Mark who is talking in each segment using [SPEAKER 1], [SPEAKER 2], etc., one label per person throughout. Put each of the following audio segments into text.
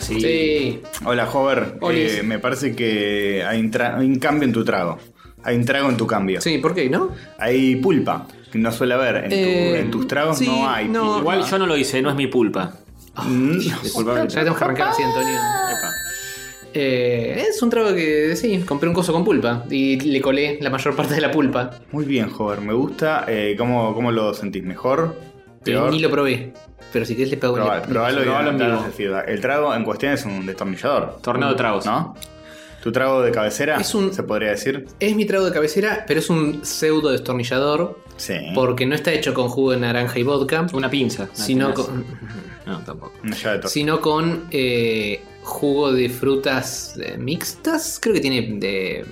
[SPEAKER 1] Sí.
[SPEAKER 2] Sí.
[SPEAKER 1] Hola, Hover.
[SPEAKER 2] Olis.
[SPEAKER 1] Eh, me parece que hay un, tra- hay un cambio en tu trago. Hay un trago en tu cambio.
[SPEAKER 2] Sí, ¿por qué? ¿No?
[SPEAKER 1] Hay pulpa, que no suele haber. En, tu-
[SPEAKER 2] Eh,
[SPEAKER 1] en tus tragos
[SPEAKER 2] sí,
[SPEAKER 1] no hay
[SPEAKER 2] no. Ah,
[SPEAKER 1] pulpa.
[SPEAKER 3] Igual yo no lo hice, no es mi pulpa.
[SPEAKER 1] Mm,
[SPEAKER 3] Disculpame.
[SPEAKER 2] Ya tenemos que arrancar así, Antonio.
[SPEAKER 3] Epa.
[SPEAKER 2] Eh, es un trago que sí, compré un coso con pulpa y le colé la mayor parte de la pulpa.
[SPEAKER 1] Muy bien, Hover. Me gusta. Eh, ¿cómo, ¿Cómo lo sentís? ¿Mejor?
[SPEAKER 2] Eh,
[SPEAKER 1] ¿Peor?
[SPEAKER 2] Ni lo probé. Pero si querés le pago
[SPEAKER 1] Probá-
[SPEAKER 2] el-
[SPEAKER 1] probalo y
[SPEAKER 3] Probalo en
[SPEAKER 1] danos
[SPEAKER 3] vivo.
[SPEAKER 1] el feedback. El trago en cuestión es un destornillador,
[SPEAKER 3] Torneo de tragos.
[SPEAKER 1] ¿no? ¿Tu trago de cabecera?
[SPEAKER 2] Es un-
[SPEAKER 1] ¿Se podría decir?
[SPEAKER 2] Es mi trago de cabecera, pero es un pseudo destornillador
[SPEAKER 1] Sí.
[SPEAKER 2] porque no está hecho con jugo de naranja y vodka,
[SPEAKER 3] Una pinza. Una
[SPEAKER 2] sino
[SPEAKER 3] tenaza.
[SPEAKER 2] con,
[SPEAKER 3] No, tampoco.
[SPEAKER 1] Una llave de tor-
[SPEAKER 2] sino con eh, jugo de frutas eh, mixtas. Creo que tiene de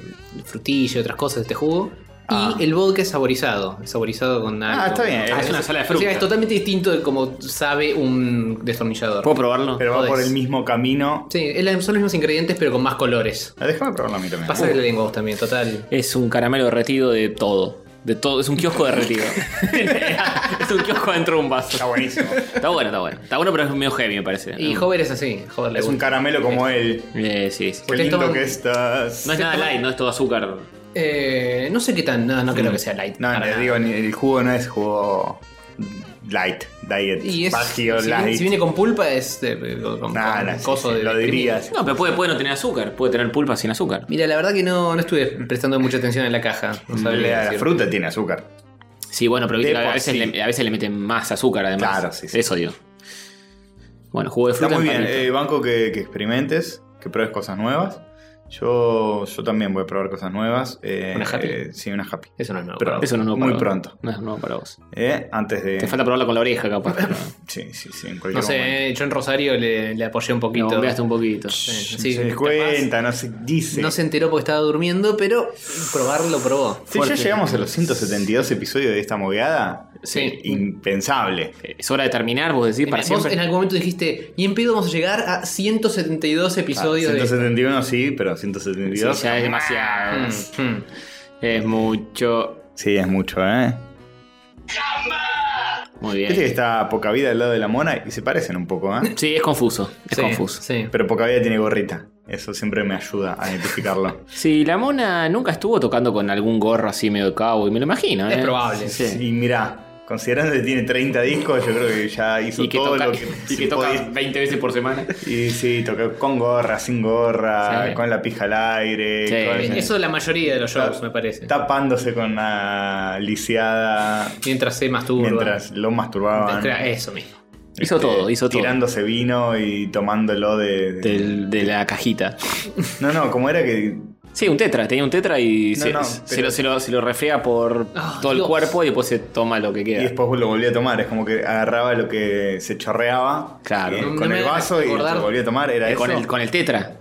[SPEAKER 2] frutilla y otras cosas este jugo.
[SPEAKER 1] Ah.
[SPEAKER 2] Y el vodka es saborizado, es saborizado con
[SPEAKER 1] Ah,
[SPEAKER 2] algo.
[SPEAKER 1] está bien.
[SPEAKER 3] Ah,
[SPEAKER 1] eh,
[SPEAKER 3] es una sala de
[SPEAKER 2] O
[SPEAKER 3] fruta.
[SPEAKER 2] sea, es totalmente distinto de como sabe un destornillador.
[SPEAKER 3] ¿Puedo probarlo?
[SPEAKER 1] Pero va
[SPEAKER 2] Podés.
[SPEAKER 1] por el mismo camino.
[SPEAKER 2] Sí, es la- son los mismos ingredientes, pero con más colores.
[SPEAKER 1] Ah, Déjame probarlo a mí también.
[SPEAKER 2] Pasa la lengua a vos también, total.
[SPEAKER 3] Es un caramelo derretido de todo. De todo. Es un kiosco derretido. es un kiosco dentro de un vaso.
[SPEAKER 1] Está buenísimo.
[SPEAKER 3] Está bueno, está bueno. Está bueno, pero es medio heavy, me parece.
[SPEAKER 2] Y
[SPEAKER 3] ¿no?
[SPEAKER 2] Hover es así, Hover le
[SPEAKER 1] Um, es un
[SPEAKER 2] gusta.
[SPEAKER 1] caramelo como él.
[SPEAKER 3] Eh, sí, sí.
[SPEAKER 1] Qué
[SPEAKER 2] Ustedes
[SPEAKER 1] lindo
[SPEAKER 2] toman-
[SPEAKER 1] que estás.
[SPEAKER 3] No es nada light, no es todo azúcar.
[SPEAKER 2] Eh, no sé qué tan, no, no creo que sea light.
[SPEAKER 1] Mm. No,
[SPEAKER 2] para
[SPEAKER 1] le
[SPEAKER 2] nada.
[SPEAKER 1] digo, ni- el jugo no es jugo light, diet,
[SPEAKER 2] Y es,
[SPEAKER 1] vacío,
[SPEAKER 2] si, viene,
[SPEAKER 1] light.
[SPEAKER 2] si viene con pulpa es de- con, con-
[SPEAKER 1] Nah,
[SPEAKER 2] con
[SPEAKER 1] nah, sí,
[SPEAKER 2] coso
[SPEAKER 1] sí,
[SPEAKER 2] de
[SPEAKER 1] lo
[SPEAKER 2] de
[SPEAKER 1] dirías.
[SPEAKER 3] No, pero puede, puede no tener azúcar, puede tener pulpa sin azúcar.
[SPEAKER 2] crema. Mira, la verdad que no, no estuve prestando mucha atención en la caja.
[SPEAKER 1] Mm.
[SPEAKER 2] No sabría
[SPEAKER 1] La
[SPEAKER 2] decir.
[SPEAKER 1] fruta tiene azúcar.
[SPEAKER 3] Sí, bueno, pero viste
[SPEAKER 1] De
[SPEAKER 3] que a
[SPEAKER 1] por
[SPEAKER 3] veces,
[SPEAKER 1] sí.
[SPEAKER 3] le, a veces le meten más azúcar además.
[SPEAKER 1] Claro, sí, sí.
[SPEAKER 3] Eso digo. Bueno, jugo de
[SPEAKER 1] Está
[SPEAKER 3] fruta.
[SPEAKER 1] muy
[SPEAKER 3] en
[SPEAKER 1] bien.
[SPEAKER 3] palito.
[SPEAKER 1] eh, banco que, que experimentes, que pruebes cosas nuevas. Yo, yo también voy a probar cosas nuevas. eh,
[SPEAKER 2] ¿Una happy?
[SPEAKER 1] eh, sí, una happy.
[SPEAKER 2] Eso no es nuevo.
[SPEAKER 1] Pero-
[SPEAKER 2] para vos.
[SPEAKER 3] Eso no es nuevo
[SPEAKER 1] Muy
[SPEAKER 3] para vos.
[SPEAKER 1] pronto.
[SPEAKER 3] No es nuevo para vos.
[SPEAKER 1] eh, Antes de.
[SPEAKER 3] Te falta probarlo con la oreja, capaz. pero
[SPEAKER 1] Sí, sí, sí, en
[SPEAKER 2] no
[SPEAKER 1] cualquier momento.
[SPEAKER 2] sé, eh, yo en Rosario le, le apoyé un
[SPEAKER 3] Lo
[SPEAKER 2] poquito.
[SPEAKER 3] bombeaste un poquito.
[SPEAKER 2] Sí,
[SPEAKER 1] No
[SPEAKER 2] sí,
[SPEAKER 1] se
[SPEAKER 2] capaz
[SPEAKER 1] cuenta, no se dice.
[SPEAKER 2] No se enteró porque estaba durmiendo, pero probarlo probó.
[SPEAKER 1] si ya llegamos a los 172 episodios de esta mogueada, eh,
[SPEAKER 2] Sí.
[SPEAKER 1] impensable.
[SPEAKER 3] Eh, Es hora de terminar, vos decís, para
[SPEAKER 2] Vos
[SPEAKER 3] siempre.
[SPEAKER 2] en algún momento dijiste, y en pedo vamos a llegar a
[SPEAKER 1] Ah,
[SPEAKER 2] 172 episodios de...
[SPEAKER 1] 171 sí, pero
[SPEAKER 3] Sí,
[SPEAKER 1] 172.
[SPEAKER 3] ya es demasiado.
[SPEAKER 2] Mm, mm.
[SPEAKER 3] Es mucho.
[SPEAKER 1] Sí, es mucho, ¿eh?
[SPEAKER 3] Muy
[SPEAKER 1] Viste que
[SPEAKER 3] bien.
[SPEAKER 1] está poca vida al lado de la mona y se parecen un poco, ¿eh?
[SPEAKER 3] Sí, es confuso. Es
[SPEAKER 2] Sí,
[SPEAKER 3] confuso.
[SPEAKER 2] Sí.
[SPEAKER 1] Pero poca vida tiene gorrita. Eso siempre me ayuda a identificarlo.
[SPEAKER 3] Sí, la mona nunca estuvo tocando con algún gorro así medio cowboy, me lo imagino.
[SPEAKER 2] Es
[SPEAKER 3] ¿eh?
[SPEAKER 2] probable.
[SPEAKER 3] Sí.
[SPEAKER 1] Y mirá, considerando que tiene 30 discos, yo creo que ya hizo
[SPEAKER 3] Y que,
[SPEAKER 1] todo
[SPEAKER 3] toca,
[SPEAKER 1] lo que,
[SPEAKER 3] y
[SPEAKER 1] se
[SPEAKER 3] que toca
[SPEAKER 1] podía. Este,
[SPEAKER 3] 20 veces por semana.
[SPEAKER 1] Y sí, toca con gorra, sin gorra,
[SPEAKER 3] Sí.
[SPEAKER 1] con la pija al aire,
[SPEAKER 3] Sí.
[SPEAKER 1] con-
[SPEAKER 2] Eh, Eso la mayoría de los shows, me parece.
[SPEAKER 1] tapándose con la lisiada
[SPEAKER 2] Mientras se masturba.
[SPEAKER 1] mientras lo masturbaban.
[SPEAKER 2] Espera, Eso mismo.
[SPEAKER 3] Hizo
[SPEAKER 1] Este,
[SPEAKER 3] todo, hizo todo.
[SPEAKER 1] Tirándose vino y tomándolo de. de-
[SPEAKER 3] Del- de la cajita.
[SPEAKER 1] No, no, como era que.
[SPEAKER 3] Sí, un tetra, tenía un tetra y
[SPEAKER 1] No,
[SPEAKER 3] se,
[SPEAKER 1] no,
[SPEAKER 3] se
[SPEAKER 1] pero-
[SPEAKER 3] lo, se, lo, se lo refría por
[SPEAKER 2] Ah,
[SPEAKER 3] todo el
[SPEAKER 2] Dios.
[SPEAKER 3] cuerpo y después se toma lo que
[SPEAKER 1] Y
[SPEAKER 3] queda.
[SPEAKER 1] después lo volvía a tomar, es como que agarraba lo que se chorreaba
[SPEAKER 3] Claro.
[SPEAKER 1] eh,
[SPEAKER 2] No
[SPEAKER 1] con
[SPEAKER 2] me
[SPEAKER 1] el
[SPEAKER 2] hagas
[SPEAKER 1] vaso y
[SPEAKER 2] acordar.
[SPEAKER 1] lo volvía a tomar. Era
[SPEAKER 3] Eh,
[SPEAKER 1] eso.
[SPEAKER 3] con, el, con el tetra.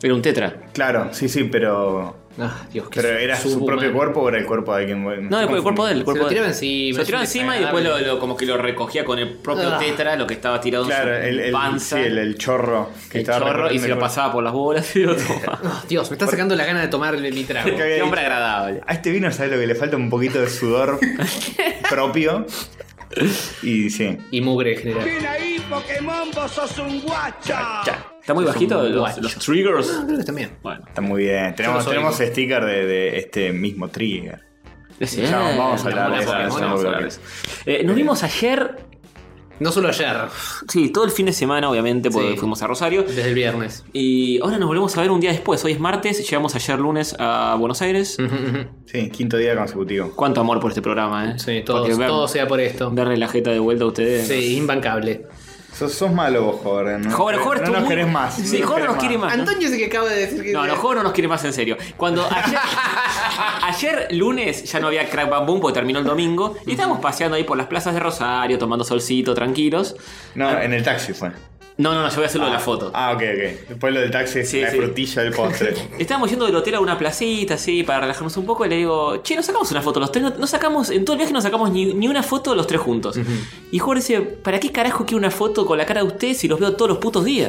[SPEAKER 3] Era un tetra.
[SPEAKER 1] Claro, sí, sí, pero.
[SPEAKER 2] Ah, Dios, qué
[SPEAKER 1] Pero
[SPEAKER 2] su-
[SPEAKER 1] era su
[SPEAKER 2] subhumano.
[SPEAKER 1] propio cuerpo o era el cuerpo de alguien. Me
[SPEAKER 3] No,
[SPEAKER 1] estoy
[SPEAKER 3] el, el cuerpo de él. el
[SPEAKER 1] confundiendo.
[SPEAKER 3] cuerpo de
[SPEAKER 2] lo
[SPEAKER 3] él.
[SPEAKER 2] tiraba encima,
[SPEAKER 3] Se lo
[SPEAKER 2] es
[SPEAKER 3] tiraba
[SPEAKER 2] un
[SPEAKER 3] encima y después lo,
[SPEAKER 2] desagradable.
[SPEAKER 3] lo- como que lo recogía con el propio
[SPEAKER 2] Ah.
[SPEAKER 3] tetra, lo que estaba tirado
[SPEAKER 1] Claro,
[SPEAKER 3] en su
[SPEAKER 1] el, el-
[SPEAKER 3] panza.
[SPEAKER 1] sí, el, el chorro que
[SPEAKER 3] el
[SPEAKER 1] estaba
[SPEAKER 3] chorro y
[SPEAKER 1] recorriendo
[SPEAKER 3] se
[SPEAKER 1] el
[SPEAKER 3] lo
[SPEAKER 1] cuerpo.
[SPEAKER 3] pasaba por las bolas y lo tomaba.
[SPEAKER 2] Ah, Dios, me está sacando la gana de tomarle mi trago.
[SPEAKER 1] Porque había
[SPEAKER 3] Qué
[SPEAKER 1] dicho,
[SPEAKER 3] hombre agradable.
[SPEAKER 1] A este vino, ¿sabes lo que le falta? Un poquito de sudor propio. Y sí.
[SPEAKER 2] Y mugre en general.
[SPEAKER 4] Ven ahí, Pokémon, vos sos un guacha.
[SPEAKER 3] Está muy bajito
[SPEAKER 2] un
[SPEAKER 3] los,
[SPEAKER 2] guacho.
[SPEAKER 3] los triggers.
[SPEAKER 2] Ah, Creo que también.
[SPEAKER 3] Bueno,
[SPEAKER 1] Está muy bien. Tenemos,
[SPEAKER 2] soy.
[SPEAKER 1] tenemos sticker de, de este mismo trigger.
[SPEAKER 3] es-
[SPEAKER 1] Ya, vamos a
[SPEAKER 3] eh,
[SPEAKER 1] hablar
[SPEAKER 2] de eso,
[SPEAKER 3] Pokémon,
[SPEAKER 2] eso,
[SPEAKER 3] vamos a hablar de eso. Eh, Nos vimos ayer,
[SPEAKER 2] No solo ayer,
[SPEAKER 3] sí, todo el fin de semana, obviamente, porque
[SPEAKER 2] Sí.
[SPEAKER 3] fuimos a Rosario.
[SPEAKER 2] desde el viernes.
[SPEAKER 3] Y ahora nos volvemos a ver un día después. Hoy es martes, llegamos ayer lunes a Buenos Aires.
[SPEAKER 1] Sí, quinto día consecutivo.
[SPEAKER 3] Cuánto amor por este programa, ¿eh?
[SPEAKER 2] Sí, todo,
[SPEAKER 3] Porque ver-
[SPEAKER 2] todo sea por esto.
[SPEAKER 3] Verle la jeta de vuelta a ustedes.
[SPEAKER 2] Sí, imbancable.
[SPEAKER 1] Sos, sos malo vos, Hover. No,
[SPEAKER 3] Hover, Hover
[SPEAKER 1] no
[SPEAKER 3] estuvo
[SPEAKER 1] nos
[SPEAKER 3] muy-
[SPEAKER 1] querés más.
[SPEAKER 3] Sí, Hover nos quiere más.
[SPEAKER 2] Antonio es el que acaba de decir que.
[SPEAKER 3] No, no, Joven no nos quiere más en serio. Cuando ayer, ayer lunes ya no había crack bam boom porque terminó el domingo y estábamos paseando ahí por las plazas de Rosario, tomando solcito, tranquilos.
[SPEAKER 1] No, en el taxi fue.
[SPEAKER 3] No, no, no, yo voy a hacerlo de la foto.
[SPEAKER 1] Ah, ok, ok. Después lo del taxi,
[SPEAKER 3] Sí,
[SPEAKER 1] la
[SPEAKER 3] sí.
[SPEAKER 1] frutilla del postre.
[SPEAKER 3] Estábamos yendo del hotel a una placita, así, para relajarnos un poco, y le digo, che, nos sacamos una foto los tres, no, no sacamos, en todo el viaje no sacamos ni, ni una foto los tres juntos. Y Jorge dice, ¿para qué carajo quiero una foto con la cara de usted si los veo todos los putos días?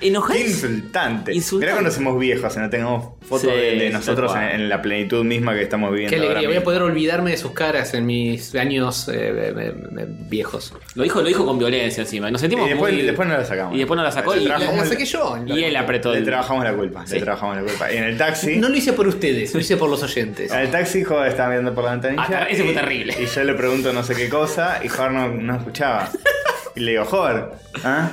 [SPEAKER 1] Qué
[SPEAKER 3] Enojadísimo.
[SPEAKER 1] insultante.
[SPEAKER 3] Insultante.
[SPEAKER 1] Mirá cuando somos viejos, no tengamos fotos
[SPEAKER 3] Sí,
[SPEAKER 1] de, de
[SPEAKER 3] tal
[SPEAKER 1] nosotros en,
[SPEAKER 3] cual.
[SPEAKER 1] en la plenitud misma que estamos viviendo.
[SPEAKER 2] Qué alegría, voy
[SPEAKER 1] ahora
[SPEAKER 2] a
[SPEAKER 1] mismo.
[SPEAKER 3] pues,
[SPEAKER 2] poder olvidarme de sus caras en mis años eh, eh, eh, viejos.
[SPEAKER 3] Lo dijo, lo dijo con violencia encima, nos sentimos
[SPEAKER 1] Y después
[SPEAKER 3] muy
[SPEAKER 1] le después no la sacamos.
[SPEAKER 3] Y después no la sacó
[SPEAKER 1] Le
[SPEAKER 3] y-
[SPEAKER 2] La,
[SPEAKER 1] trabajamos
[SPEAKER 2] la
[SPEAKER 1] el-
[SPEAKER 2] saqué yo.
[SPEAKER 3] Y él apretó
[SPEAKER 1] Le
[SPEAKER 3] el.
[SPEAKER 1] trabajamos la culpa,
[SPEAKER 3] Sí.
[SPEAKER 1] le trabajamos la culpa. Y en el taxi,
[SPEAKER 2] No lo hice por ustedes, lo hice por los oyentes.
[SPEAKER 1] en el taxi Joder estaba mirando por la ventanilla.
[SPEAKER 3] Ah, ese fue
[SPEAKER 1] y-
[SPEAKER 3] terrible.
[SPEAKER 1] Y yo le pregunto no sé qué cosa y Joder no, no escuchaba. Y le digo, Joder, ¿ah?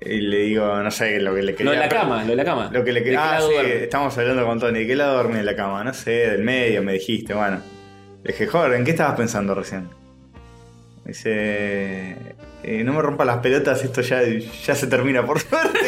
[SPEAKER 1] Y le digo, no sé lo que le quería.
[SPEAKER 3] Lo de la
[SPEAKER 1] pre-
[SPEAKER 3] cama, lo de la cama.
[SPEAKER 1] Lo que le
[SPEAKER 3] ¿De
[SPEAKER 1] que-
[SPEAKER 3] qué
[SPEAKER 1] Ah,
[SPEAKER 3] lado
[SPEAKER 1] sí,
[SPEAKER 3] duerme?
[SPEAKER 1] estamos hablando con Tony. ¿De qué lado dormí en la cama? No sé, del medio me dijiste, bueno. Le dije, Joder, ¿en qué estabas pensando recién? Me dice, "Eh, no me rompa las pelotas, esto ya, ya se termina por suerte.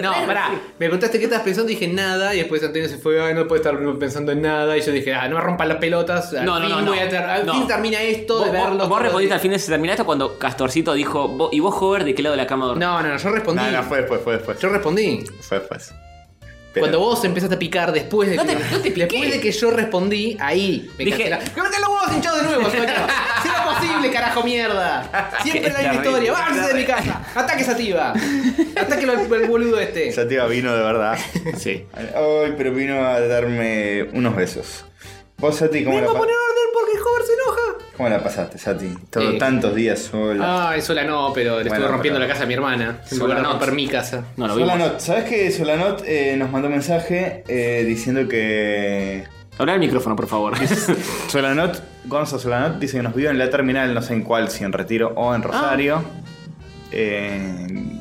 [SPEAKER 2] No, pará, me preguntaste qué estabas pensando, dije nada, y después Antonio se fue, ay, no puedo estar pensando en nada, y yo dije, ah, no me rompan las pelotas, al
[SPEAKER 3] No, no,
[SPEAKER 2] fin,
[SPEAKER 3] no,
[SPEAKER 2] voy a
[SPEAKER 3] no.
[SPEAKER 2] ter- al
[SPEAKER 3] No.
[SPEAKER 2] fin termina esto
[SPEAKER 3] Vos,
[SPEAKER 2] de
[SPEAKER 3] vos-
[SPEAKER 2] verlo.
[SPEAKER 3] vos respondiste al fin de ese terminato cuando Castorcito dijo, "Vos- ¿y vos, Hover, de qué lado de la cama dormís?
[SPEAKER 2] No, no, no, yo respondí.
[SPEAKER 1] no, no, fue después, fue después.
[SPEAKER 2] Yo respondí.
[SPEAKER 1] Fue después. Pero-
[SPEAKER 2] Cuando vos empezaste a picar después de,
[SPEAKER 3] No
[SPEAKER 2] que,
[SPEAKER 3] te- no te piqué.
[SPEAKER 2] después de que yo respondí, ahí me
[SPEAKER 3] Dije-
[SPEAKER 2] cancelaron. ¡Que metan los huevos hinchados de nuevo, Antonio! ¡Si era posible, carajo mierda! Siempre
[SPEAKER 3] Qué
[SPEAKER 2] la misma
[SPEAKER 3] terrible.
[SPEAKER 2] historia. ¡Váyanse de mi casa! ¡Ataque sativa! ¡Atáquelo al al boludo este!
[SPEAKER 1] Sativa vino de verdad.
[SPEAKER 3] Sí.
[SPEAKER 1] Ay, pero vino a darme unos besos. ¿Vos, Sati, cómo, la,
[SPEAKER 2] ¡Vengo a
[SPEAKER 1] pa-
[SPEAKER 2] poner orden porque el joven se enoja!
[SPEAKER 1] cómo la pasaste, Sati? Todo,
[SPEAKER 2] Eh.
[SPEAKER 1] Tantos días sola.
[SPEAKER 3] ah,
[SPEAKER 2] Ay, sola Ah, no, pero le estuve
[SPEAKER 1] Bueno,
[SPEAKER 2] rompiendo
[SPEAKER 1] pero-
[SPEAKER 2] la casa a mi hermana. En
[SPEAKER 3] Sola
[SPEAKER 2] lugar de
[SPEAKER 3] no.
[SPEAKER 2] romper mi casa.
[SPEAKER 3] No lo vimos.
[SPEAKER 1] Solanot, ¿sabes que Solanot eh, nos mandó un mensaje eh, diciendo que.
[SPEAKER 3] Habla al micrófono, por favor.
[SPEAKER 1] Solanot, Gonzo Solanot, dice que nos vio en la terminal, no sé en cuál, si en Retiro o
[SPEAKER 3] Ah.
[SPEAKER 1] en Rosario. eh,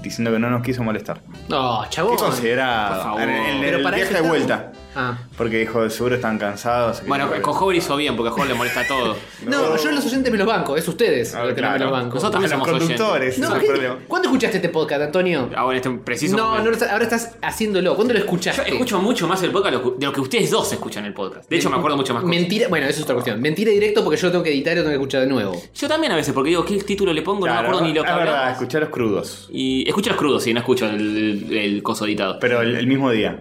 [SPEAKER 1] diciendo que no nos quiso molestar.
[SPEAKER 2] No,
[SPEAKER 1] ¿Qué
[SPEAKER 2] chabón.
[SPEAKER 3] por
[SPEAKER 1] considera
[SPEAKER 3] favor.
[SPEAKER 1] en el,
[SPEAKER 2] Pero
[SPEAKER 1] el
[SPEAKER 2] para
[SPEAKER 1] viaje
[SPEAKER 2] eso
[SPEAKER 1] de
[SPEAKER 2] estamos.
[SPEAKER 1] vuelta?
[SPEAKER 2] Ah.
[SPEAKER 1] Porque dijo, seguro están cansados.
[SPEAKER 3] bueno, con Hover hizo bien, porque a Hover le molesta todo.
[SPEAKER 2] No, yo los oyentes me los banco, es ustedes
[SPEAKER 1] Ah,
[SPEAKER 2] los que no me los
[SPEAKER 1] claro.
[SPEAKER 2] banco.
[SPEAKER 3] Nosotros también
[SPEAKER 1] A los
[SPEAKER 3] somos
[SPEAKER 1] conductores,
[SPEAKER 2] No,
[SPEAKER 1] ese es
[SPEAKER 2] ¿qué-
[SPEAKER 1] el problema.
[SPEAKER 2] ¿Cuándo escuchaste este podcast, Antonio?
[SPEAKER 3] Ahora este preciso.
[SPEAKER 2] No,
[SPEAKER 3] momento.
[SPEAKER 2] no lo estás- ahora estás haciéndolo. ¿Cuándo lo
[SPEAKER 3] Yo
[SPEAKER 2] escuchaste?
[SPEAKER 3] escucho mucho más el podcast de lo que ustedes dos escuchan el podcast. De hecho, me acuerdo mucho más cosas.
[SPEAKER 2] Mentira, bueno, eso es otra cuestión. Mentira directo porque yo lo tengo que editar y lo tengo que escuchar de nuevo.
[SPEAKER 3] Yo también a veces, porque digo, ¿qué título le pongo? no me
[SPEAKER 1] Claro,
[SPEAKER 3] acuerdo ni lo que
[SPEAKER 1] Es verdad,
[SPEAKER 3] hablamos.
[SPEAKER 1] escuchar los crudos.
[SPEAKER 3] Y escucho los crudos, sí, no escucho el, el, el coso editado.
[SPEAKER 1] Pero el, el mismo día.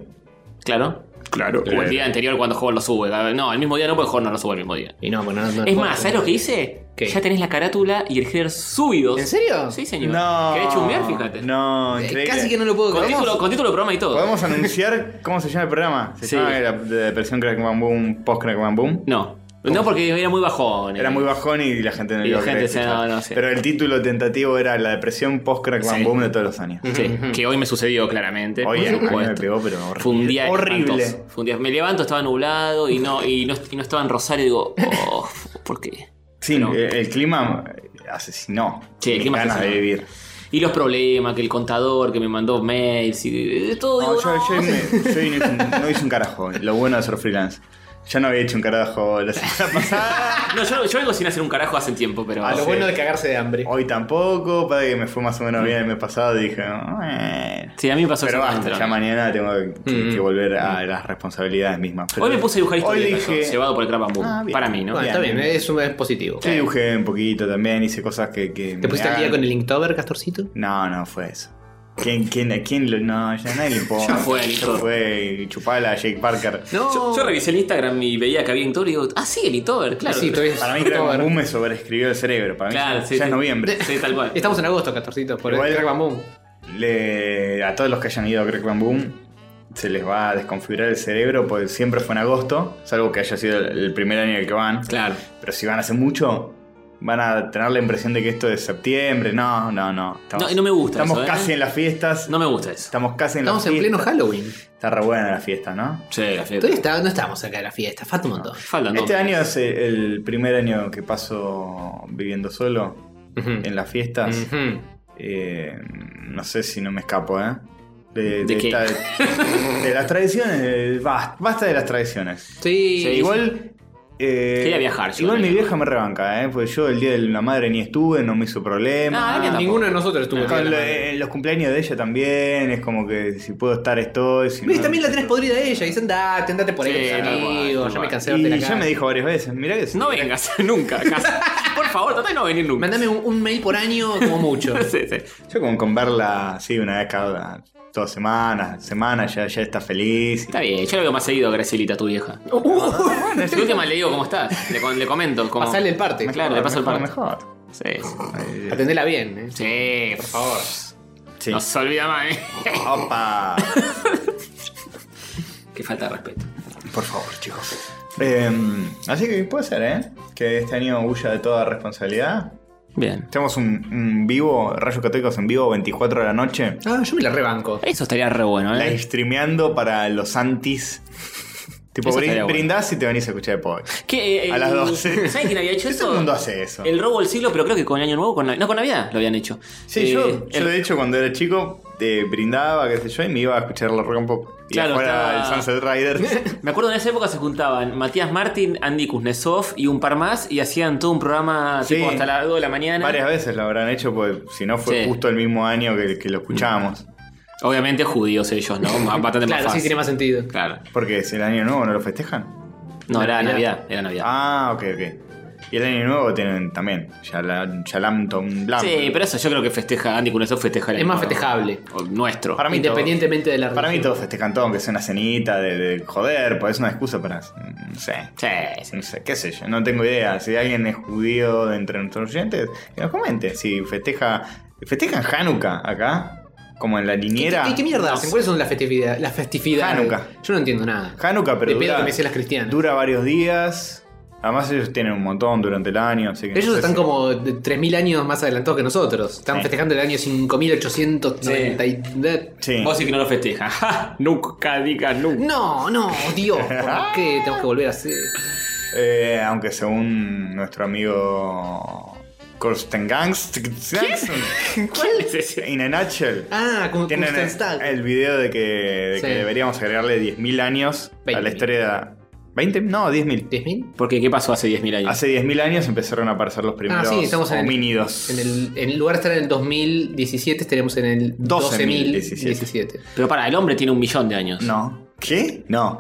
[SPEAKER 3] Claro.
[SPEAKER 1] Claro. eh.
[SPEAKER 3] O el día anterior cuando Hover lo sube. No, el mismo día no, porque Hover no lo sube el mismo día.
[SPEAKER 2] Y no, bueno, no, no-
[SPEAKER 3] Es
[SPEAKER 2] no-
[SPEAKER 3] más, ¿sabes lo que hice?
[SPEAKER 2] ¿Qué?
[SPEAKER 3] Ya tenés la carátula y el header subidos.
[SPEAKER 2] ¿En serio?
[SPEAKER 3] Sí, señor.
[SPEAKER 1] No.
[SPEAKER 3] ¿Querés chumbear? Fíjate.
[SPEAKER 1] No,
[SPEAKER 2] Eh,
[SPEAKER 1] increíble.
[SPEAKER 2] Casi que no lo puedo
[SPEAKER 3] Con
[SPEAKER 2] creer.
[SPEAKER 3] título, con título de programa y todo.
[SPEAKER 1] ¿Podemos anunciar cómo se llama el programa? ¿Se
[SPEAKER 3] Sí.
[SPEAKER 1] llama la, de Depresión Crack Bam Boom, Post Crack Bam Boom?
[SPEAKER 3] No. No, porque era muy bajón. eh.
[SPEAKER 1] Era muy bajón y la gente no
[SPEAKER 3] Y la
[SPEAKER 1] iba a
[SPEAKER 3] gente
[SPEAKER 1] querer
[SPEAKER 3] decía,
[SPEAKER 1] escuchar.
[SPEAKER 3] no, no, sí.
[SPEAKER 1] Pero el título tentativo era La Depresión Post Crack Bam
[SPEAKER 3] Sí.
[SPEAKER 1] Boom de todos los años.
[SPEAKER 3] Sí, que hoy me sucedió claramente.
[SPEAKER 1] Hoy a-
[SPEAKER 3] por
[SPEAKER 1] a mí me
[SPEAKER 3] supuesto.
[SPEAKER 1] pegó, pero horrible.
[SPEAKER 3] Fue un día
[SPEAKER 1] horrible.
[SPEAKER 3] espantoso. Fue un día- Me levanto, estaba nublado y no, y no, y no estaba en Rosario. Digo, oh, ¿por qué?
[SPEAKER 1] Sí,
[SPEAKER 3] Pero-
[SPEAKER 1] el, el clima asesinó.
[SPEAKER 3] Sí, el
[SPEAKER 1] Mis
[SPEAKER 3] clima
[SPEAKER 1] ganas
[SPEAKER 3] asesinó.
[SPEAKER 1] de vivir.
[SPEAKER 3] Y los problemas, que el contador que me mandó mails y eh, todo.
[SPEAKER 1] No,
[SPEAKER 3] digo,
[SPEAKER 1] yo,
[SPEAKER 3] no.
[SPEAKER 1] yo me- yo no, hice un, no hice un carajo. Lo bueno de ser freelance. Yo no había hecho un carajo la semana pasada.
[SPEAKER 3] "Ah, No, yo, yo vengo sin hacer un carajo hace tiempo, pero.
[SPEAKER 2] A lo
[SPEAKER 1] Ah, sí.
[SPEAKER 2] bueno de cagarse de hambre.
[SPEAKER 1] Hoy tampoco. Para que me fue más o menos bien el mes pasado. Dije, bueno.
[SPEAKER 3] Sí, a mí me pasó
[SPEAKER 1] Pero
[SPEAKER 3] exactamente
[SPEAKER 1] basta,
[SPEAKER 3] lo
[SPEAKER 1] ya
[SPEAKER 3] mismo.
[SPEAKER 1] mañana tengo que, que-
[SPEAKER 2] Mm.
[SPEAKER 1] que volver a las responsabilidades mismas. Pero
[SPEAKER 3] Hoy me puse a dibujar
[SPEAKER 1] Hoy
[SPEAKER 3] historias,
[SPEAKER 1] dije,
[SPEAKER 3] eso, llevado por el crap and boom.
[SPEAKER 1] Ah, bien.
[SPEAKER 3] Para mí, ¿no?
[SPEAKER 2] Bueno, está bien, eso es positivo.
[SPEAKER 1] Yo dibujé un poquito también, hice cosas que. que
[SPEAKER 2] ¿Te
[SPEAKER 1] me
[SPEAKER 2] pusiste al día
[SPEAKER 1] hagan-
[SPEAKER 2] con el Inktober, Castorcito?
[SPEAKER 1] No, no fue eso. ¿Quién, quién, a quién lo.? No, ya a nadie le importa.
[SPEAKER 3] Ya fue,
[SPEAKER 1] Ya
[SPEAKER 3] listo.
[SPEAKER 1] fue, chupala, Jake Parker.
[SPEAKER 2] No.
[SPEAKER 3] Yo, yo revisé el Instagram y veía que había Inktober y digo, ah, sí, el Inktober, claro.
[SPEAKER 2] Sí, todavía es
[SPEAKER 1] Para mí, creo que
[SPEAKER 2] Inktober.
[SPEAKER 1] Boom me sobreescribió el cerebro. Para mí,
[SPEAKER 3] Claro,
[SPEAKER 1] ya,
[SPEAKER 3] sí,
[SPEAKER 1] ya
[SPEAKER 3] sí.
[SPEAKER 1] es noviembre.
[SPEAKER 3] Sí, tal cual.
[SPEAKER 2] Estamos en agosto, Castorcito, por
[SPEAKER 1] Igual-
[SPEAKER 2] el Crack Bam Boom.
[SPEAKER 1] Le- a todos los que hayan ido a Crack Bam Boom se les va a desconfigurar el cerebro, porque siempre fue en agosto, salvo que haya sido el, el primer año en el que van.
[SPEAKER 3] Claro.
[SPEAKER 1] Pero si van hace mucho, van a tener la impresión de que esto es septiembre. No, no, no.
[SPEAKER 3] No, y no me gusta
[SPEAKER 1] Estamos
[SPEAKER 3] eso, ¿eh?
[SPEAKER 1] casi en las fiestas.
[SPEAKER 3] No me gusta eso.
[SPEAKER 1] Estamos casi en
[SPEAKER 2] Estamos
[SPEAKER 1] las
[SPEAKER 2] en pleno
[SPEAKER 1] fiestas.
[SPEAKER 2] Halloween.
[SPEAKER 1] Está re buena la fiesta, ¿no?
[SPEAKER 3] Sí, la fiesta.
[SPEAKER 2] Todavía está- no estamos cerca de la fiesta, falta un montón.
[SPEAKER 3] Faltan dos
[SPEAKER 1] Este año
[SPEAKER 3] meses.
[SPEAKER 1] es el- el primer año que paso viviendo solo en las fiestas.
[SPEAKER 3] Mm.
[SPEAKER 2] Ujú.
[SPEAKER 1] Eh, no sé si no me escapo, ¿eh? De,
[SPEAKER 3] ¿De
[SPEAKER 1] de
[SPEAKER 3] qué?
[SPEAKER 1] esta- de las tradiciones. eh, bas- Basta de las tradiciones.
[SPEAKER 2] Sí,
[SPEAKER 3] Sí,
[SPEAKER 1] Igual. eh,
[SPEAKER 3] Quería viajar, yo
[SPEAKER 1] Igual mi
[SPEAKER 3] también.
[SPEAKER 1] vieja me rebanca, ¿eh? Pues yo el día de la madre ni estuve, no me hizo problema.
[SPEAKER 3] Ah, tampoco.
[SPEAKER 2] ninguno de nosotros estuvo.
[SPEAKER 3] No.
[SPEAKER 2] el día de
[SPEAKER 1] Con
[SPEAKER 2] la
[SPEAKER 1] lo-
[SPEAKER 2] madre.
[SPEAKER 1] eh, los cumpleaños de ella también, es como que si puedo estar estoy. Si
[SPEAKER 2] ¿Ves?
[SPEAKER 1] no-
[SPEAKER 2] También la tenés podrida ella. Dicen, andate, andate por ahí,
[SPEAKER 3] Sí,
[SPEAKER 2] con tus
[SPEAKER 3] tal cual,
[SPEAKER 2] amigos,
[SPEAKER 3] tal
[SPEAKER 2] Ya me
[SPEAKER 3] cual.
[SPEAKER 2] cansé de
[SPEAKER 1] Y
[SPEAKER 2] verte la
[SPEAKER 1] ya
[SPEAKER 2] cara.
[SPEAKER 1] me dijo varias veces, mirá que sí.
[SPEAKER 3] No vengas nunca, casi. Por favor, trata de no venir nunca.
[SPEAKER 2] Mandame un, un mail por año como mucho.
[SPEAKER 3] Sí, sí.
[SPEAKER 1] Yo con, con verla así una vez cada dos semanas, semana ya, ya está feliz.
[SPEAKER 3] Está bien, yo lo veo más seguido, Gracielita, tu vieja. La última le digo cómo estás, le, con- le comento. Cómo...
[SPEAKER 2] Pasale el parte.
[SPEAKER 3] Claro, le paso el parte.
[SPEAKER 1] Mejor.
[SPEAKER 3] Sí,
[SPEAKER 1] Eh,
[SPEAKER 2] Atendela bien. ¿eh?
[SPEAKER 3] sí, por favor.
[SPEAKER 1] sí.
[SPEAKER 3] No se olvida más, ¿eh?
[SPEAKER 1] Opa.
[SPEAKER 3] Qué falta de respeto.
[SPEAKER 1] Por favor, Em, chicos. Eh, así que puede ser, ¿eh? Que este año huya de toda responsabilidad.
[SPEAKER 3] Bien.
[SPEAKER 1] Tenemos un, un vivo, Rayos Católicos en vivo, 24 de la noche.
[SPEAKER 2] Ah, yo me la rebanco.
[SPEAKER 3] Eso estaría re bueno,
[SPEAKER 1] Live
[SPEAKER 3] ¿eh?
[SPEAKER 1] streameando para los antis. tipo,
[SPEAKER 3] Eso
[SPEAKER 1] brin-
[SPEAKER 3] estaría bueno.
[SPEAKER 1] brindás y te venís a escuchar el podcast.
[SPEAKER 3] ¿Qué, eh,
[SPEAKER 1] A las
[SPEAKER 3] el-
[SPEAKER 1] 12.
[SPEAKER 3] ¿Sabes quién había hecho
[SPEAKER 1] ¿Qué
[SPEAKER 3] eso?
[SPEAKER 1] todo el mundo hace eso?
[SPEAKER 3] El robo del siglo, pero creo que con el año nuevo, con Nav- no, con Navidad lo habían hecho.
[SPEAKER 1] Sí,
[SPEAKER 3] Eh,
[SPEAKER 1] yo,
[SPEAKER 3] el-
[SPEAKER 1] yo de hecho cuando era chico eh, brindaba, qué sé yo, y me iba a escuchar la rock un poco. Y
[SPEAKER 3] Claro,
[SPEAKER 1] afuera
[SPEAKER 3] estaba-
[SPEAKER 1] el Sunset Riders.
[SPEAKER 3] Me acuerdo en esa época se juntaban Matías Martín, Andy Kuznetsov y un par más y hacían todo un programa
[SPEAKER 1] Sí.
[SPEAKER 3] tipo hasta las 2 de la mañana.
[SPEAKER 1] Varias veces lo habrán hecho, porque si no fue
[SPEAKER 3] Sí.
[SPEAKER 1] justo el mismo año que, que lo escuchábamos.
[SPEAKER 3] Obviamente judíos ellos, ¿no? Más- Bastante
[SPEAKER 2] Claro,
[SPEAKER 3] más
[SPEAKER 2] sí
[SPEAKER 3] fácil.
[SPEAKER 2] tiene más sentido.
[SPEAKER 3] Claro.
[SPEAKER 1] Porque es el año nuevo, ¿no lo festejan?
[SPEAKER 3] No, era
[SPEAKER 2] Navidad.
[SPEAKER 3] Navidad, era Navidad.
[SPEAKER 1] Ah, ok, ok. Y el año nuevo tienen también. Yala- Yalamton Blam.
[SPEAKER 3] sí, pero eso yo creo que festeja, Andy Kuznetsov festeja el
[SPEAKER 2] Es
[SPEAKER 3] año
[SPEAKER 2] más
[SPEAKER 3] nuevo.
[SPEAKER 2] festejable.
[SPEAKER 3] O nuestro.
[SPEAKER 1] Para mí
[SPEAKER 2] Independientemente de la
[SPEAKER 1] Para mí
[SPEAKER 2] religión.
[SPEAKER 1] todos festejan todo, aunque sea una cenita de, de joder, pues es una excusa para. No sé.
[SPEAKER 3] Sí, sí.
[SPEAKER 1] No sé, qué sé yo, no tengo idea. Si alguien es judío de entre nuestros oyentes, que nos comente. Si festeja. ¿Festejan Hanukkah acá? Como en la
[SPEAKER 2] ¿Qué,
[SPEAKER 1] liniera.
[SPEAKER 2] qué- qué mierda hacen? ¿Cuáles son las festividades? Las festividades.
[SPEAKER 1] Hanukkah.
[SPEAKER 2] Yo no entiendo nada.
[SPEAKER 1] Hanukkah, pero.
[SPEAKER 2] Te pido
[SPEAKER 1] dura-
[SPEAKER 2] que me sé las cristianas.
[SPEAKER 1] Dura varios días. Además, ellos tienen un montón durante el año. Así que no
[SPEAKER 2] Ellos
[SPEAKER 1] sé
[SPEAKER 2] están
[SPEAKER 1] si-
[SPEAKER 2] como de 3.000 años más adelantados que nosotros. Están
[SPEAKER 1] Sí.
[SPEAKER 2] festejando el año 5.890 y... eh,
[SPEAKER 1] Sí.
[SPEAKER 3] Vos sí que no lo festejas. Ja, nunca digas nunca.
[SPEAKER 2] No, no, Dios, ¿por qué tengo que volver a hacer?
[SPEAKER 1] Eh, aunque según nuestro amigo. Corsten Gangs.
[SPEAKER 3] ¿Cuál es ese?
[SPEAKER 1] In a nutshell.
[SPEAKER 2] Ah, como
[SPEAKER 1] Tienen el,
[SPEAKER 2] Kunststag.
[SPEAKER 1] el video de que, de
[SPEAKER 2] Sí.
[SPEAKER 1] que deberíamos agregarle 10.000 años a la
[SPEAKER 2] 20.000.
[SPEAKER 1] historia. ¿20? No, 10.000.
[SPEAKER 2] ¿10.000?
[SPEAKER 3] Porque, ¿qué pasó hace 10.000 años?
[SPEAKER 1] Hace 10.000 años empezaron a aparecer los primeros
[SPEAKER 2] Ah, sí, estamos en el-
[SPEAKER 1] homínidos.
[SPEAKER 2] En el, en el lugar de estar en el 2017, estaríamos en el
[SPEAKER 1] 12.017.
[SPEAKER 2] 12.017.
[SPEAKER 3] Pero para, el hombre tiene un millón de años.
[SPEAKER 1] No. ¿Qué? No.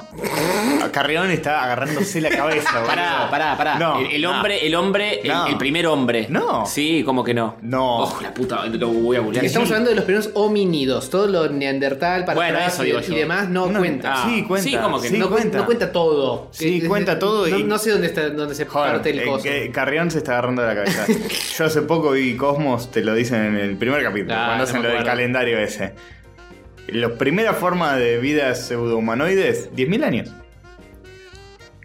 [SPEAKER 1] Carrión está agarrándose la cabeza. boludo.
[SPEAKER 3] Pará, pará, pará.
[SPEAKER 1] No.
[SPEAKER 3] el, el hombre, el hombre, el-
[SPEAKER 1] No.
[SPEAKER 3] el, primer hombre.
[SPEAKER 1] No.
[SPEAKER 3] Sí, como que no.
[SPEAKER 1] No.
[SPEAKER 3] Oh, la puta, lo voy a burlar.
[SPEAKER 2] Estamos hablando de los primeros homínidos, todo lo neandertal, para
[SPEAKER 3] Bueno,
[SPEAKER 2] atrás
[SPEAKER 3] eso
[SPEAKER 2] y,
[SPEAKER 3] digo
[SPEAKER 2] y
[SPEAKER 3] yo.
[SPEAKER 2] demás no,
[SPEAKER 1] No,
[SPEAKER 2] cuenta.
[SPEAKER 1] ah, Sí, cuenta.
[SPEAKER 3] Sí, como que
[SPEAKER 1] Sí,
[SPEAKER 2] no, cuen-
[SPEAKER 1] cuenta.
[SPEAKER 2] no cuenta todo.
[SPEAKER 1] Sí,
[SPEAKER 2] Eh, eh,
[SPEAKER 1] cuenta todo
[SPEAKER 2] No,
[SPEAKER 1] y-
[SPEAKER 2] no sé dónde está dónde se
[SPEAKER 1] Joder,
[SPEAKER 2] parte el
[SPEAKER 1] eh,
[SPEAKER 2] coso.
[SPEAKER 1] que Carrión se está agarrando la cabeza. Yo hace poco vi Cosmos, te lo dicen en el primer capítulo,
[SPEAKER 2] Ah,
[SPEAKER 1] cuando
[SPEAKER 2] no
[SPEAKER 1] hacen
[SPEAKER 2] me
[SPEAKER 1] lo del
[SPEAKER 2] acuerdo.
[SPEAKER 1] calendario ese. La primera forma de vida pseudohumanoides, 10.000 años.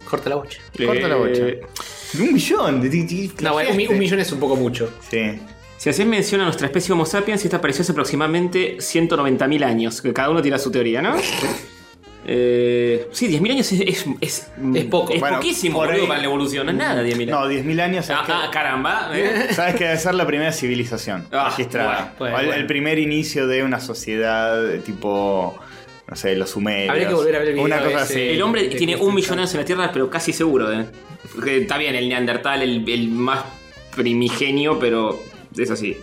[SPEAKER 2] Corta la bocha.
[SPEAKER 1] Corta la bocha.
[SPEAKER 3] Eh,
[SPEAKER 1] Un millón. de- de- de-
[SPEAKER 2] No, bueno, un, mi- un millón es un poco mucho.
[SPEAKER 1] Sí.
[SPEAKER 3] Si haces mención a nuestra especie Homo sapiens, esta apareció hace aproximadamente 190.000 años. Que cada uno tiene su teoría, ¿no? Eh, sí, 10.000 años es, es, es,
[SPEAKER 2] Es poco.
[SPEAKER 3] Es
[SPEAKER 1] Bueno,
[SPEAKER 3] poquísimo,
[SPEAKER 1] por
[SPEAKER 3] boludo,
[SPEAKER 1] ahí-
[SPEAKER 3] para la evolución. No es nada 10.000 años.
[SPEAKER 1] No, 10.000 años. ¿sabes,
[SPEAKER 3] ah, ah, caramba. ¿eh?
[SPEAKER 1] que, sabes que debe ser la primera civilización
[SPEAKER 3] Ah,
[SPEAKER 1] registrada.
[SPEAKER 2] bueno, bueno,
[SPEAKER 1] O el,
[SPEAKER 2] bueno.
[SPEAKER 1] el primer inicio de una sociedad eh, tipo, no sé, los sumerios.
[SPEAKER 2] Habría que volver a ver el video
[SPEAKER 1] Una cosa
[SPEAKER 2] ese.
[SPEAKER 1] así.
[SPEAKER 3] El hombre
[SPEAKER 2] Sí,
[SPEAKER 3] tiene
[SPEAKER 2] sí,
[SPEAKER 3] un
[SPEAKER 2] sí,
[SPEAKER 3] millón
[SPEAKER 2] sí.
[SPEAKER 3] de años en la Tierra, pero casi seguro, ¿eh? Que Está bien, el neandertal, el, el más primigenio, pero es así.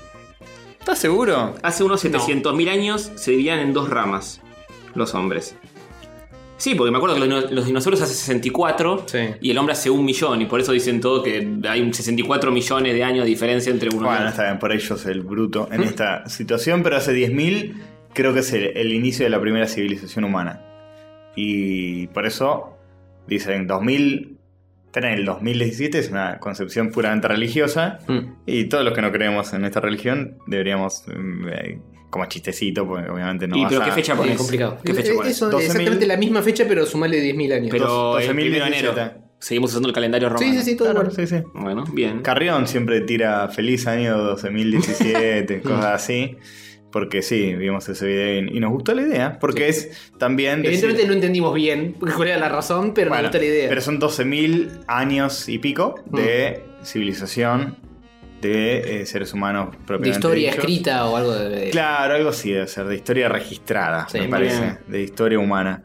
[SPEAKER 1] ¿Estás seguro?
[SPEAKER 3] Hace unos 700.000 años se dividían en dos ramas los hombres. Sí, porque me acuerdo que los, los dinosaurios hace 64
[SPEAKER 2] Sí.
[SPEAKER 3] y el hombre hace un millón, y por eso dicen todo que hay un 64 millones de años de diferencia entre uno y
[SPEAKER 1] Bueno,
[SPEAKER 3] otro.
[SPEAKER 1] está bien, por ellos el bruto en esta situación, pero hace 10.000 creo que es el, el inicio de la primera civilización humana. Y por eso dicen 2000, están en el 2017, es una concepción puramente religiosa,
[SPEAKER 2] Mm.
[SPEAKER 1] y todos los que no creemos en esta religión deberíamos, mm, eh, como chistecito, porque obviamente no
[SPEAKER 3] ¿Y
[SPEAKER 1] vas
[SPEAKER 3] pero
[SPEAKER 1] a-
[SPEAKER 3] qué fecha
[SPEAKER 2] Bien
[SPEAKER 3] pones?
[SPEAKER 2] complicado.
[SPEAKER 3] ¿Qué fecha
[SPEAKER 2] Eh,
[SPEAKER 3] pones?
[SPEAKER 2] Eso,
[SPEAKER 1] 12.000.
[SPEAKER 2] exactamente la misma fecha, pero sumale 10.000 años.
[SPEAKER 3] Pero el
[SPEAKER 1] 12.017.
[SPEAKER 3] primero de enero. Seguimos usando el calendario romano.
[SPEAKER 2] sí, sí, sí, todo
[SPEAKER 1] Claro,
[SPEAKER 2] igual.
[SPEAKER 1] sí, sí.
[SPEAKER 3] Bueno, bien.
[SPEAKER 1] Carrión siempre tira feliz año 12.017, cosas así. Porque sí, vimos ese video y, y nos gustó la idea. Porque es también. decir-
[SPEAKER 2] Evidentemente no entendimos bien cuál era la razón, pero
[SPEAKER 1] Bueno,
[SPEAKER 2] me gusta la idea. Mm.
[SPEAKER 1] Pero son 12.000 años y pico de civilización de eh, seres humanos
[SPEAKER 2] de
[SPEAKER 1] propiamente.
[SPEAKER 2] historia
[SPEAKER 1] dicho.
[SPEAKER 2] escrita o algo de.
[SPEAKER 1] Claro, algo así debe ser, de historia registrada,
[SPEAKER 2] Sí,
[SPEAKER 1] me
[SPEAKER 2] bien.
[SPEAKER 1] parece, de historia humana.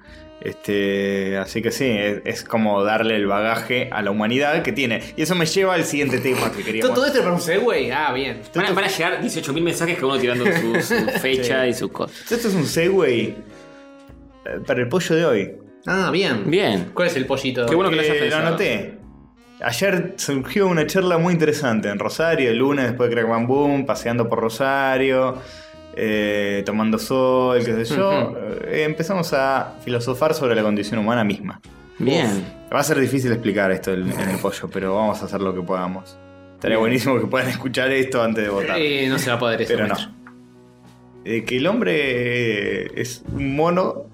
[SPEAKER 1] Este, así que sí, es, es como darle el bagaje a la humanidad que tiene. Y eso me lleva al siguiente tema que
[SPEAKER 2] Todo,
[SPEAKER 1] queríamos.
[SPEAKER 2] todo esto es para un segway. Ah, bien.
[SPEAKER 3] Van a, van a llegar 18.000 mensajes cada uno tirando su, su fecha y sus cosas.
[SPEAKER 1] Esto es un segue eh, para el pollo de hoy. Eh,
[SPEAKER 2] Ah, bien.
[SPEAKER 3] Bien.
[SPEAKER 2] ¿Cuál es el pollito?
[SPEAKER 3] Qué bueno que lo hayas
[SPEAKER 1] lo
[SPEAKER 3] pensado.
[SPEAKER 1] anoté. Ayer surgió una charla muy interesante en Rosario, el lunes después de Crack Bam Boom, paseando por Rosario, eh, tomando sol, qué sé yo. Eh, empezamos a filosofar sobre la condición humana misma.
[SPEAKER 3] Bien.
[SPEAKER 1] Va a ser difícil explicar esto en, en el pollo, pero vamos a hacer lo que podamos. Estaría buenísimo que puedan escuchar esto antes de votar.
[SPEAKER 2] Eh, no se va a poder eso.
[SPEAKER 1] Pero no.
[SPEAKER 2] maestro.
[SPEAKER 1] Eh, que el hombre eh, es un mono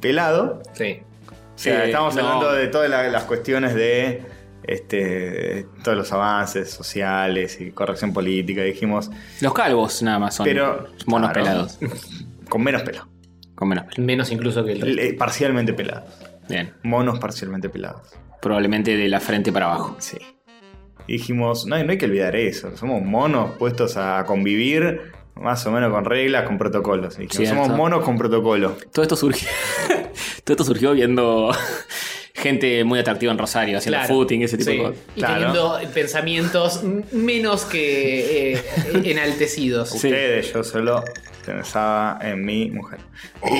[SPEAKER 1] pelado
[SPEAKER 2] Sí.
[SPEAKER 1] o sea,
[SPEAKER 3] Eh,
[SPEAKER 1] estamos
[SPEAKER 3] no.
[SPEAKER 1] hablando de todas la- las cuestiones de este, todos los avances sociales y corrección política. Dijimos,
[SPEAKER 5] Los calvos nada más son
[SPEAKER 1] Pero-
[SPEAKER 5] monos
[SPEAKER 1] claro.
[SPEAKER 5] pelados.
[SPEAKER 1] con menos pelo,
[SPEAKER 5] Con menos pelo.
[SPEAKER 2] Menos incluso que el resto.
[SPEAKER 1] le- parcialmente pelados,
[SPEAKER 5] Bien.
[SPEAKER 1] monos parcialmente pelados.
[SPEAKER 5] Probablemente de la frente para abajo.
[SPEAKER 1] Sí. Y dijimos, no, hay- no hay que olvidar eso. Somos monos puestos a convivir más o menos con reglas, con protocolos. Y dijimos,
[SPEAKER 5] Cierto.
[SPEAKER 1] somos monos con protocolo.
[SPEAKER 5] Todo esto surgió. todo esto surgió viendo gente muy atractiva en Rosario, haciendo
[SPEAKER 2] Claro.
[SPEAKER 5] footing, ese tipo
[SPEAKER 2] Sí.
[SPEAKER 5] de cosas.
[SPEAKER 2] Y
[SPEAKER 1] Claro.
[SPEAKER 2] teniendo pensamientos m- menos que eh, enaltecidos.
[SPEAKER 5] Sí.
[SPEAKER 1] Ustedes, yo solo pensaba en mi mujer.
[SPEAKER 5] Oh,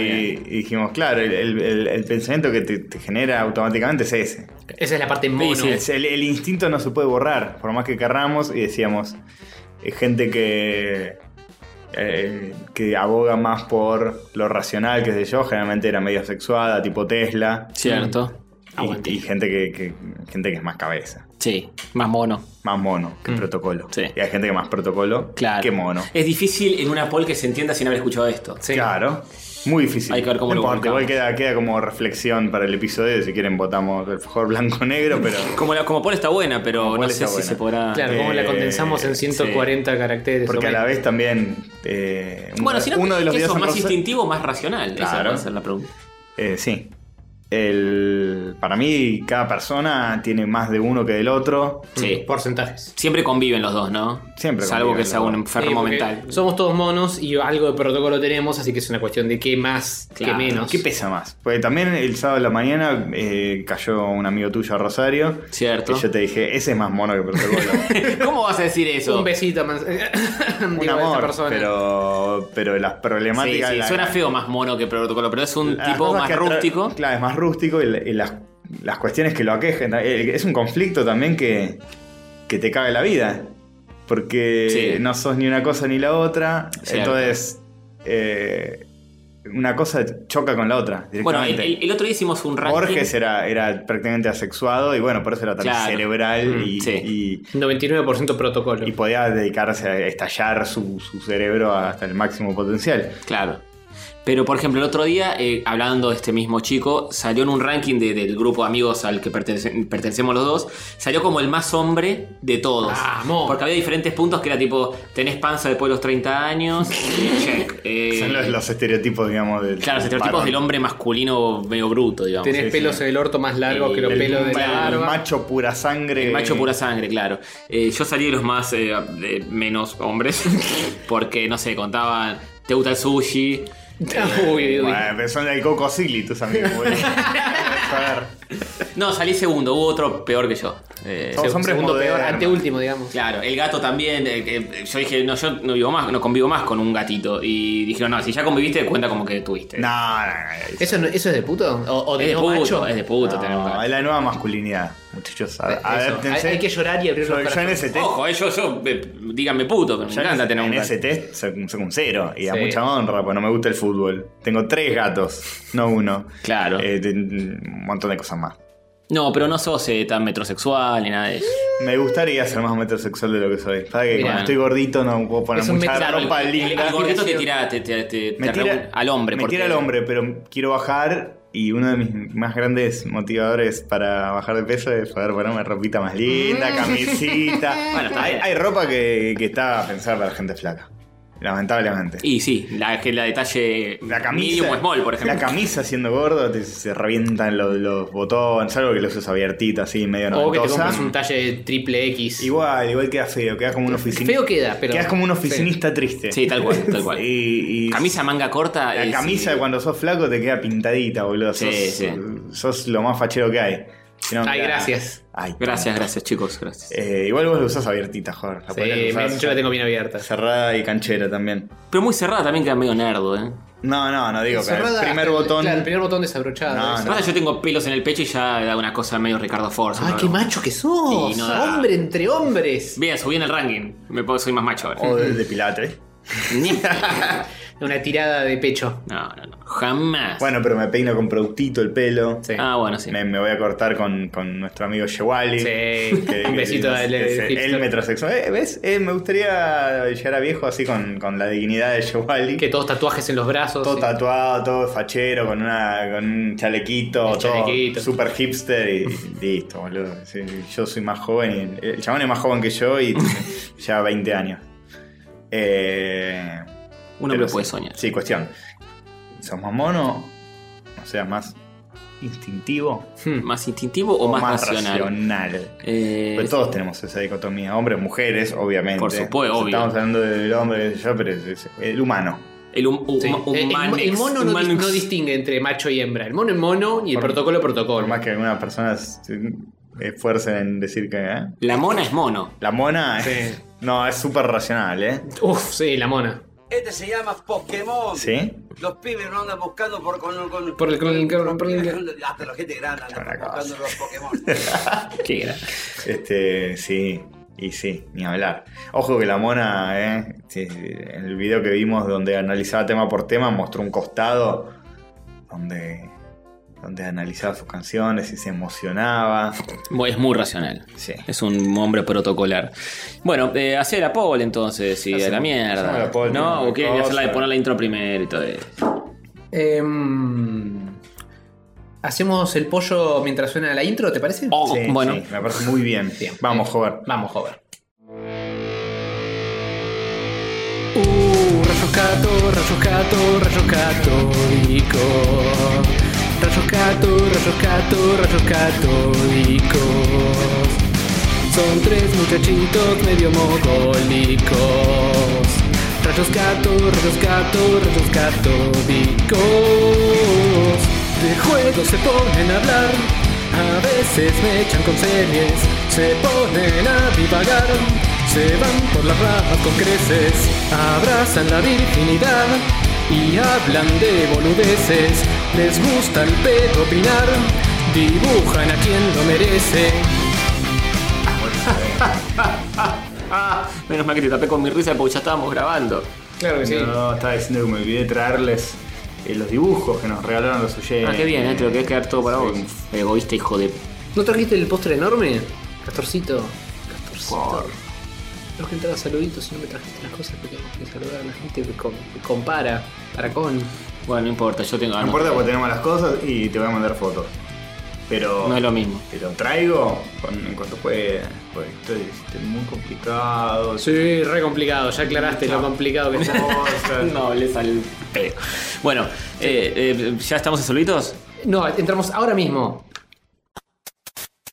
[SPEAKER 1] Y, y dijimos, claro, el, el- el- el pensamiento que te, te genera automáticamente es ese.
[SPEAKER 2] Esa es la parte mono.
[SPEAKER 1] Es el, el instinto no se puede borrar, por más que querramos. Y decíamos, eh, gente que, eh, que aboga más por lo racional, que sé yo, generalmente era medio sexuada, tipo Tesla.
[SPEAKER 5] Cierto.
[SPEAKER 3] Mm.
[SPEAKER 1] Y, y gente que, que- gente que es más cabeza,
[SPEAKER 5] Sí. Más mono.
[SPEAKER 1] más mono que protocolo.
[SPEAKER 5] Mm. Sí.
[SPEAKER 1] Y hay gente que más protocolo
[SPEAKER 5] Claro.
[SPEAKER 1] que mono.
[SPEAKER 3] Es difícil en una poll que se entienda sin haber escuchado esto.
[SPEAKER 2] Sí.
[SPEAKER 1] Claro. Muy difícil.
[SPEAKER 3] Hay que ver cómo
[SPEAKER 1] no
[SPEAKER 3] lo
[SPEAKER 1] importa,
[SPEAKER 3] volcamos.
[SPEAKER 1] igual queda, queda como reflexión para el episodio. Si quieren votamos el fajor blanco-negro, pero.
[SPEAKER 3] Como, la, como poll está buena, pero
[SPEAKER 1] poll
[SPEAKER 3] no sé
[SPEAKER 1] está
[SPEAKER 3] si
[SPEAKER 1] buena.
[SPEAKER 3] se podrá.
[SPEAKER 2] Claro, como la
[SPEAKER 1] Eh,
[SPEAKER 2] condensamos en 140 caracteres.
[SPEAKER 1] Porque a
[SPEAKER 2] o
[SPEAKER 1] la
[SPEAKER 2] menos.
[SPEAKER 1] vez también. eh, uno-
[SPEAKER 3] Bueno, si no,
[SPEAKER 1] uno de los
[SPEAKER 3] eso
[SPEAKER 1] días en
[SPEAKER 3] más
[SPEAKER 1] Rosario-
[SPEAKER 3] instintivo, más racional. Esa
[SPEAKER 1] Claro.
[SPEAKER 3] puede ser la pregunta.
[SPEAKER 1] Eh, sí. El, para mí, cada persona tiene más de uno que del otro.
[SPEAKER 3] Sí.
[SPEAKER 2] Porcentajes.
[SPEAKER 3] Siempre conviven los dos, ¿no?
[SPEAKER 1] Siempre
[SPEAKER 3] Salvo
[SPEAKER 1] conviven
[SPEAKER 3] que
[SPEAKER 1] los
[SPEAKER 3] sea un
[SPEAKER 1] dos.
[SPEAKER 2] Sí,
[SPEAKER 3] enfermo
[SPEAKER 2] porque
[SPEAKER 3] mental.
[SPEAKER 2] Somos todos monos y algo de protocolo tenemos, así que es una cuestión de qué más,
[SPEAKER 3] Claro.
[SPEAKER 2] qué menos.
[SPEAKER 1] ¿Qué pesa más? Porque también el sábado de la mañana eh, cayó un amigo tuyo a Rosario.
[SPEAKER 3] Cierto.
[SPEAKER 1] Y yo te dije, ese es más mono que protocolo.
[SPEAKER 3] ¿Cómo vas a decir eso?
[SPEAKER 2] Un besito, man...
[SPEAKER 1] un
[SPEAKER 2] digo, a esa
[SPEAKER 1] amor,
[SPEAKER 2] persona.
[SPEAKER 1] pero, pero las
[SPEAKER 3] Sí,
[SPEAKER 1] problemáticas...
[SPEAKER 3] sí,
[SPEAKER 1] la-
[SPEAKER 3] suena feo más mono que protocolo, pero es un
[SPEAKER 1] las
[SPEAKER 3] tipo
[SPEAKER 1] cosas
[SPEAKER 3] más
[SPEAKER 1] que atra-
[SPEAKER 3] rústico.
[SPEAKER 1] Claro, es más rústico y, la- y las, las cuestiones que lo aquejen. Eh, Es un conflicto también que, que te caga la vida. Porque
[SPEAKER 3] Sí.
[SPEAKER 1] no sos ni una cosa ni la otra.
[SPEAKER 3] Cierto.
[SPEAKER 1] Entonces, eh, una cosa choca con la otra.
[SPEAKER 3] Bueno,
[SPEAKER 1] Directamente.
[SPEAKER 3] el, el- el otro día hicimos un ranking.
[SPEAKER 1] Borges era, era prácticamente asexuado y bueno, por eso era tan
[SPEAKER 3] Claro.
[SPEAKER 1] cerebral y,
[SPEAKER 3] Mm, sí.
[SPEAKER 1] y-
[SPEAKER 2] 99% protocolo.
[SPEAKER 1] y podía dedicarse a estallar su, su cerebro hasta el máximo potencial.
[SPEAKER 3] Claro. Pero, por ejemplo, el otro día, eh, hablando de este mismo chico, salió en un ranking de- del grupo de amigos al que pertenece- pertenecemos los dos, salió como el más hombre de todos.
[SPEAKER 1] Ah,
[SPEAKER 2] Vamos.
[SPEAKER 3] Porque había diferentes puntos que era tipo, tenés panza después de los 30 años, check. Eh,
[SPEAKER 1] Son los, los estereotipos, digamos, del.
[SPEAKER 3] Claro, los estereotipos
[SPEAKER 1] varón.
[SPEAKER 3] del hombre masculino medio bruto, digamos.
[SPEAKER 2] Tenés
[SPEAKER 1] sí,
[SPEAKER 2] pelos
[SPEAKER 1] sí.
[SPEAKER 2] en el orto más largos
[SPEAKER 3] Y
[SPEAKER 2] que los
[SPEAKER 1] del-
[SPEAKER 2] pelos de la
[SPEAKER 1] del
[SPEAKER 2] barba.
[SPEAKER 1] macho pura sangre.
[SPEAKER 3] El macho pura sangre, claro. Eh, yo salí de los más eh, de menos hombres. Porque, no sé, contaban. ¿Te gusta el sushi?
[SPEAKER 2] Uy, uy, uy.
[SPEAKER 1] Bueno, pero son del Coco Silly, tus amigos. boludo. A ver,
[SPEAKER 3] No, salí segundo, hubo otro peor que yo. Eh,
[SPEAKER 1] Todos hombres
[SPEAKER 2] Segundo peor,
[SPEAKER 1] modernos.
[SPEAKER 2] anteúltimo, digamos.
[SPEAKER 3] claro, el gato también. eh, que- yo dije, no, yo no vivo más, no convivo más con un gatito. Y dijeron, no, si ya conviviste, cuenta como que tuviste.
[SPEAKER 1] eh. No, no, no.
[SPEAKER 2] ¿Eso, no- ¿Eso es de puto? ¿O, o
[SPEAKER 3] es
[SPEAKER 2] de,
[SPEAKER 3] de
[SPEAKER 2] no
[SPEAKER 3] puto,
[SPEAKER 2] macho?
[SPEAKER 3] es de puto
[SPEAKER 1] No,
[SPEAKER 3] tener un gato.
[SPEAKER 1] es la nueva masculinidad, muchachos. A-
[SPEAKER 2] Eso.
[SPEAKER 1] adaptense.
[SPEAKER 2] Hay- hay que llorar y abrir los
[SPEAKER 1] yo, yo en
[SPEAKER 2] corazones.
[SPEAKER 1] ese test.
[SPEAKER 3] Ojo, eh, yo, yo, eh, díganme puto, pero me
[SPEAKER 1] yo en
[SPEAKER 3] encanta
[SPEAKER 1] ese-
[SPEAKER 3] tener un
[SPEAKER 1] en
[SPEAKER 3] gato.
[SPEAKER 1] ese test soy, soy un cero y a
[SPEAKER 2] Sí.
[SPEAKER 1] mucha honra, pues no me gusta el fútbol. Tengo tres gatos, no uno.
[SPEAKER 3] Claro.
[SPEAKER 1] Eh, de- un montón de cosas más.
[SPEAKER 3] No, pero no sos eh, tan metrosexual ni nada de eso.
[SPEAKER 1] Me gustaría ser más metrosexual de lo que soy. Para que
[SPEAKER 2] Mirá.
[SPEAKER 1] como estoy gordito no puedo poner
[SPEAKER 2] Es un
[SPEAKER 1] mucha
[SPEAKER 2] metro-
[SPEAKER 1] ropa
[SPEAKER 3] el,
[SPEAKER 1] linda.
[SPEAKER 3] el gordito te tira, te, te- te-
[SPEAKER 1] Me
[SPEAKER 3] te
[SPEAKER 1] tira-
[SPEAKER 3] reúne al hombre.
[SPEAKER 1] Me
[SPEAKER 3] porque-
[SPEAKER 1] tira al hombre, pero quiero bajar y uno de mis más grandes motivadores para bajar de peso es poder ponerme ropita más linda, camisita.
[SPEAKER 3] Mm. Bueno, está
[SPEAKER 1] hay,
[SPEAKER 3] bien.
[SPEAKER 1] hay ropa que, que está pensada para gente flaca, lamentablemente.
[SPEAKER 3] Y sí, la, que la detalle
[SPEAKER 1] la camisa,
[SPEAKER 3] medium o small, por ejemplo.
[SPEAKER 1] la camisa siendo gordo, te- se revientan los, los botones, algo que lo uses abiertito así, medio
[SPEAKER 2] O que te
[SPEAKER 1] noventosa.
[SPEAKER 2] compras un talle triple X.
[SPEAKER 1] Igual, igual queda feo, quedas como un oficinista.
[SPEAKER 2] Feo queda, pero.
[SPEAKER 1] Quedas como un oficinista triste.
[SPEAKER 3] Sí, tal cual, tal cual.
[SPEAKER 1] Y- y-
[SPEAKER 3] Camisa manga corta.
[SPEAKER 1] La
[SPEAKER 3] es-
[SPEAKER 1] camisa cuando sos flaco te queda pintadita, boludo.
[SPEAKER 3] Sí,
[SPEAKER 1] sos,
[SPEAKER 3] sí.
[SPEAKER 1] sos lo más fachero que hay. Si no,
[SPEAKER 2] Ay,
[SPEAKER 1] mira.
[SPEAKER 2] gracias.
[SPEAKER 1] Ay,
[SPEAKER 3] Gracias, gracias, chicos, gracias.
[SPEAKER 1] Eh, igual vos la usás abiertita, joder. La
[SPEAKER 2] Sí,
[SPEAKER 1] podés usar
[SPEAKER 2] me- yo la tengo bien abierta.
[SPEAKER 1] cerrada y canchera también.
[SPEAKER 3] Pero muy cerrada también queda medio nerdo, ¿eh?
[SPEAKER 1] No, no, no digo que el
[SPEAKER 2] Cerrada,
[SPEAKER 1] primer botón.
[SPEAKER 2] Claro, el primer botón desabrochado.
[SPEAKER 1] No,
[SPEAKER 2] Eso.
[SPEAKER 1] no.
[SPEAKER 3] Pasa, yo tengo pelos en el pecho y ya da una cosa medio Ricardo Forza.
[SPEAKER 6] Ah,
[SPEAKER 2] Ay, qué macho que sos.
[SPEAKER 3] Y no da.
[SPEAKER 2] Hombre entre hombres.
[SPEAKER 3] Oh. Bien, subí en el ranking. Me puedo, soy más macho ahora.
[SPEAKER 1] O de, de pilate.
[SPEAKER 3] Ni-
[SPEAKER 6] una tirada de pecho.
[SPEAKER 3] No, no, no. Jamás.
[SPEAKER 1] Bueno, pero me peino con productito el pelo.
[SPEAKER 6] Sí.
[SPEAKER 3] Ah, bueno, sí.
[SPEAKER 1] Me, me voy a cortar con, con nuestro amigo Shewali.
[SPEAKER 6] Sí. Un besito al al
[SPEAKER 1] El
[SPEAKER 6] hipster.
[SPEAKER 1] metrosexual. Eh, ¿Ves? Eh, me gustaría llegar a viejo así con, con la dignidad de Shewali.
[SPEAKER 6] Que todos tatuajes en los brazos.
[SPEAKER 1] Todo
[SPEAKER 6] sí.
[SPEAKER 1] tatuado, todo fachero, con, una, con un chalequito,
[SPEAKER 6] El
[SPEAKER 1] todo
[SPEAKER 6] chalequito.
[SPEAKER 1] super hipster y listo, boludo. Sí, yo soy más joven y el chabón es más joven que yo y tiene ya 20 años. Eh,
[SPEAKER 3] Un
[SPEAKER 1] pero
[SPEAKER 3] hombre
[SPEAKER 1] sí.
[SPEAKER 3] puede soñar.
[SPEAKER 1] Sí, cuestión. ¿Sos más mono? O sea, más instintivo
[SPEAKER 3] ¿Más instintivo o, más, racional?
[SPEAKER 1] racional?
[SPEAKER 3] Eh,
[SPEAKER 1] Pues todos tenemos esa dicotomía, hombres, mujeres, obviamente.
[SPEAKER 3] Por supuesto,
[SPEAKER 1] O sea,
[SPEAKER 3] obvio.
[SPEAKER 1] Estamos hablando del hombre, yo, pero es- es el humano.
[SPEAKER 3] el hum- hum-
[SPEAKER 6] Sí. Eh, El- el-
[SPEAKER 3] humanex-
[SPEAKER 6] el, mono no, dis-
[SPEAKER 3] humanex-
[SPEAKER 6] no distingue entre macho y hembra. El mono es mono y el
[SPEAKER 1] Por-
[SPEAKER 6] protocolo es
[SPEAKER 1] Por
[SPEAKER 6] protocolo.
[SPEAKER 1] más que algunas personas se esfuercen en decir que. ¿eh?
[SPEAKER 3] La mona es mono.
[SPEAKER 1] La mona. es- No, es súper racional, ¿eh?
[SPEAKER 6] Uf, sí, la mona.
[SPEAKER 7] Este se llama Pokémon.
[SPEAKER 1] ¿Sí?
[SPEAKER 7] Los pibes no andan buscando por con, con-
[SPEAKER 6] Por el- con el- con- por el-
[SPEAKER 7] hasta la gente grande anda
[SPEAKER 1] Una cosa.
[SPEAKER 7] buscando los Pokémon.
[SPEAKER 3] Qué gran-
[SPEAKER 1] Este, sí. Y sí, ni hablar. Ojo que la mona, ¿eh? Sí, en el video que vimos donde analizaba tema por tema, mostró un costado donde, donde analizaba sus canciones y se emocionaba.
[SPEAKER 3] Bueno, Es muy racional.
[SPEAKER 1] Sí.
[SPEAKER 3] Es un hombre protocolar. Bueno, eh, hacer la poll entonces y a la
[SPEAKER 1] Hacemos- hacemos
[SPEAKER 3] mierda.
[SPEAKER 1] la poll,
[SPEAKER 3] ¿No?
[SPEAKER 1] tenemos
[SPEAKER 3] ¿O quieren
[SPEAKER 1] cosas.
[SPEAKER 3] hacerla de poner la intro primero y todo eso?
[SPEAKER 6] Em, ¿Hacemos el pollo mientras suena la intro, te parece?
[SPEAKER 3] Oh,
[SPEAKER 1] Sí,
[SPEAKER 3] bueno.
[SPEAKER 1] sí, me parece muy bien.
[SPEAKER 6] Bien.
[SPEAKER 1] Vamos, joven.
[SPEAKER 6] Vamos, joven. Uh, rayos gato, rayos gato, rayos católico. Rayos gato, rayos gato, rayos católicos. Son tres muchachitos medio mogólicos. Rayos gato, rayos gato, rayos católicos. De juego se ponen a hablar. A veces me echan con series. Se ponen a divagar. Se van por las ramas con creces, abrazan la virginidad y hablan de boludeces. Les gusta el pedo opinar, dibujan a quien lo merece.
[SPEAKER 3] Ah, Menos mal que te tapé con mi risa porque ya estábamos grabando.
[SPEAKER 6] Claro que sí.
[SPEAKER 1] No, estaba diciendo que me olvidé traerles eh, los dibujos que nos regalaron los oyentes.
[SPEAKER 3] Ah, qué bien, ¿eh? te lo querés quedar todo para vos. Egoísta, hijo de.
[SPEAKER 6] ¿No trajiste el postre enorme? Castorcito. Castorcito. Los que entrar saluditos si no me trajiste las cosas que tenemos que saludar a la gente que, com- que compara. Para con.
[SPEAKER 3] Bueno, no importa, yo tengo. ah,
[SPEAKER 1] No importa porque tenemos las cosas y te voy a mandar fotos. Pero
[SPEAKER 3] No es lo mismo.
[SPEAKER 1] te lo traigo con- en cuanto pueda. Porque esto es esto es muy complicado.
[SPEAKER 6] Sí, re complicado, ya aclaraste lo complicado que es.
[SPEAKER 1] cosas.
[SPEAKER 3] No, le sale el pedo. Bueno, eh, eh, ¿ya estamos en saluditos?
[SPEAKER 6] No, entramos ahora mismo.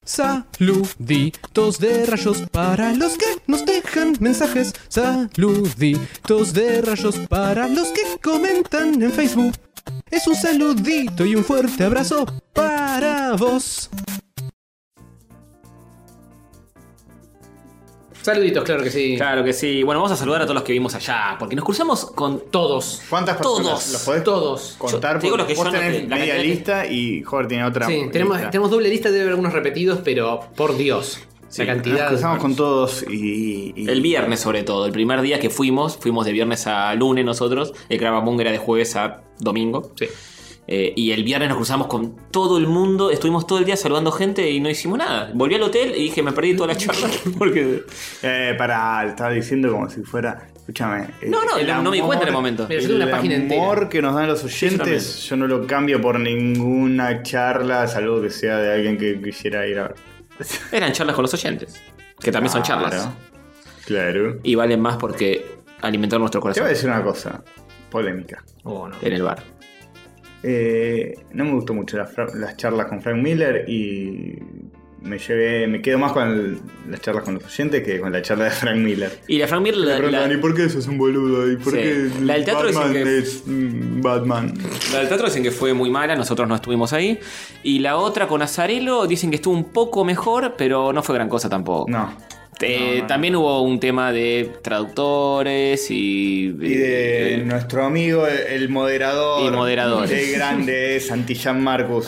[SPEAKER 8] Saluditos de rayos para los que nos dejan mensajes. Saluditos de rayos para los que comentan en Facebook. Es un saludito y un fuerte abrazo para vos.
[SPEAKER 6] Saluditos, claro que sí.
[SPEAKER 3] Claro que sí. Bueno, vamos a saludar a todos los que vimos allá, porque nos cruzamos con.
[SPEAKER 6] Todos.
[SPEAKER 1] ¿Cuántas personas?
[SPEAKER 3] Todos,
[SPEAKER 1] ¿Los podés
[SPEAKER 6] todos.
[SPEAKER 1] contar?
[SPEAKER 3] Yo- te digo
[SPEAKER 1] Porque
[SPEAKER 3] lo que
[SPEAKER 1] vos
[SPEAKER 3] yo anoté,
[SPEAKER 1] tenés
[SPEAKER 3] la
[SPEAKER 1] media
[SPEAKER 3] cantidad que-
[SPEAKER 1] lista y Jorge tiene otra.
[SPEAKER 6] Sí, tenemos,
[SPEAKER 1] lista.
[SPEAKER 6] tenemos doble lista, debe haber algunos repetidos, pero por Dios, la
[SPEAKER 1] Nos
[SPEAKER 6] cantidad.
[SPEAKER 1] cruzamos con todos y. y-
[SPEAKER 3] El viernes, sobre todo. El primer día que fuimos, fuimos de viernes a lunes nosotros. El Crabamung era de jueves a domingo.
[SPEAKER 6] Sí.
[SPEAKER 3] Eh, y el viernes nos cruzamos con todo el mundo. Estuvimos todo el día saludando gente y no hicimos nada. Volví al hotel y dije, me perdí toda la charla. Porque.
[SPEAKER 1] Eh, pará, estaba diciendo como si fuera. Escúchame. eh,
[SPEAKER 3] No, no,
[SPEAKER 1] el
[SPEAKER 3] no me di cuenta en el
[SPEAKER 1] amor-
[SPEAKER 3] momento.
[SPEAKER 6] Mira, yo tengo
[SPEAKER 1] el
[SPEAKER 6] una página
[SPEAKER 1] amor
[SPEAKER 6] entera.
[SPEAKER 1] que nos dan los oyentes, yo no lo cambio por ninguna charla, salvo que sea de alguien que quisiera ir a ver.
[SPEAKER 3] Eran charlas con los oyentes. Que también son charlas.
[SPEAKER 1] Claro.
[SPEAKER 3] Y valen más porque alimentaron nuestro
[SPEAKER 1] Te voy a
[SPEAKER 3] corazón
[SPEAKER 1] decir una cosa, polémica.
[SPEAKER 6] Oh, no.
[SPEAKER 3] en el bar.
[SPEAKER 1] Eh, no me gustó mucho las, fra- las charlas con Frank Miller y me llevé, me quedo más con el- las charlas con los oyentes que con la charla de Frank Miller.
[SPEAKER 3] Y la Frank Mir
[SPEAKER 1] Le
[SPEAKER 3] la, la-
[SPEAKER 1] preguntan, ¿y por qué sos un boludo? ¿Y por
[SPEAKER 3] Sí.
[SPEAKER 1] qué
[SPEAKER 3] La del teatro dicen
[SPEAKER 1] Batman
[SPEAKER 3] que-
[SPEAKER 1] es mm, Batman?
[SPEAKER 3] La del teatro dicen que fue muy mala, nosotros no estuvimos ahí. Y la otra con Azarelo dicen que estuvo un poco mejor, pero no fue gran cosa tampoco.
[SPEAKER 1] No.
[SPEAKER 3] Eh,
[SPEAKER 1] No, no.
[SPEAKER 3] También hubo un tema de traductores y.
[SPEAKER 1] Y de
[SPEAKER 3] eh,
[SPEAKER 1] nuestro amigo, el, el moderador.
[SPEAKER 3] Y moderadores.
[SPEAKER 1] Qué grande es Santillán Marcus.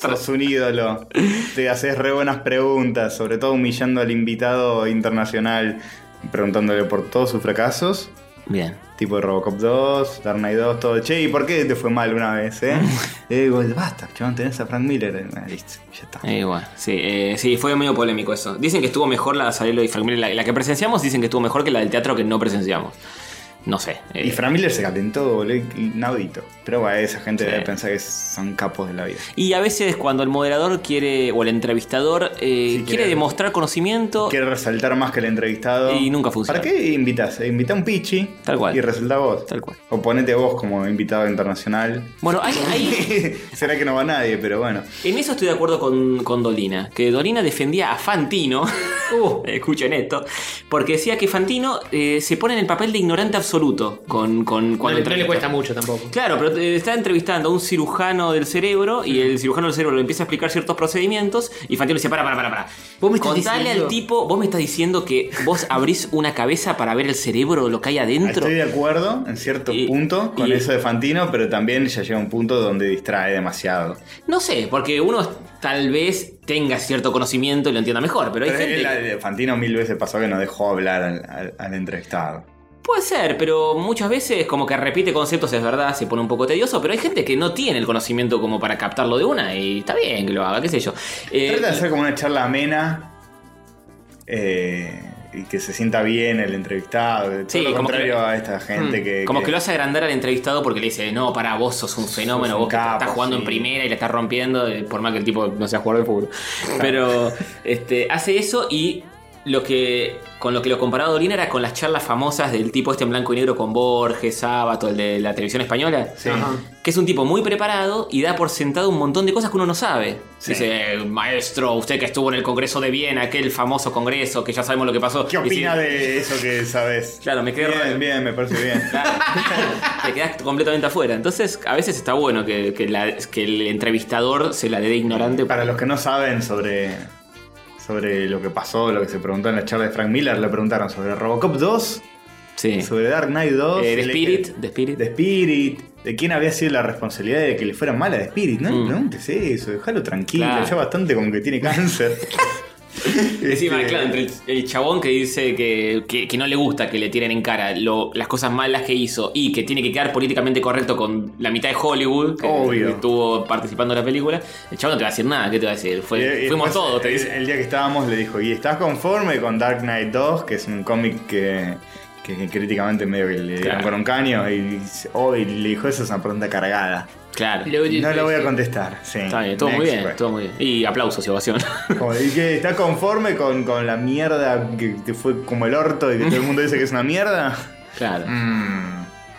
[SPEAKER 1] Sos un ídolo. Te haces re buenas preguntas, sobre todo humillando al invitado internacional, preguntándole por todos sus fracasos
[SPEAKER 3] Bien.
[SPEAKER 1] Tipo Robocop 2, Dark Knight 2, todo. Che, ¿y por qué te fue mal una vez, eh? y digo, basta, chabón, tenés a Frank Miller. Eh, listo, ya está.
[SPEAKER 3] Eh, igual. Sí, eh, sí, fue medio polémico eso. Dicen que estuvo mejor la salida de Frank Miller. La, la que presenciamos dicen que estuvo mejor que la del teatro que no presenciamos. No sé. eh,
[SPEAKER 1] Y Frank Miller se calentó, boludo, inaudito. Pero bueno, esa gente
[SPEAKER 3] Sí.
[SPEAKER 1] debe pensar que son capos de la vida.
[SPEAKER 3] y a veces cuando el moderador quiere, o el entrevistador, eh, quiere,
[SPEAKER 1] quiere-
[SPEAKER 3] demostrar conocimiento,
[SPEAKER 1] Quiere resaltar más que el entrevistado.
[SPEAKER 3] Oh. Y nunca funciona.
[SPEAKER 1] ¿Para qué invitas? Invita a un pichi.
[SPEAKER 3] Tal cual.
[SPEAKER 1] Y resalta vos.
[SPEAKER 3] Tal cual.
[SPEAKER 1] O ponete vos como invitado internacional.
[SPEAKER 3] Bueno, hay, hay-
[SPEAKER 1] Será que no va nadie, pero bueno.
[SPEAKER 3] en eso estoy de acuerdo con, con Dolina, que Dolina defendía a Fantino, Uh, escuchen esto, porque decía que Fantino eh, se pone en el papel de ignorante absoluto con, con cuando
[SPEAKER 6] No le, no le
[SPEAKER 3] entrevista.
[SPEAKER 6] cuesta mucho tampoco.
[SPEAKER 3] Claro, pero te está entrevistando a un cirujano del cerebro y el cirujano del cerebro le empieza a explicar ciertos procedimientos y Fantino le dice, para, para, para, para.
[SPEAKER 6] Vos me estás
[SPEAKER 3] Contale
[SPEAKER 6] diciendo-
[SPEAKER 3] al tipo, vos me estás diciendo que vos abrís una cabeza para ver el cerebro, lo que hay adentro.
[SPEAKER 1] Estoy de acuerdo en cierto
[SPEAKER 3] Y-
[SPEAKER 1] punto con
[SPEAKER 3] y-
[SPEAKER 1] eso de Fantino, pero también ya llega un punto donde distrae demasiado.
[SPEAKER 3] No sé, porque uno tal vez tenga cierto conocimiento y lo entienda mejor, pero hay
[SPEAKER 1] Pero
[SPEAKER 3] gente...
[SPEAKER 1] él, eh, Fantino mil veces pasó que no dejó hablar al, al- al entrevistado.
[SPEAKER 3] Puede ser, pero muchas veces como que repite conceptos, es verdad, se pone un poco tedioso, pero hay gente que no tiene el conocimiento como para captarlo de una y está bien que lo haga, qué sé yo. Eh,
[SPEAKER 1] Trata de
[SPEAKER 3] y-
[SPEAKER 1] hacer como una charla amena eh, y que se sienta bien el entrevistado. Todo
[SPEAKER 3] Sí,
[SPEAKER 1] lo
[SPEAKER 3] como que-
[SPEAKER 1] contrario a esta gente
[SPEAKER 3] Mm,
[SPEAKER 1] que.
[SPEAKER 3] como que, lo hace agrandar al entrevistado porque le dice, no, para vos sos un fenómeno,
[SPEAKER 1] un
[SPEAKER 3] vos que
[SPEAKER 1] capo,
[SPEAKER 3] estás jugando
[SPEAKER 1] sí.
[SPEAKER 3] en primera y la estás rompiendo, eh, por más que el tipo no sea jugador de fútbol. Pero este, hace eso y lo que con lo que lo comparaba Dorina era con las charlas famosas del tipo este en blanco y negro con Borges, Sábato, el de la televisión española.
[SPEAKER 1] Sí.
[SPEAKER 3] Que es un tipo muy preparado y da por sentado un montón de cosas que uno no sabe.
[SPEAKER 1] Sí.
[SPEAKER 3] Dice, maestro, usted que estuvo en el Congreso de Viena, aquel famoso congreso que ya sabemos lo que pasó.
[SPEAKER 1] ¿Qué
[SPEAKER 3] Y si-
[SPEAKER 1] opina de eso que sabes?
[SPEAKER 3] Claro, me quedé re-
[SPEAKER 1] Bien, bien, me parece bien.
[SPEAKER 3] te quedas completamente afuera. Entonces, a veces está bueno que, que la- que el entrevistador se la dé de ignorante.
[SPEAKER 1] Para los que no saben sobre, sobre lo que pasó, lo que se preguntó en la charla de Frank Miller, le preguntaron sobre Robocop 2,
[SPEAKER 3] Sí.
[SPEAKER 1] sobre Dark Knight 2,
[SPEAKER 3] Eh, de
[SPEAKER 1] le-
[SPEAKER 3] Spirit, de Spirit.
[SPEAKER 1] de Spirit, de quién había sido la responsabilidad de que le fuera mal a The Spirit, ¿no?
[SPEAKER 3] Mm.
[SPEAKER 1] le preguntes eso, déjalo tranquilo,
[SPEAKER 3] Claro.
[SPEAKER 1] ya bastante con que tiene cáncer.
[SPEAKER 3] Encima,
[SPEAKER 1] Este,
[SPEAKER 3] claro, entre el, el chabón que dice que, que- que no le gusta que le tiren en cara lo- las cosas malas que hizo y que tiene que quedar políticamente correcto con la mitad de Hollywood que
[SPEAKER 1] Obvio.
[SPEAKER 3] estuvo participando en la película, el chabón no te va a decir nada, ¿qué te va a decir? Fue-
[SPEAKER 1] y- y
[SPEAKER 3] fuimos
[SPEAKER 1] después,
[SPEAKER 3] todos, te
[SPEAKER 1] el-
[SPEAKER 3] dice.
[SPEAKER 1] El día que estábamos le dijo, ¿y estás conforme con Dark Knight 2? Que es un cómic que, que- que críticamente medio que le dieron
[SPEAKER 3] Claro.
[SPEAKER 1] con un caño. Y, dice, oh, y le dijo, eso es una pregunta cargada.
[SPEAKER 3] Claro.
[SPEAKER 1] No lo voy a contestar, sí.
[SPEAKER 3] Está bien, todo muy
[SPEAKER 1] Next,
[SPEAKER 3] bien,
[SPEAKER 1] pues.
[SPEAKER 3] todo muy bien. Y aplausos y ovación.
[SPEAKER 1] Como, ¿Y que ¿Estás conforme con, con la mierda que te fue como el orto y que todo el mundo dice que es una mierda?
[SPEAKER 3] claro.
[SPEAKER 1] Mmm.
[SPEAKER 6] Mm,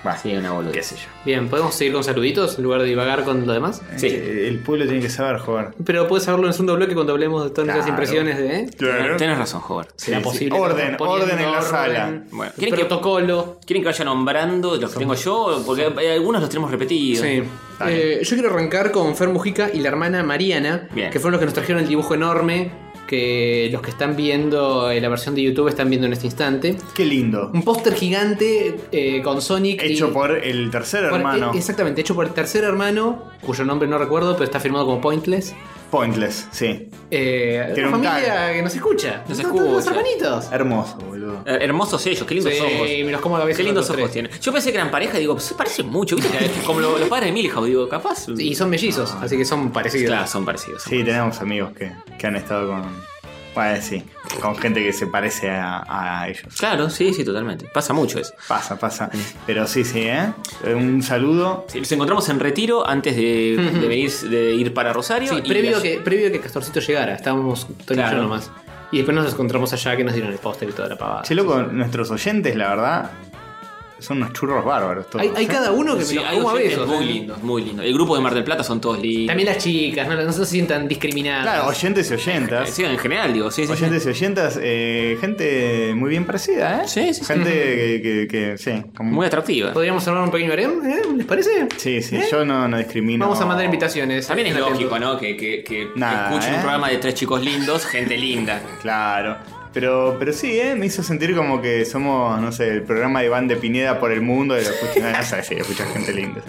[SPEAKER 1] Va,
[SPEAKER 3] Sí, una boludez.
[SPEAKER 1] qué sé yo.
[SPEAKER 6] Bien, ¿podemos seguir con saluditos en lugar de divagar con lo demás?
[SPEAKER 3] Sí.
[SPEAKER 1] Eh, El pueblo tiene que saber jugar.
[SPEAKER 6] Pero puedes saberlo en el segundo bloque cuando hablemos de todas nuestras
[SPEAKER 1] Claro.
[SPEAKER 6] impresiones de... ¿eh?
[SPEAKER 3] Tenés razón, Howard.
[SPEAKER 6] ¿Será
[SPEAKER 1] sí.
[SPEAKER 6] posible?
[SPEAKER 1] Orden,
[SPEAKER 6] Poniendo
[SPEAKER 1] orden en la sala.
[SPEAKER 3] Bueno, ¿quieren que-
[SPEAKER 6] protocolo.
[SPEAKER 3] ¿Quieren que vaya nombrando los que tengo yo? Porque eh, algunos los tenemos repetidos.
[SPEAKER 6] Sí.
[SPEAKER 1] Está bien.
[SPEAKER 6] Eh, yo quiero arrancar con Fer Mujica y la hermana Mariana,
[SPEAKER 3] Bien.
[SPEAKER 6] que fueron los que nos trajeron el dibujo enorme que los que están viendo eh, la versión de YouTube están viendo en este instante.
[SPEAKER 1] Qué lindo.
[SPEAKER 6] Un póster gigante eh, con Sonic. y-
[SPEAKER 1] Hecho por el tercer
[SPEAKER 6] por-
[SPEAKER 1] hermano.
[SPEAKER 6] eh, Exactamente, hecho por el tercer hermano, cuyo nombre no recuerdo, pero está firmado como Pointless.
[SPEAKER 1] Pointless, sí.
[SPEAKER 6] Eh,
[SPEAKER 1] Tiene
[SPEAKER 6] una
[SPEAKER 1] un
[SPEAKER 6] familia
[SPEAKER 1] tag.
[SPEAKER 6] que nos escucha.
[SPEAKER 3] Nos
[SPEAKER 6] Son todos
[SPEAKER 3] escucha.
[SPEAKER 6] hermanitos.
[SPEAKER 1] Hermoso, boludo.
[SPEAKER 3] Eh, hermosos ellos, qué lindos
[SPEAKER 6] Sí,
[SPEAKER 3] ojos.
[SPEAKER 6] me los como a la vez
[SPEAKER 3] Qué lindos
[SPEAKER 6] los
[SPEAKER 3] ojos
[SPEAKER 6] tres.
[SPEAKER 3] tienen. Yo pensé que eran pareja, digo, se parecen mucho, ¿viste? Que- Como lo- los padres de Milhouse, digo, capaz.
[SPEAKER 6] Y son mellizos, así que son parecidos.
[SPEAKER 3] Claro, son parecidos.
[SPEAKER 1] Sí, tenemos amigos que, que han estado con. Bueno, sí. Con gente que se parece a, a ellos.
[SPEAKER 3] Claro, sí, sí, totalmente. Pasa mucho eso.
[SPEAKER 1] Pasa, pasa. Pero sí, sí, ¿eh? Un saludo.
[SPEAKER 3] Sí, los encontramos en retiro antes de, de venir, de ir para Rosario.
[SPEAKER 6] Sí,
[SPEAKER 3] y
[SPEAKER 6] previo,
[SPEAKER 3] las-
[SPEAKER 6] que, previo que Castorcito llegara, estábamos Tony y yo
[SPEAKER 3] Claro.
[SPEAKER 6] nomás. Y después nos encontramos allá que nos dieron el póster y toda la pavada.
[SPEAKER 1] Che, loco, nuestros oyentes, la verdad, son unos churros bárbaros todos.
[SPEAKER 6] hay, hay
[SPEAKER 1] ¿eh?
[SPEAKER 6] cada uno que me
[SPEAKER 3] Sí,
[SPEAKER 6] los
[SPEAKER 3] hay
[SPEAKER 6] como a
[SPEAKER 3] gente
[SPEAKER 6] besos,
[SPEAKER 3] muy
[SPEAKER 6] ¿eh?
[SPEAKER 3] lindos, muy lindos. El grupo de Mar del Plata son todos lindos.
[SPEAKER 6] También las chicas, no, no se sientan discriminadas.
[SPEAKER 1] Claro, oyentes y
[SPEAKER 3] Eh,
[SPEAKER 1] oyentas.
[SPEAKER 3] Sí, en general, digo, sí, sí. sí.
[SPEAKER 1] Oyentes y oyentas, eh, gente muy bien parecida, ¿eh?
[SPEAKER 3] Sí, sí, sí.
[SPEAKER 1] Gente que, que- que- sí, como-
[SPEAKER 3] Muy atractiva.
[SPEAKER 6] ¿Podríamos armar un pequeño harem? ¿eh? ¿Les parece?
[SPEAKER 1] sí, sí,
[SPEAKER 6] ¿Eh?
[SPEAKER 1] yo no, no discrimino.
[SPEAKER 6] Vamos a mandar invitaciones.
[SPEAKER 3] También es
[SPEAKER 6] Estén
[SPEAKER 3] lógico,
[SPEAKER 6] atentos.
[SPEAKER 3] ¿no? Que, que, que
[SPEAKER 1] Nada,
[SPEAKER 3] escuchen
[SPEAKER 1] ¿eh?
[SPEAKER 3] un programa de tres chicos lindos, gente linda.
[SPEAKER 1] Claro. Pero, pero sí, ¿eh? me hizo sentir como que somos, no sé, el programa de Iván de Pineda por el mundo. Y lo escucho, no, no sé, sí, escucho gente linda.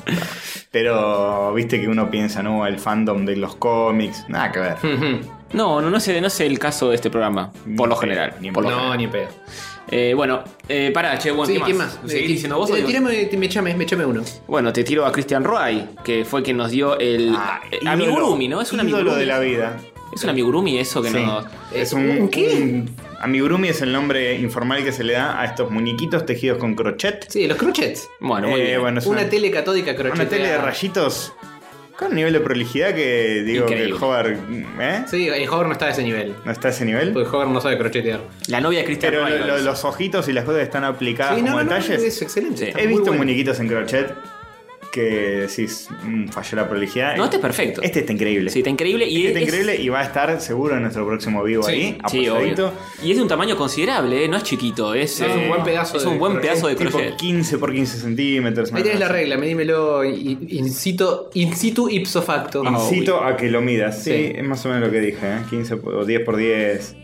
[SPEAKER 1] Pero viste que uno piensa, ¿no? El fandom de los cómics. Nada que
[SPEAKER 2] eh.
[SPEAKER 1] ver.
[SPEAKER 6] Ujú.
[SPEAKER 3] No, no, no sé, no sé el caso de este programa, por lo general.
[SPEAKER 1] Ni en
[SPEAKER 3] por lo
[SPEAKER 6] No,
[SPEAKER 3] general.
[SPEAKER 6] ni en pedo.
[SPEAKER 3] Eh, bueno, eh, pará, che, bueno,
[SPEAKER 2] Sí,
[SPEAKER 3] ¿qué
[SPEAKER 2] ¿quién
[SPEAKER 3] más?
[SPEAKER 2] más?
[SPEAKER 3] ¿Seguís
[SPEAKER 2] Eh,
[SPEAKER 3] diciendo vos o
[SPEAKER 2] eh,
[SPEAKER 3] digo-
[SPEAKER 2] tirame- me chame, me chame uno.
[SPEAKER 3] Bueno, te tiro a Christian Roy, que fue quien nos dio el.
[SPEAKER 1] Ah,
[SPEAKER 3] eh,
[SPEAKER 1] ídolo.
[SPEAKER 3] amigurumi, ¿no? Es un
[SPEAKER 1] ídolo
[SPEAKER 3] amigurumi.
[SPEAKER 1] de la vida.
[SPEAKER 3] Es un amigurumi eso que
[SPEAKER 1] Sí.
[SPEAKER 3] nos.
[SPEAKER 1] Es un,
[SPEAKER 2] ¿un qué?
[SPEAKER 1] un- amigurumi es el nombre informal que se le da a estos muñequitos tejidos con crochet.
[SPEAKER 2] Sí, los crochets.
[SPEAKER 3] Bueno, muy
[SPEAKER 1] Eh,
[SPEAKER 3] bien.
[SPEAKER 1] bueno, es
[SPEAKER 2] Una tele catódica Ah.
[SPEAKER 1] una
[SPEAKER 2] crocheteada.
[SPEAKER 1] tele de rayitos con un nivel de prolijidad que digo
[SPEAKER 3] Increíble.
[SPEAKER 1] que Hover ¿eh?
[SPEAKER 2] Sí, el Hover no está a ese nivel.
[SPEAKER 1] no está a ese nivel.
[SPEAKER 3] Pues,
[SPEAKER 2] Porque Hover no sabe crochetear.
[SPEAKER 3] La novia de Christian
[SPEAKER 1] Pero
[SPEAKER 3] Roy.
[SPEAKER 1] lo-
[SPEAKER 3] lo
[SPEAKER 1] lo-
[SPEAKER 3] es.
[SPEAKER 1] los ojitos y las cosas están aplicadas
[SPEAKER 2] sí, no,
[SPEAKER 1] Ah, como
[SPEAKER 2] no, no,
[SPEAKER 1] detalles.
[SPEAKER 2] es excelente.
[SPEAKER 3] Sí.
[SPEAKER 2] está
[SPEAKER 1] He
[SPEAKER 2] muy
[SPEAKER 1] visto
[SPEAKER 2] bueno.
[SPEAKER 1] muñequitos en crochet que decís, mm, falló la prolijidad.
[SPEAKER 3] No, este es perfecto.
[SPEAKER 1] Este está increíble.
[SPEAKER 3] Sí, está increíble. Y
[SPEAKER 1] Este
[SPEAKER 3] es-
[SPEAKER 1] increíble y va a estar seguro en nuestro próximo vivo
[SPEAKER 2] Sí.
[SPEAKER 1] ahí,
[SPEAKER 3] Sí,
[SPEAKER 1] apoyadito.
[SPEAKER 3] obvio. Y es de un tamaño considerable, ¿eh? no es chiquito. Es,
[SPEAKER 2] No, es
[SPEAKER 3] eh,
[SPEAKER 2] un buen pedazo
[SPEAKER 3] es
[SPEAKER 2] de
[SPEAKER 3] un buen
[SPEAKER 2] crochet,
[SPEAKER 3] pedazo de
[SPEAKER 1] Tipo
[SPEAKER 3] crochet.
[SPEAKER 1] 15 por 15 centímetros.
[SPEAKER 2] Ahí tienes
[SPEAKER 1] ¿no?
[SPEAKER 2] la regla, medímelo in, in situ, in situ ipso facto.
[SPEAKER 1] Incito a que lo midas. Sí,
[SPEAKER 2] Sí.
[SPEAKER 1] es más o menos lo que dije, ¿eh? 15 por- o 10 por 10.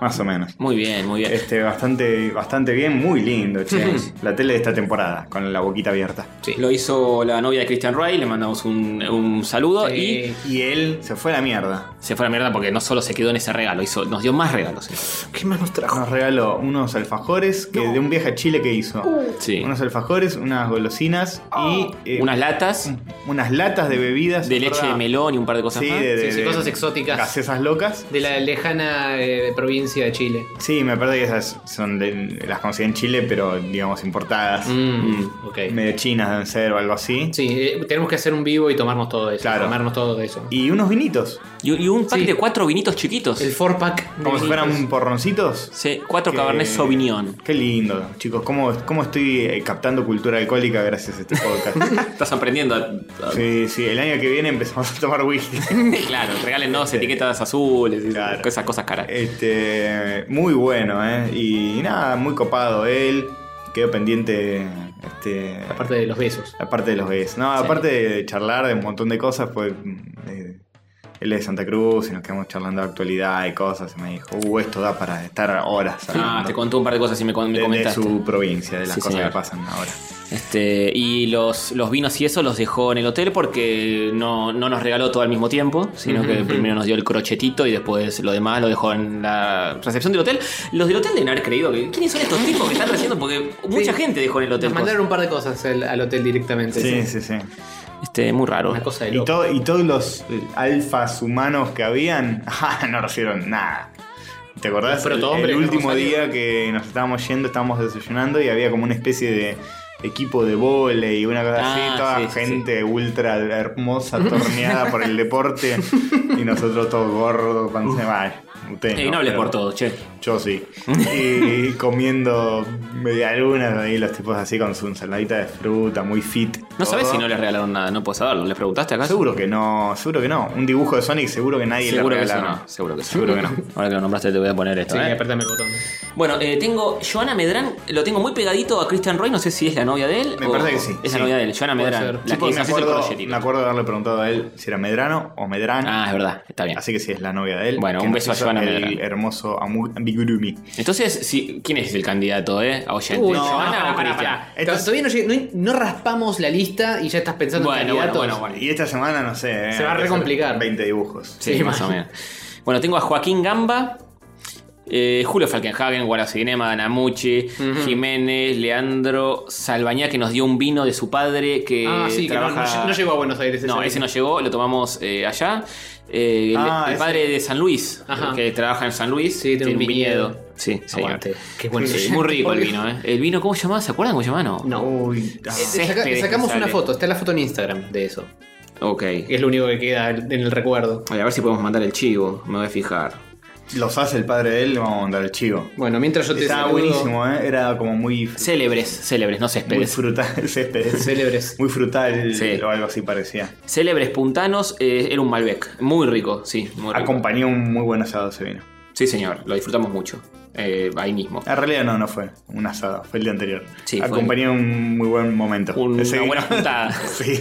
[SPEAKER 1] Más o menos.
[SPEAKER 3] Muy bien, muy bien.
[SPEAKER 1] Este, bastante, bastante bien, muy lindo, che. la tele de esta temporada, con la boquita abierta.
[SPEAKER 2] Sí.
[SPEAKER 3] Lo hizo la novia de Christian Roy, le mandamos un, un saludo
[SPEAKER 2] Sí.
[SPEAKER 1] Y él se fue a la mierda.
[SPEAKER 3] y se fue a la mierda porque no solo se quedó en ese regalo, hizo, nos dio más regalos. eh.
[SPEAKER 2] ¿Qué más nos trajo?
[SPEAKER 1] Nos regaló unos alfajores que de un viaje a Chile que hizo.
[SPEAKER 2] Uh.
[SPEAKER 3] Sí.
[SPEAKER 1] Unos alfajores, unas golosinas
[SPEAKER 2] Oh.
[SPEAKER 1] y eh,
[SPEAKER 3] Unas latas
[SPEAKER 1] unas latas de bebidas.
[SPEAKER 3] de leche de
[SPEAKER 1] melón
[SPEAKER 3] melón y un par de cosas
[SPEAKER 1] Sí,
[SPEAKER 3] más.
[SPEAKER 1] de,
[SPEAKER 2] Sí,
[SPEAKER 1] de-
[SPEAKER 2] sí,
[SPEAKER 1] de-
[SPEAKER 2] cosas exóticas.
[SPEAKER 1] Gaseosas locas.
[SPEAKER 2] De la lejana eh, provincia de Chile.
[SPEAKER 1] Sí, me parece que esas son de- las conseguí en Chile, pero digamos importadas.
[SPEAKER 2] Mm, ok.
[SPEAKER 1] Medio chinas deben ser o algo así.
[SPEAKER 2] Sí, eh, tenemos que hacer un vivo y tomarnos todo eso.
[SPEAKER 1] Claro.
[SPEAKER 2] Tomarnos todo eso.
[SPEAKER 1] Y unos vinitos.
[SPEAKER 3] Y, y un pack
[SPEAKER 2] Sí.
[SPEAKER 3] de cuatro vinitos chiquitos.
[SPEAKER 2] El 4-pack. de
[SPEAKER 1] Como si fueran
[SPEAKER 2] vinilos.
[SPEAKER 1] porroncitos.
[SPEAKER 3] Sí, cuatro
[SPEAKER 1] Que-
[SPEAKER 3] Cabernet Sauvignon.
[SPEAKER 1] Qué lindo, chicos. ¿Cómo, cómo estoy eh, captando cultura alcohólica gracias a este podcast?
[SPEAKER 3] Estás aprendiendo. a- a-
[SPEAKER 1] sí, sí. El año que viene empezamos a tomar whisky.
[SPEAKER 3] claro, regálennos etiquetas azules y
[SPEAKER 1] Claro. Eh,
[SPEAKER 3] esas cosas caras.
[SPEAKER 1] Este, muy bueno, ¿eh? Y, nada, muy copado él. Quedó pendiente este, la, parte,
[SPEAKER 2] Aparte de los besos.
[SPEAKER 1] de los besos. No, aparte de charlar de un montón de cosas, pues mm, eh, él es de Santa Cruz y nos quedamos charlando de actualidad y cosas. Y me dijo, uh, esto da para estar horas
[SPEAKER 3] ah,
[SPEAKER 1] hablando
[SPEAKER 3] te contó un par de cosas y me, con- me
[SPEAKER 1] de- de,
[SPEAKER 3] comentaste.
[SPEAKER 1] su provincia, de las
[SPEAKER 3] Sí,
[SPEAKER 1] cosas
[SPEAKER 3] señor.
[SPEAKER 1] que pasan ahora.
[SPEAKER 3] Este, y los, los vinos y eso los dejó en el hotel porque no, no nos regaló todo al mismo tiempo, sino que primero nos dio el crochetito y después lo demás lo dejó en la recepción del hotel. Los del hotel deben haber creído que. ¿Quiénes son estos tipos que están haciendo? Porque mucha gente dejó en el hotel.
[SPEAKER 2] Nos mandaron un par de cosas al, al hotel directamente.
[SPEAKER 1] Sí,
[SPEAKER 2] sí.
[SPEAKER 1] sí, sí.
[SPEAKER 3] cosas. Este, muy raro.
[SPEAKER 2] Una cosa de
[SPEAKER 1] Y,
[SPEAKER 2] loco.
[SPEAKER 1] todo, y todos los eh, alfas humanos que habían, ah, no recibieron nada. ¿Te acordás?
[SPEAKER 2] Los
[SPEAKER 1] El,
[SPEAKER 2] protohombres,
[SPEAKER 1] el
[SPEAKER 2] ¿no?
[SPEAKER 1] último
[SPEAKER 2] Rosario.
[SPEAKER 1] día que nos estábamos yendo, estábamos desayunando y había como una especie de equipo de volei y una cosa
[SPEAKER 3] Ah,
[SPEAKER 1] así, toda
[SPEAKER 3] sí, sí,
[SPEAKER 1] gente ultra hermosa, torneada por el deporte y nosotros todos gordos, panza Bah, ustedes
[SPEAKER 3] Eh, no hables
[SPEAKER 1] pero
[SPEAKER 3] por todo, che.
[SPEAKER 1] Yo sí. Y comiendo media luna ahí los tipos así con su ensaladita de fruta, muy fit.
[SPEAKER 3] No sabes
[SPEAKER 1] todo.
[SPEAKER 3] si no les regalaron nada, no puedes saberlo. ¿Les preguntaste acá?
[SPEAKER 1] Seguro que no, seguro que no. Un dibujo de Sonic seguro que nadie
[SPEAKER 3] Seguro
[SPEAKER 1] le
[SPEAKER 3] que sí,
[SPEAKER 1] regalaron.
[SPEAKER 3] no. Seguro que sí.
[SPEAKER 1] Seguro que no.
[SPEAKER 3] Ahora que lo nombraste te voy a poner esto.
[SPEAKER 2] Sí,
[SPEAKER 3] ¿eh?
[SPEAKER 2] apretame el botón.
[SPEAKER 3] Bueno, eh, tengo Joana Medrán, lo tengo muy pegadito a Christian Roy, no sé si es la novia de él.
[SPEAKER 1] Me
[SPEAKER 3] o-
[SPEAKER 1] parece que sí,
[SPEAKER 3] Es la
[SPEAKER 1] sí.
[SPEAKER 3] novia de él, Joana
[SPEAKER 2] Puede
[SPEAKER 3] Medrán.
[SPEAKER 2] ser.
[SPEAKER 3] La
[SPEAKER 1] Sí,
[SPEAKER 3] que
[SPEAKER 1] porque
[SPEAKER 3] hizo
[SPEAKER 1] me
[SPEAKER 3] el
[SPEAKER 1] acuerdo,
[SPEAKER 3] crochetito.
[SPEAKER 1] me acuerdo de haberle preguntado a él si era Medrano o Medrán.
[SPEAKER 3] Ah, es verdad, está bien.
[SPEAKER 1] Así que sí, es la novia de él.
[SPEAKER 3] Bueno,
[SPEAKER 1] que
[SPEAKER 3] un
[SPEAKER 1] nos
[SPEAKER 3] beso a
[SPEAKER 1] hizo
[SPEAKER 3] Joana
[SPEAKER 1] el
[SPEAKER 3] Medrano.
[SPEAKER 1] hermoso Amu- Ambigurumi.
[SPEAKER 3] Entonces, si, ¿quién es el candidato, eh? ¿A oyente?
[SPEAKER 2] Uy,
[SPEAKER 3] ¿Joana
[SPEAKER 2] no,
[SPEAKER 3] o
[SPEAKER 2] pará, pará,
[SPEAKER 3] Christian?
[SPEAKER 2] pará.
[SPEAKER 1] Esto-
[SPEAKER 2] Todavía no, llegué- no- no raspamos la lista y ya estás pensando en
[SPEAKER 3] Bueno, bueno,
[SPEAKER 2] candidatos.
[SPEAKER 3] bueno, bueno.
[SPEAKER 1] Y esta semana, no sé. eh,
[SPEAKER 2] Se va a
[SPEAKER 1] hay que hacer
[SPEAKER 2] recomplicar.
[SPEAKER 1] 20 dibujos.
[SPEAKER 3] Sí,
[SPEAKER 2] Sí,
[SPEAKER 3] más o
[SPEAKER 2] imagino.
[SPEAKER 3] menos. Bueno, tengo a Joaquín Gamba, eh, Julio Falkenhagen, Guaracinema, Danamucci, Jiménez, Leandro Salbañá, que nos dio un vino de su padre que
[SPEAKER 2] Ah, sí, que no-
[SPEAKER 3] Eh, trabaja...
[SPEAKER 2] no, no llegó a Buenos Aires.
[SPEAKER 3] No, ese no llegó, lo tomamos eh, allá. Eh, el-
[SPEAKER 1] Ah,
[SPEAKER 3] el,
[SPEAKER 1] ese.
[SPEAKER 3] padre de San Luis,
[SPEAKER 2] Ajá.
[SPEAKER 3] que trabaja en San Luis,
[SPEAKER 2] Sí, tiene un viñedo.
[SPEAKER 3] Sí, este. señor.
[SPEAKER 2] Aguante. Qué bueno.
[SPEAKER 3] Sí, muy rico el vino, ¿eh? El vino, ¿cómo se llamaba? ¿Se acuerdan cómo se llamaba? No.
[SPEAKER 2] No.
[SPEAKER 1] Uy,
[SPEAKER 2] Eh,
[SPEAKER 1] ah,
[SPEAKER 2] saca-
[SPEAKER 3] Céspedes
[SPEAKER 2] sacamos
[SPEAKER 3] Uh, que
[SPEAKER 2] una
[SPEAKER 3] sale.
[SPEAKER 2] foto, está la foto en Instagram de eso.
[SPEAKER 3] Ok.
[SPEAKER 2] que Es lo único que queda en el recuerdo.
[SPEAKER 3] Ay, a ver si podemos mandar el chivo, me voy a fijar.
[SPEAKER 1] los hace el padre de él, le vamos a mandar el chivo.
[SPEAKER 2] Bueno, mientras yo te
[SPEAKER 1] Estaba
[SPEAKER 2] saludo,
[SPEAKER 1] buenísimo, ¿eh? Era como muy, fr-
[SPEAKER 3] Célebres, célebres, no
[SPEAKER 1] muy
[SPEAKER 3] céspedes.
[SPEAKER 1] frutal. céspedes.
[SPEAKER 2] Célebres.
[SPEAKER 1] Muy frutal
[SPEAKER 3] Sí.
[SPEAKER 1] o algo así parecía.
[SPEAKER 3] Célebres puntanos eh, era un Malbec. Muy rico, sí. Muy rico.
[SPEAKER 1] Acompañó un muy buen asado ese vino.
[SPEAKER 3] Sí, señor, lo disfrutamos mucho. Eh, ahí mismo.
[SPEAKER 1] En realidad no, no fue un asado, fue el día anterior.
[SPEAKER 3] Sí, fue
[SPEAKER 1] Acompañé un muy buen momento.
[SPEAKER 3] Un-
[SPEAKER 1] Ese
[SPEAKER 3] una
[SPEAKER 1] vino.
[SPEAKER 3] buena puntada.
[SPEAKER 1] sí.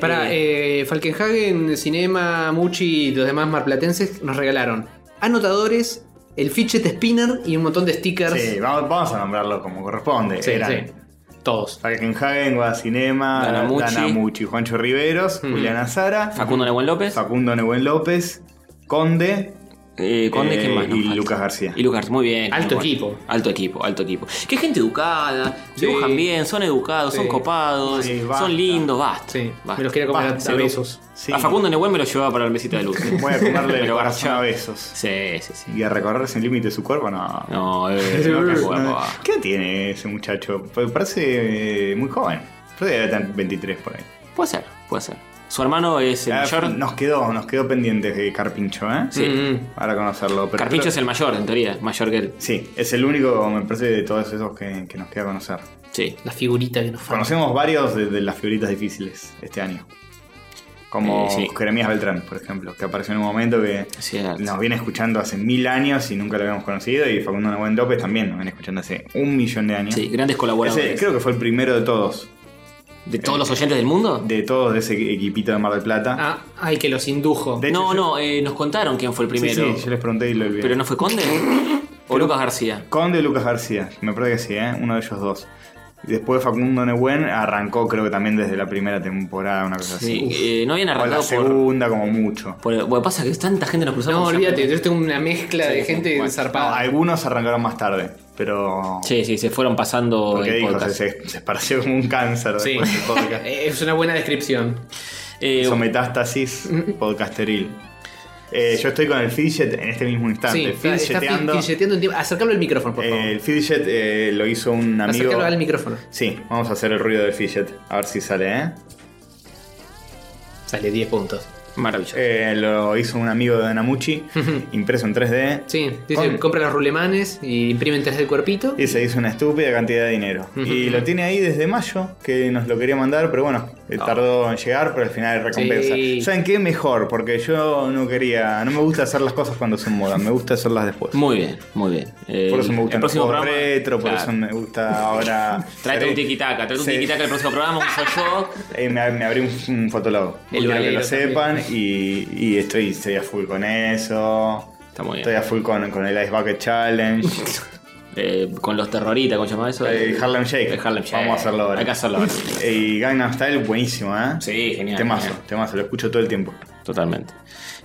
[SPEAKER 2] Para eh, Falkenhagen, Cinema, Muchi y los demás marplatenses nos regalaron anotadores, el fidget spinner y un montón de stickers.
[SPEAKER 1] Sí, vamos, vamos a nombrarlo como corresponde.
[SPEAKER 2] Sí,
[SPEAKER 1] Eran
[SPEAKER 2] sí. Todos.
[SPEAKER 1] Falkenhagen, Guadacinema,
[SPEAKER 3] Danamucci. Hmm.
[SPEAKER 1] Danamucci, Juancho Riveros, Juliana Sara,
[SPEAKER 3] Facundo Nehuén López.
[SPEAKER 1] Facundo Nehuen López, Conde,
[SPEAKER 3] Eh, Conde,
[SPEAKER 1] Eh,
[SPEAKER 3] ¿quién más nos
[SPEAKER 1] y
[SPEAKER 3] falta?
[SPEAKER 1] Lucas García.
[SPEAKER 3] Y Lucas, muy bien.
[SPEAKER 6] Alto
[SPEAKER 3] muy
[SPEAKER 6] equipo.
[SPEAKER 3] Alto equipo, alto equipo. Que gente educada,
[SPEAKER 6] Sí.
[SPEAKER 3] dibujan bien, son educados,
[SPEAKER 6] Sí.
[SPEAKER 3] son copados,
[SPEAKER 1] Sí, basta.
[SPEAKER 3] son lindos, basta.
[SPEAKER 6] Sí,
[SPEAKER 3] basta.
[SPEAKER 6] me los quería comer
[SPEAKER 1] Basta,
[SPEAKER 6] a
[SPEAKER 1] Lu.
[SPEAKER 6] besos.
[SPEAKER 1] Sí.
[SPEAKER 3] A Ah, Facundo Nehuen me lo llevaba para la mesita de luz.
[SPEAKER 1] Voy a comerle el
[SPEAKER 3] Pero
[SPEAKER 1] corazón
[SPEAKER 3] garchaba.
[SPEAKER 1] a besos.
[SPEAKER 3] Sí, sí, sí.
[SPEAKER 1] Y a recorrer sin límite su cuerpo, no.
[SPEAKER 3] No, eh, no, qué
[SPEAKER 1] No,
[SPEAKER 3] guapo.
[SPEAKER 1] ¿Qué edad tiene ese muchacho? Porque Parece eh, muy joven. Parece que debe tener 23 por ahí.
[SPEAKER 3] Puede ser, puede ser. Su hermano es el
[SPEAKER 1] Ah,
[SPEAKER 3] mayor.
[SPEAKER 1] Nos quedó, nos quedó pendiente de Carpincho, ¿eh?
[SPEAKER 3] Sí.
[SPEAKER 6] Mm.
[SPEAKER 1] Para conocerlo. pero
[SPEAKER 3] Carpincho
[SPEAKER 1] creo-
[SPEAKER 3] es el mayor, en teoría, mayor que él.
[SPEAKER 1] Sí, es el único, me parece, de todos esos que, que nos queda conocer.
[SPEAKER 3] Sí.
[SPEAKER 6] La figurita que nos falta.
[SPEAKER 1] Conocemos varios de, de las figuritas difíciles este año. Como
[SPEAKER 3] Eh, sí.
[SPEAKER 1] Jeremías Beltrán, por ejemplo, que apareció en un momento que
[SPEAKER 3] Sí, es-
[SPEAKER 1] nos viene escuchando hace mil años y nunca lo habíamos conocido. Y Facundo Nahuen López también nos viene escuchando hace un millón de años.
[SPEAKER 3] sí, grandes
[SPEAKER 1] Ese
[SPEAKER 3] colaboradores.
[SPEAKER 1] creo que fue el primero de todos.
[SPEAKER 3] ¿De todos los oyentes del mundo?
[SPEAKER 1] De todos de ese equipito de Mar del Plata.
[SPEAKER 6] Ah, ay, que los indujo.
[SPEAKER 1] De hecho,
[SPEAKER 3] no,
[SPEAKER 1] yo-
[SPEAKER 3] no, eh, nos contaron quién fue el
[SPEAKER 1] Sí,
[SPEAKER 3] primero.
[SPEAKER 1] sí, yo les pregunté y lo olvidé.
[SPEAKER 3] ¿Pero no fue Conde? ¿eh? ¿O Lucas García?
[SPEAKER 1] Conde y Lucas García, me parece que sí, ¿eh? uno de ellos dos. Y Después Facundo Nehuen arrancó, creo que también desde la primera temporada, una cosa
[SPEAKER 3] Sí,
[SPEAKER 1] así.
[SPEAKER 3] eh, no habían
[SPEAKER 1] Ah, O la
[SPEAKER 3] arrancado por,
[SPEAKER 1] segunda, como mucho.
[SPEAKER 3] por- Bueno, pasa que tanta gente nos cruzamos.
[SPEAKER 6] No,
[SPEAKER 3] ya.
[SPEAKER 6] olvídate, yo tengo una mezcla de
[SPEAKER 3] Sí,
[SPEAKER 6] gente
[SPEAKER 3] bueno.
[SPEAKER 1] No,
[SPEAKER 6] zarpada.
[SPEAKER 1] algunos arrancaron más tarde, pero.
[SPEAKER 3] Sí, sí, se fueron pasando
[SPEAKER 1] porque
[SPEAKER 3] el
[SPEAKER 1] dijo, se,
[SPEAKER 3] podcast.
[SPEAKER 1] se, se esparció como un cáncer
[SPEAKER 6] Sí. Eh,
[SPEAKER 1] después del podcast.
[SPEAKER 6] es una buena descripción.
[SPEAKER 3] Eh,
[SPEAKER 1] Hizo metástasis podcasteril. Eh, yo estoy con el fidget en este mismo
[SPEAKER 6] Sí,
[SPEAKER 1] instante.
[SPEAKER 6] está, está
[SPEAKER 1] fidgeteando.
[SPEAKER 6] fidgeteando un tiempo. Acercalo al micrófono, por favor.
[SPEAKER 1] Eh, el fidget eh, lo hizo un amigo.
[SPEAKER 6] Acercalo al micrófono.
[SPEAKER 1] Sí, vamos a hacer el ruido del fidget. A ver si sale, ¿eh?
[SPEAKER 6] Sale 10 puntos.
[SPEAKER 3] maravilloso.
[SPEAKER 1] Eh, lo hizo un amigo de Namuchi, impreso en 3D.
[SPEAKER 6] Sí, dice,
[SPEAKER 1] Con-
[SPEAKER 6] compra los rulemanes y imprimen 3 del cuerpito.
[SPEAKER 1] Y se hizo una estúpida cantidad de dinero. Y lo tiene ahí desde mayo, que nos lo quería mandar, pero bueno, eh,
[SPEAKER 3] Ah.
[SPEAKER 1] tardó en llegar, pero al final hay recompensa.
[SPEAKER 6] Sí.
[SPEAKER 1] ¿Saben qué? Mejor, porque yo no quería, no me gusta hacer las cosas cuando son moda, me gusta hacerlas después.
[SPEAKER 3] Muy bien, muy bien. Eh,
[SPEAKER 1] Por eso me gustan
[SPEAKER 3] el
[SPEAKER 1] los
[SPEAKER 3] próximo
[SPEAKER 1] juegos
[SPEAKER 3] programa.
[SPEAKER 1] retro, por
[SPEAKER 3] Claro.
[SPEAKER 1] eso me gusta ahora...
[SPEAKER 3] Tráete
[SPEAKER 1] seré-
[SPEAKER 3] un tiquitaca, tráete un
[SPEAKER 1] seré-
[SPEAKER 3] tiquitaca el próximo programa, un yo.
[SPEAKER 1] eh, me, me abrí un, un fotolog.
[SPEAKER 6] El
[SPEAKER 1] Quiero que
[SPEAKER 6] valero
[SPEAKER 1] lo sepan y, y estoy, estoy a full con eso.
[SPEAKER 3] Está muy
[SPEAKER 1] Estoy
[SPEAKER 3] bien.
[SPEAKER 1] a full con, con el Ice Bucket Challenge.
[SPEAKER 3] Eh, con los terroristas, ¿cómo se llama eso?
[SPEAKER 1] El Harlem Shake.
[SPEAKER 3] El Harlem Shake.
[SPEAKER 1] Vamos a hacerlo ahora.
[SPEAKER 3] Hay que hacerlo ahora.
[SPEAKER 1] Y Gangnam Style, buenísimo, ¿eh?
[SPEAKER 3] Sí, genial,
[SPEAKER 1] Temazo,
[SPEAKER 3] genial.
[SPEAKER 1] temazo, lo escucho todo el tiempo.
[SPEAKER 3] Totalmente.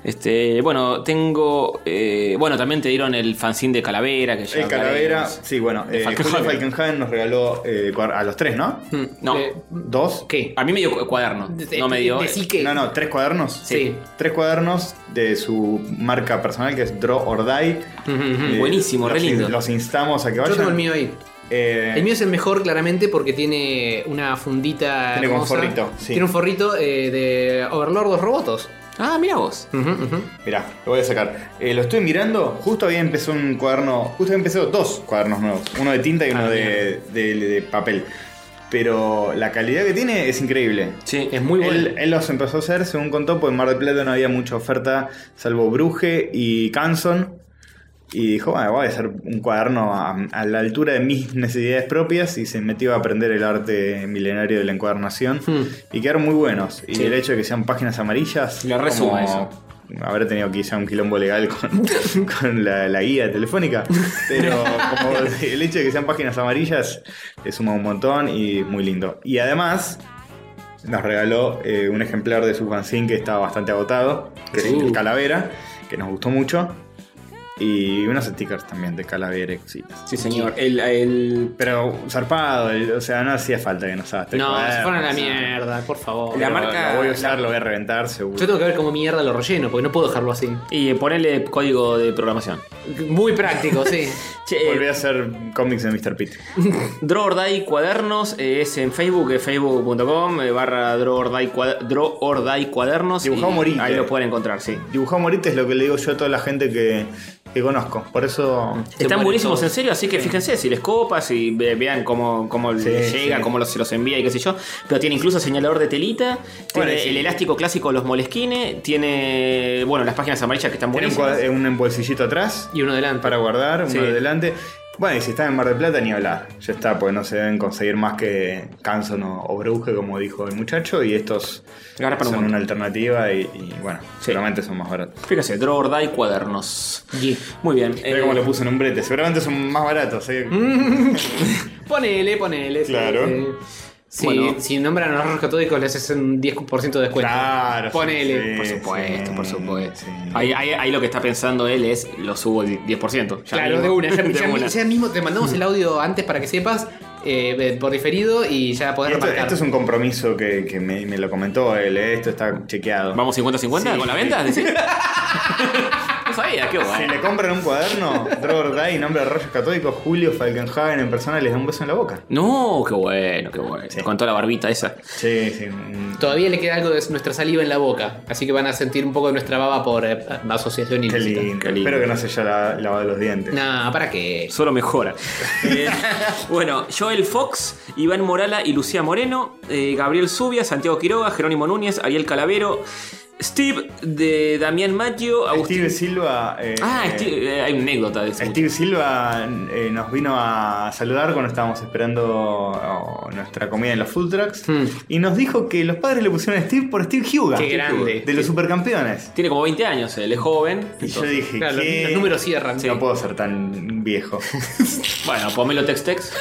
[SPEAKER 3] Este, bueno, tengo. eh, bueno, también te dieron el fanzine de Calavera. Que ya
[SPEAKER 1] el Calavera,
[SPEAKER 3] hablaremos.
[SPEAKER 1] sí, bueno, eh,
[SPEAKER 3] Falkenhayn.
[SPEAKER 1] Julio Falkenhayn nos regaló eh, cuar- a los tres, ¿no?
[SPEAKER 3] No,
[SPEAKER 6] Eh,
[SPEAKER 1] ¿Dos?
[SPEAKER 6] ¿Qué?
[SPEAKER 3] a mí me dio cu- cuaderno. No me dio.
[SPEAKER 6] Decí que.
[SPEAKER 1] eh. No, no, tres cuadernos.
[SPEAKER 6] Sí.
[SPEAKER 1] Tres cuadernos de su marca personal que es Draw or Die. Eh,
[SPEAKER 3] Buenísimo, re
[SPEAKER 1] los in-
[SPEAKER 3] lindo.
[SPEAKER 1] Los instamos a que vayan.
[SPEAKER 6] Yo tengo el mío ahí.
[SPEAKER 1] Eh,
[SPEAKER 6] El mío es el mejor claramente porque tiene una fundita.
[SPEAKER 1] Tiene como un
[SPEAKER 6] hermosa.
[SPEAKER 1] forrito, sí.
[SPEAKER 6] Tiene un forrito eh, de Overlord dos robotos.
[SPEAKER 3] Ah, mira vos.
[SPEAKER 6] Ujú, ujú.
[SPEAKER 1] Mirá, lo voy a sacar. Eh, lo estoy mirando, justo había empezó un cuaderno, justo había empezado dos cuadernos nuevos, uno de tinta y uno de, de- de papel. Pero la calidad que tiene es increíble.
[SPEAKER 3] Sí.
[SPEAKER 6] Es muy bueno.
[SPEAKER 1] Él, él los empezó a hacer, según contó, porque en Mar del Plata no había mucha oferta, salvo Bruje y Canson. Y dijo, bueno, voy a hacer un cuaderno a, a la altura de mis necesidades propias y se metió a aprender el arte milenario de la encuadernación. Y quedaron muy buenos. Y el hecho de que sean páginas amarillas...
[SPEAKER 3] Lo resumo
[SPEAKER 1] como
[SPEAKER 3] eso.
[SPEAKER 1] Haber tenido quizá un quilombo legal con, con la, la guía telefónica. Pero como el hecho de que sean páginas amarillas le suma un montón y es muy lindo. Y además, nos regaló eh, un ejemplar de su fanzine que estaba bastante agotado, que es
[SPEAKER 6] Uh.
[SPEAKER 1] el Calavera, que nos gustó mucho. Y unos stickers también de Calavera y cositas.
[SPEAKER 3] Sí, señor. El, el-
[SPEAKER 1] Pero zarpado, el- o sea, no hacía falta que nos hagas este tres
[SPEAKER 6] No, se
[SPEAKER 1] cuadernos.
[SPEAKER 6] fueron a la mierda, por favor.
[SPEAKER 3] La
[SPEAKER 1] Pero
[SPEAKER 3] marca-
[SPEAKER 1] Lo voy a usar, lo voy a reventar seguro.
[SPEAKER 6] Yo tengo que ver cómo mierda lo relleno, porque no puedo dejarlo así.
[SPEAKER 3] Y eh, ponele código de programación.
[SPEAKER 6] Muy práctico, sí.
[SPEAKER 3] Che, eh,
[SPEAKER 1] Volví a hacer cómics de Mr. Pitt.
[SPEAKER 3] Draw or Die Cuadernos eh, es en Facebook, eh, facebook.com eh, barra Draw or Die, cua- Draw or Die Cuadernos.
[SPEAKER 1] Dibujado
[SPEAKER 3] y
[SPEAKER 1] morite.
[SPEAKER 3] Ahí lo pueden encontrar, sí.
[SPEAKER 1] Dibujado Morite es lo que le digo yo a toda la gente que, que conozco. Por eso.
[SPEAKER 3] Están
[SPEAKER 6] mueren
[SPEAKER 3] buenísimos
[SPEAKER 6] todos.
[SPEAKER 3] en serio, así que fíjense si les copas y ve- vean cómo, cómo les
[SPEAKER 1] Sí,
[SPEAKER 3] llega,
[SPEAKER 1] sí.
[SPEAKER 3] cómo los- se los envía y qué sé yo. Pero tiene incluso señalador de telita, tiene
[SPEAKER 1] sí.
[SPEAKER 3] el elástico clásico de los molesquines, tiene, bueno, las páginas amarillas que están
[SPEAKER 1] Tiene un,
[SPEAKER 3] buenísimas.
[SPEAKER 1] cua- un embolsillito atrás.
[SPEAKER 6] Y uno adelante.
[SPEAKER 1] para guardar, uno
[SPEAKER 3] Sí.
[SPEAKER 1] adelante. Bueno, y si están en Mar del Plata, ni hablar. Ya está, pues no se deben conseguir más que Canson o, o Bruje, como dijo el muchacho, y estos
[SPEAKER 3] Agarra para un
[SPEAKER 1] son
[SPEAKER 3] montón.
[SPEAKER 1] una alternativa y, y, bueno, seguramente son más baratos.
[SPEAKER 3] Fíjense, Draw or Die Cuadernos.
[SPEAKER 6] Yeah.
[SPEAKER 3] Muy bien.
[SPEAKER 1] Mira
[SPEAKER 3] eh, Mm,
[SPEAKER 1] cómo lo puso en un brete, seguramente son más baratos. ¿eh?
[SPEAKER 6] Ponele, ponele. sí,
[SPEAKER 1] Claro.
[SPEAKER 6] sí.
[SPEAKER 3] Sí,
[SPEAKER 6] Bueno.
[SPEAKER 3] Si nombran a los rojos catódicos, les hacen un 10% de descuento.
[SPEAKER 1] Claro,
[SPEAKER 3] Ponele.
[SPEAKER 1] sí,
[SPEAKER 3] por supuesto,
[SPEAKER 1] sí,
[SPEAKER 3] por supuesto.
[SPEAKER 1] sí.
[SPEAKER 3] Ahí, ahí- ahí lo que está pensando él es: lo subo el 10%. ya
[SPEAKER 6] Claro,
[SPEAKER 3] mismo.
[SPEAKER 6] de una, ya,
[SPEAKER 3] De
[SPEAKER 6] ya-
[SPEAKER 3] una.
[SPEAKER 6] ya mismo te mandamos el audio antes para que sepas, eh, por diferido, y ya podés
[SPEAKER 1] Esto,
[SPEAKER 6] remarcar.
[SPEAKER 1] esto es un compromiso que, que me, me lo comentó él, eh, esto está chequeado.
[SPEAKER 3] ¿Vamos 50-50
[SPEAKER 1] Sí.
[SPEAKER 3] con la venta? ¿Decís? no sabía, qué
[SPEAKER 1] Si
[SPEAKER 3] bueno.
[SPEAKER 1] le compran un cuaderno, Drogor Day, nombre de rayos católicos, Julio Falkenhagen en persona les da un beso en la boca.
[SPEAKER 3] No, qué bueno, qué bueno.
[SPEAKER 1] Sí.
[SPEAKER 3] Con toda la barbita esa.
[SPEAKER 1] Sí, sí. mm,
[SPEAKER 6] Todavía le queda algo de nuestra saliva en la boca, así que van a sentir un poco de nuestra baba por eh, asociación
[SPEAKER 1] Qué
[SPEAKER 6] ilícita.
[SPEAKER 1] lindo.
[SPEAKER 3] Qué lindo.
[SPEAKER 1] Espero que no se haya la- lavado los dientes.
[SPEAKER 6] Nah, ¿para qué?
[SPEAKER 3] Solo mejora. Eh, bueno, Joel Fox, Iván Morala y Lucía Moreno, eh, Gabriel Zubia, Santiago Quiroga, Jerónimo Núñez, Ariel Calavero, Steve de Damián Maggio, Agustín.
[SPEAKER 1] Steve Silva. eh,
[SPEAKER 3] Ah, Steve- eh, hay una anécdota de eso.
[SPEAKER 1] Steve Silva eh, nos vino a saludar cuando estábamos esperando oh, nuestra comida en los food trucks y nos dijo que los padres le pusieron a Steve por Steve Huga.
[SPEAKER 6] Hmm. Qué grande.
[SPEAKER 1] De los supercampeones.
[SPEAKER 3] Tiene como 20 años, eh, él es joven.
[SPEAKER 1] Y yo
[SPEAKER 3] Entonces,
[SPEAKER 1] dije,
[SPEAKER 6] Claro, los,
[SPEAKER 1] ¿qué?
[SPEAKER 6] los números cierran.
[SPEAKER 1] No puedo ser tan viejo.
[SPEAKER 3] Bueno, pomelo tex tex.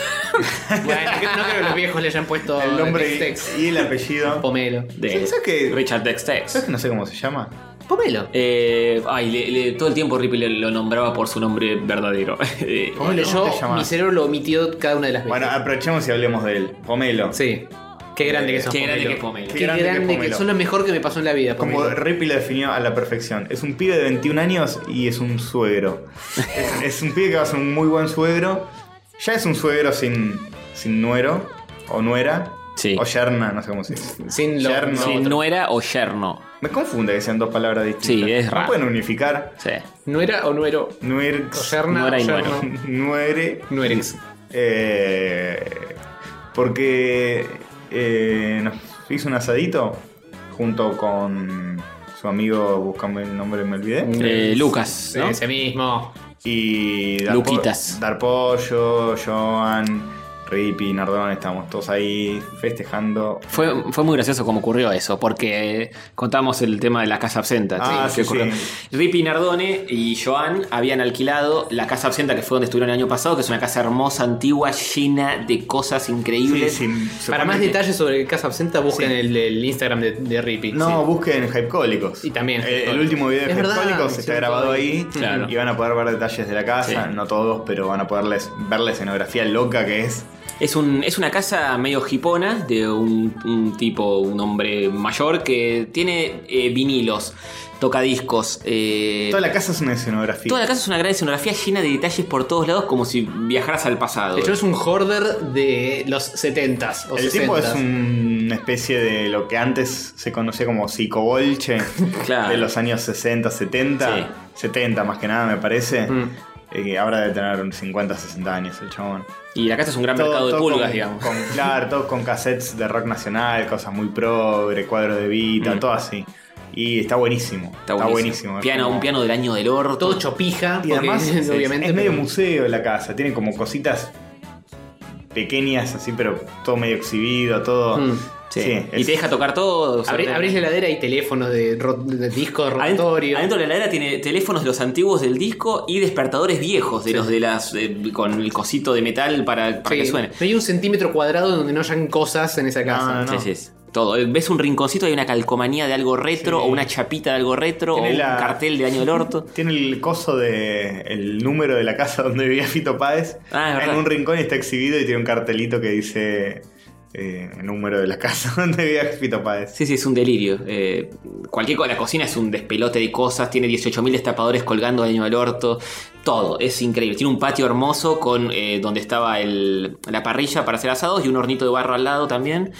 [SPEAKER 6] Bueno, no creo que los viejos le hayan puesto
[SPEAKER 1] El nombre
[SPEAKER 6] Tex-Tex.
[SPEAKER 1] y, y el apellido.
[SPEAKER 6] Pomelo.
[SPEAKER 3] De
[SPEAKER 1] ¿Sabes qué?
[SPEAKER 3] Richard tex
[SPEAKER 1] ¿Sabes
[SPEAKER 3] tex.
[SPEAKER 1] que no sé cómo se llama?
[SPEAKER 6] Pomelo.
[SPEAKER 3] Eh, ay, le- le- todo el tiempo Ripley le- lo nombraba por su nombre verdadero. Eh,
[SPEAKER 6] Pomelo,
[SPEAKER 1] ¿cómo te
[SPEAKER 6] yo,
[SPEAKER 1] llamás?
[SPEAKER 6] mi cerebro lo omitió cada una de las veces.
[SPEAKER 1] Bueno, aprovechemos y hablemos de él. Pomelo.
[SPEAKER 6] sí. Qué grande que sos.
[SPEAKER 3] Eh, qué grande que es
[SPEAKER 6] Pomelo.
[SPEAKER 3] pomelo.
[SPEAKER 6] Qué grande, que,
[SPEAKER 1] Pomelo.
[SPEAKER 6] son lo mejor que me pasó en la vida.
[SPEAKER 1] Como
[SPEAKER 6] Pomelo.
[SPEAKER 1] Ripley lo definió a la perfección. Es un pibe de 21 años y es un suegro. es, es un pibe que va a ser un muy buen suegro. Ya es un suegro sin, sin nuero o nuera.
[SPEAKER 3] Sí.
[SPEAKER 1] O yerna, no sé cómo se dice.
[SPEAKER 6] Sin lo-
[SPEAKER 1] Yerno.
[SPEAKER 3] Sí,
[SPEAKER 1] otro.
[SPEAKER 3] nuera o yerno.
[SPEAKER 1] Me confunde que sean dos palabras distintas.
[SPEAKER 3] Sí, es
[SPEAKER 1] No
[SPEAKER 3] raro.
[SPEAKER 1] pueden unificar.
[SPEAKER 3] Sí.
[SPEAKER 6] ¿Nuera o nuero?
[SPEAKER 1] Nuer,
[SPEAKER 6] O Serna
[SPEAKER 3] Nuera
[SPEAKER 6] o
[SPEAKER 3] y
[SPEAKER 6] yerno.
[SPEAKER 3] nuero.
[SPEAKER 1] nuere.
[SPEAKER 6] Nuerex.
[SPEAKER 1] Eh, porque eh, nos hizo un asadito junto con su amigo, buscame el nombre, me olvidé.
[SPEAKER 3] Eh, Lucas, ¿no?
[SPEAKER 6] Ese mismo.
[SPEAKER 1] Y po-
[SPEAKER 3] Luquitas.
[SPEAKER 1] Dar Pollo, Joan, Rippy, Nardón, estamos todos ahí festejando.
[SPEAKER 3] Fue, fue muy gracioso como ocurrió eso, porque contamos el tema de la casa absenta.
[SPEAKER 1] Ah,
[SPEAKER 3] que
[SPEAKER 1] sí,
[SPEAKER 3] ocurrió. Rippy Nardone y Joan habían alquilado la casa absenta que fue donde estuvieron el año pasado, que es una casa hermosa, antigua, llena de cosas
[SPEAKER 1] Sí,
[SPEAKER 3] increíbles.
[SPEAKER 1] sí, se
[SPEAKER 6] Para
[SPEAKER 1] pone-
[SPEAKER 6] más detalles sobre Casa Absenta, busquen
[SPEAKER 1] Sí.
[SPEAKER 6] el, el Instagram de, de Rippy.
[SPEAKER 1] No, busquen Hypecólicos.
[SPEAKER 6] Y también
[SPEAKER 1] Eh,
[SPEAKER 6] Hypecólicos.
[SPEAKER 1] el último video de
[SPEAKER 6] Es verdad,
[SPEAKER 1] Hypecólicos está
[SPEAKER 6] hicieron
[SPEAKER 1] grabado
[SPEAKER 6] todo
[SPEAKER 1] ahí.
[SPEAKER 3] Claro.
[SPEAKER 1] Y van a poder ver detalles de la casa.
[SPEAKER 3] Sí.
[SPEAKER 1] No todos, pero van a poder les- ver la escenografía loca que es.
[SPEAKER 3] Es, un, es una casa medio hipona de un, un tipo, un hombre mayor que tiene eh, vinilos, tocadiscos. eh,
[SPEAKER 1] Toda la casa es una escenografía.
[SPEAKER 3] toda la casa es una gran escenografía llena de detalles por todos lados, como si viajaras al pasado.
[SPEAKER 6] Sí. El chabón es un hoarder de los 70s o
[SPEAKER 1] el tipo es
[SPEAKER 6] 60s.
[SPEAKER 1] una especie de lo que antes se conocía como psicobolche
[SPEAKER 3] Claro.
[SPEAKER 1] de los años 60, 70.
[SPEAKER 3] Ah. Sí.
[SPEAKER 1] 70 más que nada me parece.
[SPEAKER 6] Mm.
[SPEAKER 1] Eh, que ahora debe tener unos 50, 60 años el chabón.
[SPEAKER 3] Y la casa es un gran mercado de pulgas,
[SPEAKER 1] con,
[SPEAKER 3] digamos.
[SPEAKER 1] con- claro, todo con cassettes de rock nacional, cosas muy progre, cuadros de Vita,
[SPEAKER 3] Mm.
[SPEAKER 1] todo así. Y está buenísimo. Está, buenísimo. Es
[SPEAKER 3] Piano,
[SPEAKER 1] como-
[SPEAKER 3] un piano del año del orto.
[SPEAKER 6] Todo chopija.
[SPEAKER 1] Y
[SPEAKER 6] porque-
[SPEAKER 1] además es,
[SPEAKER 6] obviamente.
[SPEAKER 1] es medio
[SPEAKER 6] pero-
[SPEAKER 1] museo la casa, tiene como cositas pequeñas así, pero todo medio exhibido, todo.
[SPEAKER 6] Mm,
[SPEAKER 3] Sí. y
[SPEAKER 1] es-
[SPEAKER 3] te deja tocar todo. o sea,
[SPEAKER 6] Abrí-
[SPEAKER 3] te-
[SPEAKER 6] abrís la heladera y teléfonos de, ro- de disco
[SPEAKER 3] Adentro,
[SPEAKER 6] rotatorio.
[SPEAKER 3] adentro de la heladera tiene teléfonos de los antiguos del disco y despertadores viejos, de los de las. de- con el cosito de metal para, para
[SPEAKER 6] Sí,
[SPEAKER 3] que suene.
[SPEAKER 6] No hay un centímetro cuadrado donde no hayan cosas en esa casa.
[SPEAKER 1] No, no, no.
[SPEAKER 3] Sí, sí, sí. Todo. Ves un rinconcito, hay una calcomanía de algo retro,
[SPEAKER 1] Sí.
[SPEAKER 3] o una chapita de algo retro, o
[SPEAKER 1] Tiene
[SPEAKER 3] un
[SPEAKER 1] la-
[SPEAKER 3] cartel de año del orto.
[SPEAKER 1] Tiene el coso de el número de la casa donde vivía Fito Páez.
[SPEAKER 3] Ah, es verdad.
[SPEAKER 1] en un rincón está exhibido y tiene un cartelito que dice eh, el número de la casa donde vivía Fito Páez.
[SPEAKER 3] Sí, sí, es un delirio. Eh, cualquier cosa, la cocina es un despelote de cosas, tiene 18.000 destapadores colgando al año del orto, todo, es increíble. Tiene un patio hermoso con eh, donde estaba el- la parrilla para hacer asados y un hornito de barro al lado también,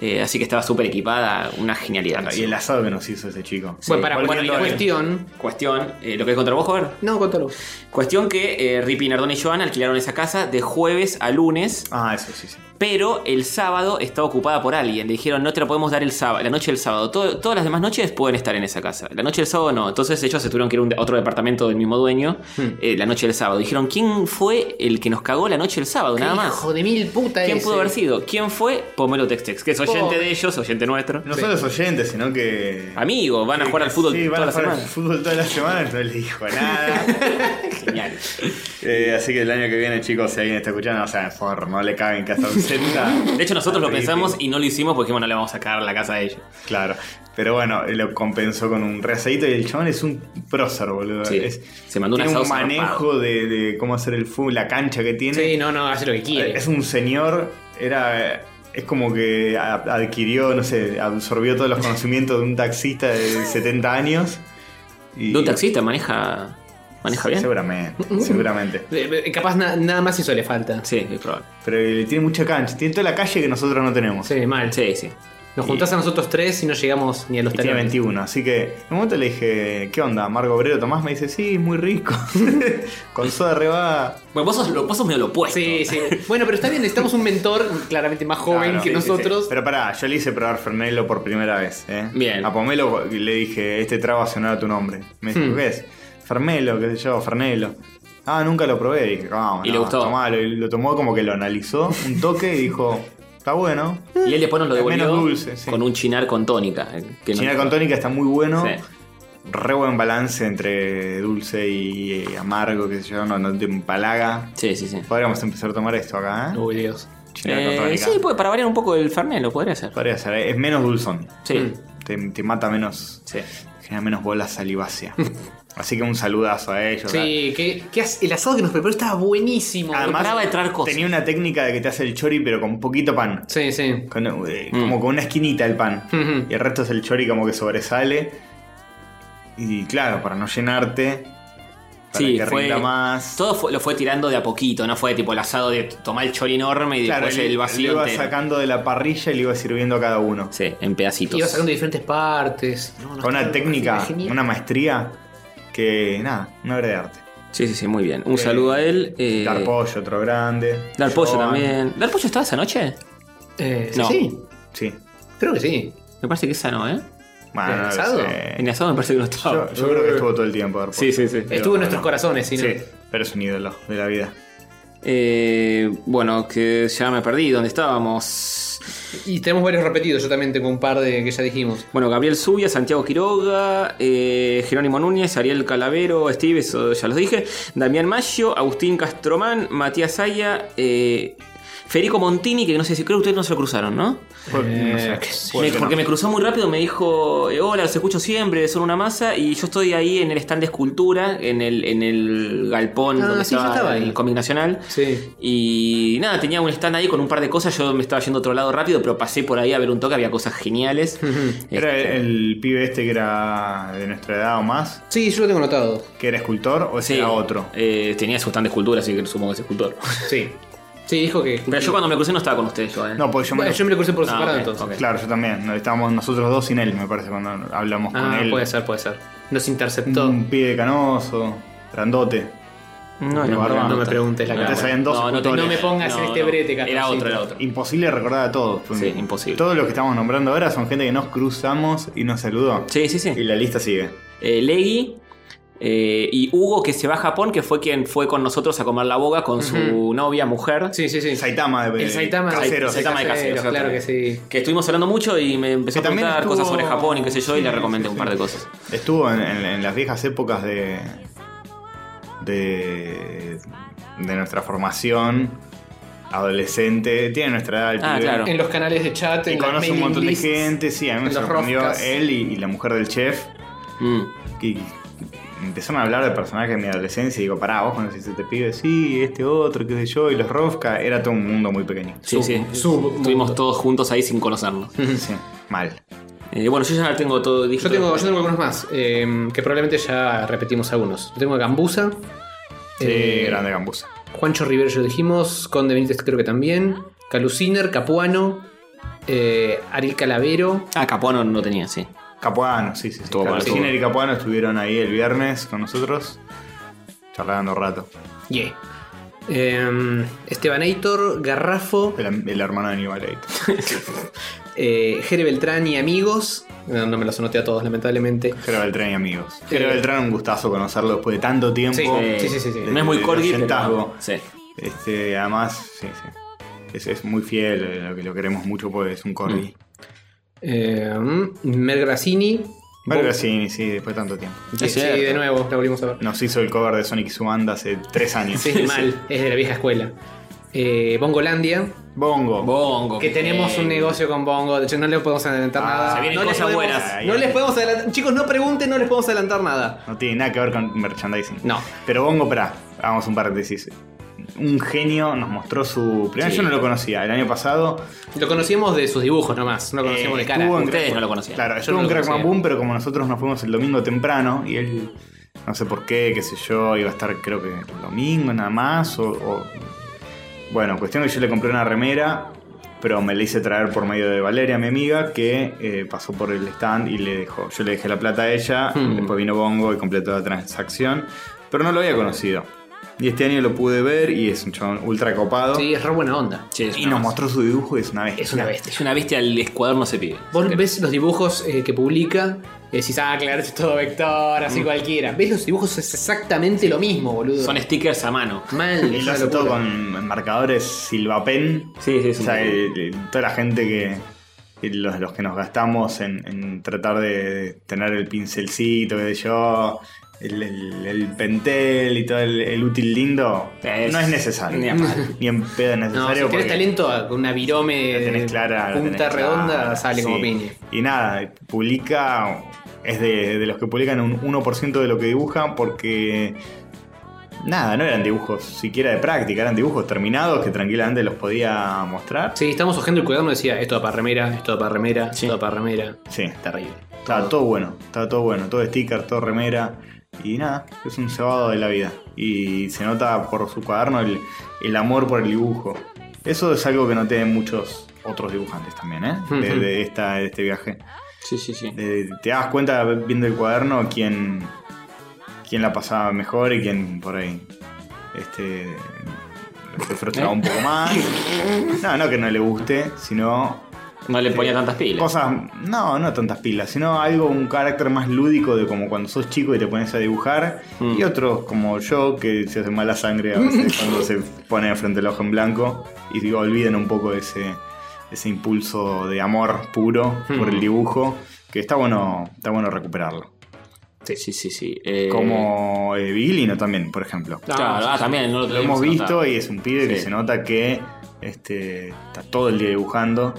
[SPEAKER 3] Eh, así que estaba súper equipada, una genialidad.
[SPEAKER 1] Hmm. Y el asado que nos hizo ese chico.
[SPEAKER 3] Sí.
[SPEAKER 6] Bueno, para
[SPEAKER 3] volviendo
[SPEAKER 6] bueno,
[SPEAKER 3] a-
[SPEAKER 6] la cuestión.
[SPEAKER 3] Cuestión, eh, ¿lo que contra vos, Jover?
[SPEAKER 6] No, contalo.
[SPEAKER 3] Cuestión que eh, Rippy, Nardone y Joan alquilaron esa casa de jueves a lunes.
[SPEAKER 1] Ah, eso sí, sí.
[SPEAKER 3] Pero el sábado está ocupada por alguien. Le dijeron, no te la podemos dar el sábado, la noche del sábado. Todo- todas las demás noches pueden estar en esa casa. La noche del sábado no. Entonces ellos se tuvieron que ir a un- a otro departamento del mismo dueño.
[SPEAKER 6] Hmm.
[SPEAKER 3] eh, eh, la noche del sábado. Dijeron, ¿quién fue el que nos cagó la noche del sábado? Nada más.
[SPEAKER 2] Hijo de mil puta
[SPEAKER 3] ¿Quién
[SPEAKER 2] ese.
[SPEAKER 3] pudo haber sido? ¿Quién fue? Pomelo Textex, que es oyente
[SPEAKER 2] Pobre.
[SPEAKER 3] de ellos, oyente nuestro.
[SPEAKER 1] No solo los oyentes, sino que.
[SPEAKER 3] Amigo, van a jugar al fútbol
[SPEAKER 1] Sí, van
[SPEAKER 3] toda
[SPEAKER 1] a
[SPEAKER 3] la
[SPEAKER 1] jugar al
[SPEAKER 3] semana.
[SPEAKER 1] fútbol toda la semana, no le dijo nada.
[SPEAKER 3] Genial.
[SPEAKER 1] Eh, así que el año que viene, chicos, si alguien está escuchando, o sea, forro, no le caben casa ausenta.
[SPEAKER 3] De hecho, nosotros lo
[SPEAKER 1] Horrible.
[SPEAKER 3] pensamos y no lo hicimos porque dijimos, no le vamos a sacar la casa a ellos.
[SPEAKER 1] Claro. Pero bueno, lo compensó con un reasadito y el chabón es un prócer, boludo.
[SPEAKER 3] Sí.
[SPEAKER 1] Es-
[SPEAKER 3] Se mandó una
[SPEAKER 1] tiene un
[SPEAKER 3] salsa
[SPEAKER 1] manejo
[SPEAKER 3] zarpada.
[SPEAKER 1] de, de cómo hacer el fútbol, la cancha que tiene.
[SPEAKER 2] Sí, no, no, hace lo que quiere.
[SPEAKER 1] Es un señor, era. Es como que a- adquirió, no sé, absorbió todos los conocimientos de un taxista de 70 años. Y
[SPEAKER 3] ¿De un taxista maneja, maneja bien?
[SPEAKER 1] Seguramente, seguramente.
[SPEAKER 2] Eh, eh, Capaz na- nada más eso le falta.
[SPEAKER 3] Sí, es probable.
[SPEAKER 1] Pero eh, tiene mucha cancha, tiene toda la calle que nosotros no tenemos.
[SPEAKER 2] Sí, mal.
[SPEAKER 3] Sí, sí.
[SPEAKER 2] Nos juntás a nosotros tres y no llegamos ni a los
[SPEAKER 1] Y tiene
[SPEAKER 2] talones.
[SPEAKER 1] 21, así que en un momento le dije, ¿qué onda? Margo Obrero Tomás me dice, sí, muy rico. Con soda reba.
[SPEAKER 3] Bueno, vos sos, lo- vos sos medio lo opuesto.
[SPEAKER 2] Sí, sí. Bueno, pero está bien, necesitamos un mentor claramente más joven
[SPEAKER 1] Claro,
[SPEAKER 2] que
[SPEAKER 1] sí,
[SPEAKER 2] nosotros.
[SPEAKER 1] Pero pará, yo le hice probar Fernelo por primera vez. ¿eh?
[SPEAKER 3] Bien.
[SPEAKER 1] A Pomelo le dije, este trago hace honor a tu nombre. Me dijo,
[SPEAKER 2] Hmm.
[SPEAKER 1] ¿qué es? Fernelo, qué sé yo, Fernelo. Ah, nunca lo probé. Y dije, vamos,
[SPEAKER 3] Y le gustó.
[SPEAKER 1] tomalo". Y lo tomó como que lo analizó un toque y dijo, está bueno.
[SPEAKER 3] Y él después nos lo
[SPEAKER 1] Es menos
[SPEAKER 3] devolvió
[SPEAKER 1] dulce, sí.
[SPEAKER 3] con un chinar con tónica. eh, Que no-
[SPEAKER 1] China con tónica está muy bueno.
[SPEAKER 3] Sí.
[SPEAKER 1] Re buen balance entre dulce y eh, amargo, qué sé yo, no, no te empalaga.
[SPEAKER 3] Sí, sí, sí.
[SPEAKER 1] Podríamos empezar a tomar esto acá, ¿eh?
[SPEAKER 2] Uy, Dios.
[SPEAKER 1] China
[SPEAKER 3] Eh,
[SPEAKER 1] con tónica.
[SPEAKER 3] sí, puede- para variar un poco el Fernet, lo podría hacer.
[SPEAKER 1] Podría ser, ¿eh? es menos dulzón.
[SPEAKER 3] Sí,
[SPEAKER 1] Te, te mata menos,
[SPEAKER 3] sí.
[SPEAKER 1] genera menos bola salivacia. Así que un saludazo a ellos.
[SPEAKER 2] Sí, que, que as- el asado que nos preparó estaba buenísimo.
[SPEAKER 1] Ah, Además,
[SPEAKER 3] Acaba de traer cosas.
[SPEAKER 1] Tenía una técnica de que te hace el chori, pero con poquito pan.
[SPEAKER 2] Sí, sí.
[SPEAKER 1] Con, eh, Como con una esquinita el pan.
[SPEAKER 2] Ujú.
[SPEAKER 1] Y el resto es el chori como que sobresale. Y claro, para no llenarte. Para
[SPEAKER 3] Sí,
[SPEAKER 1] que
[SPEAKER 3] fue-
[SPEAKER 1] rinda más.
[SPEAKER 3] Todo fue- lo fue tirando de a poquito, no fue tipo el asado de tomar el chori enorme y
[SPEAKER 1] Claro,
[SPEAKER 3] después el,
[SPEAKER 1] le-
[SPEAKER 3] vacío
[SPEAKER 1] Lo iba
[SPEAKER 3] entero.
[SPEAKER 1] sacando de la parrilla y le iba sirviendo a cada uno.
[SPEAKER 3] Sí, en pedacitos.
[SPEAKER 2] Iba sacando diferentes partes. No, no,
[SPEAKER 1] Con una
[SPEAKER 2] estaba-
[SPEAKER 1] técnica,
[SPEAKER 2] estaba genial.
[SPEAKER 1] una maestría que nada, una obra de arte.
[SPEAKER 3] Sí, sí, sí, muy bien. Un saludo a él. eh,
[SPEAKER 1] Dar pollo, otro grande.
[SPEAKER 3] Dar Pollo
[SPEAKER 1] Joan.
[SPEAKER 3] también. ¿Dar pollo estaba esa noche?
[SPEAKER 2] Eh, sí,
[SPEAKER 3] No.
[SPEAKER 2] sí,
[SPEAKER 1] Sí.
[SPEAKER 2] creo que sí.
[SPEAKER 3] Me parece que esa no, ¿eh?
[SPEAKER 1] Bueno, no lo
[SPEAKER 2] ¿Asado?
[SPEAKER 1] sé.
[SPEAKER 3] En el asado me parece que no estaba.
[SPEAKER 1] Yo, Eh, yo creo que estuvo todo el tiempo. Dar pollo.
[SPEAKER 3] Sí, sí, sí.
[SPEAKER 1] Pero
[SPEAKER 2] Estuvo en
[SPEAKER 1] bueno,
[SPEAKER 2] nuestros corazones, sí. ¿no?
[SPEAKER 1] Sí, pero es un ídolo de la vida.
[SPEAKER 3] Eh, bueno, que ya me perdí. ¿Dónde estábamos?
[SPEAKER 2] Y tenemos varios repetidos, yo también tengo un par de que ya dijimos.
[SPEAKER 3] Bueno, Gabriel Zubia, Santiago Quiroga, eh, Jerónimo Núñez, Ariel Calavero, Steve, eso ya los dije, Damián Maggio, Agustín Castromán, Matías Saya, eh, Federico Montini, que no sé si creo que ustedes no se lo cruzaron, ¿no?
[SPEAKER 1] Fue- no sé,
[SPEAKER 3] Me-
[SPEAKER 1] puede que
[SPEAKER 3] porque
[SPEAKER 1] no.
[SPEAKER 3] me cruzó muy rápido, me dijo, eh, hola, los escucho siempre, son una masa, y yo estoy ahí en el stand de escultura, en el, en el galpón
[SPEAKER 2] Ah,
[SPEAKER 3] donde
[SPEAKER 2] sí, yo
[SPEAKER 3] estaba,
[SPEAKER 2] estaba ahí.
[SPEAKER 3] el cómic nacional.
[SPEAKER 2] Sí.
[SPEAKER 3] Y nada, tenía un stand ahí con un par de cosas, yo me estaba yendo a otro lado rápido, pero pasé por ahí a ver un toque, había cosas geniales.
[SPEAKER 1] Era
[SPEAKER 3] Este,
[SPEAKER 1] el, el pibe este que era de nuestra edad o más,
[SPEAKER 2] Sí, yo lo tengo anotado.
[SPEAKER 1] que era escultor o ese
[SPEAKER 3] Sí,
[SPEAKER 1] era otro.
[SPEAKER 3] eh, tenía su stand de escultura, así que supongo que es escultor.
[SPEAKER 2] Sí. Sí, dijo que.
[SPEAKER 3] Pero yo cuando me crucé no estaba con ustedes, yo, ¿eh?
[SPEAKER 1] No, pues yo me
[SPEAKER 2] Bueno,
[SPEAKER 1] lo-
[SPEAKER 2] yo me lo crucé por
[SPEAKER 3] Ah,
[SPEAKER 2] separado
[SPEAKER 3] ok,
[SPEAKER 2] entonces.
[SPEAKER 3] ok.
[SPEAKER 1] Claro, yo también. No, Estábamos nosotros dos sin él, me parece, cuando hablamos con
[SPEAKER 2] Ah,
[SPEAKER 1] él.
[SPEAKER 2] puede ser, puede ser. Nos
[SPEAKER 1] Un,
[SPEAKER 2] interceptó.
[SPEAKER 1] pibe canoso, grandote.
[SPEAKER 3] no,
[SPEAKER 1] Pero
[SPEAKER 3] no,
[SPEAKER 1] barba.
[SPEAKER 3] no
[SPEAKER 2] No me preguntes la
[SPEAKER 3] No,
[SPEAKER 1] Te
[SPEAKER 2] cara.
[SPEAKER 1] salían dos
[SPEAKER 3] No, no,
[SPEAKER 1] escultores.
[SPEAKER 2] No me pongas en
[SPEAKER 3] No,
[SPEAKER 2] este
[SPEAKER 3] no.
[SPEAKER 2] brete,
[SPEAKER 3] Era
[SPEAKER 2] Castorcito.
[SPEAKER 3] otro, era otro.
[SPEAKER 1] Imposible recordar a todos.
[SPEAKER 3] Sí, imposible.
[SPEAKER 1] Todos los que estamos nombrando ahora son gente que nos cruzamos y nos saludó.
[SPEAKER 3] Sí, sí, sí.
[SPEAKER 1] Y la lista sigue.
[SPEAKER 3] Eh, Legui eh, y Hugo, que se va a Japón, que fue quien fue con nosotros a comer la boga con su novia, mujer.
[SPEAKER 2] Sí, sí, sí.
[SPEAKER 1] El Saitama de
[SPEAKER 2] El Saitama.
[SPEAKER 1] Casero.
[SPEAKER 3] El Saitama de Casero,
[SPEAKER 2] Casero, Claro que sí.
[SPEAKER 3] Que estuvimos hablando mucho y me empezó
[SPEAKER 1] Que
[SPEAKER 3] a
[SPEAKER 1] también
[SPEAKER 3] preguntar
[SPEAKER 1] estuvo-
[SPEAKER 3] cosas sobre Japón y qué sé yo, y
[SPEAKER 1] Sí,
[SPEAKER 3] le recomendé
[SPEAKER 1] sí,
[SPEAKER 3] un
[SPEAKER 1] sí.
[SPEAKER 3] par de cosas.
[SPEAKER 1] Estuvo en, en- en las viejas épocas de. de. de nuestra formación. Adolescente. Tiene nuestra edad el
[SPEAKER 3] Ah,
[SPEAKER 1] pibe.
[SPEAKER 3] claro.
[SPEAKER 2] En los canales de chat,
[SPEAKER 1] Y
[SPEAKER 2] en las
[SPEAKER 1] conoce un
[SPEAKER 2] mailing
[SPEAKER 1] montón de
[SPEAKER 2] lists.
[SPEAKER 1] gente, sí, a mí me
[SPEAKER 2] en los
[SPEAKER 1] sorprendió
[SPEAKER 2] roscas.
[SPEAKER 1] él y, y la mujer del chef.
[SPEAKER 3] Mm.
[SPEAKER 1] que empezaron a hablar de personajes de mi adolescencia y digo, pará, vos conociste a este pibe, sí, este otro, qué sé yo, y los Rosca, era todo un mundo muy pequeño.
[SPEAKER 3] Sí, sí.
[SPEAKER 2] sub-
[SPEAKER 3] Estuvimos todos juntos ahí sin conocernos.
[SPEAKER 1] sí, mal.
[SPEAKER 3] Eh, bueno, yo ya tengo todo. dije
[SPEAKER 2] Yo tengo,
[SPEAKER 3] todo.
[SPEAKER 2] yo tengo algunos más, eh, que probablemente ya repetimos algunos. Yo tengo a Gambusa.
[SPEAKER 1] Sí,
[SPEAKER 2] eh,
[SPEAKER 1] grande gambusa.
[SPEAKER 2] Juancho Rivero ya lo dijimos, Conde Benítez creo que también, Caluciner, Capuano, eh, Ariel Calavero,
[SPEAKER 3] Ah, Capuano no tenía, sí.
[SPEAKER 1] Capuano, sí, sí. sí.
[SPEAKER 3] Estuvo mal,
[SPEAKER 1] Capuciner
[SPEAKER 3] estuvo.
[SPEAKER 1] y Capuano estuvieron ahí el viernes con nosotros, charlando un rato.
[SPEAKER 2] yeah. Eh, Esteban Aitor, Garrafo,
[SPEAKER 1] El, el hermano de Aníbal Leite.
[SPEAKER 2] eh, Jere Beltrán y amigos, No, no me los anoté a todos, lamentablemente.
[SPEAKER 1] Jero Beltrán y amigos. Jero Beltrán, un gustazo conocerlo después de tanto tiempo.
[SPEAKER 2] Sí, Oh, sí, sí, sí, sí.
[SPEAKER 1] De-
[SPEAKER 3] Eh, No es muy
[SPEAKER 1] de- de
[SPEAKER 3] corgi, pero-
[SPEAKER 1] oyentazgo.
[SPEAKER 3] Sí.
[SPEAKER 1] Este, además, sí, sí. Es, es muy fiel, eh, lo que lo queremos mucho porque es un corgi.
[SPEAKER 2] Mm. Eh, mm, Mer Grassini.
[SPEAKER 1] Pero
[SPEAKER 2] Bob-
[SPEAKER 1] sí, sí, después de tanto tiempo.
[SPEAKER 2] Sí, sí, de nuevo, la volvimos a ver.
[SPEAKER 1] Nos hizo el cover de Sonic y su banda hace tres años.
[SPEAKER 2] Sí, mal, es de la vieja escuela. Eh, Bongolandia,
[SPEAKER 1] Bongo.
[SPEAKER 3] Bongo. eh,
[SPEAKER 2] que tenemos un negocio con Bongo, de hecho no le podemos adelantar
[SPEAKER 1] Ah,
[SPEAKER 2] nada.
[SPEAKER 1] se
[SPEAKER 3] vienen
[SPEAKER 2] no les
[SPEAKER 3] cosas
[SPEAKER 2] podemos-
[SPEAKER 3] buenas.
[SPEAKER 2] No les podemos adelantar, chicos, no pregunten, no les podemos adelantar nada.
[SPEAKER 1] No tiene nada que ver con merchandising.
[SPEAKER 2] No.
[SPEAKER 1] Pero Bongo, pará, hagamos un paréntesis. Un genio nos mostró su. Primero
[SPEAKER 3] Sí.
[SPEAKER 1] yo no lo conocía, el año pasado.
[SPEAKER 2] Lo conocíamos de sus dibujos nomás, no lo conocíamos
[SPEAKER 1] eh,
[SPEAKER 2] de cara.
[SPEAKER 1] estuvo en-
[SPEAKER 3] Ustedes no lo conocían.
[SPEAKER 1] Claro,
[SPEAKER 2] Yo
[SPEAKER 1] estuvo
[SPEAKER 2] no
[SPEAKER 1] en
[SPEAKER 2] lo
[SPEAKER 1] Crackman
[SPEAKER 2] conocía.
[SPEAKER 1] Boom, pero como nosotros nos fuimos el domingo temprano y él. No sé por qué, qué sé yo, iba a estar creo que el domingo nada más. O, o- Bueno, cuestión que yo le compré una remera, pero me la hice traer por medio de Valeria, mi amiga, que eh, pasó por el stand y le dejó. Yo le dejé la plata a ella,
[SPEAKER 2] Hmm.
[SPEAKER 1] después vino Bongo y completó la transacción, pero no lo había conocido. Y este año lo pude ver y es un chabón ultra copado.
[SPEAKER 2] Sí, es re buena onda.
[SPEAKER 3] Che, es
[SPEAKER 1] y
[SPEAKER 3] una bestia.
[SPEAKER 1] nos mostró su dibujo y es una bestia.
[SPEAKER 2] Es una bestia.
[SPEAKER 3] Es una bestia, el escuadrón no se pide.
[SPEAKER 2] Vos ves los dibujos eh, que publica, y decís, ah, claro, esto es todo vector,
[SPEAKER 1] Mm.
[SPEAKER 2] así cualquiera. Ves los dibujos, es exactamente lo mismo, boludo.
[SPEAKER 3] Son stickers a mano.
[SPEAKER 2] mal.
[SPEAKER 1] Y
[SPEAKER 2] es una
[SPEAKER 1] lo hace todo
[SPEAKER 2] locura.
[SPEAKER 1] con marcadores Silvapen.
[SPEAKER 3] Sí, sí, sí.
[SPEAKER 1] O sea, el- el- toda la gente que. que Los, los que nos gastamos en, en tratar de tener el pincelcito, que yo, el, el- el pentel y todo el, el útil lindo,
[SPEAKER 3] Es-
[SPEAKER 1] no es necesario.
[SPEAKER 3] ni a palo.
[SPEAKER 1] Ni en pedo es
[SPEAKER 2] No,
[SPEAKER 1] necesario.
[SPEAKER 2] si
[SPEAKER 1] porque
[SPEAKER 2] tenés talento con una virome
[SPEAKER 1] la tenés clara. la
[SPEAKER 2] Eh, punta
[SPEAKER 1] tenés
[SPEAKER 2] redonda,
[SPEAKER 1] clara,
[SPEAKER 2] sale
[SPEAKER 1] sí.
[SPEAKER 2] como piña.
[SPEAKER 1] Y nada, publica. Es de, de los que publican un 1% de lo que dibujan porque. Nada, no eran dibujos siquiera de práctica, eran dibujos terminados que tranquilamente los podía mostrar.
[SPEAKER 2] Sí, estamos hojeando el cuaderno y decía, esto va para remera, esto va para remera, esto va para remera.
[SPEAKER 1] Sí, está
[SPEAKER 2] Terrible.
[SPEAKER 1] Estaba todo. bueno, estaba todo bueno, todo sticker, todo remera. Y nada, es un cebado de la vida. Y se nota por su cuaderno el, el amor por el dibujo. Eso es algo que noté en muchos otros dibujantes también, ¿eh? De,
[SPEAKER 2] Ujú.
[SPEAKER 1] de esta, de este viaje.
[SPEAKER 3] Sí, sí, sí.
[SPEAKER 1] De- Eh, te das cuenta viendo el cuaderno quién, quién la pasaba mejor y quién por ahí este, se frustraba un poco más. No, no que no le guste, sino
[SPEAKER 3] No le ponía tantas pilas.
[SPEAKER 1] Cosas, no, no tantas pilas, sino algo, un carácter más lúdico de como cuando sos chico y te pones a dibujar.
[SPEAKER 3] Mm.
[SPEAKER 1] Y otros como yo, que se hace mala sangre a veces cuando se pone frente al ojo en blanco. Y digo, olviden un poco ese, ese impulso de amor puro por
[SPEAKER 3] Mm.
[SPEAKER 1] el dibujo, que está bueno, está bueno recuperarlo.
[SPEAKER 3] Sí, sí, sí. sí. Eh,
[SPEAKER 1] Como eh, Vigilino también, por ejemplo.
[SPEAKER 3] Claro, ah, también no lo,
[SPEAKER 1] Lo hemos visto y es un pibe que
[SPEAKER 3] Sí.
[SPEAKER 1] se nota que este, está todo el día dibujando.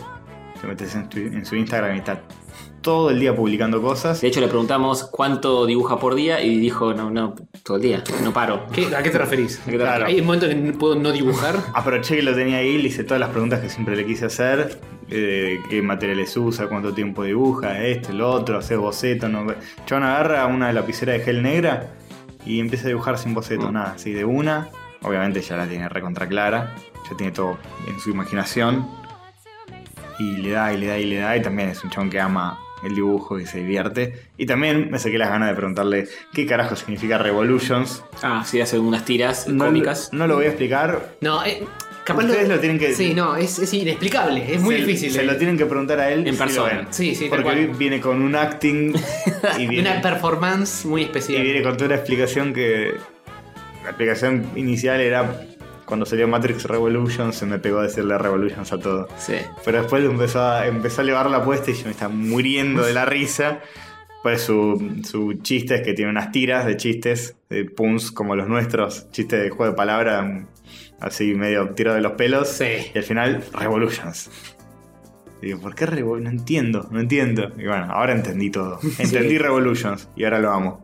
[SPEAKER 1] Te metes en, tu- en su Instagram y está todo el día publicando cosas.
[SPEAKER 3] De hecho, le preguntamos cuánto dibuja por día y dijo, no, no, todo el día, no paro.
[SPEAKER 2] ¿Qué- ¿A qué te referís?
[SPEAKER 1] Claro.
[SPEAKER 2] Hay un momento que no puedo no dibujar.
[SPEAKER 1] Aproveché que lo tenía ahí, le hice todas las preguntas que siempre le quise hacer. eh, qué materiales usa, cuánto tiempo dibuja, esto, lo otro, hace boceto. No... Chabón agarra una lapicera de gel negra y empieza a dibujar sin boceto, nada, así de una. Obviamente ya la tiene recontra clara, ya tiene todo en su imaginación. Y le da, y le da, y le da. Y también es un chabón que ama el dibujo y se divierte. Y también me saqué las ganas de preguntarle qué carajo significa Revolutions.
[SPEAKER 3] Ah, sí, hace unas tiras
[SPEAKER 1] No-
[SPEAKER 3] cómicas.
[SPEAKER 1] no lo voy a explicar,
[SPEAKER 2] No, eh, capaz
[SPEAKER 1] Ustedes lo tienen que-
[SPEAKER 2] Sí, no, es, es inexplicable, es muy
[SPEAKER 1] se,
[SPEAKER 2] difícil.
[SPEAKER 1] Se
[SPEAKER 2] eh.
[SPEAKER 1] lo tienen que preguntar a él.
[SPEAKER 3] En
[SPEAKER 1] si lo
[SPEAKER 3] persona.
[SPEAKER 1] ven.
[SPEAKER 2] Sí, sí, tal
[SPEAKER 1] Porque
[SPEAKER 2] cual.
[SPEAKER 1] vi- viene con un acting y
[SPEAKER 2] Y
[SPEAKER 1] viene,
[SPEAKER 2] Una performance muy
[SPEAKER 1] y
[SPEAKER 2] especial.
[SPEAKER 1] viene con toda una explicación que. La explicación inicial era. Cuando salió Matrix Revolution se me pegó a decirle Revolutions a todo.
[SPEAKER 3] Sí.
[SPEAKER 1] Pero después lo empezó a, empezó a elevar la apuesta y yo me estaba muriendo de la risa. Pues su, su chiste es que tiene unas tiras de chistes, de puns como los nuestros, chistes de juego de palabra, así medio tiro de los pelos.
[SPEAKER 2] Sí.
[SPEAKER 1] Y al final, Revolutions. Y digo, ¿por qué Revolutions? No entiendo, no entiendo. Y bueno, ahora entendí todo. Entendí Revolutions y ahora lo amo.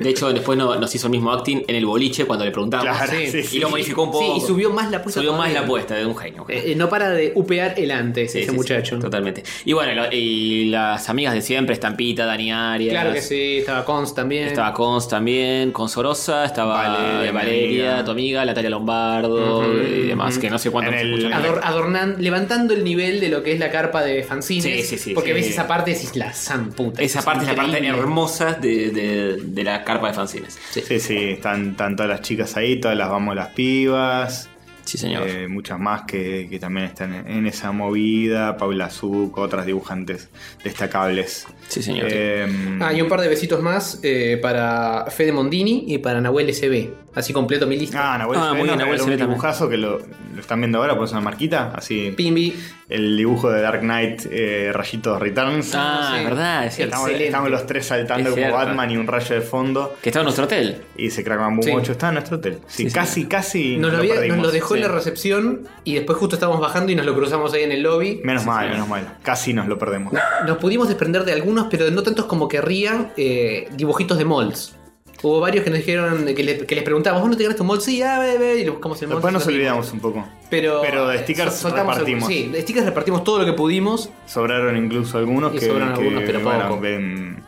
[SPEAKER 3] De hecho, después no- nos hizo el mismo acting en el boliche cuando le preguntamos.
[SPEAKER 1] Claro,
[SPEAKER 2] sí.
[SPEAKER 1] sí,
[SPEAKER 3] Y
[SPEAKER 1] sí.
[SPEAKER 3] lo modificó un
[SPEAKER 2] Sí,
[SPEAKER 3] poco.
[SPEAKER 2] y subió más la apuesta.
[SPEAKER 3] Subió más
[SPEAKER 2] todavía.
[SPEAKER 3] la apuesta de un genio.
[SPEAKER 2] Eh, eh, no para de upear el antes
[SPEAKER 3] Sí,
[SPEAKER 2] ese
[SPEAKER 3] sí, sí,
[SPEAKER 2] muchacho.
[SPEAKER 3] totalmente. Y bueno, lo- y las amigas de siempre, Estampita, Dani Arias.
[SPEAKER 2] Claro que sí, estaba Cons también.
[SPEAKER 3] Estaba Cons también, con Sorosa, estaba
[SPEAKER 1] Vale,
[SPEAKER 3] Valeria,
[SPEAKER 1] amiga.
[SPEAKER 3] tu amiga, Natalia Lombardo
[SPEAKER 2] Ujú,
[SPEAKER 3] y demás,
[SPEAKER 2] ujú.
[SPEAKER 3] que no sé cuánto.
[SPEAKER 1] En el-
[SPEAKER 3] mucho-
[SPEAKER 2] Ador- adornan- levantando el nivel de lo que es la carpa de fanzines.
[SPEAKER 3] Sí, sí, sí,
[SPEAKER 2] Porque
[SPEAKER 3] sí.
[SPEAKER 2] ves esa parte y decís, la san puta.
[SPEAKER 3] Esa parte es la parte
[SPEAKER 2] increíble".
[SPEAKER 3] hermosa de, de- de la carpa de fanzines.
[SPEAKER 1] Sí, sí, están, están todas las chicas ahí, todas las vamos las pibas.
[SPEAKER 3] Sí, señor.
[SPEAKER 1] Eh, muchas más que, que también están en, en esa movida. Paula Zuc, otras dibujantes destacables.
[SPEAKER 3] Sí, señor.
[SPEAKER 1] Em,
[SPEAKER 2] Ah, y un par de besitos más eh, para Fede Mondini y para Nahuel SB. Así completo mi lista.
[SPEAKER 1] Ah, Nahuel
[SPEAKER 3] Ah,
[SPEAKER 1] Sereno,
[SPEAKER 3] muy bien, Nahuel
[SPEAKER 1] era un
[SPEAKER 3] Sereno también.
[SPEAKER 1] dibujazo que lo, lo están viendo ahora, pones una marquita, así
[SPEAKER 2] Pimbi.
[SPEAKER 1] el dibujo de Dark Knight eh, Rayitos Returns.
[SPEAKER 3] Ah,
[SPEAKER 2] sí.
[SPEAKER 3] es verdad, es cierto.
[SPEAKER 1] estamos,
[SPEAKER 2] excelente.
[SPEAKER 1] estamos los tres saltando
[SPEAKER 3] Es
[SPEAKER 1] como
[SPEAKER 3] cierto.
[SPEAKER 1] Batman y un rayo de fondo.
[SPEAKER 3] Que estaba en nuestro hotel.
[SPEAKER 1] Y dice Crackman Boom
[SPEAKER 2] Sí.
[SPEAKER 1] 8 está en nuestro hotel. Sí,
[SPEAKER 3] Sí, sí.
[SPEAKER 1] casi, casi
[SPEAKER 2] Nos lo, había- nos
[SPEAKER 1] perdimos.
[SPEAKER 2] lo dejó en
[SPEAKER 3] sí.
[SPEAKER 2] la recepción y después justo estábamos bajando y nos lo cruzamos ahí en el lobby.
[SPEAKER 1] Menos mal,
[SPEAKER 3] sí.
[SPEAKER 1] menos mal. Casi nos lo perdemos.
[SPEAKER 2] Nos pudimos desprender de algunos, pero no tantos como querrían eh, dibujitos de molds. Hubo varios que nos dijeron, que, le- que les preguntamos, ¿vos no te ganaste un mold? Sí, ah, bebé, y lo buscamos en el mold.
[SPEAKER 1] Después nos
[SPEAKER 2] y lo dimos.
[SPEAKER 1] olvidamos un poco.
[SPEAKER 2] Pero,
[SPEAKER 1] Pero de stickers
[SPEAKER 2] sol- soltamos
[SPEAKER 1] repartimos.
[SPEAKER 2] algún- sí, de stickers repartimos todo lo que pudimos.
[SPEAKER 1] Sobraron incluso algunos
[SPEAKER 2] Y
[SPEAKER 1] que,
[SPEAKER 2] sobraron
[SPEAKER 1] que,
[SPEAKER 2] algunos, pero
[SPEAKER 1] bueno,
[SPEAKER 2] poco.
[SPEAKER 1] ven,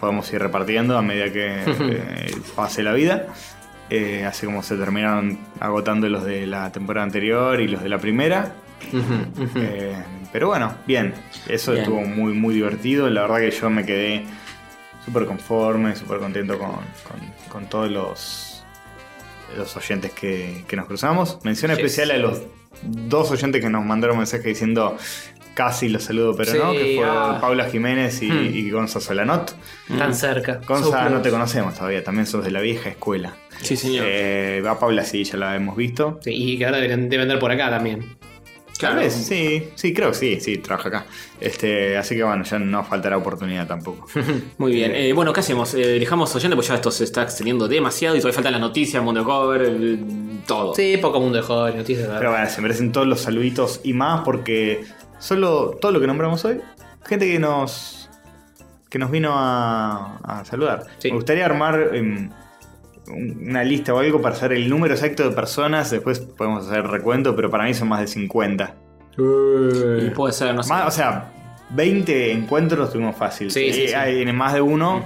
[SPEAKER 1] podemos ir repartiendo a medida que eh, pase la vida. Eh, así como se terminaron agotando los de la temporada anterior y los de la primera.
[SPEAKER 2] Ujú, ujú.
[SPEAKER 1] Eh, pero bueno, bien. Eso
[SPEAKER 3] Bien.
[SPEAKER 1] estuvo muy, muy divertido. La verdad que yo me quedé súper conforme, súper contento con, con- con todos los, los oyentes que, que nos cruzamos. Mención
[SPEAKER 2] Yes.
[SPEAKER 1] especial a los dos oyentes que nos mandaron mensaje diciendo casi los saludo, pero
[SPEAKER 2] Sí,
[SPEAKER 1] no, que fue
[SPEAKER 2] ah.
[SPEAKER 1] Paula Jiménez y,
[SPEAKER 2] Hmm.
[SPEAKER 1] y Gonza Solanot.
[SPEAKER 2] Tan cerca. So
[SPEAKER 1] Gonza,
[SPEAKER 2] close.
[SPEAKER 1] no te conocemos todavía, también sos de la vieja escuela.
[SPEAKER 3] Sí, señor.
[SPEAKER 1] Eh, a Paula sí, ya la hemos visto.
[SPEAKER 2] Sí, y que ahora deben, deben andar por acá también.
[SPEAKER 1] Tal vez, sí, sí, creo que sí, sí, trabaja acá. Este, así que bueno, ya no faltará oportunidad tampoco.
[SPEAKER 3] Muy bien. Eh, bueno, ¿qué hacemos? Eh, dejamos oyendo, pues ya esto se está extendiendo demasiado y todavía faltan las noticias, mundo cover, el- eh, todo.
[SPEAKER 2] Sí, poco mundo de joven, noticias de
[SPEAKER 1] Pero
[SPEAKER 2] verdad.
[SPEAKER 1] bueno, se merecen todos los saluditos y más porque solo todo lo que nombramos hoy, gente que nos que nos vino a, a saludar.
[SPEAKER 2] Sí.
[SPEAKER 1] Me gustaría armar em, un- una lista o algo para saber el número exacto de personas, después podemos hacer recuento, pero para mí son más de 50.
[SPEAKER 3] Y puede ser, no sé.
[SPEAKER 1] Más- o sea, 20 encuentros tuvimos fácil.
[SPEAKER 2] Sí, sí,
[SPEAKER 1] Y
[SPEAKER 2] sí. Mm.
[SPEAKER 1] hay- en más de uno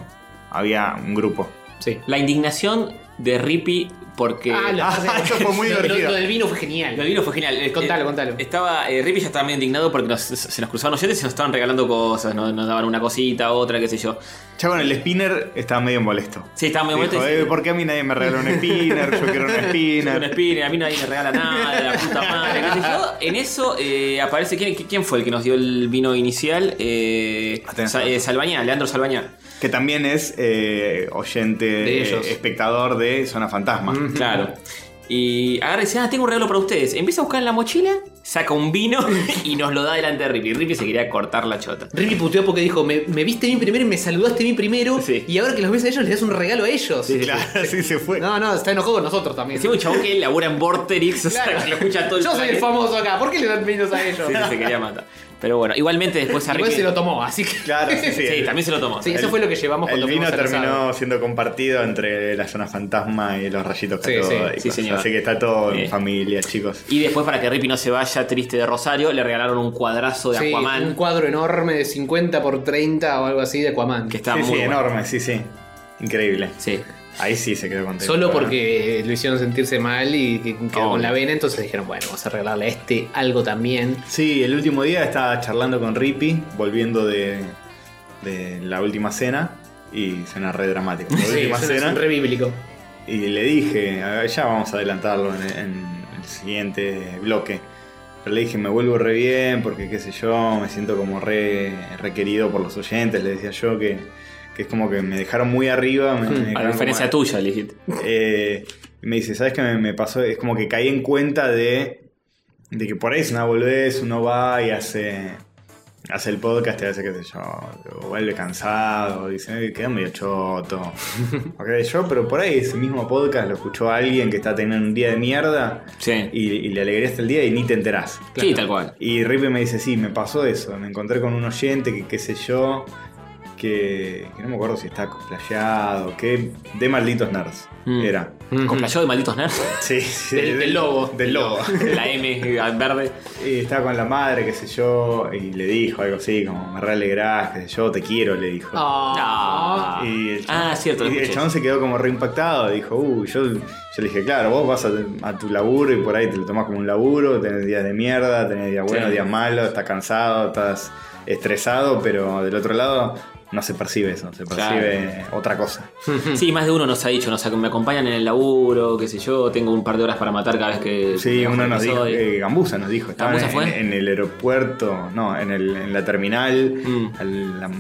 [SPEAKER 1] había un grupo.
[SPEAKER 2] Sí.
[SPEAKER 3] La indignación de Rippy porque.
[SPEAKER 2] Ah, lo-
[SPEAKER 1] Ah, eso fue muy
[SPEAKER 2] lo- lo-
[SPEAKER 1] divertido.
[SPEAKER 2] Lo, del vino fue
[SPEAKER 3] Lo
[SPEAKER 2] genial.
[SPEAKER 3] vino fue genial. Eh,
[SPEAKER 2] Contalo,
[SPEAKER 3] eh,
[SPEAKER 2] contalo.
[SPEAKER 3] Estaba, eh, Rippy ya estaba medio indignado porque nos- se nos cruzaban oyentes y nos estaban regalando cosas, ¿no? nos daban una cosita, otra, qué sé yo.
[SPEAKER 1] Ya con el spinner estaba medio molesto.
[SPEAKER 3] Sí, estaba medio
[SPEAKER 1] Dijo,
[SPEAKER 3] molesto y-
[SPEAKER 1] "Eh, ¿por qué a mí nadie me regaló un spinner? Yo quiero un
[SPEAKER 3] Yo tengo un
[SPEAKER 1] spinner.
[SPEAKER 3] spinner, a mí nadie me regala nada, la puta madre, qué sé yo. En eso eh, aparece, ¿quién, ¿quién fue el que nos dio el vino inicial? Eh,
[SPEAKER 1] Ah, tenés
[SPEAKER 3] Sa- eh, Salvañá, Leandro Salvañá.
[SPEAKER 1] Que también es eh, oyente,
[SPEAKER 2] De ellos.
[SPEAKER 1] eh, espectador de Zona Fantasma.
[SPEAKER 3] Claro. Y agarra y dice, ah, tengo un regalo para ustedes. Empieza a buscar en la mochila, saca un vino y nos lo da delante de Rippy. Rippy se quería cortar la chota.
[SPEAKER 2] Ricky puteó porque dijo, me, me viste a mí primero y me saludaste a mí primero.
[SPEAKER 3] Sí.
[SPEAKER 2] Y ahora que los ves a ellos, les das un regalo a ellos.
[SPEAKER 1] Claro, así se fue.
[SPEAKER 2] No, no, está enojado con nosotros también.
[SPEAKER 3] Encima un chabón que labura en Vorterix, o sea,
[SPEAKER 2] Claro.
[SPEAKER 3] que lo escucha todo el
[SPEAKER 2] Yo soy el
[SPEAKER 3] planeta.
[SPEAKER 2] famoso acá, ¿por qué le dan vinos a ellos?
[SPEAKER 3] Sí, sí, se quería matar. Pero bueno, igualmente después a
[SPEAKER 2] Igual
[SPEAKER 3] Rippy...
[SPEAKER 2] se lo tomó, así que.
[SPEAKER 1] Claro, sí, sí.
[SPEAKER 3] Sí, también se lo tomó.
[SPEAKER 2] Sí, eso
[SPEAKER 1] El-
[SPEAKER 2] fue lo que llevamos
[SPEAKER 1] El
[SPEAKER 2] cuando
[SPEAKER 1] vino
[SPEAKER 2] fuimos al
[SPEAKER 1] terminó
[SPEAKER 2] asado.
[SPEAKER 1] siendo compartido entre la Zona Fantasma y los rayitos
[SPEAKER 2] Sí, sí,
[SPEAKER 1] catódicos.
[SPEAKER 3] sí, señor.
[SPEAKER 1] Así que está todo en
[SPEAKER 3] Bien.
[SPEAKER 1] familia, chicos.
[SPEAKER 3] Y después para que Rippy no se vaya triste de Rosario, le regalaron un cuadrazo de
[SPEAKER 2] Sí,
[SPEAKER 3] Aquaman.
[SPEAKER 2] un cuadro enorme de 50 por 30 o algo así de Aquaman.
[SPEAKER 3] Que está
[SPEAKER 1] sí,
[SPEAKER 3] muy
[SPEAKER 1] sí,
[SPEAKER 3] bueno.
[SPEAKER 1] enorme, sí, sí. Increíble.
[SPEAKER 3] Sí.
[SPEAKER 1] Ahí sí se quedó contento.
[SPEAKER 2] Solo
[SPEAKER 1] ¿no?
[SPEAKER 2] porque lo hicieron sentirse mal y que quedó
[SPEAKER 3] Obvio.
[SPEAKER 2] con la vena, entonces dijeron, bueno, vamos a regalarle a este algo también.
[SPEAKER 1] Sí, el último día estaba charlando con Rippy, volviendo de, de la última cena. Y suena re dramático. La
[SPEAKER 2] suena-
[SPEAKER 1] última cena.
[SPEAKER 3] ¿eh?
[SPEAKER 2] suena re bíblico.
[SPEAKER 1] Y le dije, a ver, ya vamos a adelantarlo en, en el siguiente bloque. Pero le dije, me vuelvo re bien porque qué sé yo, me siento como re requerido por los oyentes. Le decía yo que, que es como que me dejaron muy arriba. me- me
[SPEAKER 3] A
[SPEAKER 1] dejaron
[SPEAKER 3] diferencia
[SPEAKER 1] como-
[SPEAKER 3] tuya, le dijiste.
[SPEAKER 1] Eh, y me dice, ¿sabes qué me, me pasó? Es como que caí en cuenta de, de que por ahí es una volvés, uno va y hace, hace el podcast y hace, qué sé yo, o vuelve cansado, dice, "Ay, quedó medio choto. o qué sé yo, pero por ahí ese mismo podcast lo escuchó alguien que está teniendo un día de mierda
[SPEAKER 3] Sí.
[SPEAKER 1] y, y le alegría hasta el día y ni te enterás.
[SPEAKER 3] Sí, tal cual.
[SPEAKER 1] Y Rippy me dice, sí, me pasó eso. Me encontré con un oyente que qué sé yo, que, que no me acuerdo si está cosplayado, que de malditos nerds.
[SPEAKER 3] Mm.
[SPEAKER 1] Era.
[SPEAKER 3] Complayó de malditos nerds.
[SPEAKER 1] Sí, sí,
[SPEAKER 2] Del- del lobo.
[SPEAKER 1] Del lobo.
[SPEAKER 3] La M al verde.
[SPEAKER 1] y estaba con la madre, qué sé yo, y le dijo algo así, como, me realegrás, qué sé yo, te quiero, le dijo.
[SPEAKER 2] Ah.
[SPEAKER 3] Ah.
[SPEAKER 1] Y el
[SPEAKER 3] Ah, cierto, lo
[SPEAKER 1] y el
[SPEAKER 3] escuché.
[SPEAKER 1] chabón se quedó como reimpactado. Dijo, uh, yo, yo le dije, claro, vos vas a, a tu laburo y por ahí te lo tomás como un laburo. Tenés días de mierda, tenés días buenos,
[SPEAKER 3] Sí.
[SPEAKER 1] días malos, estás cansado, estás estresado, pero del otro lado No se percibe eso, se percibe otra cosa.
[SPEAKER 3] Sí, más de uno nos ha dicho, nos ac- me acompañan en el laburo, qué sé yo, tengo un par de horas para matar cada vez que...
[SPEAKER 1] Sí,
[SPEAKER 3] hagamos
[SPEAKER 1] uno
[SPEAKER 3] un
[SPEAKER 1] nos dijo,
[SPEAKER 3] episodio.
[SPEAKER 1] eh, Gambusa nos dijo, estaba en,
[SPEAKER 3] ¿Gambusa fue?
[SPEAKER 1] en el aeropuerto, no, en, el, en la terminal,
[SPEAKER 3] Mm.
[SPEAKER 1] a las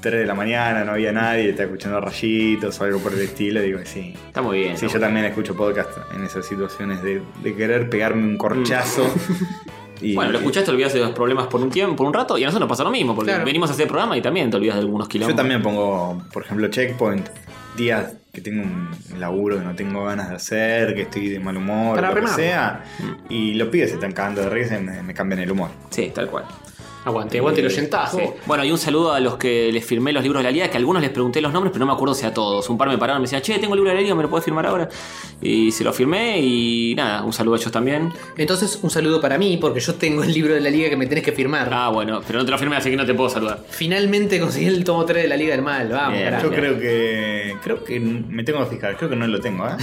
[SPEAKER 1] 3 de la mañana, no había nadie, estaba escuchando rayitos o algo por el estilo, digo, sí.
[SPEAKER 3] Está muy bien. está
[SPEAKER 1] Sí, yo
[SPEAKER 3] muy bien.
[SPEAKER 1] también escucho podcast en esas situaciones de, de querer pegarme un corchazo. y-
[SPEAKER 3] Mm. Bueno, lo escuchaste, te olvidas de los problemas por un tiempo, por un rato, y a nosotros nos pasa lo mismo, porque
[SPEAKER 2] Claro.
[SPEAKER 3] venimos a hacer programa y también te olvidas de algunos kilómetros.
[SPEAKER 1] Yo también pongo, por ejemplo, checkpoint. Días que tengo un laburo que no tengo ganas de hacer, que estoy de mal humor,
[SPEAKER 2] Para
[SPEAKER 1] lo que
[SPEAKER 2] remar.
[SPEAKER 1] sea.
[SPEAKER 3] Mm.
[SPEAKER 1] Y los pibes se están cagando de risa y me, me cambian el humor.
[SPEAKER 3] Sí, tal cual.
[SPEAKER 2] Aguante, aguante el
[SPEAKER 3] Eh, Sí. Oh.
[SPEAKER 2] oyentazo.
[SPEAKER 3] Bueno, y un saludo a los que les firmé los libros de la Liga, que a algunos les pregunté los nombres, pero no me acuerdo si a todos. Un par me pararon y me decían, che, tengo el libro de la Liga, ¿me lo puedes firmar ahora? Y se lo firmé y nada, un saludo a ellos también.
[SPEAKER 2] Entonces, un saludo para mí, porque yo tengo el libro de la liga que me tenés que firmar.
[SPEAKER 3] Ah, bueno, pero no te lo firmé, así que no te puedo saludar.
[SPEAKER 2] Finalmente conseguí el tomo 3 de la Liga del Mal. Vamos,
[SPEAKER 3] Bien,
[SPEAKER 2] carajo.
[SPEAKER 1] Yo
[SPEAKER 3] Bien.
[SPEAKER 1] creo que. Creo que me tengo que fijar, creo que no lo tengo, ¿eh?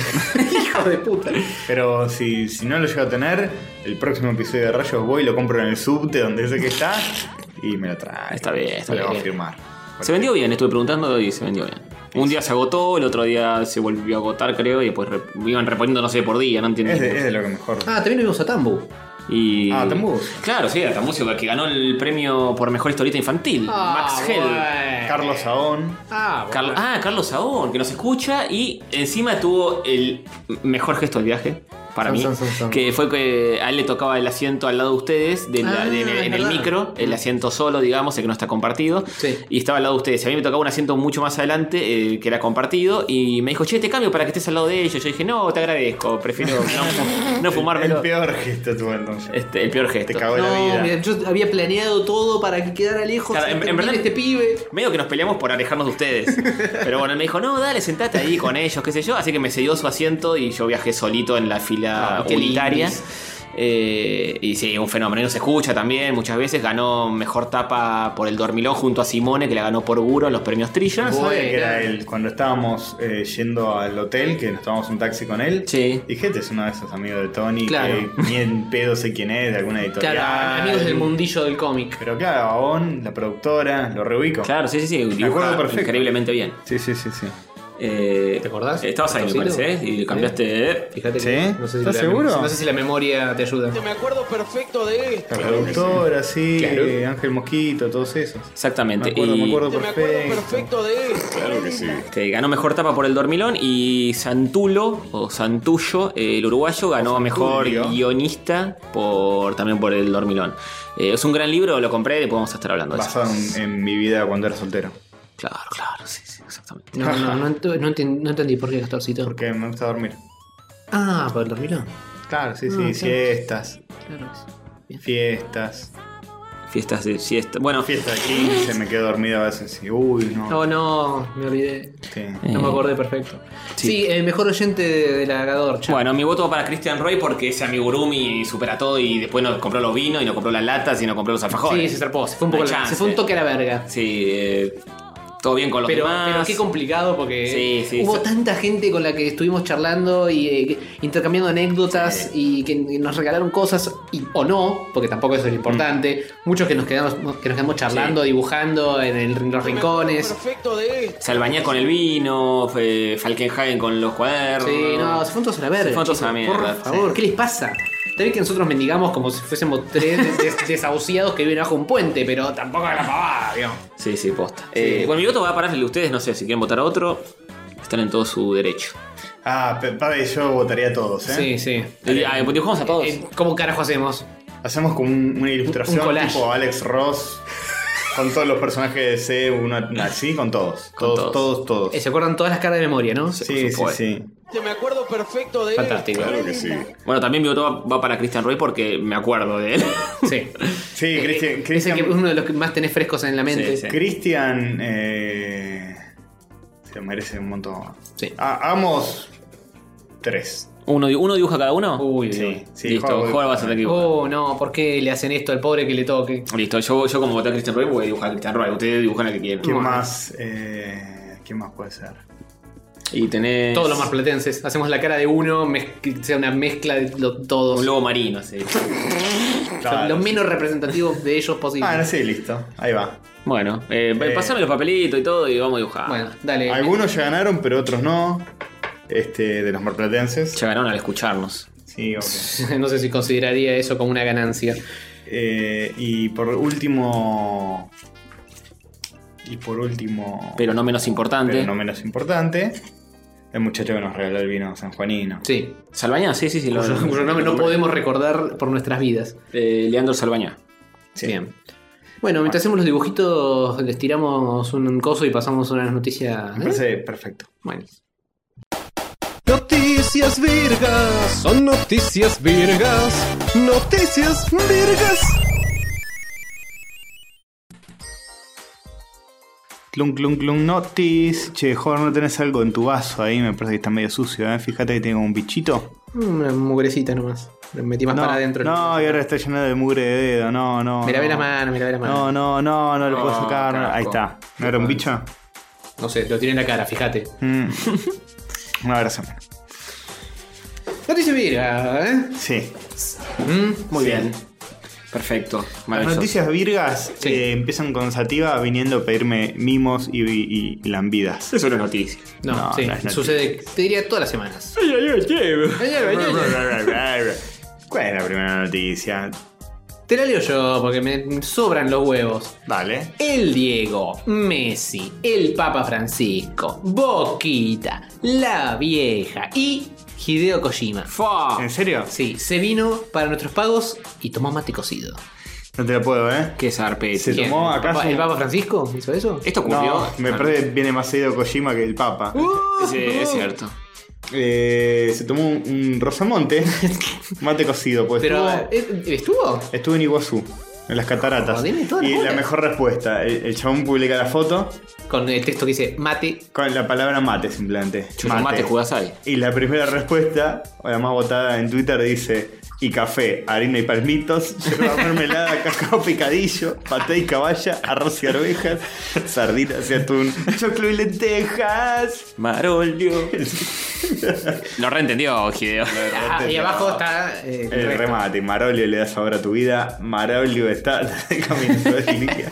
[SPEAKER 2] Hijo de puta.
[SPEAKER 1] Pero si, si no lo llego a tener, el próximo episodio de Rayos voy, lo compro en el subte donde sé que está y me lo trae.
[SPEAKER 3] Está bien, está
[SPEAKER 1] me lo
[SPEAKER 3] bien.
[SPEAKER 1] va a firmar.
[SPEAKER 3] Se vendió bien, estuve preguntando y se vendió bien. Un día se agotó, el otro día se volvió a agotar, creo, y después rep- iban reponiendo, no sé, por día, no entiendo.
[SPEAKER 1] Es de, es de lo que mejor.
[SPEAKER 2] Ah, también lo vimos a Tambu.
[SPEAKER 3] Y...
[SPEAKER 1] Ah, Tambu.
[SPEAKER 3] Claro, sí, era Tambu, que ganó el premio por mejor historieta infantil. Max Hell.
[SPEAKER 2] Ah, bueno.
[SPEAKER 1] Carlos Saón.
[SPEAKER 2] Ah, bueno.
[SPEAKER 3] Carl- ah, Carlos Saón, que nos escucha y encima tuvo el mejor gesto del viaje. Para
[SPEAKER 2] Son,
[SPEAKER 3] mí,
[SPEAKER 2] son, son, son.
[SPEAKER 3] que fue que a él le tocaba el asiento al lado de ustedes, de la-
[SPEAKER 2] Ah,
[SPEAKER 3] de- en, el-
[SPEAKER 2] es
[SPEAKER 3] en el
[SPEAKER 2] verdad. Mm.
[SPEAKER 3] micro, el asiento solo, digamos, el que no está compartido.
[SPEAKER 2] Sí.
[SPEAKER 3] Y estaba al lado de ustedes. Y A mí me tocaba un asiento mucho más adelante, eh, que era compartido, y me dijo, che, te cambio para que estés al lado de ellos. Yo dije, no, te agradezco, prefiero no, no
[SPEAKER 1] El
[SPEAKER 3] fumármelo.
[SPEAKER 1] peor gesto tuvo entonces.
[SPEAKER 3] Este, el peor gesto.
[SPEAKER 1] Te cagó la
[SPEAKER 2] No,
[SPEAKER 1] vida.
[SPEAKER 2] mira, yo había planeado todo para que quedara lejos.
[SPEAKER 3] Claro, en- en
[SPEAKER 2] Mira
[SPEAKER 3] verdad-
[SPEAKER 2] este pibe.
[SPEAKER 3] Medio que nos peleamos por alejarnos de ustedes. Pero bueno, él me dijo, no, dale, sentate ahí con ellos, qué sé yo. Así que me cedió su asiento y yo viajé solito en la fila
[SPEAKER 2] Ah, qué
[SPEAKER 3] unitaria.
[SPEAKER 2] lindis.
[SPEAKER 3] Eh, y sí, un fenómeno. Y nos escucha también muchas veces. Ganó mejor tapa por el dormilón junto a Simone, que la ganó por Guro en los premios Trilla.
[SPEAKER 1] ¿Sabes
[SPEAKER 2] Bueno.
[SPEAKER 1] que era él cuando estábamos eh, yendo al hotel, que nos tomamos un taxi con él.
[SPEAKER 3] Sí.
[SPEAKER 1] Dije, este es uno de esos amigos de Tony,
[SPEAKER 2] Claro.
[SPEAKER 1] que ni en pedo sé quién es, de alguna editorial.
[SPEAKER 2] Claro, amigos del mundillo del cómic.
[SPEAKER 1] Pero claro, Aon, la productora, lo reubico.
[SPEAKER 3] Claro, sí, sí, sí. Dibuja
[SPEAKER 1] acuerdo perfecto.
[SPEAKER 3] increíblemente bien.
[SPEAKER 1] Sí, sí, sí, sí.
[SPEAKER 3] Eh,
[SPEAKER 2] ¿Te acordás?
[SPEAKER 3] Estabas ahí, me
[SPEAKER 2] ¿Torcilo?
[SPEAKER 3] parece, ¿eh? Y cambiaste... eh,
[SPEAKER 2] Fíjate
[SPEAKER 1] ¿Sí?
[SPEAKER 2] que no sé si
[SPEAKER 1] ¿Estás
[SPEAKER 2] la-
[SPEAKER 1] seguro?
[SPEAKER 2] No sé si la memoria te ayuda.
[SPEAKER 7] Me acuerdo perfecto de esto.
[SPEAKER 1] La productora, sí,
[SPEAKER 2] Claro.
[SPEAKER 1] eh, Ángel Mosquito, todos esos. Me
[SPEAKER 3] Exactamente.
[SPEAKER 1] acuerdo,
[SPEAKER 3] Y-
[SPEAKER 1] me acuerdo
[SPEAKER 7] Me acuerdo
[SPEAKER 1] perfecto.
[SPEAKER 7] perfecto de esto.
[SPEAKER 3] Este, ganó mejor tapa por el Dormilón y Santulo o Santullo, eh, el uruguayo, ganó mejor
[SPEAKER 1] Santulio.
[SPEAKER 3] guionista por también por el Dormilón. Eh, es un gran libro, lo compré y después vamos a estar hablando de eso.
[SPEAKER 1] Basado en, en mi vida cuando era soltero.
[SPEAKER 3] Claro, claro, sí, sí, exactamente.
[SPEAKER 2] No, no, no, ent- no enten- no entendí por qué Gastorcito.
[SPEAKER 1] Porque me gusta dormir.
[SPEAKER 2] Ah, por el dormilón.
[SPEAKER 1] Claro, sí, sí,
[SPEAKER 2] claro.
[SPEAKER 1] siestas,
[SPEAKER 2] Claro. que sí.
[SPEAKER 1] fiestas.
[SPEAKER 3] Fiestas de siesta. Bueno,
[SPEAKER 1] Fiesta de 15, me quedo dormido a veces y uy, no.
[SPEAKER 2] No, Oh, no, me olvidé.
[SPEAKER 1] Sí.
[SPEAKER 2] No me
[SPEAKER 3] Eh.
[SPEAKER 2] acordé perfecto.
[SPEAKER 3] Sí.
[SPEAKER 2] Sí, el mejor oyente de, de la Gadorcha.
[SPEAKER 3] bueno, mi voto va para Christian Roy porque ese amigurumi supera todo y después no compró los vinos y no compró las latas y no compró los
[SPEAKER 2] sí,
[SPEAKER 3] alfajores.
[SPEAKER 2] se zarpó. Se fue un poco
[SPEAKER 3] No hay
[SPEAKER 2] la- se
[SPEAKER 3] chance.
[SPEAKER 2] fue un toque a la verga.
[SPEAKER 3] Sí, eh, todo bien con los
[SPEAKER 2] Pero,
[SPEAKER 3] demás.
[SPEAKER 2] pero qué complicado porque
[SPEAKER 3] Sí, sí,
[SPEAKER 2] hubo
[SPEAKER 3] sí.
[SPEAKER 2] tanta gente con la que estuvimos charlando y eh, que- intercambiando anécdotas y que nos regalaron cosas y- o no, porque tampoco eso es lo importante.
[SPEAKER 3] Mm.
[SPEAKER 2] Muchos que nos quedamos, que nos quedamos charlando, dibujando en, el- en los rincones.
[SPEAKER 7] Perfecto de esto.
[SPEAKER 3] Salvañá con el vino, fue Falkenhagen con los cuadernos.
[SPEAKER 2] Sí, no, se fueron todos a la verga.
[SPEAKER 3] fueron todos a la
[SPEAKER 2] chicos,
[SPEAKER 3] mierda,
[SPEAKER 2] Por favor,
[SPEAKER 3] sí.
[SPEAKER 2] ¿qué les pasa? Está bien que nosotros mendigamos como si fuésemos tres des- desahuciados que viven bajo un puente, pero tampoco era la pavada, digamos.
[SPEAKER 3] Sí, sí, posta. Eh, bueno, mi voto va a pararle a ustedes, no sé, si quieren votar a otro, están en todo su derecho.
[SPEAKER 1] Ah, pe- padre, yo votaría a todos,
[SPEAKER 2] Sí,
[SPEAKER 1] ¿eh?
[SPEAKER 2] sí.
[SPEAKER 3] Eh, ah, dibujamos a todos.
[SPEAKER 2] Eh, ¿Cómo carajo hacemos?
[SPEAKER 1] Hacemos como un- una ilustración
[SPEAKER 2] Un collage.
[SPEAKER 1] tipo Alex Ross con todos los personajes de C, uno así, con todos.
[SPEAKER 3] Con
[SPEAKER 1] todos,
[SPEAKER 3] todos.
[SPEAKER 1] todos, todos.
[SPEAKER 2] Eh, se acuerdan todas las caras de memoria, ¿no?
[SPEAKER 1] Sí, sí,
[SPEAKER 3] por
[SPEAKER 1] sí.
[SPEAKER 7] Me acuerdo perfecto de esto.
[SPEAKER 2] Fantástico.
[SPEAKER 3] Bueno, también mi voto va, va para Christian Roy porque me acuerdo de él.
[SPEAKER 2] Sí.
[SPEAKER 1] Sí, Cristian.
[SPEAKER 2] Eh, Ese que es
[SPEAKER 1] Cristian,
[SPEAKER 2] uno de los que más tenés frescos en la mente.
[SPEAKER 3] Sí, sí.
[SPEAKER 1] Cristian, eh, se lo merece un montón.
[SPEAKER 2] Sí.
[SPEAKER 1] Ah, Amos tres.
[SPEAKER 3] ¿Uno, di- uno dibuja cada
[SPEAKER 1] Ah,
[SPEAKER 3] uno?
[SPEAKER 2] Uy,
[SPEAKER 1] Sí, sí.
[SPEAKER 3] Listo, Jorge vas a tener que
[SPEAKER 2] Dios.
[SPEAKER 3] dibujar.
[SPEAKER 2] Oh, no, ¿por qué le hacen esto al pobre que le toque?
[SPEAKER 3] Listo, yo, yo como voté a Christian Roy voy a dibujar a Christian Roy, ustedes dibujan al que quieran.
[SPEAKER 1] ¿Quién más? Eh, ¿Quién más puede ser?
[SPEAKER 3] Y tenés
[SPEAKER 2] Todos los marplatenses. Hacemos la cara de uno, mez- que sea una mezcla de lo- todos.
[SPEAKER 3] un lobo marino, sí.
[SPEAKER 1] Claro,
[SPEAKER 2] lo
[SPEAKER 1] sí.
[SPEAKER 2] menos representativo de ellos posible.
[SPEAKER 1] Ah, no sé, listo. Ahí va.
[SPEAKER 3] Bueno, eh,
[SPEAKER 1] Eh.
[SPEAKER 3] pasame los papelitos y todo y vamos a dibujar.
[SPEAKER 2] Bueno, dale.
[SPEAKER 1] Algunos ya ganaron, pero otros no. Este, de los marplatenses.
[SPEAKER 3] Ya ganaron al escucharnos.
[SPEAKER 1] Sí, ok.
[SPEAKER 2] no sé si consideraría eso como una ganancia.
[SPEAKER 1] Eh, y por último. Y por último.
[SPEAKER 3] Pero no menos importante.
[SPEAKER 1] pero no menos importante. El muchacho que nos regaló el vino sanjuanino.
[SPEAKER 2] Sí.
[SPEAKER 3] Salvañá, sí, sí, sí. lo-
[SPEAKER 2] Cuyo cuyo nombre no podemos recordar por nuestras vidas.
[SPEAKER 3] Eh, Leandro Salvañá.
[SPEAKER 1] Sí.
[SPEAKER 2] Bien. Bueno, mientras hacemos los dibujitos, les tiramos un coso y pasamos a unas noticias.
[SPEAKER 1] Me parece perfecto.
[SPEAKER 2] Bueno.
[SPEAKER 8] Noticias virgas, son noticias virgas, noticias virgas.
[SPEAKER 1] Clun, clun, clun, notis. Che, joven, ¿no tenés algo en tu vaso ahí? Me parece que está medio sucio, ¿eh? Fíjate que tiene como un bichito.
[SPEAKER 2] Una mugrecita nomás. Lo metí más
[SPEAKER 1] no,
[SPEAKER 2] para adentro.
[SPEAKER 1] no, y ahora está lleno de mugre de dedo. No, no.
[SPEAKER 2] Mira,
[SPEAKER 1] no.
[SPEAKER 2] ve la mano, mira, ve la mano.
[SPEAKER 1] No, no, no, no lo
[SPEAKER 2] Oh,
[SPEAKER 1] puedo
[SPEAKER 3] No,
[SPEAKER 1] sacar.
[SPEAKER 3] carajo.
[SPEAKER 1] Ahí está. ¿No era un bicho?
[SPEAKER 2] No sé, lo tiré en la cara, fíjate.
[SPEAKER 1] Mm. Un abrazo.
[SPEAKER 2] Noticias virgas, ¿eh?
[SPEAKER 1] Sí.
[SPEAKER 2] Mm, muy
[SPEAKER 1] Sí.
[SPEAKER 2] bien.
[SPEAKER 3] Perfecto.
[SPEAKER 1] Las
[SPEAKER 3] Maravilloso.
[SPEAKER 1] noticias virgas
[SPEAKER 2] Sí.
[SPEAKER 1] eh, empiezan con Sativa viniendo a pedirme mimos y, y- y lambidas.
[SPEAKER 3] Es una noticia.
[SPEAKER 2] No,
[SPEAKER 1] No,
[SPEAKER 2] sí,
[SPEAKER 1] no es
[SPEAKER 2] sucede, te diría todas las semanas.
[SPEAKER 1] ¿Cuál es la primera noticia?
[SPEAKER 2] Te la leo yo porque me sobran los huevos.
[SPEAKER 1] Dale.
[SPEAKER 2] El Diego, Messi, el Papa Francisco, Boquita, la vieja y Hideo Kojima.
[SPEAKER 3] Fa.
[SPEAKER 1] ¿En serio?
[SPEAKER 2] Sí, se vino para nuestros pagos y tomó mate cocido.
[SPEAKER 1] No te la puedo, ¿eh?
[SPEAKER 3] Qué zarpe.
[SPEAKER 1] Se
[SPEAKER 3] tío.
[SPEAKER 1] tomó acá.
[SPEAKER 2] ¿El Papa Francisco hizo eso?
[SPEAKER 3] Esto ocurrió.
[SPEAKER 1] No, me
[SPEAKER 3] Ah,
[SPEAKER 1] parece viene más seguido Kojima que el Papa.
[SPEAKER 2] Uh,
[SPEAKER 3] sí, es cierto.
[SPEAKER 1] Eh, se tomó un, un rosamonte, mate cocido, pues.
[SPEAKER 2] Pero,
[SPEAKER 1] estuvo-
[SPEAKER 2] ¿eh, ¿estuvo?
[SPEAKER 1] Estuve en Iguazú, en las cataratas.
[SPEAKER 2] Joder, tiene todas las
[SPEAKER 1] y la
[SPEAKER 2] bolas.
[SPEAKER 1] mejor respuesta, el, el chabón publica la foto
[SPEAKER 2] Con el texto que dice mate.
[SPEAKER 1] con la palabra mate simplemente.
[SPEAKER 3] Chuta, mate jugás ahí.
[SPEAKER 1] Y la primera respuesta, o la más votada en Twitter, dice: y café, harina y palmitos, yerba mermelada, cacao picadillo, paté y caballa, arroz y arvejas, sardinas y atún, choclo y lentejas.
[SPEAKER 3] Marolio. Lo reentendió, Gideo.
[SPEAKER 2] Ah, y abajo está. eh, el
[SPEAKER 1] El
[SPEAKER 2] resto.
[SPEAKER 1] remate, Marolio le da sabor a tu vida, Marolio está caminando de línea.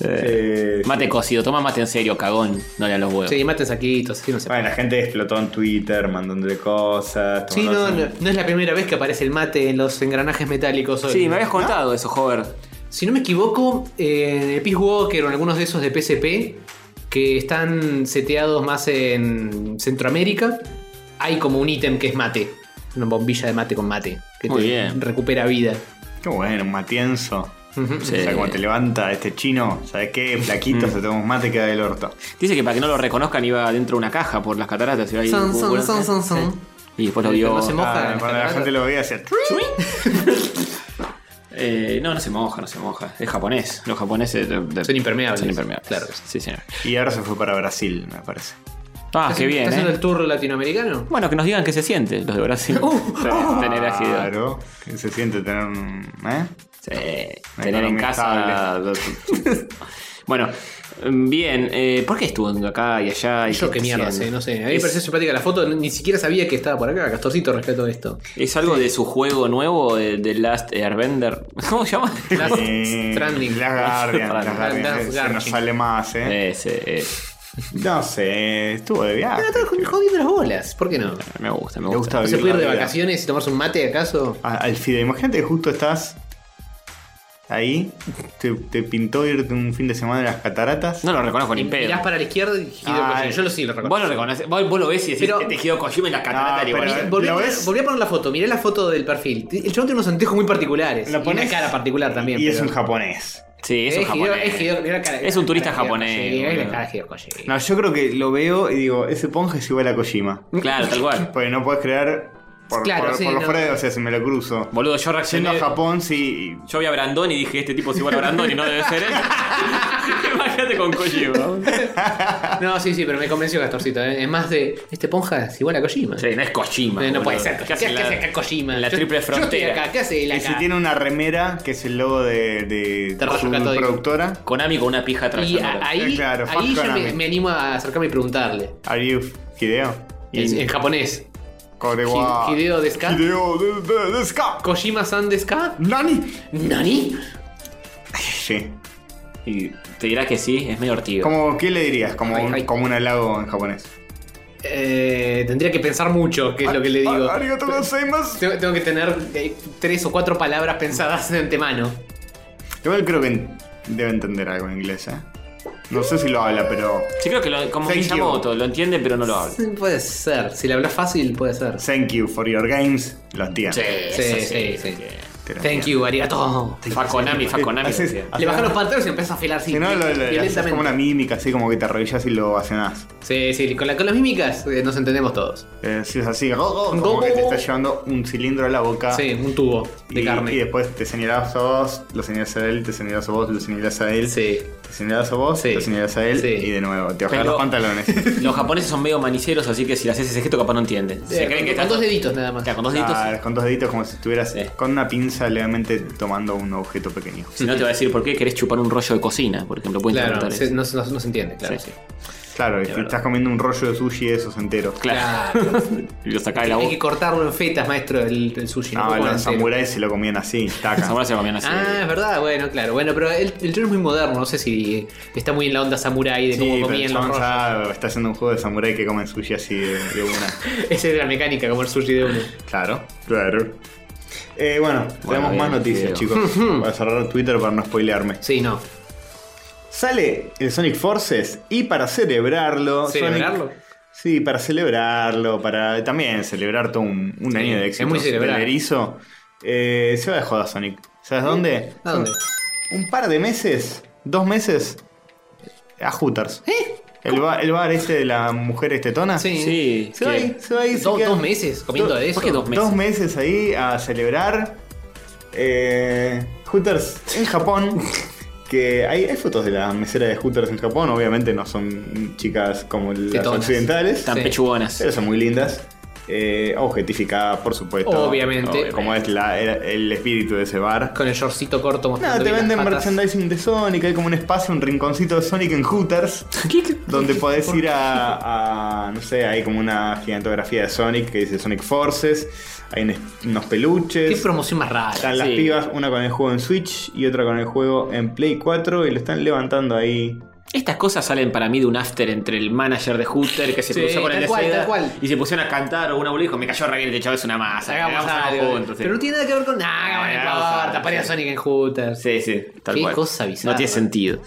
[SPEAKER 1] Eh,
[SPEAKER 3] Mate cocido, toma mate en serio, cagón. No le a los huevos.
[SPEAKER 2] Sí, mate en saquitos, así no se
[SPEAKER 1] Bueno, la gente explotó en Twitter mandándole cosas.
[SPEAKER 2] Sí, no,
[SPEAKER 1] tomándose-
[SPEAKER 2] no, no es la primera vez que aparece el mate en los engranajes metálicos. hoy.
[SPEAKER 3] Sí, me habías contado eso, Hover.
[SPEAKER 2] Si no me equivoco, eh, en el Peace Walker o en algunos de esos de PSP que están seteados más en Centroamérica, hay como un ítem que es mate. Una bombilla de mate con mate. Que
[SPEAKER 3] Muy
[SPEAKER 2] te
[SPEAKER 3] bien.
[SPEAKER 2] recupera vida.
[SPEAKER 1] Qué bueno, un matienzo.
[SPEAKER 2] Ujú. Mm.
[SPEAKER 1] O sea, cuando te levanta este chino, ¿sabes qué? Flaquito, se toma un mate y queda del orto.
[SPEAKER 3] Dice que para que no lo reconozcan iba dentro de una caja por las cataratas. iba ahí-
[SPEAKER 2] Son, son, son, son, son.
[SPEAKER 3] Y después lo vio.
[SPEAKER 2] No se moja.
[SPEAKER 1] Ah,
[SPEAKER 2] en
[SPEAKER 1] cuando la
[SPEAKER 2] general.
[SPEAKER 1] gente lo veía, hacía.
[SPEAKER 3] Eh, no, no se moja, no se moja. Es japonés. Los japoneses de- de-
[SPEAKER 2] Son impermeables.
[SPEAKER 3] Son impermeables.
[SPEAKER 2] Claro que sí.
[SPEAKER 3] Sí, señor.
[SPEAKER 1] Y ahora se fue para Brasil, me parece.
[SPEAKER 3] Ah, qué
[SPEAKER 2] ¿Estás-
[SPEAKER 3] bien.
[SPEAKER 2] ¿Estás haciendo
[SPEAKER 3] eh.
[SPEAKER 2] el tour latinoamericano?
[SPEAKER 3] Bueno, que nos digan qué se siente los de Brasil.
[SPEAKER 2] Uh.
[SPEAKER 3] tener a Gideo.
[SPEAKER 1] Claro. que se siente tener un. ¿Eh?
[SPEAKER 3] Sí, tener en
[SPEAKER 1] economía
[SPEAKER 3] casa. bueno, bien. eh, ¿Por qué estuvo acá y allá? Y
[SPEAKER 2] Yo qué mierda sé,
[SPEAKER 3] haciendo?
[SPEAKER 2] no sé. A mí me
[SPEAKER 3] Es-
[SPEAKER 2] pareció simpática la foto, ni siquiera sabía que estaba por acá. Castorcito, respeto esto.
[SPEAKER 3] ¿Es algo de su juego nuevo, de, de Last Airbender? ¿Cómo se llama?
[SPEAKER 2] Last
[SPEAKER 1] Eh,
[SPEAKER 2] Stranding.
[SPEAKER 1] Las Guardian,
[SPEAKER 3] Stranding.
[SPEAKER 1] las Guardian.
[SPEAKER 2] Las
[SPEAKER 1] se- Se
[SPEAKER 2] Guardian.
[SPEAKER 1] nos sale más, ¿eh?
[SPEAKER 3] Ese, ese.
[SPEAKER 1] No sé, estuvo de viaje.
[SPEAKER 2] Pero estaba jodiendo las bolas, ¿por qué no?
[SPEAKER 3] Me gusta, me
[SPEAKER 1] Le
[SPEAKER 3] gusta.
[SPEAKER 1] gusta
[SPEAKER 2] ¿No se
[SPEAKER 1] vivir
[SPEAKER 2] puede ir
[SPEAKER 1] la
[SPEAKER 2] de
[SPEAKER 1] vida.
[SPEAKER 2] vacaciones y tomarse un mate acaso?
[SPEAKER 1] A- Al Fide, imagínate que justo estás ahí, te, te pintó irte un fin de semana en las cataratas.
[SPEAKER 3] No lo reconozco ni
[SPEAKER 2] Mirás
[SPEAKER 3] pedo.
[SPEAKER 2] para la izquierda y Hideo
[SPEAKER 1] Ah,
[SPEAKER 2] Kojima. Yo lo sí lo
[SPEAKER 3] Vos
[SPEAKER 2] reconozco.
[SPEAKER 3] lo reconoces, vos, vos lo ves y decís
[SPEAKER 2] Pero-
[SPEAKER 3] que tejido Kojima en la
[SPEAKER 1] Ah,
[SPEAKER 3] catarata de
[SPEAKER 1] pero-
[SPEAKER 3] Iguazú.
[SPEAKER 2] Volví,
[SPEAKER 1] ¿Lo
[SPEAKER 2] a poner,
[SPEAKER 1] ves?
[SPEAKER 2] volví a poner la foto, miré la foto del perfil. El chabón tiene unos anteojos muy particulares.
[SPEAKER 1] La
[SPEAKER 2] Y
[SPEAKER 1] ponés
[SPEAKER 2] una cara particular también.
[SPEAKER 1] Y es
[SPEAKER 2] pero-
[SPEAKER 1] un japonés.
[SPEAKER 3] Sí, es eh. un
[SPEAKER 2] Hideo-
[SPEAKER 3] japonés.
[SPEAKER 2] es Hideo- mirá la cara-
[SPEAKER 3] Es un turista
[SPEAKER 2] la cara de
[SPEAKER 3] japonés,
[SPEAKER 2] Hideo Kojima, es la
[SPEAKER 3] boludo.
[SPEAKER 2] cara de Hideo Kojima.
[SPEAKER 1] No, yo creo que lo veo y digo, ese ponja es igual a Kojima.
[SPEAKER 3] Claro, tal cual.
[SPEAKER 1] Porque no puedes crear por,
[SPEAKER 2] Claro,
[SPEAKER 1] por-
[SPEAKER 2] sí,
[SPEAKER 1] por lo
[SPEAKER 2] no.
[SPEAKER 1] fuera de- o sea, si me lo cruzo.
[SPEAKER 3] Boludo, yo
[SPEAKER 1] Yendo
[SPEAKER 3] reaccioné.
[SPEAKER 1] a Japón, sí. y-
[SPEAKER 3] Yo vi a Brandon y dije, este tipo es igual a Brandon y no debe ser él. Imagínate con Kojima.
[SPEAKER 2] No, sí, sí, pero me convenció Castorcito. ¿eh? Es más de. Este ponja es igual a Kojima.
[SPEAKER 3] Sí, no es Kojima.
[SPEAKER 2] Eh, no
[SPEAKER 3] boludo.
[SPEAKER 2] puede ser. ¿Qué,
[SPEAKER 3] hace
[SPEAKER 2] hace- qué hace acá Kojima?
[SPEAKER 3] la
[SPEAKER 2] Yo-
[SPEAKER 3] triple
[SPEAKER 2] yo estoy
[SPEAKER 3] frontera.
[SPEAKER 2] acá, ¿Qué hace él
[SPEAKER 1] Y
[SPEAKER 2] acá?
[SPEAKER 1] si tiene una remera, que es el logo de, de
[SPEAKER 2] Terrazo
[SPEAKER 1] su
[SPEAKER 2] Catódico.
[SPEAKER 1] productora.
[SPEAKER 3] Konami con una pija
[SPEAKER 2] Y
[SPEAKER 3] atravesando.
[SPEAKER 2] a-
[SPEAKER 3] la-
[SPEAKER 2] ahí,
[SPEAKER 1] Eh, claro, fuck
[SPEAKER 2] ahí yo me,
[SPEAKER 1] Konami.
[SPEAKER 2] me animo a acercarme y preguntarle.
[SPEAKER 1] Are you Fideo?
[SPEAKER 2] En, en japonés.
[SPEAKER 1] Korewa.
[SPEAKER 2] Hi- Hideo Deska.
[SPEAKER 1] Hideo de- de- Deska.
[SPEAKER 2] Kojima-san de Ska.
[SPEAKER 1] Nani.
[SPEAKER 2] ¿Nani?
[SPEAKER 1] Sí.
[SPEAKER 3] Y te dirá que sí, es medio ortigo.
[SPEAKER 1] Como, ¿Qué le dirías? Como
[SPEAKER 2] Ay,
[SPEAKER 1] un,
[SPEAKER 2] ay.
[SPEAKER 1] como un halago en japonés.
[SPEAKER 2] Eh, tendría que pensar mucho, que es lo que le digo.
[SPEAKER 1] Ah, arigato gozaimasu.
[SPEAKER 2] Tengo tengo que tener eh, tres o cuatro palabras pensadas de antemano.
[SPEAKER 1] Igual creo que en- debe entender algo en inglés, ¿eh? No sé si lo habla, pero.
[SPEAKER 3] Yo creo que lo, como
[SPEAKER 1] Thank
[SPEAKER 3] Miyamoto, lo entiende pero no lo habla.
[SPEAKER 2] Sí, Puede ser, si le hablas fácil puede ser.
[SPEAKER 1] Thank you for your games. Los días.
[SPEAKER 2] Sí, sí, sí.
[SPEAKER 1] Te lo
[SPEAKER 2] Thank
[SPEAKER 1] entiendo.
[SPEAKER 2] you, arigato.
[SPEAKER 3] Fa Konami, Fa Konami.
[SPEAKER 1] Haces-
[SPEAKER 3] decía.
[SPEAKER 1] haces-
[SPEAKER 2] Le bajas los pantalones y empiezas a afilar así.
[SPEAKER 1] Si no, lo- lo- le haces
[SPEAKER 2] violentamente.
[SPEAKER 1] como una mímica, así como que te arrodillas y lo accionás.
[SPEAKER 2] Sí, sí, con, la- con las mímicas eh, nos entendemos todos.
[SPEAKER 1] Eh, si es así, go, go, como
[SPEAKER 2] Go,
[SPEAKER 1] que
[SPEAKER 2] go,
[SPEAKER 1] te
[SPEAKER 2] go.
[SPEAKER 1] está llevando un cilindro a la boca.
[SPEAKER 2] Sí, un tubo de
[SPEAKER 1] Ah. y,
[SPEAKER 2] carne.
[SPEAKER 1] y después te señalás a vos, lo señalás a él, te señalás a vos, lo señalás a él.
[SPEAKER 2] Sí.
[SPEAKER 1] Te señalás a vos,
[SPEAKER 2] Sí.
[SPEAKER 1] lo señalás a él
[SPEAKER 2] Sí.
[SPEAKER 1] y de nuevo, te bajas
[SPEAKER 3] Pero-
[SPEAKER 1] los pantalones.
[SPEAKER 3] Los japoneses son medio maniceros, así que si le haces ese gesto capaz no entienden. Se
[SPEAKER 2] Eh,
[SPEAKER 3] creen
[SPEAKER 2] con,
[SPEAKER 3] que
[SPEAKER 2] con
[SPEAKER 3] estás-
[SPEAKER 2] dos deditos nada más.
[SPEAKER 3] Claro, con dos deditos.
[SPEAKER 1] Ah, con dos deditos como si estuvieras
[SPEAKER 3] Sí.
[SPEAKER 1] con una pinza levemente tomando un objeto pequeño.
[SPEAKER 3] Si no te va a decir por qué querés chupar un rollo de cocina, por ejemplo, pueden
[SPEAKER 2] Claro,
[SPEAKER 3] interpretar
[SPEAKER 2] se-
[SPEAKER 3] eso.
[SPEAKER 2] no, no- no se entiende, claro.
[SPEAKER 3] Sí, sí.
[SPEAKER 1] Claro, y si estás comiendo un rollo de sushi de esos enteros.
[SPEAKER 3] Claro. y lo sacás de la
[SPEAKER 2] Hay
[SPEAKER 3] boca.
[SPEAKER 2] que cortarlo en fetas, maestro, el, el sushi.
[SPEAKER 1] No,
[SPEAKER 2] puedo
[SPEAKER 1] los
[SPEAKER 2] hacer.
[SPEAKER 1] samuráis se lo comían así, taca.
[SPEAKER 3] Ahora se lo comían así.
[SPEAKER 2] Ah, es verdad, bueno, claro. Bueno, pero el, el tren es muy moderno, no sé si está muy en la onda samurái de
[SPEAKER 1] Sí,
[SPEAKER 2] cómo
[SPEAKER 1] pero el
[SPEAKER 2] comían los
[SPEAKER 1] chabón
[SPEAKER 2] rollos.
[SPEAKER 1] ya está haciendo un juego de samurái que comen sushi así de, de una.
[SPEAKER 2] Esa es la mecánica, como el sushi de uno.
[SPEAKER 1] Claro, claro. Eh, bueno, tenemos
[SPEAKER 3] bien,
[SPEAKER 1] más noticias,
[SPEAKER 3] Fideo.
[SPEAKER 1] chicos. Voy a cerrar Twitter para no spoilearme.
[SPEAKER 2] Sí, no.
[SPEAKER 1] Sale el Sonic Forces y para celebrarlo. Sonic-
[SPEAKER 2] ¿Celebrarlo?
[SPEAKER 1] sí, para celebrarlo, para también celebrar todo un, un año de éxito.
[SPEAKER 2] es muy celebrar.
[SPEAKER 1] erizo. eh, se va de joda Sonic. ¿Sabes dónde?
[SPEAKER 2] ¿A dónde?
[SPEAKER 1] Un par de meses, dos meses, a Hooters. El, ba- el bar este de la mujer estetona.
[SPEAKER 2] ¿Eh? Sí.
[SPEAKER 3] Sí.
[SPEAKER 1] Se va
[SPEAKER 3] que-
[SPEAKER 1] ahí, se va ahí. se
[SPEAKER 2] Dos,
[SPEAKER 1] queda-
[SPEAKER 2] dos meses comiendo
[SPEAKER 1] Do-
[SPEAKER 2] de eso.
[SPEAKER 3] ¿Por qué dos meses?
[SPEAKER 1] Dos meses ahí a celebrar. eh, Hooters en Japón. Que hay, hay fotos de la mesera de Hooters en Japón. Obviamente no son chicas como las
[SPEAKER 2] Tetonas.
[SPEAKER 1] occidentales.
[SPEAKER 3] Tan
[SPEAKER 2] Sí.
[SPEAKER 3] pechugonas.
[SPEAKER 1] Pero son muy lindas. Eh, objetificadas, por supuesto.
[SPEAKER 2] Obviamente.
[SPEAKER 1] Obvio, Como es la- el, el espíritu de ese bar.
[SPEAKER 2] Con el shortcito corto
[SPEAKER 1] Nada,
[SPEAKER 2] mostrando
[SPEAKER 1] te
[SPEAKER 2] bien
[SPEAKER 1] venden
[SPEAKER 2] las patas.
[SPEAKER 1] merchandising de Sonic. Hay como un espacio, un rinconcito de Sonic en Hooters. Donde podés ir a, a, No sé, hay como una gigantografía de Sonic que dice Sonic Forces. Hay un- unos
[SPEAKER 2] Qué
[SPEAKER 1] peluches.
[SPEAKER 2] promoción más rara.
[SPEAKER 1] Están las
[SPEAKER 3] Sí.
[SPEAKER 1] pibas, una con el juego en Switch y otra con el juego en Play 4. Y lo están levantando ahí.
[SPEAKER 3] Estas cosas salen para mí de un after entre el manager de Hooter que se
[SPEAKER 2] Sí,
[SPEAKER 3] cruzó con el
[SPEAKER 2] tal
[SPEAKER 3] de
[SPEAKER 2] cual,
[SPEAKER 3] Sega
[SPEAKER 2] tal cual.
[SPEAKER 3] y se pusieron a cantar o una boluda y dijo, me cayó re bien, este chavo es una masa.
[SPEAKER 2] Hagamos algo.
[SPEAKER 3] juntos, sí.
[SPEAKER 2] Pero no tiene nada que ver con nada,
[SPEAKER 3] Ah,
[SPEAKER 2] bueno,
[SPEAKER 3] hagamos
[SPEAKER 2] no
[SPEAKER 3] algo,
[SPEAKER 2] importa. Paré a
[SPEAKER 3] sí.
[SPEAKER 2] Sonic en Hooters.
[SPEAKER 3] Sí, sí, tal
[SPEAKER 2] Qué
[SPEAKER 3] cual.
[SPEAKER 2] cosa bizarra.
[SPEAKER 3] No tiene sentido.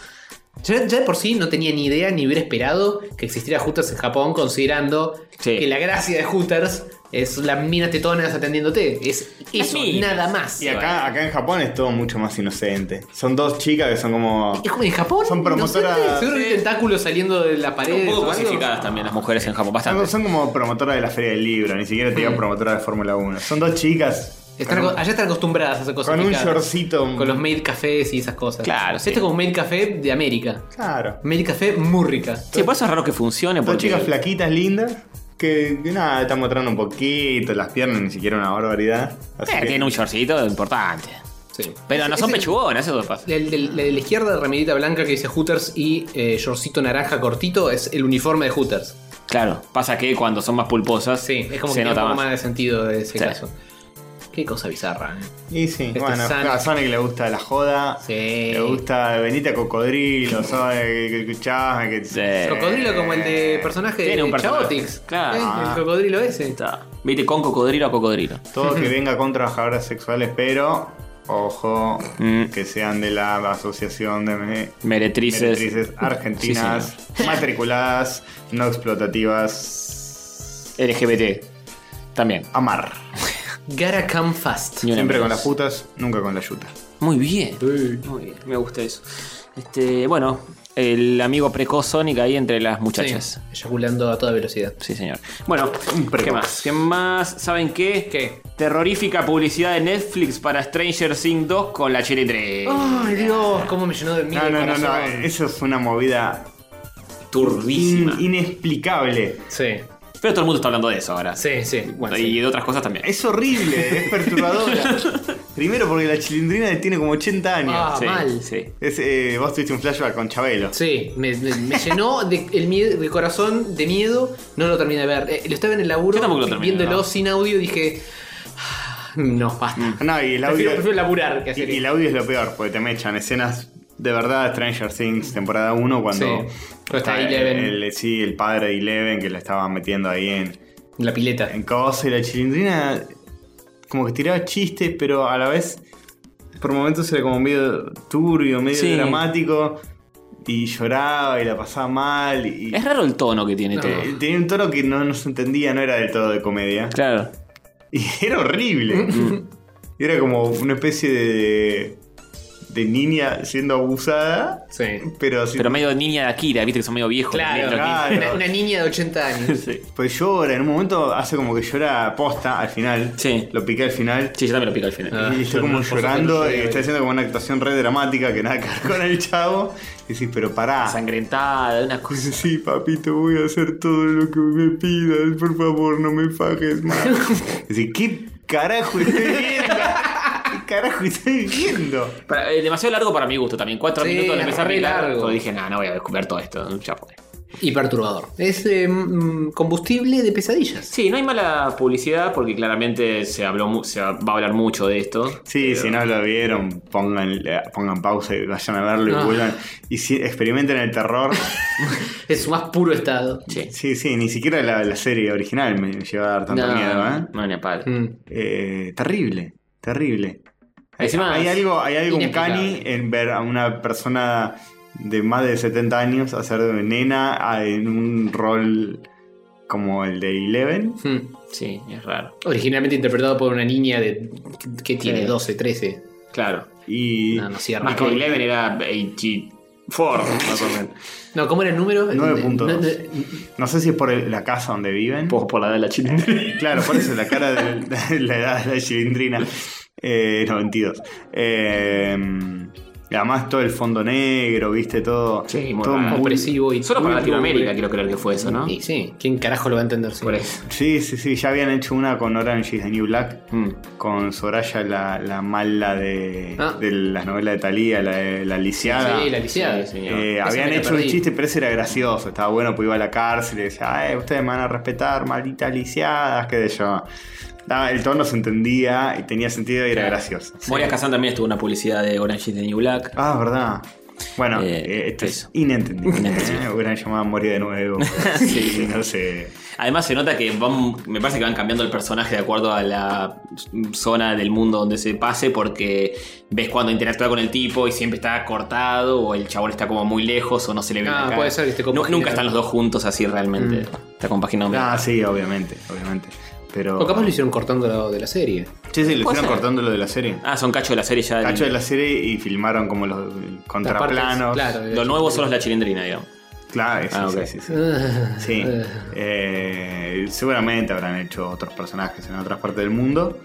[SPEAKER 2] Ya, ya de por sí no tenía ni idea ni hubiera esperado que existiera Hooters en Japón, considerando
[SPEAKER 3] Sí.
[SPEAKER 2] que la gracia de Hooters es las minas tetonas atendiéndote. Es eso,
[SPEAKER 3] minas.
[SPEAKER 2] nada más.
[SPEAKER 1] Y acá, acá en Japón es todo mucho más inocente. Son dos chicas que son como.
[SPEAKER 2] Es como en Japón.
[SPEAKER 1] Son promotoras-
[SPEAKER 2] inocentes, Seguro que hay tentáculos saliendo de la pared.
[SPEAKER 3] Un poco
[SPEAKER 2] o algo.
[SPEAKER 3] cosificadas también las mujeres en Japón,
[SPEAKER 1] Son,
[SPEAKER 3] bastante.
[SPEAKER 1] son como promotoras de la Feria del Libro. Ni siquiera te digan promotora de Fórmula 1. Son dos chicas.
[SPEAKER 2] Mm. Están
[SPEAKER 1] con-
[SPEAKER 2] aco- allá están acostumbradas a hacer cosas.
[SPEAKER 1] Con un
[SPEAKER 2] picadas.
[SPEAKER 1] shortcito.
[SPEAKER 2] Con los maid cafés y esas cosas.
[SPEAKER 3] Claro,
[SPEAKER 2] Esto
[SPEAKER 3] sí.
[SPEAKER 2] es como un maid café de América.
[SPEAKER 1] Claro.
[SPEAKER 2] Maid café muy rica.
[SPEAKER 3] Sí, por eso es raro que funcione.
[SPEAKER 1] Dos
[SPEAKER 3] Porque...
[SPEAKER 1] chicas flaquitas, lindas, que, que nada, están mostrando un poquito, las piernas ni siquiera una barbaridad. Así
[SPEAKER 3] Eh,
[SPEAKER 1] que-
[SPEAKER 3] tienen un shortcito importante.
[SPEAKER 2] Sí.
[SPEAKER 3] Pero no
[SPEAKER 2] Ese-
[SPEAKER 3] son
[SPEAKER 2] ese-
[SPEAKER 3] pechugonas, eso pasa.
[SPEAKER 2] El de, el de la izquierda, remedita blanca que dice Hooters y eh, shortcito naranja cortito, es el uniforme de Hooters.
[SPEAKER 3] Claro, pasa que cuando son más pulposas
[SPEAKER 2] Sí, es como
[SPEAKER 3] se
[SPEAKER 2] que tiene un
[SPEAKER 3] nota
[SPEAKER 2] poco
[SPEAKER 3] más.
[SPEAKER 2] más de sentido de ese
[SPEAKER 3] Sí.
[SPEAKER 2] caso. Qué cosa bizarra. ¿eh?
[SPEAKER 1] Y sí,
[SPEAKER 2] Este
[SPEAKER 1] bueno,
[SPEAKER 2] Sonic.
[SPEAKER 1] a Sonic le gusta la joda.
[SPEAKER 2] Sí.
[SPEAKER 1] Le gusta Benita Cocodrilo, ¿sabes? Que- que escuchás, que-
[SPEAKER 3] Sí.
[SPEAKER 2] Cocodrilo como el de personaje
[SPEAKER 3] Tiene
[SPEAKER 2] de
[SPEAKER 3] un personaje.
[SPEAKER 2] Chaotix.
[SPEAKER 3] Claro.
[SPEAKER 2] ¿Eh?
[SPEAKER 1] Ah.
[SPEAKER 2] El cocodrilo ese.
[SPEAKER 3] Está. Viste, con cocodrilo a cocodrilo.
[SPEAKER 1] Todo que venga con trabajadoras sexuales, pero ojo,
[SPEAKER 3] Mm.
[SPEAKER 1] que sean de la Asociación de Me-
[SPEAKER 3] Meretrices.
[SPEAKER 1] Meretrices Argentinas, matriculadas, no explotativas.
[SPEAKER 3] LGBT. También.
[SPEAKER 1] Amar.
[SPEAKER 2] Gotta come fast.
[SPEAKER 3] Ni una
[SPEAKER 1] Siempre con
[SPEAKER 3] menos.
[SPEAKER 1] las putas, nunca con la yuta.
[SPEAKER 3] Muy bien. Muy bien. Me gusta eso. Este, bueno, el amigo precoz Sonic ahí entre las muchachas.
[SPEAKER 2] Sí, eyaculando a toda velocidad.
[SPEAKER 3] Sí, señor. Bueno,
[SPEAKER 1] precoz.
[SPEAKER 3] ¿qué más? ¿Qué más? ¿Saben qué?
[SPEAKER 2] ¿Qué?
[SPEAKER 3] Terrorífica publicidad de Netflix para Stranger Things 2 con la Cherry 3.
[SPEAKER 2] Ay, Dios, cómo me llenó de miedo.
[SPEAKER 1] No, no,
[SPEAKER 2] el
[SPEAKER 1] no, no, eh.
[SPEAKER 2] corazón.
[SPEAKER 1] eso es una movida
[SPEAKER 3] Turbísima.
[SPEAKER 1] in- inexplicable.
[SPEAKER 2] Sí.
[SPEAKER 3] Pero todo el mundo está hablando de eso ahora.
[SPEAKER 2] Sí, sí. Bueno,
[SPEAKER 3] y
[SPEAKER 2] sí.
[SPEAKER 3] de otras cosas también.
[SPEAKER 1] Es horrible, es perturbadora. Primero porque la chilindrina tiene como 80 años.
[SPEAKER 2] Ah,
[SPEAKER 3] Sí,
[SPEAKER 2] mal.
[SPEAKER 3] Sí.
[SPEAKER 1] Es, eh, vos tuviste un flashback con Chabelo.
[SPEAKER 2] Sí, me, me- me llenó de, el, miedo, el corazón de miedo. No lo terminé de ver. Eh, lo estaba en el laburo
[SPEAKER 3] Yo tampoco lo terminé,
[SPEAKER 2] viéndolo
[SPEAKER 3] no.
[SPEAKER 2] sin audio y dije. "Ah, No, basta.
[SPEAKER 1] No, y Mm. el audio.
[SPEAKER 2] Prefiero, prefiero laburar que
[SPEAKER 1] y,
[SPEAKER 2] hacer
[SPEAKER 1] y el audio es lo peor, porque te mechan escenas de verdad Stranger Things, temporada 1, cuando.
[SPEAKER 2] Sí. Cuando está
[SPEAKER 1] el,
[SPEAKER 2] Eleven.
[SPEAKER 1] el- sí, el padre de Eleven que la estaba metiendo ahí en,
[SPEAKER 2] la pileta.
[SPEAKER 1] en cosa y la chilindrina como que tiraba chistes, pero a la vez por momentos era como medio turbio, medio
[SPEAKER 3] Sí.
[SPEAKER 1] dramático y lloraba y la pasaba mal y
[SPEAKER 3] Es raro el tono que tiene este.
[SPEAKER 2] No.
[SPEAKER 3] todo.
[SPEAKER 1] eh, tenía un tono que no nos entendía, no era del todo de comedia
[SPEAKER 3] Claro.
[SPEAKER 1] y era horrible. Y era como una especie de de niña siendo abusada,
[SPEAKER 2] Sí.
[SPEAKER 1] pero sin
[SPEAKER 3] Pero medio niña de Akira, viste que son medio viejos.
[SPEAKER 2] Claro,
[SPEAKER 3] los niños.
[SPEAKER 1] claro.
[SPEAKER 2] Una, una niña de 80 años.
[SPEAKER 3] Sí.
[SPEAKER 1] Pues llora, en un momento hace como que llora posta al final.
[SPEAKER 3] Sí.
[SPEAKER 1] Lo piqué al final.
[SPEAKER 3] Sí, yo también lo pico al final.
[SPEAKER 2] Ah.
[SPEAKER 1] y está como
[SPEAKER 2] yo no- por
[SPEAKER 1] llorando
[SPEAKER 2] supuesto,
[SPEAKER 1] y
[SPEAKER 2] yo-
[SPEAKER 1] está haciendo como una actuación re dramática que nada que ver con el chavo. Y decís, pero pará. Pues
[SPEAKER 3] Sangrentada, una cosa.
[SPEAKER 1] Sí, papito, voy a hacer todo lo que me pidas. Por favor, no me fajes más. Y decís, ¿qué carajo estoy viendo? ¿Qué carajo estoy viendo?
[SPEAKER 3] Para- eh, demasiado largo para mi gusto también. Cuatro
[SPEAKER 2] Sí,
[SPEAKER 3] minutos le empecé a
[SPEAKER 2] re
[SPEAKER 3] picar.
[SPEAKER 2] largo.
[SPEAKER 3] Todo, Dije, nada, no voy a descubrir todo esto. Ya fue.
[SPEAKER 2] Y perturbador. Es eh, mm, combustible de pesadillas.
[SPEAKER 3] Sí, no hay mala publicidad porque claramente se habló mu- se va a hablar mucho de esto.
[SPEAKER 1] Sí, si no lo vieron, pongan, eh, pongan pausa y vayan a verlo y
[SPEAKER 2] Ah.
[SPEAKER 1] vuelvan. Y si, experimenten el terror.
[SPEAKER 2] Es su más puro estado.
[SPEAKER 3] Sí.
[SPEAKER 1] Sí, sí, ni siquiera la, la serie original me lleva a dar tanto miedo, ¿eh?
[SPEAKER 3] no, ni a palo.
[SPEAKER 2] Mm.
[SPEAKER 1] Eh, terrible, terrible. Hay,
[SPEAKER 3] Encima
[SPEAKER 1] hay
[SPEAKER 3] es
[SPEAKER 1] algo, hay algo un
[SPEAKER 2] inexplicable.
[SPEAKER 1] cani en ver a una persona de más de 70 años hacer de nena a- en un rol como el de Eleven.
[SPEAKER 2] Mm.
[SPEAKER 3] Sí, es raro.
[SPEAKER 2] Originalmente interpretado por una niña de. que tiene? 12, 13.
[SPEAKER 3] Claro.
[SPEAKER 1] Y
[SPEAKER 2] No, no cierra.
[SPEAKER 3] Más que Eleven era 84. más o menos.
[SPEAKER 2] No, ¿cómo era el número?
[SPEAKER 1] Nueve
[SPEAKER 2] Eh,
[SPEAKER 1] puntos.
[SPEAKER 2] no, no,
[SPEAKER 1] no sé si es por el- la casa donde viven.
[SPEAKER 3] Por, por la edad de la chilindrina.
[SPEAKER 1] Claro, por eso la cara del- de la edad de la chilindrina. Eh, 92. Eh, y además todo el fondo negro, viste, todo,
[SPEAKER 3] Sí, muy
[SPEAKER 1] todo
[SPEAKER 3] raro.
[SPEAKER 1] muy-
[SPEAKER 2] opresivo y.
[SPEAKER 3] Solo para
[SPEAKER 2] muy
[SPEAKER 3] Latinoamérica
[SPEAKER 2] pobre.
[SPEAKER 3] quiero creer que fue eso, ¿no?
[SPEAKER 2] Y sí, ¿quién carajo lo va a entender? Sí.
[SPEAKER 3] Por eso.
[SPEAKER 1] Sí, sí, sí, ya habían hecho una con Orange is the New Black.
[SPEAKER 3] Mm.
[SPEAKER 1] con Soraya, la, la mala de,
[SPEAKER 2] Ah.
[SPEAKER 1] de las novelas de Talía, la, de- la lisiada.
[SPEAKER 2] Sí, la lisiada.
[SPEAKER 3] Sí, sí.
[SPEAKER 1] Eh,
[SPEAKER 2] Esa
[SPEAKER 1] habían
[SPEAKER 2] me la
[SPEAKER 1] hecho un
[SPEAKER 2] perdí.
[SPEAKER 1] chiste, pero ese era gracioso, estaba bueno, pues iba a la cárcel y decía, ay, ustedes me van a respetar, malditas lisiadas, qué sé yo. Daba- el tono se entendía y tenía sentido y era gracioso.
[SPEAKER 3] Moria Kazan también estuvo en una publicidad de Orange is the New Black.
[SPEAKER 1] Ah, verdad. Bueno,
[SPEAKER 3] Eh,
[SPEAKER 1] eh, esto es
[SPEAKER 3] eso.
[SPEAKER 1] inentendible. Eh, hubieran llamado a morir de nuevo. sí, no sé.
[SPEAKER 3] Además se nota que van, me parece que van cambiando el personaje de acuerdo a la zona del mundo donde se pase porque ves cuando interactúa con el tipo y siempre está cortado o el chabón está como muy lejos o no se le ve
[SPEAKER 2] Ah,
[SPEAKER 3] la cara.
[SPEAKER 2] puede ser que esté
[SPEAKER 3] Nu-
[SPEAKER 2] compaginado.
[SPEAKER 3] Nunca están los dos juntos así realmente. Está compaginado.
[SPEAKER 1] Ah, sí, obviamente, obviamente. Pero.
[SPEAKER 2] O capaz lo hicieron cortando lo de la serie.
[SPEAKER 1] Sí, sí, lo
[SPEAKER 3] Puede
[SPEAKER 1] hicieron
[SPEAKER 3] ser.
[SPEAKER 1] cortando lo de la serie.
[SPEAKER 3] Ah, son cacho de la serie ya. del-
[SPEAKER 1] cacho de la serie y filmaron como los
[SPEAKER 2] Las partes,
[SPEAKER 1] contraplanos.
[SPEAKER 2] Claro,
[SPEAKER 3] Lo nuevo solo es la chilindrina, digamos.
[SPEAKER 1] Claro, sí,
[SPEAKER 3] Ah,
[SPEAKER 1] sí,
[SPEAKER 3] ok.
[SPEAKER 1] sí, sí.
[SPEAKER 2] Ah,
[SPEAKER 1] Sí.
[SPEAKER 2] ah.
[SPEAKER 1] Eh, seguramente habrán hecho otros personajes en otras partes del mundo.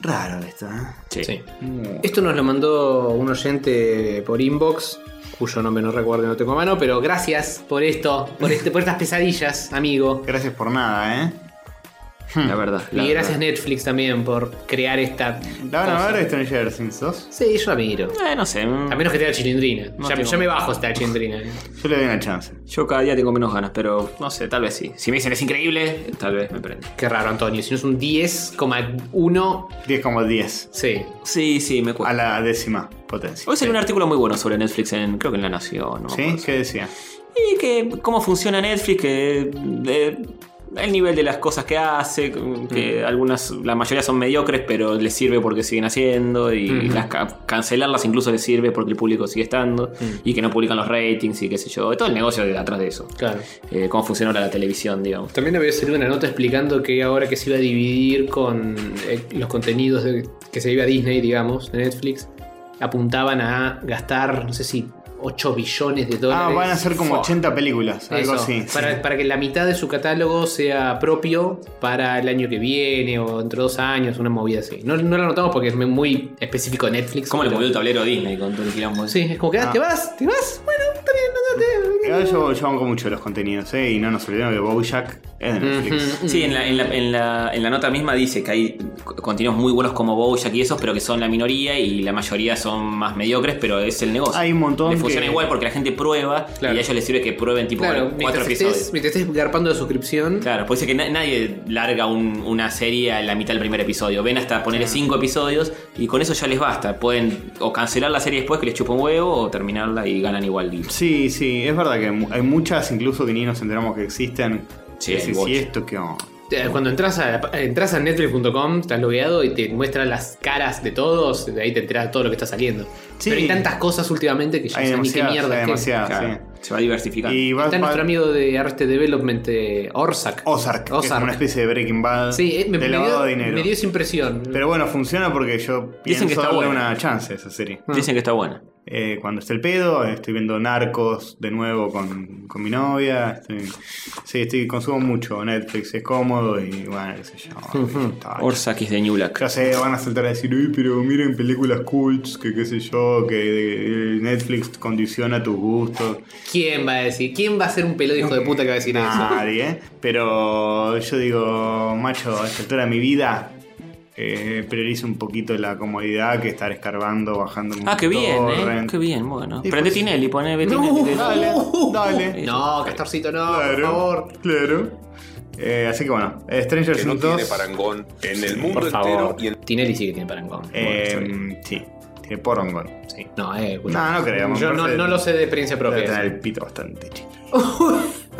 [SPEAKER 1] Raro esto, ¿eh?
[SPEAKER 3] Sí.
[SPEAKER 2] Sí.
[SPEAKER 3] Mm.
[SPEAKER 2] Esto nos lo mandó un oyente por inbox, cuyo nombre no recuerdo y no tengo a mano, pero gracias por esto, por, este, por estas pesadillas, amigo.
[SPEAKER 1] Gracias por nada, ¿eh? Hmm.
[SPEAKER 3] La verdad. la
[SPEAKER 2] Y gracias
[SPEAKER 3] verdad.
[SPEAKER 2] Netflix también por crear esta.
[SPEAKER 1] ¿La van a
[SPEAKER 2] cosa.
[SPEAKER 1] ver este. Stranger Things 2?
[SPEAKER 2] Sí, yo la miro.
[SPEAKER 3] Eh, no sé. mm,
[SPEAKER 2] A menos que tenga chilindrina.
[SPEAKER 3] No
[SPEAKER 2] ya,
[SPEAKER 3] tengo.
[SPEAKER 2] ya me bajo esta chilindrina.
[SPEAKER 1] Yo le doy una chance.
[SPEAKER 3] Yo cada día tengo menos ganas, pero no sé, tal vez sí. Si me dicen es increíble, tal vez me prende.
[SPEAKER 2] Qué raro, Antonio. Si no es un 10,1.
[SPEAKER 1] 10 como 10.
[SPEAKER 2] Sí.
[SPEAKER 3] Sí, sí, me
[SPEAKER 1] A
[SPEAKER 3] cuesta.
[SPEAKER 1] la décima potencia.
[SPEAKER 3] Hoy salió un artículo muy bueno sobre Netflix en, creo que en La Nación, ¿no? me
[SPEAKER 1] ¿Sí?
[SPEAKER 3] acuerdo.
[SPEAKER 1] ¿Qué decía?
[SPEAKER 3] Y que cómo funciona Netflix, que eh, el nivel de las cosas que hace, que algunas, la mayoría son mediocres, pero les sirve porque siguen haciendo, y las ca- cancelarlas incluso les sirve porque el público sigue estando, y que no publican los ratings y qué sé yo, todo el negocio de atrás de eso.
[SPEAKER 2] Claro.
[SPEAKER 3] Eh, cómo funciona ahora la televisión, digamos.
[SPEAKER 2] También había salido una nota explicando que ahora que se iba a dividir con eh, los contenidos de- que se iba a Disney, digamos, de Netflix, apuntaban a gastar, no sé si, 8 billones de dólares.
[SPEAKER 1] Ah, van a ser como
[SPEAKER 2] Fuck.
[SPEAKER 1] 80 películas, algo
[SPEAKER 2] Eso,
[SPEAKER 1] así.
[SPEAKER 2] Para, para que la mitad de su catálogo sea propio para el año que viene o entre dos años, una movida así. No, no lo notamos porque es muy específico Netflix.
[SPEAKER 3] ¿Cómo le
[SPEAKER 2] pero-
[SPEAKER 3] movió el tablero a Disney con todo el quilombo?
[SPEAKER 2] Sí, es como que ah,
[SPEAKER 1] Ah.
[SPEAKER 2] te vas, te vas. Bueno, está bien, no, no, te-
[SPEAKER 1] Ahora yo, yo banco mucho los contenidos, ¿eh? Y no nos olvidemos que Bojack es de Netflix.
[SPEAKER 3] Sí, en la, en, la, en, la, en la nota misma dice que hay contenidos muy buenos como Bojack y esos, pero que son la minoría y la mayoría son más mediocres, pero es el negocio.
[SPEAKER 1] Hay un montón
[SPEAKER 3] Le funciona
[SPEAKER 1] que-
[SPEAKER 3] igual porque la gente prueba
[SPEAKER 2] Claro.
[SPEAKER 3] y a ellos les sirve que prueben tipo
[SPEAKER 2] Claro,
[SPEAKER 3] cuatro,
[SPEAKER 2] mientras
[SPEAKER 3] episodios.
[SPEAKER 2] estés, mientras estés garpando de suscripción.
[SPEAKER 3] Claro, puede ser que na- nadie larga un- una serie a la mitad del primer episodio. Ven hasta ponerle cinco episodios y con eso ya les basta. Pueden o cancelar la serie después que les chupa un huevo o terminarla y ganan igual. Y-
[SPEAKER 1] Sí, sí, es verdad que mu- hay muchas incluso que ni nos enteramos que existen.
[SPEAKER 3] Sí,
[SPEAKER 1] Que oh,
[SPEAKER 3] hay
[SPEAKER 1] si-
[SPEAKER 3] bocha.
[SPEAKER 1] si esto qué onda.
[SPEAKER 2] eh, Cuando entras a, entras a netflix.com, estás logueado y te muestra las caras de todos, de ahí te enteras de todo lo que está saliendo.
[SPEAKER 1] Sí.
[SPEAKER 2] Pero hay tantas cosas últimamente que ya
[SPEAKER 1] Hay
[SPEAKER 2] no sé ni qué
[SPEAKER 1] demasiadas,
[SPEAKER 2] mierda.
[SPEAKER 1] hay
[SPEAKER 2] es que-
[SPEAKER 1] demasiadas,
[SPEAKER 3] Claro, Se va
[SPEAKER 1] Ah, sí.
[SPEAKER 3] diversificando.
[SPEAKER 1] Y va,
[SPEAKER 2] Está
[SPEAKER 1] va-
[SPEAKER 2] nuestro amigo de Arrested Development, eh, Orsak.
[SPEAKER 1] Ozark, que es
[SPEAKER 2] Ozark.
[SPEAKER 1] una especie de Breaking Bad
[SPEAKER 2] Sí, eh, me,
[SPEAKER 1] de
[SPEAKER 2] me
[SPEAKER 1] lavado
[SPEAKER 2] dio,
[SPEAKER 1] de dinero.
[SPEAKER 2] me dio esa impresión.
[SPEAKER 1] Pero bueno, funciona porque yo pienso
[SPEAKER 3] Dicen que está
[SPEAKER 1] darle
[SPEAKER 3] buena.
[SPEAKER 1] una chance a esa serie.
[SPEAKER 3] Dicen que está buena.
[SPEAKER 1] Eh, cuando esté el pedo, estoy viendo Narcos de nuevo con, con mi novia. estoy- sí, estoy, consumo mucho Netflix, es cómodo y bueno, qué sé yo. está-
[SPEAKER 3] Orsakis de New Black.
[SPEAKER 1] Ya sé, van a saltar a decir, uy, pero miren películas cults, que qué sé yo, que eh, Netflix condiciona tus gustos.
[SPEAKER 2] ¿Quién va a decir? ¿Quién va a ser un pelado hijo de puta que va a decir eso?
[SPEAKER 1] Nadie, ¿eh? Pero yo digo, macho, a esta altura de mi vida, eh, priorizo un poquito la comodidad que estar escarbando, bajando un
[SPEAKER 3] Ah, qué bien, eh.
[SPEAKER 1] torrent.
[SPEAKER 3] Qué bien, bueno.
[SPEAKER 1] Y
[SPEAKER 3] Prende
[SPEAKER 1] pues-
[SPEAKER 3] Tinelli, pone Tinelli.
[SPEAKER 2] No.
[SPEAKER 1] Dale,
[SPEAKER 3] Uh.
[SPEAKER 1] dale.
[SPEAKER 2] No, Castorcito, no, por
[SPEAKER 1] Claro,
[SPEAKER 2] favor.
[SPEAKER 1] claro. Eh, así que bueno, Stranger
[SPEAKER 9] que no
[SPEAKER 1] Things
[SPEAKER 9] tiene
[SPEAKER 1] 2.
[SPEAKER 9] parangón en el
[SPEAKER 3] por
[SPEAKER 9] mundo
[SPEAKER 3] favor.
[SPEAKER 9] entero y en
[SPEAKER 2] Tinelli sí que tiene parangón.
[SPEAKER 1] eh, sí, tiene porongón. Sí.
[SPEAKER 2] No, eh, escucha.
[SPEAKER 1] No, no creo. me
[SPEAKER 2] Yo no,
[SPEAKER 1] parece-
[SPEAKER 2] no lo sé de experiencia
[SPEAKER 1] debe
[SPEAKER 2] propia.
[SPEAKER 1] tener
[SPEAKER 2] eso.
[SPEAKER 1] el pito bastante chiquito.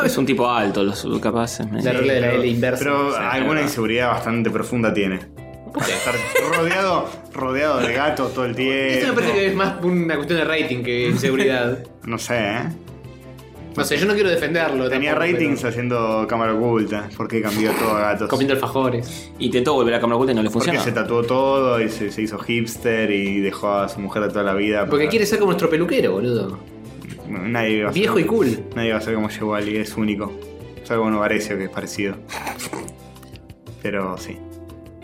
[SPEAKER 3] Es un tipo alto, los capaces. me-
[SPEAKER 2] La regla de la L inversa.
[SPEAKER 1] Pero
[SPEAKER 3] Sí,
[SPEAKER 1] alguna
[SPEAKER 3] claro.
[SPEAKER 1] inseguridad bastante profunda tiene. Para estar rodeado, rodeado de gatos todo el
[SPEAKER 2] Esto me
[SPEAKER 1] tiempo.
[SPEAKER 2] parece que es más una cuestión de rating que inseguridad.
[SPEAKER 1] No sé, ¿eh?
[SPEAKER 2] no sé, yo no quiero defenderlo.
[SPEAKER 1] Tenía
[SPEAKER 2] tampoco,
[SPEAKER 1] ratings
[SPEAKER 2] pero-
[SPEAKER 1] haciendo cámara oculta. Porque cambió todo a gatos.
[SPEAKER 2] Comiendo alfajores.
[SPEAKER 3] Intentó volver a cámara oculta y no le
[SPEAKER 1] Porque
[SPEAKER 3] funcionó.
[SPEAKER 1] se tatuó todo y se, se hizo hipster y dejó a su mujer de toda la vida.
[SPEAKER 2] Porque
[SPEAKER 1] para-
[SPEAKER 2] quiere ser como nuestro peluquero, boludo.
[SPEAKER 1] Nadie va a ser-
[SPEAKER 2] Viejo y cool.
[SPEAKER 1] Nadie va a ser como Chewali, es único. Salvo un Varecio que es parecido. Pero sí.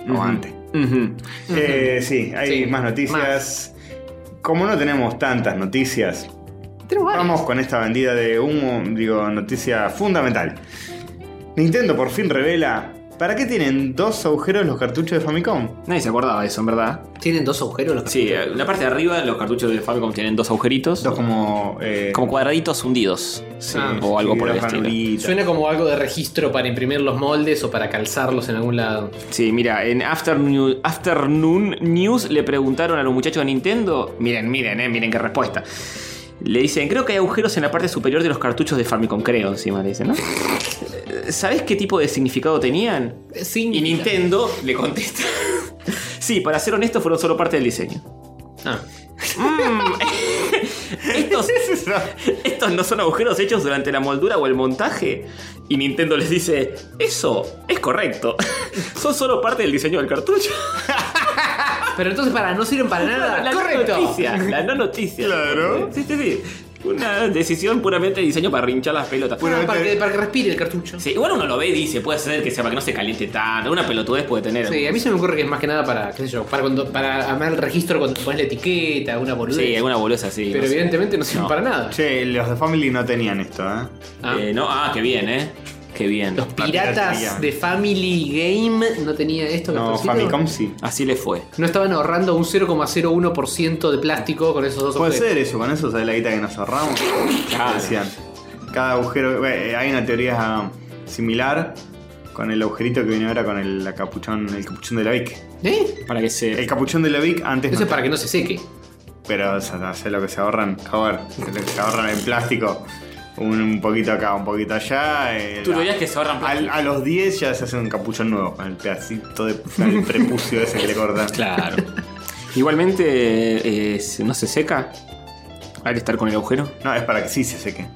[SPEAKER 1] Aguante.
[SPEAKER 3] Ujú.
[SPEAKER 1] Eh, sí, hay
[SPEAKER 2] Sí,
[SPEAKER 1] más noticias. Como no tenemos tantas noticias, vamos con esta vendida de humo, digo, noticia fundamental. Nintendo por fin revela para qué tienen dos agujeros los cartuchos de Famicom.
[SPEAKER 3] Nadie se acordaba de eso, en verdad.
[SPEAKER 2] Tienen dos agujeros los
[SPEAKER 3] Sí, eh,
[SPEAKER 2] cartuchos?
[SPEAKER 3] la parte de arriba, los cartuchos de Famicom tienen dos agujeritos.
[SPEAKER 1] Dos como. eh,
[SPEAKER 3] Como cuadraditos hundidos.
[SPEAKER 2] Ah,
[SPEAKER 3] o algo
[SPEAKER 1] sí,
[SPEAKER 3] por el
[SPEAKER 1] dos
[SPEAKER 3] estilo.
[SPEAKER 1] ranuritas.
[SPEAKER 2] Suena como algo de registro para imprimir los moldes o para calzarlos en algún lado.
[SPEAKER 3] Sí, mira, en Afternoon, Afternoon News le preguntaron a los muchachos de Nintendo. Miren, miren, eh, miren qué respuesta. Le dicen, creo que hay agujeros en la parte superior de los cartuchos de Famicom, creo, encima le dicen, ¿no? ¿Sabes qué tipo de significado tenían?
[SPEAKER 2] Eh, Sí.
[SPEAKER 3] Y Nintendo le contesta. Sí, para ser honesto, fueron solo parte del diseño.
[SPEAKER 2] Ah.
[SPEAKER 3] Estos, estos no son agujeros hechos durante la moldura o el montaje. Y Nintendo les dice, eso es correcto. Son solo parte del diseño del cartucho.
[SPEAKER 2] Ah. Pero entonces para, no sirven para nada.
[SPEAKER 3] la
[SPEAKER 2] Correcto. Ah,
[SPEAKER 3] no noticia. La no noticia.
[SPEAKER 1] Claro.
[SPEAKER 3] Sí, sí, sí. Una decisión puramente de diseño para rinchar las pelotas.
[SPEAKER 2] Ah, para, que,
[SPEAKER 1] Puramente-
[SPEAKER 2] para que respire el cartucho.
[SPEAKER 3] Sí, igual uno lo ve y dice, puede ser que sea para que no se caliente tanto. Una pelotudez puede tener.
[SPEAKER 2] Sí, a mí se me ocurre que es más que nada para, qué sé yo, para cuando para armar el registro cuando pones la etiqueta, una boludez.
[SPEAKER 3] Sí, alguna boluda así.
[SPEAKER 2] Pero
[SPEAKER 3] no sé.
[SPEAKER 2] evidentemente no sirven
[SPEAKER 3] No.
[SPEAKER 2] para nada.
[SPEAKER 1] Che, los de Family no tenían esto, ¿eh?
[SPEAKER 2] Ah.
[SPEAKER 3] Eh, no, ah, qué bien, eh. Qué bien.
[SPEAKER 2] Los piratas
[SPEAKER 1] piratería.
[SPEAKER 2] de Family Game no tenía esto
[SPEAKER 1] No,
[SPEAKER 2] Castorcito?
[SPEAKER 1] Famicom sí.
[SPEAKER 3] Así le fue.
[SPEAKER 2] No estaban ahorrando un 0,01% de plástico con esos dos
[SPEAKER 1] Puede
[SPEAKER 2] objetos.
[SPEAKER 1] ser eso, con eso sale la guita que nos ahorramos.
[SPEAKER 3] Claro.
[SPEAKER 1] Decían. Cada agujero. eh, Hay una teoría similar con el agujerito que viene ahora con el la capuchón, el capuchón de la Vic.
[SPEAKER 2] ¿Eh?
[SPEAKER 3] Para que se
[SPEAKER 1] El capuchón de la Vic antes.
[SPEAKER 2] Eso
[SPEAKER 1] no-
[SPEAKER 2] es para que no se seque.
[SPEAKER 1] Pero o sea, sé lo que se ahorran, joder. sé lo que se ahorran en plástico. Un, un poquito acá, un poquito allá. eh,
[SPEAKER 3] Tú lo
[SPEAKER 1] la-
[SPEAKER 3] dirías que se ahorran
[SPEAKER 1] al-
[SPEAKER 3] plástico.
[SPEAKER 1] a los 10 ya se hacen un capuchón nuevo con el pedacito de con el prepucio ese que le cortan.
[SPEAKER 3] Claro. Igualmente, eh, se- ¿no se seca? Al estar con el agujero.
[SPEAKER 1] No, es para que sí se seque.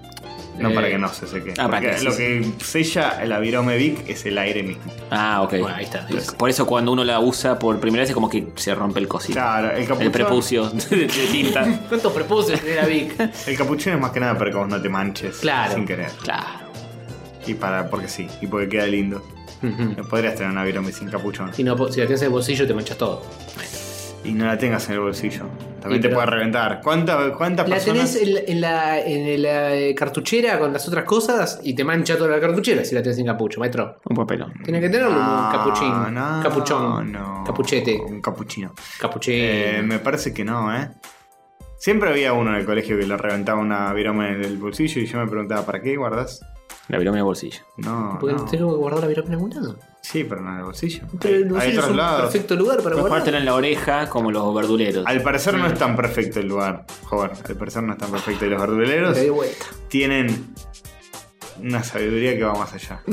[SPEAKER 1] No
[SPEAKER 2] Eh,
[SPEAKER 1] para que no se seque.
[SPEAKER 3] ah, para
[SPEAKER 1] Porque
[SPEAKER 3] que sí
[SPEAKER 1] lo
[SPEAKER 3] se-
[SPEAKER 1] que sella la virome Vic es el aire mismo.
[SPEAKER 3] Ah, ok.
[SPEAKER 2] Bueno, ahí está.
[SPEAKER 3] Por eso cuando uno la usa por primera vez es como que se rompe el cosito.
[SPEAKER 1] Claro, el capuchón.
[SPEAKER 3] El prepucio de tinta.
[SPEAKER 2] ¿Cuántos prepucios tenía la Vic?
[SPEAKER 1] El capuchón es más que nada para que vos no te manches.
[SPEAKER 2] Claro.
[SPEAKER 1] Sin querer.
[SPEAKER 3] Claro.
[SPEAKER 1] Y para, porque sí, y porque queda lindo.
[SPEAKER 2] Ujú.
[SPEAKER 1] No podrías tener una virome sin capuchón.
[SPEAKER 2] si, no, po- si la tienes en el bolsillo te manchas todo.
[SPEAKER 1] Y no la tengas en el bolsillo. También te
[SPEAKER 2] pero-
[SPEAKER 1] puede reventar. ¿Cuánta- ¿Cuántas
[SPEAKER 2] La
[SPEAKER 1] personas?
[SPEAKER 2] tenés en la, en la- en la, eh, cartuchera con las otras cosas y te mancha toda la cartuchera si la tenés sin capucho, maestro.
[SPEAKER 3] Un papelón.
[SPEAKER 2] Tiene que tener un
[SPEAKER 1] Ah,
[SPEAKER 2] capuchín.
[SPEAKER 1] no,
[SPEAKER 2] capuchón.
[SPEAKER 1] no.
[SPEAKER 2] Capuchete.
[SPEAKER 1] Un capuchino.
[SPEAKER 2] Capuchín.
[SPEAKER 1] Eh, me parece que no, ¿eh? Siempre había uno en el colegio que le reventaba una viroma en el bolsillo y yo me preguntaba, ¿para qué guardas?
[SPEAKER 3] La virome en el bolsillo.
[SPEAKER 1] No,
[SPEAKER 2] Porque
[SPEAKER 1] no.
[SPEAKER 2] no tengo que guardar la virome en algún lado.
[SPEAKER 1] Sí, pero no en el bolsillo.
[SPEAKER 2] Pero el
[SPEAKER 1] Hay
[SPEAKER 2] bolsillo es
[SPEAKER 1] otros
[SPEAKER 2] un
[SPEAKER 1] lados.
[SPEAKER 2] perfecto lugar para
[SPEAKER 3] Puedes
[SPEAKER 2] guardar.
[SPEAKER 3] ponértela en la oreja como los verduleros.
[SPEAKER 1] Al parecer no es tan perfecto el lugar, joder. Al parecer no es tan perfecto. Y los verduleros
[SPEAKER 2] Te doy vuelta.
[SPEAKER 1] tienen una sabiduría que va más allá.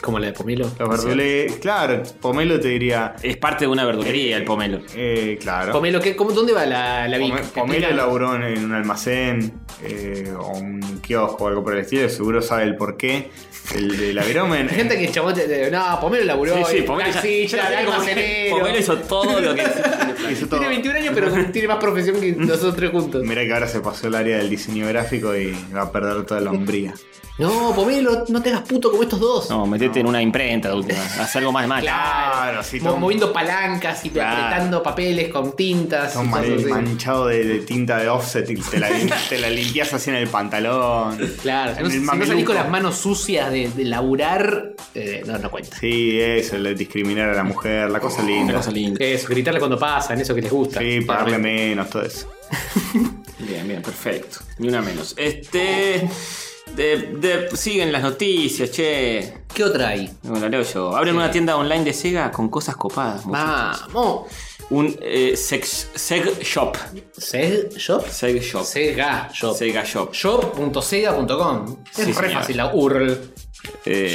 [SPEAKER 2] Como la de Pomelo.
[SPEAKER 1] Los verduleros. Claro, Pomelo te diría.
[SPEAKER 3] Es parte de una verdulería el pomelo.
[SPEAKER 1] eh, claro.
[SPEAKER 2] Pomelo, ¿qué, cómo, ¿dónde va la, la Vic?
[SPEAKER 1] Pome- Pomelo laburó en- en un almacén eh, o un kiosco o algo por el estilo, seguro sabe el porqué. El de la viromen.
[SPEAKER 2] Hay gente que chabón te- te- no, Pomelo laburó. y
[SPEAKER 3] ya- yo
[SPEAKER 2] taxista,
[SPEAKER 3] no sé cómo-
[SPEAKER 2] almacenero.
[SPEAKER 3] pomelo hizo todo lo que.
[SPEAKER 1] hizo todo.
[SPEAKER 2] Tiene 21 años, pero tiene más profesión que nosotros tres juntos.
[SPEAKER 1] Mirá que ahora se pasó el área del diseño gráfico y va a perder toda la hombría.
[SPEAKER 2] No, Pomelo, no te hagas puto como estos dos.
[SPEAKER 3] No, metete en una imprenta de última. Haz algo más mal.
[SPEAKER 1] Claro, sí,
[SPEAKER 2] Mo-
[SPEAKER 1] todo-
[SPEAKER 2] moviendo palancas y
[SPEAKER 1] Claro.
[SPEAKER 2] apretando papeles con tintas.
[SPEAKER 1] Son
[SPEAKER 2] y cosas así.
[SPEAKER 1] manchado de, de tinta de offset y te la, lim- te la limpias así en el pantalón.
[SPEAKER 2] Claro, si no,
[SPEAKER 1] en el
[SPEAKER 2] si no salís
[SPEAKER 1] mameluco.
[SPEAKER 2] con las manos sucias de, de laburar, eh, no, no cuenta.
[SPEAKER 1] Sí, eso, el de discriminar a la mujer, la cosa linda.
[SPEAKER 3] Una cosa linda.
[SPEAKER 2] Eso, gritarle cuando pasan, eso que les gusta.
[SPEAKER 1] Sí, pagarle menos, todo eso.
[SPEAKER 3] Bien, bien, perfecto. Ni una menos. Este. de- de- siguen las noticias, che.
[SPEAKER 2] ¿Qué otra hay?
[SPEAKER 3] No, la leo yo. Abren una tienda online de Sega con cosas copadas. muchachos.
[SPEAKER 2] Vamos.
[SPEAKER 3] Un eh, sex, seg shop.
[SPEAKER 2] ¿Seg Shop?
[SPEAKER 3] Seg shop.
[SPEAKER 2] Sega Shop.
[SPEAKER 3] Sega shop.
[SPEAKER 2] Shop.sega.com. Es
[SPEAKER 3] Sí,
[SPEAKER 2] re
[SPEAKER 3] señor.
[SPEAKER 2] fácil la URL.
[SPEAKER 3] Eh,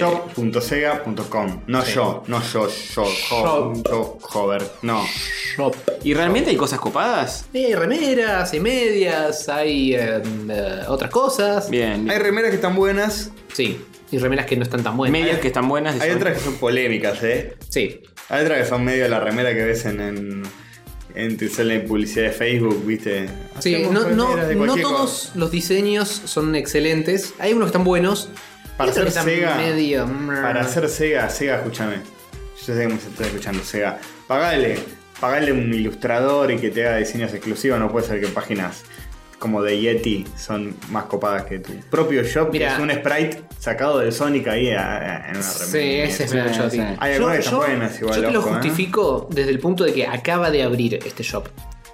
[SPEAKER 1] Shop.sega.com. No yo, no yo, yo, jo,
[SPEAKER 2] Shop.
[SPEAKER 1] yo, jover. No.
[SPEAKER 2] Shop.
[SPEAKER 3] ¿Y realmente hay cosas copadas?
[SPEAKER 2] Eh, Hay remeras, hay medias, hay eh, eh, otras cosas.
[SPEAKER 3] Bien.
[SPEAKER 1] Hay remeras que están buenas,
[SPEAKER 2] Sí, y remeras que no están tan buenas.
[SPEAKER 3] Medias que están buenas.
[SPEAKER 1] hay
[SPEAKER 3] son-
[SPEAKER 1] otras que son polémicas, ¿eh?
[SPEAKER 2] Sí.
[SPEAKER 1] Hay otras que son medio la remera que ves en. en en tu sale en publicidad de Facebook, ¿viste?
[SPEAKER 2] Sí,
[SPEAKER 1] Hacemos
[SPEAKER 2] no, no,
[SPEAKER 1] remeras de
[SPEAKER 2] no
[SPEAKER 1] cualquier cosa.
[SPEAKER 2] todos los diseños son excelentes. Hay unos que están buenos.
[SPEAKER 1] Para
[SPEAKER 2] y otros
[SPEAKER 1] hacer
[SPEAKER 2] que están
[SPEAKER 1] Sega.
[SPEAKER 2] medio. mm,
[SPEAKER 1] Para hacer Sega, Sega, escúchame. Yo sé que me estás escuchando, Sega. Pagale, pagale un ilustrador y que te haga diseños exclusivos. No puede ser que páginas como de Yeti son más copadas que tu propio shop. que
[SPEAKER 2] Mira.
[SPEAKER 1] es un sprite sacado del Sonic ahí a- a- en una
[SPEAKER 2] Sí,
[SPEAKER 1] remera.
[SPEAKER 2] ese es
[SPEAKER 3] Sí,
[SPEAKER 2] medio
[SPEAKER 3] sí.
[SPEAKER 2] chotín.
[SPEAKER 1] Hay algunas que están buenas igual,
[SPEAKER 2] yo te lo
[SPEAKER 1] ojo, ¿eh?
[SPEAKER 2] justifico desde el punto de que acaba de abrir este shop.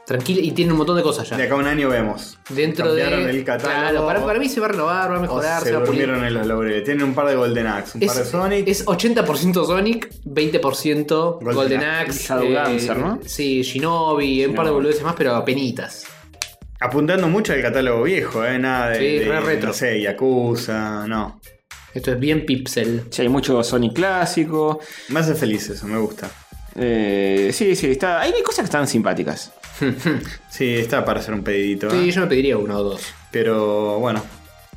[SPEAKER 2] Tranquilo, y tiene un montón de cosas ya.
[SPEAKER 1] De acá a un año vemos.
[SPEAKER 2] Dentro de.
[SPEAKER 1] Cambiaron el catálogo.
[SPEAKER 2] Claro, para, para mí se va a renovar, va a
[SPEAKER 1] o
[SPEAKER 2] mejorar,
[SPEAKER 1] se
[SPEAKER 2] va a pulir.
[SPEAKER 1] durmieron en los laureles. Tienen un par de Golden Axe, un
[SPEAKER 2] Es,
[SPEAKER 1] par de Sonic.
[SPEAKER 2] es 80% Sonic, 20% Golden,
[SPEAKER 1] Golden
[SPEAKER 2] Axe. eh,
[SPEAKER 3] Shadow Dancer, ¿no?
[SPEAKER 2] Sí, Shinobi, un par de boludeces más, pero penitas.
[SPEAKER 1] Apuntando mucho al catálogo viejo, ¿eh? Nada de.
[SPEAKER 2] Sí,
[SPEAKER 1] de-
[SPEAKER 2] re retro.
[SPEAKER 1] No sé, Yakuza, no.
[SPEAKER 2] Esto es bien pixel.
[SPEAKER 3] Sí, hay mucho Sonic clásico.
[SPEAKER 1] Me hace feliz eso, me gusta.
[SPEAKER 3] Eh, sí, sí, está. Hay cosas que están simpáticas.
[SPEAKER 1] Sí, está para hacer un pedidito. ¿eh?
[SPEAKER 2] Sí, yo me pediría uno o dos.
[SPEAKER 1] Pero bueno,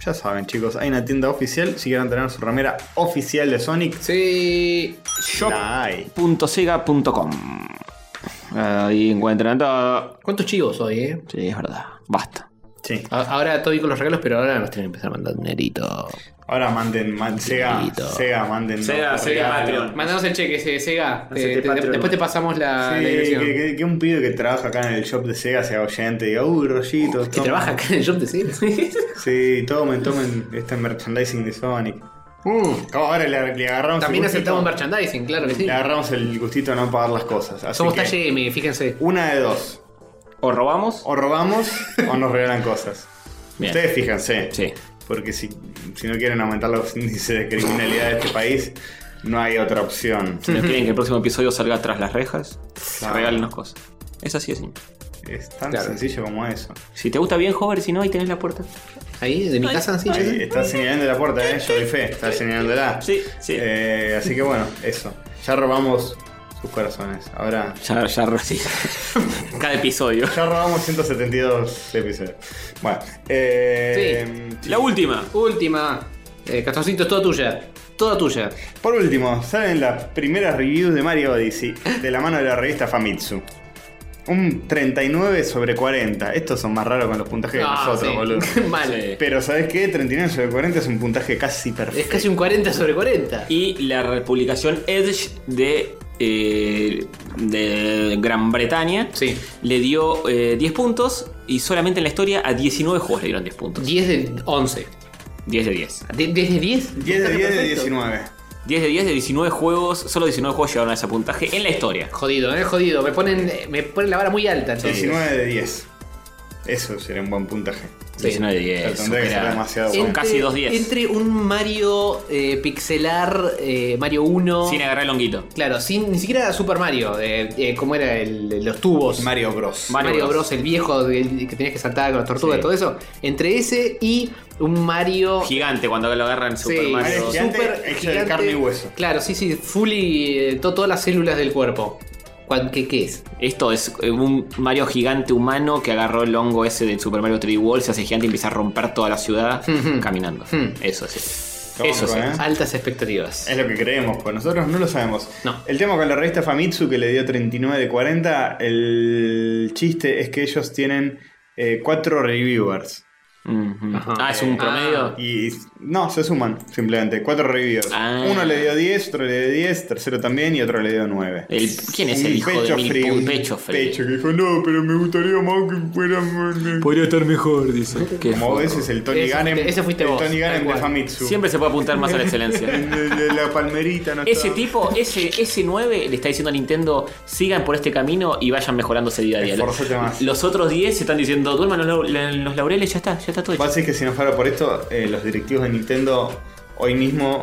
[SPEAKER 1] ya saben, chicos, hay una tienda oficial. Si quieren tener su remera oficial de Sonic,
[SPEAKER 2] Sí.
[SPEAKER 1] la hay.
[SPEAKER 3] Shop.sega.com. Ahí encuentran todo.
[SPEAKER 2] ¿Cuántos chivos hoy, eh?
[SPEAKER 3] Sí, es verdad. Basta.
[SPEAKER 1] Sí.
[SPEAKER 2] A- Ahora todo bien con los regalos, pero ahora nos tienen que empezar a mandar dinerito.
[SPEAKER 1] Ahora manden, man- Sega,
[SPEAKER 2] Lindo.
[SPEAKER 1] Sega, manden.
[SPEAKER 3] Sega,
[SPEAKER 1] no,
[SPEAKER 3] Sega,
[SPEAKER 1] regalo.
[SPEAKER 3] Patreon.
[SPEAKER 2] Mandanos el cheque, se- Sega. Te-
[SPEAKER 3] Hacete
[SPEAKER 2] te-
[SPEAKER 3] Patreon.
[SPEAKER 2] después te pasamos la, Ah, la
[SPEAKER 1] Sí, que,
[SPEAKER 2] dirección. Que,
[SPEAKER 1] que- que un pibe que trabaja acá en el shop de Sega sea oyente y diga, uy, rollitos. tomen".
[SPEAKER 2] Uh, trabaja acá en el shop de Sega.
[SPEAKER 1] Sí, tomen, tomen este merchandising de Sonic. Como ahora le, le agarramos
[SPEAKER 2] También
[SPEAKER 1] el gustito,
[SPEAKER 2] aceptamos merchandising, claro que sí.
[SPEAKER 1] Le agarramos el gustito de no pagar las cosas. Así
[SPEAKER 2] Somos
[SPEAKER 1] que,
[SPEAKER 2] talle M, fíjense.
[SPEAKER 1] Una de dos.
[SPEAKER 3] ¿O robamos?
[SPEAKER 1] O robamos o nos regalan cosas.
[SPEAKER 3] Bien.
[SPEAKER 1] Ustedes fíjense.
[SPEAKER 3] Sí.
[SPEAKER 1] Porque si, si no quieren aumentar los índices de criminalidad de este país, no hay otra opción.
[SPEAKER 3] Si no quieren que el próximo episodio salga tras las rejas,
[SPEAKER 1] Claro.
[SPEAKER 3] regálenos cosas. Es así, así.
[SPEAKER 1] Es tan
[SPEAKER 2] Claro.
[SPEAKER 1] sencillo como eso.
[SPEAKER 3] Si te gusta bien, joven, si no, ahí tenés la puerta.
[SPEAKER 2] Ahí, de mi casa, sí.
[SPEAKER 1] Ahí está señalando la puerta, ¿eh? Yo doy fe, está señalándola.
[SPEAKER 3] Sí, sí.
[SPEAKER 1] Eh, así que bueno, eso. Ya robamos sus corazones. Ahora.
[SPEAKER 3] Ya, ya, sí. Cada episodio.
[SPEAKER 1] Ya robamos 172 episodios. Bueno, eh,
[SPEAKER 3] La última.
[SPEAKER 2] Última. Eh, Castoncito, es toda tuya. Toda tuya.
[SPEAKER 1] Por último, salen las primeras reviews de Mario Odyssey de la mano de la revista Famitsu. Un 39 sobre 40. Estos son más raros con los puntajes de
[SPEAKER 2] Ah,
[SPEAKER 1] nosotros,
[SPEAKER 2] sí.
[SPEAKER 1] boludo.
[SPEAKER 2] Mal.
[SPEAKER 1] Pero ¿sabes qué? 39 sobre 40 es un puntaje casi perfecto.
[SPEAKER 2] Es casi un 40 sobre 40.
[SPEAKER 3] Y la republicación Edge de eh, de Gran Bretaña
[SPEAKER 2] Sí.
[SPEAKER 3] le dio eh, 10 puntos y solamente en la historia a 19 juegos le dieron 10 puntos.
[SPEAKER 2] 10 de 11.
[SPEAKER 3] 10 de 10.
[SPEAKER 2] ¿De- ¿10 de 10?
[SPEAKER 1] 10 de 10 de
[SPEAKER 2] Perfecto.
[SPEAKER 1] 19.
[SPEAKER 3] 10 de 10 de 19 juegos, solo 19 juegos llegaron a ese puntaje en la historia.
[SPEAKER 2] Jodido, eh, jodido. Me ponen, me ponen la vara muy alta. entonces.
[SPEAKER 1] 19 de 10. Eso sería un buen puntaje.
[SPEAKER 3] 19 de
[SPEAKER 1] Pero
[SPEAKER 3] 10.
[SPEAKER 1] tendría que ser
[SPEAKER 3] supera.
[SPEAKER 1] demasiado
[SPEAKER 3] Son
[SPEAKER 1] bueno.
[SPEAKER 3] casi dos 10.
[SPEAKER 2] Entre un Mario eh, pixelar, eh, Mario 1.
[SPEAKER 3] Sin agarrar el honguito.
[SPEAKER 2] Claro, sin, ni siquiera Super Mario, eh, eh, como era el- los tubos.
[SPEAKER 1] Mario Bros.
[SPEAKER 3] Ma-
[SPEAKER 2] Mario,
[SPEAKER 3] Mario
[SPEAKER 2] Bros. el viejo del- que tenías que saltar con la tortuga
[SPEAKER 3] Sí.
[SPEAKER 2] y todo eso. Entre ese y un Mario.
[SPEAKER 3] Gigante cuando lo agarran
[SPEAKER 2] sí,
[SPEAKER 3] Super Mario.
[SPEAKER 1] Mario gigante hecho de carne y hueso.
[SPEAKER 2] Claro, sí, sí, fully eh, to- todas las células del cuerpo. Cuan- ¿Qué, qué es?
[SPEAKER 3] Esto es eh, un Mario gigante humano que agarró el hongo ese del Super Mario 3D World, se hace gigante y empieza a romper toda la ciudad
[SPEAKER 2] Ujú.
[SPEAKER 3] caminando.
[SPEAKER 2] Ujú.
[SPEAKER 3] Eso sí.
[SPEAKER 1] Qué
[SPEAKER 3] Eso sí.
[SPEAKER 1] bárbaro, ¿eh?
[SPEAKER 2] Altas expectativas.
[SPEAKER 1] Es lo que creemos, pues nosotros no lo sabemos.
[SPEAKER 2] No.
[SPEAKER 1] El tema con la revista Famitsu que le dio 39 de 40, el chiste es que ellos tienen 4 reviewers.
[SPEAKER 3] Ujú.
[SPEAKER 2] Ajá.
[SPEAKER 3] Ah, es un promedio.
[SPEAKER 1] Y no, se suman simplemente, 4 reviewers.
[SPEAKER 3] Ah.
[SPEAKER 1] Uno le dio 10, otro le dio 10, tercero también y otro le dio 9.
[SPEAKER 3] El- ¿Quién es el hijo de mil pu- Pecho frío.
[SPEAKER 1] Pecho que dijo, no, pero me gustaría más que eh, fuera...
[SPEAKER 3] Podría estar mejor, dice. Qué
[SPEAKER 1] Como
[SPEAKER 3] forro.
[SPEAKER 1] ese es el Tony
[SPEAKER 2] Ese-
[SPEAKER 1] Gannem.
[SPEAKER 2] ese fuiste
[SPEAKER 1] el
[SPEAKER 2] vos,
[SPEAKER 1] Tony Gannem
[SPEAKER 2] tal
[SPEAKER 1] de
[SPEAKER 2] cual.
[SPEAKER 1] Famitsu.
[SPEAKER 3] Siempre se puede apuntar más a la
[SPEAKER 1] El
[SPEAKER 3] excelencia.
[SPEAKER 1] de- de la palmerita no
[SPEAKER 3] Ese
[SPEAKER 1] estaba.
[SPEAKER 3] tipo, ese, ese 9 le está diciendo a Nintendo, sigan por este camino y vayan mejorándose día a día.
[SPEAKER 1] Esforzate más.
[SPEAKER 3] Los otros 10 se están diciendo, duerman en los, en los laureles, ya está, ya está todo
[SPEAKER 1] Lo que
[SPEAKER 3] hecho.
[SPEAKER 1] pasa es que si no fuera por esto, eh, los directivos de Nintendo hoy mismo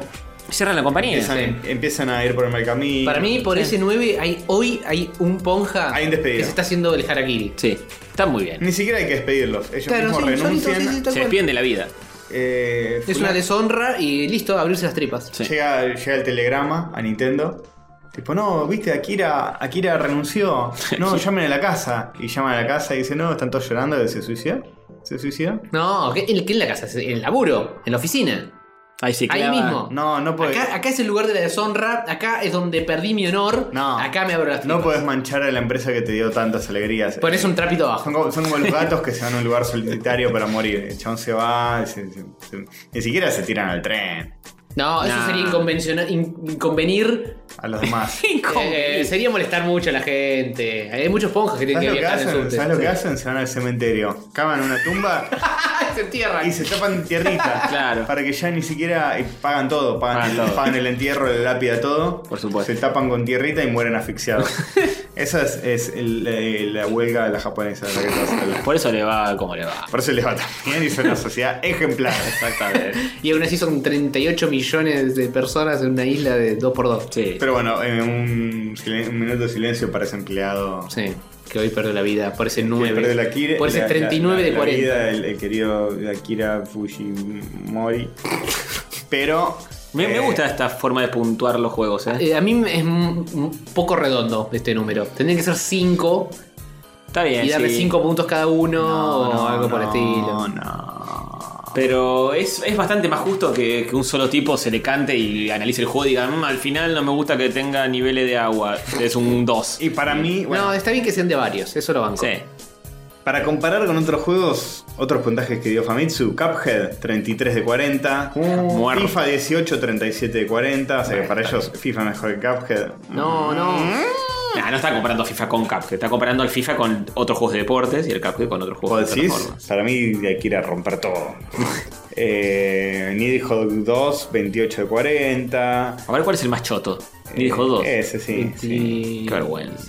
[SPEAKER 3] Cierran la compañía.
[SPEAKER 1] empiezan, empiezan a ir por el mal camino.
[SPEAKER 2] Para mí, por ese 9, hay, hoy hay un ponja
[SPEAKER 1] Hay un despedido.
[SPEAKER 2] que se está haciendo el harakiri.
[SPEAKER 3] Sí, está muy bien.
[SPEAKER 1] Ni siquiera hay que despedirlos. Ellos
[SPEAKER 2] Claro,
[SPEAKER 1] mismos
[SPEAKER 2] sí, solito,
[SPEAKER 1] renuncian.
[SPEAKER 2] sí, sí, tal
[SPEAKER 3] Se
[SPEAKER 2] cual.
[SPEAKER 3] despiden de la vida.
[SPEAKER 1] eh,
[SPEAKER 2] Es una
[SPEAKER 1] fulano-
[SPEAKER 2] deshonra y listo, abrirse las tripas.
[SPEAKER 3] Sí.
[SPEAKER 1] llega, llega el telegrama a Nintendo. Tipo, no, viste, Akira, Akira renunció. No, llamen a la casa. Y llaman a la casa y dicen, no, están todos llorando de se suicidó. ¿Se suicidó?
[SPEAKER 2] No, ¿qué, en, qué en la casa? En el laburo, en la oficina.
[SPEAKER 3] Ahí sí,
[SPEAKER 2] Ahí mismo.
[SPEAKER 1] No, no podés.
[SPEAKER 2] Acá, acá es el lugar de la deshonra, acá es donde perdí mi honor.
[SPEAKER 1] No.
[SPEAKER 2] Acá me abro las tripas.
[SPEAKER 1] No podés manchar a la empresa que te dio tantas alegrías.
[SPEAKER 2] Ponés un trapito
[SPEAKER 1] Son
[SPEAKER 2] abajo.
[SPEAKER 1] como, son como los gatos que se van a un lugar solitario para morir. El chabón se va, se- se- se- ni siquiera se tiran al tren,
[SPEAKER 2] No, eso
[SPEAKER 3] Nah.
[SPEAKER 2] sería inconvencional, in- inconvenir.
[SPEAKER 1] a los demás.
[SPEAKER 2] Eh, sería molestar mucho a la gente. Hay muchos ponjas que tienen que
[SPEAKER 1] ¿Sabes lo que
[SPEAKER 2] viajar en
[SPEAKER 1] hacen?
[SPEAKER 2] subte.
[SPEAKER 1] ¿Sabes lo que
[SPEAKER 2] Sí.
[SPEAKER 1] hacen? Se van al cementerio, cavan una tumba
[SPEAKER 2] Se entierran.
[SPEAKER 1] y se tapan tierrita.
[SPEAKER 3] Claro.
[SPEAKER 1] Para que ya ni siquiera. y pagan todo, pagan,
[SPEAKER 3] Pagan todo.
[SPEAKER 1] pagan el entierro, la lápida, todo.
[SPEAKER 3] Por supuesto.
[SPEAKER 1] Se tapan con tierrita y mueren asfixiados. Esa es, es el- eh, la huelga de la japonesa. la que pasa.
[SPEAKER 3] Por eso le va como le va.
[SPEAKER 1] Por eso les va tan bien y son una sociedad ejemplar. Exactamente.
[SPEAKER 2] Y aún así son 38 millones de personas en una isla de 2x2.
[SPEAKER 3] Sí.
[SPEAKER 1] Pero bueno, eh, un, silen- un minuto de silencio para ese empleado.
[SPEAKER 2] Sí, que hoy perdió la vida por ese
[SPEAKER 1] Que
[SPEAKER 2] 9.
[SPEAKER 1] perdió la Kira-
[SPEAKER 2] por ese
[SPEAKER 1] la- la-
[SPEAKER 2] 39
[SPEAKER 1] la-
[SPEAKER 2] de
[SPEAKER 1] la
[SPEAKER 2] 40.
[SPEAKER 1] vida del- el querido Akira Fujimori. Pero.
[SPEAKER 3] me, me
[SPEAKER 1] eh,
[SPEAKER 3] gusta esta forma de puntuar los juegos, ¿eh?
[SPEAKER 2] Eh, a mí es un un poco redondo este número. Tendría que ser 5
[SPEAKER 3] Está bien.
[SPEAKER 2] y darle
[SPEAKER 3] sí.
[SPEAKER 2] 5 puntos cada uno o
[SPEAKER 1] no,
[SPEAKER 2] algo por el
[SPEAKER 1] no,
[SPEAKER 2] estilo.
[SPEAKER 1] no.
[SPEAKER 3] Pero es, es bastante más justo que, que un solo tipo se le cante y analice el juego y diga, "Mm, al final no me gusta que tenga niveles de agua. Es un 2.
[SPEAKER 1] Y para mí, bueno,
[SPEAKER 2] No, eh. está bien que sean de varios, eso lo banco.
[SPEAKER 3] Sí.
[SPEAKER 1] para comparar con otros juegos, otros puntajes que dio Famitsu, Cuphead 33 de 40,
[SPEAKER 3] muerto.
[SPEAKER 1] FIFA 18 37 de 40, o sea que para ellos FIFA mejor que Cuphead.
[SPEAKER 2] No, no.
[SPEAKER 1] Mm.
[SPEAKER 3] Nah, no está comparando FIFA con Cuphead, está comparando al FIFA con otros juegos de deportes y el Cuphead con otros
[SPEAKER 1] ¿Vos
[SPEAKER 3] juegos de
[SPEAKER 1] decís?
[SPEAKER 3] plataformas.
[SPEAKER 1] Para mí Akira romper todo. eh, Needy Hog 2 28 de 40.
[SPEAKER 3] A ver cuál es el más choto. Y dijo
[SPEAKER 1] Eh,
[SPEAKER 3] 2.
[SPEAKER 1] Ese, sí. sí.
[SPEAKER 2] Y-
[SPEAKER 3] Qué vergüenza.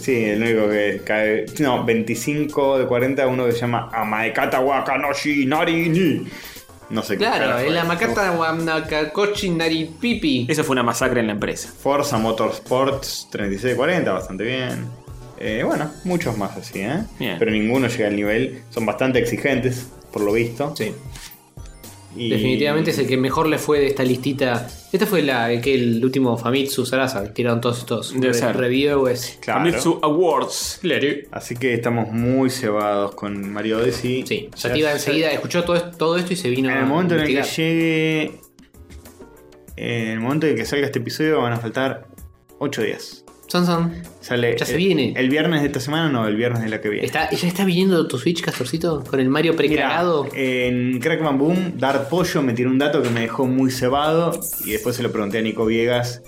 [SPEAKER 1] Sí, el único que cae. No, 25 de 40, uno que se llama Amaekata Wakanoshi Narini. No sé qué.
[SPEAKER 2] Claro,
[SPEAKER 1] carajo
[SPEAKER 2] en la
[SPEAKER 1] es.
[SPEAKER 2] Macata Guamnacacochi Naripipi.
[SPEAKER 3] Eso fue una masacre en la empresa.
[SPEAKER 1] Forza Motorsports 36 de 40, bastante bien. Eh, bueno, muchos más así, ¿eh?
[SPEAKER 3] Bien.
[SPEAKER 1] Pero ninguno llega al nivel. Son bastante exigentes, por lo visto.
[SPEAKER 2] Sí.
[SPEAKER 1] Y-
[SPEAKER 2] Definitivamente es el que mejor le fue de esta listita. Esta fue la que el último Famitsu Sarasa. Tiraron todos estos
[SPEAKER 3] Debe ser.
[SPEAKER 2] reviewers.
[SPEAKER 1] Claro.
[SPEAKER 3] Famitsu Awards.
[SPEAKER 1] Así que estamos muy cebados con Mario Odyssey.
[SPEAKER 2] Sí, Sativa enseguida escuchó todo, todo esto y se vino.
[SPEAKER 1] En el momento en el que
[SPEAKER 2] investigar.
[SPEAKER 1] llegue. En el momento en el que salga este episodio van a faltar 8 días.
[SPEAKER 2] Son, son.
[SPEAKER 1] Sale
[SPEAKER 2] Ya se
[SPEAKER 1] el-
[SPEAKER 2] viene.
[SPEAKER 1] El viernes de esta semana, no, el viernes de la que viene.
[SPEAKER 2] ¿Está, ¿Ya está viniendo tu Switch, Castorcito? Con el Mario
[SPEAKER 1] Mira,
[SPEAKER 2] precagado.
[SPEAKER 1] en Crackman Boom, Dart Pollo me tiró un dato que me dejó muy cebado y después se lo pregunté a Nico Viegas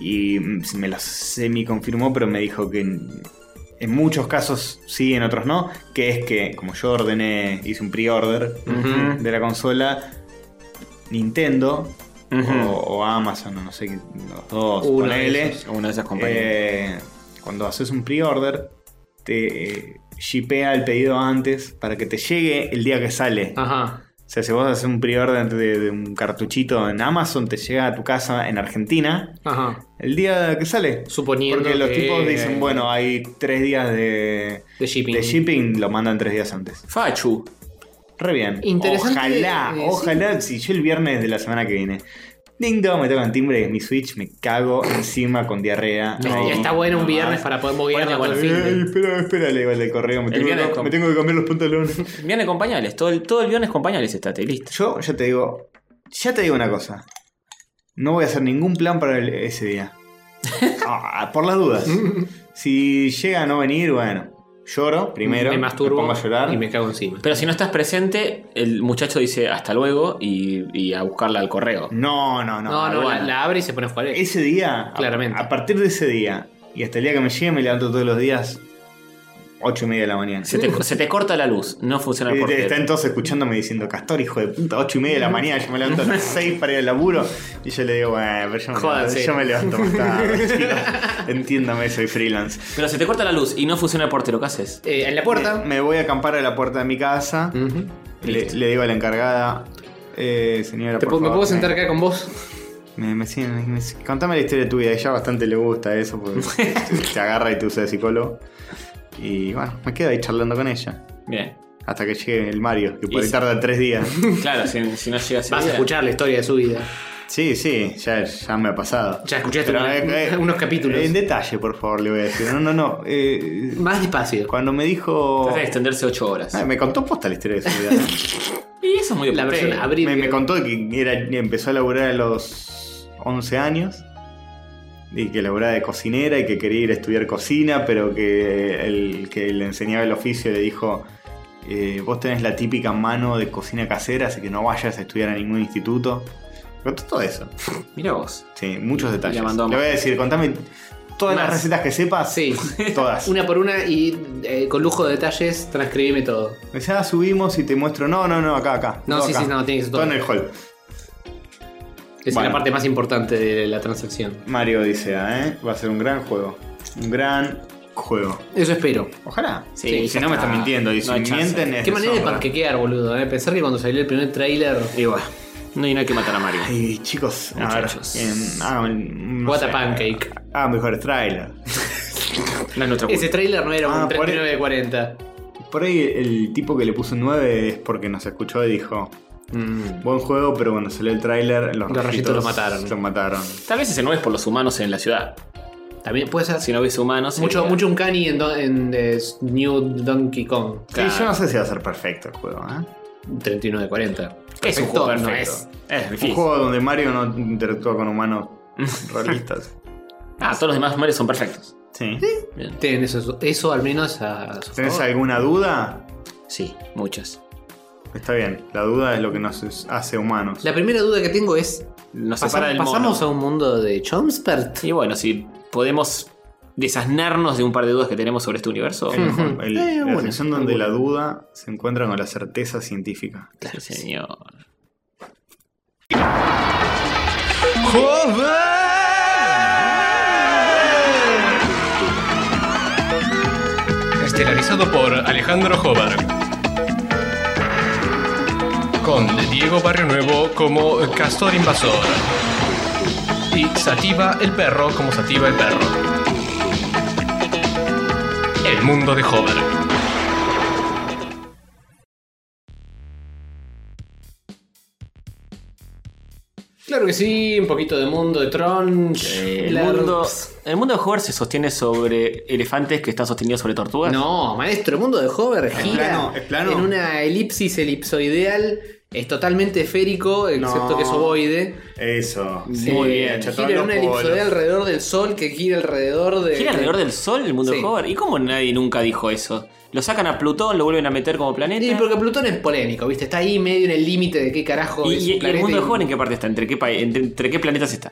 [SPEAKER 1] y mm, me lo semi confirmó, pero me dijo que en, en muchos casos sí, en otros no, que es que como yo ordené, hice un pre-order de la consola, Nintendo o, o Amazon, o no sé, qué, los dos,
[SPEAKER 3] Uno de
[SPEAKER 1] ponele,
[SPEAKER 3] esos- una de esas compañías.
[SPEAKER 1] eh, cuando haces un pre-order, te eh, shipea el pedido antes para que te llegue el día que sale.
[SPEAKER 2] Ajá.
[SPEAKER 1] O sea, si vos haces un pre-order de, de un cartuchito en Amazon, te llega a tu casa en Argentina
[SPEAKER 2] Ajá.
[SPEAKER 1] el día que sale.
[SPEAKER 2] Suponiendo
[SPEAKER 1] Porque los
[SPEAKER 2] que-
[SPEAKER 1] tipos dicen, bueno, hay tres días de,
[SPEAKER 2] De shipping.
[SPEAKER 1] de shipping, lo mandan tres días antes.
[SPEAKER 3] Fachu.
[SPEAKER 1] Re bien.
[SPEAKER 2] Interesante,
[SPEAKER 1] Ojalá,
[SPEAKER 2] eh, sí.
[SPEAKER 1] ojalá, si yo el viernes de la semana que viene. Ding dong, me tocan timbre mi Switch, me cago encima con diarrea.
[SPEAKER 2] No,
[SPEAKER 1] Ahí,
[SPEAKER 2] está bueno un
[SPEAKER 1] nomás.
[SPEAKER 2] viernes para poder moverla
[SPEAKER 3] Bueno,
[SPEAKER 2] con el
[SPEAKER 1] Ay,
[SPEAKER 2] fin.
[SPEAKER 1] espera, espera, le va el correo. Me tengo,
[SPEAKER 3] viernes
[SPEAKER 1] que,
[SPEAKER 3] com-
[SPEAKER 1] me tengo que cambiar los pantalones.
[SPEAKER 3] Viene con pañales. Todo el, todo el viernes con pañales estate, listo.
[SPEAKER 1] Yo ya te digo, ya te digo una cosa. No voy a hacer ningún plan para el- ese día. Ah, por las dudas. Si llega a no venir, bueno, lloro primero.
[SPEAKER 2] me masturbo
[SPEAKER 1] pongo a llorar.
[SPEAKER 2] y me cago encima.
[SPEAKER 3] Pero si no estás presente, el muchacho dice hasta luego y, y a buscarla al correo.
[SPEAKER 1] No, no, no.
[SPEAKER 2] No, no, la,
[SPEAKER 1] bueno.
[SPEAKER 2] la abre y se pone a jugar.
[SPEAKER 1] Ese día, a-
[SPEAKER 2] Claramente.
[SPEAKER 1] A, partir de ese día y hasta el día que me llegue, me levanto todos los días, ocho y media de la mañana.
[SPEAKER 3] Se te, se te corta la luz, no funciona el
[SPEAKER 1] Y
[SPEAKER 3] portero.
[SPEAKER 1] Están todos escuchándome diciendo, Castor, hijo de puta, 8 y media de la mañana, yo me levanto a las 6 para ir al laburo. Y yo le digo, bueno, pero yo me,
[SPEAKER 2] Jódanse.
[SPEAKER 1] levanto, yo me levanto más tarde, chicos. Entiéndame, soy freelance.
[SPEAKER 3] Pero se te corta la luz y no funciona el portero, ¿qué haces?
[SPEAKER 2] Eh, en la puerta. Mm,
[SPEAKER 1] Me voy a acampar a la puerta de mi casa.
[SPEAKER 2] Ujú.
[SPEAKER 1] le, le digo a la encargada, eh, señora,
[SPEAKER 2] ¿Te
[SPEAKER 1] por
[SPEAKER 2] puedo- ¿Me
[SPEAKER 1] favor,
[SPEAKER 2] puedo sentar acá con vos?
[SPEAKER 1] Me, me- sí, me- me- contame la historia de tu vida. Ella bastante le gusta eso porque te, te agarra y te usa de psicólogo. Y bueno, me quedo ahí charlando con ella.
[SPEAKER 3] Bien.
[SPEAKER 1] Hasta que llegue el Mario, que por
[SPEAKER 3] Y
[SPEAKER 1] ahí
[SPEAKER 3] si-
[SPEAKER 1] tarda tres días.
[SPEAKER 3] Claro, si, si no llegas
[SPEAKER 2] Vas a escuchar la historia de su vida.
[SPEAKER 1] Sí, sí, ya, ya me ha pasado.
[SPEAKER 2] Ya escuchaste
[SPEAKER 1] Pero, eh,
[SPEAKER 2] una- unos capítulos.
[SPEAKER 1] En detalle, por favor, le voy a decir. No, no, no. eh,
[SPEAKER 2] Más despacio.
[SPEAKER 1] cuando me dijo.
[SPEAKER 3] Trata de extenderse 8 horas.
[SPEAKER 1] Ay, me contó posta la historia de su vida.
[SPEAKER 3] Y eso es muy
[SPEAKER 2] La
[SPEAKER 3] portero.
[SPEAKER 2] versión abrir.
[SPEAKER 1] me, me contó que era, empezó a laburar a los 11 años. Y que laburaba de cocinera y que quería ir a estudiar cocina, pero que el que le enseñaba el oficio le dijo: eh, Vos tenés la típica mano de cocina casera, así que no vayas a estudiar a ningún instituto. Me Contó todo eso.
[SPEAKER 3] Mira vos.
[SPEAKER 1] Sí, muchos detalles.
[SPEAKER 3] Le
[SPEAKER 1] Le,
[SPEAKER 3] mandó a
[SPEAKER 1] voy a decir, contame todas
[SPEAKER 2] Más.
[SPEAKER 1] las recetas que sepas.
[SPEAKER 2] Sí.
[SPEAKER 1] Todas.
[SPEAKER 2] Una por una y eh, con lujo de detalles transcribime todo.
[SPEAKER 1] Me dice, ah, subimos y te muestro. No, no, no, acá, acá.
[SPEAKER 2] No, sí,
[SPEAKER 1] acá.
[SPEAKER 2] sí, no, tiene que ser todo.
[SPEAKER 1] Todo en el hall.
[SPEAKER 2] Esa
[SPEAKER 1] Bueno.
[SPEAKER 2] es la parte más importante de la transacción.
[SPEAKER 1] Mario dice, ¿eh? Va a ser un gran juego. Un gran juego.
[SPEAKER 2] Eso espero.
[SPEAKER 1] Ojalá.
[SPEAKER 3] Sí,
[SPEAKER 1] Y
[SPEAKER 3] ya
[SPEAKER 1] si no me
[SPEAKER 3] está.
[SPEAKER 1] están mintiendo. Y
[SPEAKER 3] No
[SPEAKER 1] si
[SPEAKER 3] hay chance.
[SPEAKER 1] mienten es
[SPEAKER 2] Qué manera de
[SPEAKER 1] deshonra.
[SPEAKER 2] panquequear, boludo. eh. Pensar que cuando salió el primer tráiler.
[SPEAKER 3] Igual. No, y no hay que matar a Mario.
[SPEAKER 1] Ay, chicos, a ver.
[SPEAKER 3] Muchachos.
[SPEAKER 1] em, ah, mm, no
[SPEAKER 2] What
[SPEAKER 1] sé.
[SPEAKER 2] a pancake.
[SPEAKER 1] Ah, mejor trailer.
[SPEAKER 3] No es nuestra culpa.
[SPEAKER 2] Ese tráiler no era
[SPEAKER 1] Ah,
[SPEAKER 2] un
[SPEAKER 1] por ahí-
[SPEAKER 2] 3940.
[SPEAKER 1] Por ahí el tipo que le puso un 9 es porque nos escuchó y dijo, buen juego, pero cuando salió el tráiler los,
[SPEAKER 2] Mm. Los rayitos los mataron.
[SPEAKER 1] Los mataron.
[SPEAKER 3] Tal vez ese no es por los humanos en la ciudad.
[SPEAKER 2] También puede ser.
[SPEAKER 3] Si no hubiese humanos.
[SPEAKER 2] Mucho,
[SPEAKER 3] sería-
[SPEAKER 2] mucho un cani en, Don- en eh, New Donkey Kong.
[SPEAKER 1] Sí, yo no sé si va a ser perfecto el juego, ¿eh?
[SPEAKER 2] 3940.
[SPEAKER 3] Es un
[SPEAKER 2] Perfecto,
[SPEAKER 3] juego
[SPEAKER 2] no
[SPEAKER 3] perfecto.
[SPEAKER 1] Es
[SPEAKER 3] difícil.
[SPEAKER 1] Un juego donde Mario no interactúa con humanos realistas.
[SPEAKER 3] Ah, todos los demás Mario son perfectos.
[SPEAKER 1] Sí.
[SPEAKER 3] Bien.
[SPEAKER 2] Ten eso, eso al menos a, a su
[SPEAKER 1] ¿Tenés
[SPEAKER 2] favor.
[SPEAKER 1] alguna duda?
[SPEAKER 3] Sí, muchas.
[SPEAKER 1] Está bien, la duda es lo que nos es- hace humanos.
[SPEAKER 2] La primera duda que tengo es:
[SPEAKER 3] Nos
[SPEAKER 2] ¿pasam-
[SPEAKER 3] separa del mono.
[SPEAKER 2] ¿pasamos a un mundo de Chomspert?
[SPEAKER 3] Y bueno, si podemos desasnarnos de un par de dudas que tenemos sobre este universo.
[SPEAKER 1] Es mejor. El-
[SPEAKER 2] Eh,
[SPEAKER 1] la
[SPEAKER 2] bueno,
[SPEAKER 1] sección donde la duda se encuentra con la certeza científica.
[SPEAKER 3] Claro, señor.
[SPEAKER 6] Estelarizado por Alejandro Jobar. Con Diego Barrio Nuevo como Castor Invasor. Y Sativa el Perro como Sativa el Perro. El mundo de Jobar.
[SPEAKER 2] Claro que sí, un poquito de mundo de Tron.
[SPEAKER 3] Eh, El
[SPEAKER 2] Larps.
[SPEAKER 3] mundo, el mundo de Hogwarts se sostiene sobre elefantes que están sostenidos sobre tortugas.
[SPEAKER 2] No, maestro, el mundo de Hover gira
[SPEAKER 1] plano, es plano.
[SPEAKER 2] en una elipsis elipsoideal. Es totalmente esférico, excepto
[SPEAKER 1] No.
[SPEAKER 2] que es ovoide.
[SPEAKER 1] Eso.
[SPEAKER 2] Eh,
[SPEAKER 1] chatón,
[SPEAKER 2] Gira en
[SPEAKER 1] los
[SPEAKER 2] una
[SPEAKER 1] polos.
[SPEAKER 2] elipsoidal alrededor del sol que gira alrededor de.
[SPEAKER 3] ¿Gira alrededor del sol el mundo de
[SPEAKER 2] Sí.
[SPEAKER 3] Hogwarts? ¿Y cómo nadie nunca dijo eso? Lo sacan a Plutón, lo vuelven a meter como planeta.
[SPEAKER 2] Y
[SPEAKER 3] ¿Y,
[SPEAKER 2] porque Plutón es polémico, ¿viste? Está ahí medio en el límite de qué carajo es
[SPEAKER 3] y-
[SPEAKER 2] un
[SPEAKER 3] y el
[SPEAKER 2] planeta
[SPEAKER 3] mundo de
[SPEAKER 2] y-
[SPEAKER 3] Hogwarts en qué parte está? ¿Entre qué, pa- entre, entre qué planetas está?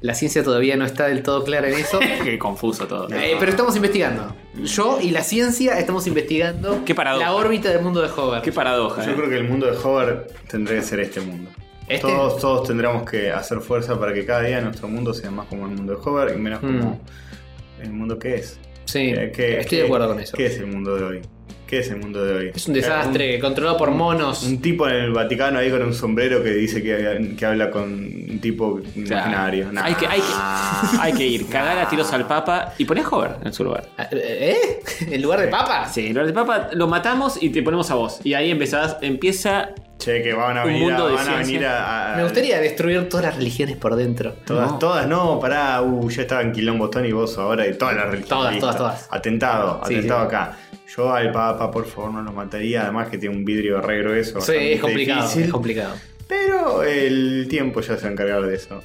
[SPEAKER 2] La ciencia todavía no está del todo clara en eso.
[SPEAKER 3] Qué confuso todo.
[SPEAKER 2] Eh, pero estamos investigando. Yo y la ciencia estamos investigando
[SPEAKER 3] Qué paradoja.
[SPEAKER 2] la órbita del mundo de Hover.
[SPEAKER 3] Qué paradoja.
[SPEAKER 1] Yo
[SPEAKER 3] eh.
[SPEAKER 1] creo que el mundo de Hover tendría que ser este mundo.
[SPEAKER 2] ¿Este?
[SPEAKER 1] Todos, todos tendríamos que hacer fuerza para que cada día nuestro mundo sea más como el mundo de Hover y menos como
[SPEAKER 2] Mm.
[SPEAKER 1] el mundo que es.
[SPEAKER 2] Sí,
[SPEAKER 1] Eh, ¿qué-
[SPEAKER 2] estoy
[SPEAKER 1] qué-
[SPEAKER 2] de acuerdo con eso.
[SPEAKER 1] ¿Qué es el mundo de hoy? ¿Qué es el mundo de hoy? Eh,
[SPEAKER 2] Es un desastre, controlado por monos.
[SPEAKER 1] Un tipo en el Vaticano ahí con un sombrero que dice que, que habla con un tipo imaginario. Nah.
[SPEAKER 3] Hay que, hay, que, hay que ir, cagar a tiros al Papa y poner Hover en su lugar.
[SPEAKER 2] ¿Eh? ¿En lugar de papa?
[SPEAKER 3] Sí, lo del Papa lo matamos y te ponemos a vos. Y ahí empezás, empieza.
[SPEAKER 1] Che, que van a
[SPEAKER 3] Un
[SPEAKER 1] venir, a,
[SPEAKER 3] mundo de
[SPEAKER 1] van a,
[SPEAKER 3] ciencia.
[SPEAKER 1] venir a, a-
[SPEAKER 2] Me gustaría destruir todas las religiones por dentro.
[SPEAKER 1] Todas,
[SPEAKER 3] No.
[SPEAKER 1] todas, no, pará, uh, yo estaba en Quilombo Tony y vos ahora de todas las religiones.
[SPEAKER 2] Todas,
[SPEAKER 1] Listo.
[SPEAKER 2] todas, todas.
[SPEAKER 1] Atentado,
[SPEAKER 2] Sí,
[SPEAKER 1] atentado
[SPEAKER 2] sí.
[SPEAKER 1] acá. Yo al Papa, por favor, no lo mataría, además que tiene un vidrio re grueso.
[SPEAKER 2] Sí,
[SPEAKER 1] bastante
[SPEAKER 2] es complicado,
[SPEAKER 1] difícil.
[SPEAKER 2] es complicado.
[SPEAKER 1] Pero el tiempo ya se va a encargar de eso.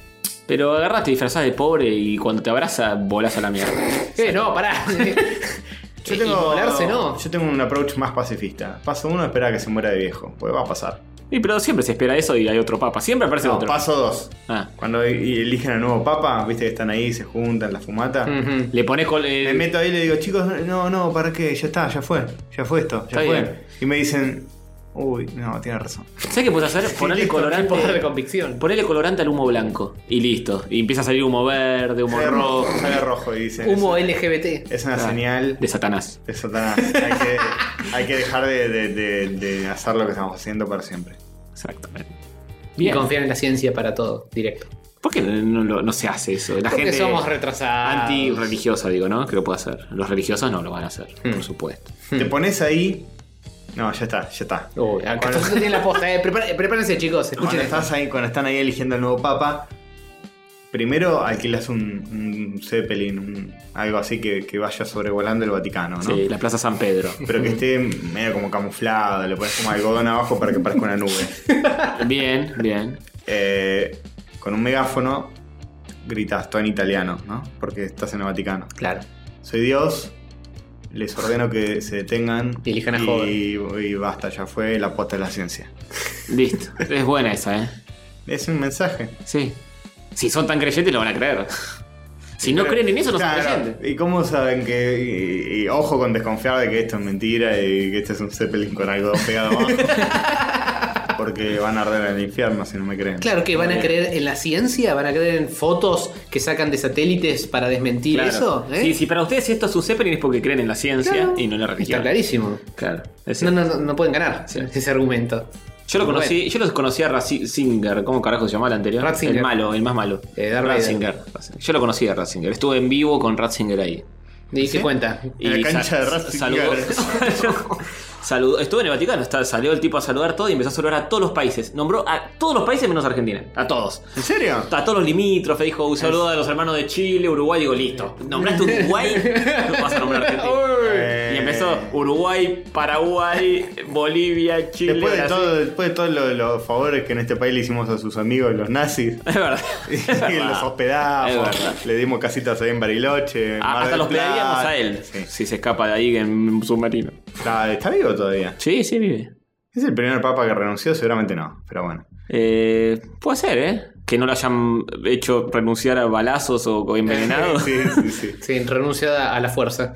[SPEAKER 3] Pero agarrás, te disfrazás de pobre y cuando te abraza, volás a la mierda.
[SPEAKER 2] Eh, no, pará.
[SPEAKER 1] Yo
[SPEAKER 2] Y
[SPEAKER 1] tengo,
[SPEAKER 2] volarse, no.
[SPEAKER 1] yo tengo un approach más pacifista. Paso uno, espera a que se muera de viejo, pues va a pasar.
[SPEAKER 3] Y pero siempre se espera eso y hay otro Papa. Siempre aparece
[SPEAKER 1] No,
[SPEAKER 3] otro.
[SPEAKER 1] paso dos.
[SPEAKER 3] Ah.
[SPEAKER 1] Cuando i- eligen al nuevo Papa, viste que están ahí, se juntan, la fumata.
[SPEAKER 2] Ujú.
[SPEAKER 3] Le pones col-
[SPEAKER 1] Me
[SPEAKER 3] eh,
[SPEAKER 1] meto ahí y le digo, chicos, no, no, ¿para qué? Ya está, ya fue, ya fue esto, ya
[SPEAKER 3] Está
[SPEAKER 1] fue.
[SPEAKER 3] bien.
[SPEAKER 1] Y me dicen, uy, no, tiene razón.
[SPEAKER 3] ¿Sabes qué puedes hacer? Ponerle
[SPEAKER 1] listo,
[SPEAKER 2] Poder de
[SPEAKER 3] colorante.
[SPEAKER 2] convicción.
[SPEAKER 3] Ponele colorante al humo blanco. Y listo. Y empieza a salir humo verde, humo
[SPEAKER 1] Sale rojo,
[SPEAKER 3] rojo.
[SPEAKER 1] sale rojo y dicen,
[SPEAKER 2] Humo
[SPEAKER 1] es,
[SPEAKER 2] LGBT.
[SPEAKER 1] es una señal
[SPEAKER 3] De Satanás.
[SPEAKER 1] de Satanás. Hay que, hay que dejar de, de- de- de hacer lo que estamos haciendo para siempre.
[SPEAKER 3] Exactamente.
[SPEAKER 2] Y
[SPEAKER 3] Bien.
[SPEAKER 2] confiar en la ciencia para todo, directo.
[SPEAKER 3] ¿Por qué no, lo- no se hace eso? La
[SPEAKER 2] Porque
[SPEAKER 3] gente
[SPEAKER 2] somos retrasados.
[SPEAKER 3] anti-religiosa, digo, ¿no? Que lo puede hacer. Los religiosos no lo van a hacer,
[SPEAKER 1] Mm.
[SPEAKER 3] por supuesto.
[SPEAKER 1] Te pones ahí, no, ya está, ya está.
[SPEAKER 2] Uy, acá
[SPEAKER 1] Bueno.
[SPEAKER 2] tienen la posta. Eh. Prepara- prepárense, chicos. Escuchen
[SPEAKER 1] Cuando,
[SPEAKER 2] esto.
[SPEAKER 1] estás ahí, cuando están ahí eligiendo al nuevo papa, primero alquilas un, un Zeppelin, un- algo así que, que vaya sobrevolando el Vaticano, ¿no?
[SPEAKER 3] Sí, la Plaza San Pedro.
[SPEAKER 1] Pero que esté medio como camuflado, le pones como algodón abajo para que parezca una nube.
[SPEAKER 3] Bien, bien.
[SPEAKER 1] Eh, con un megáfono gritas todo en italiano, ¿no? Porque estás en el Vaticano.
[SPEAKER 2] Claro.
[SPEAKER 1] Soy Dios, les ordeno que se detengan
[SPEAKER 2] Y elijan a
[SPEAKER 1] y, y basta, ya fue la posta de la ciencia.
[SPEAKER 3] Listo. Es buena esa, ¿eh?
[SPEAKER 1] Es un mensaje.
[SPEAKER 3] Sí. Si son tan creyentes, lo van a creer. Si no creen en eso, no
[SPEAKER 1] Claro,
[SPEAKER 3] son creyentes.
[SPEAKER 1] ¿Y cómo saben que.? y- y- y ojo con desconfiar de que esto es mentira y que este es un Zeppelin con algodón pegado abajo. Porque van a arder en el infierno si no me creen.
[SPEAKER 2] Claro que van a creer en la ciencia, van a creer en fotos que sacan de satélites para desmentir
[SPEAKER 3] Claro.
[SPEAKER 2] eso. ¿eh?
[SPEAKER 3] Sí, si para ustedes esto es un Zeppelin es porque creen en la ciencia
[SPEAKER 2] Claro.
[SPEAKER 3] y no en la
[SPEAKER 2] Está
[SPEAKER 3] religión.
[SPEAKER 2] clarísimo.
[SPEAKER 3] Claro. Es
[SPEAKER 2] No,
[SPEAKER 3] decir,
[SPEAKER 2] no, no, no pueden ganar
[SPEAKER 3] Sí.
[SPEAKER 2] ese argumento.
[SPEAKER 3] Yo lo conocí, yo los conocí a Ratzinger, ¿cómo carajo se llamaba el anterior?
[SPEAKER 2] Ratzinger.
[SPEAKER 3] El malo, el más malo.
[SPEAKER 2] Eh, Darth Vader.
[SPEAKER 3] Ratzinger. Ratzinger. Yo lo conocí a Ratzinger. Estuve en vivo con Ratzinger ahí.
[SPEAKER 2] ¿Y qué cuenta?
[SPEAKER 1] En la cancha
[SPEAKER 3] sa-
[SPEAKER 1] de Ratzinger.
[SPEAKER 3] Saludó, saludó- estuvo en el Vaticano, está- salió el tipo a saludar todo y empezó a saludar a todos los países. Nombró a todos los países menos Argentina. A todos.
[SPEAKER 1] ¿En serio?
[SPEAKER 3] A todos los limítrofes, dijo, un saludo a los hermanos de Chile, Uruguay, digo, listo. Nombraste Uruguay, no vas a nombrar Argentina.
[SPEAKER 1] Eh,
[SPEAKER 3] Y empezó Uruguay, Paraguay, Bolivia, Chile.
[SPEAKER 1] Después de,
[SPEAKER 3] Brasil.
[SPEAKER 1] todo, después de todos lo- los favores que en este país le hicimos a sus amigos, los nazis,
[SPEAKER 3] Es verdad.
[SPEAKER 1] y
[SPEAKER 3] Es verdad. Es
[SPEAKER 1] los
[SPEAKER 3] verdad.
[SPEAKER 1] hospedamos, le dimos casitas ahí en Bariloche. en
[SPEAKER 3] Ah,
[SPEAKER 1] Mar
[SPEAKER 3] hasta
[SPEAKER 1] del
[SPEAKER 3] los pedaríamos
[SPEAKER 1] Plata.
[SPEAKER 3] a él.
[SPEAKER 1] Sí.
[SPEAKER 3] Si se escapa de ahí en un submarino.
[SPEAKER 1] Está, está vivo todavía.
[SPEAKER 3] Sí, sí, vive.
[SPEAKER 1] ¿Es el primer papa que renunció? Seguramente no, pero bueno.
[SPEAKER 3] Eh, puede ser, ¿eh? Que no lo hayan hecho renunciar a balazos o, o envenenado. sí.
[SPEAKER 1] Sí, sí, sí.
[SPEAKER 2] Sí, renuncia a la fuerza.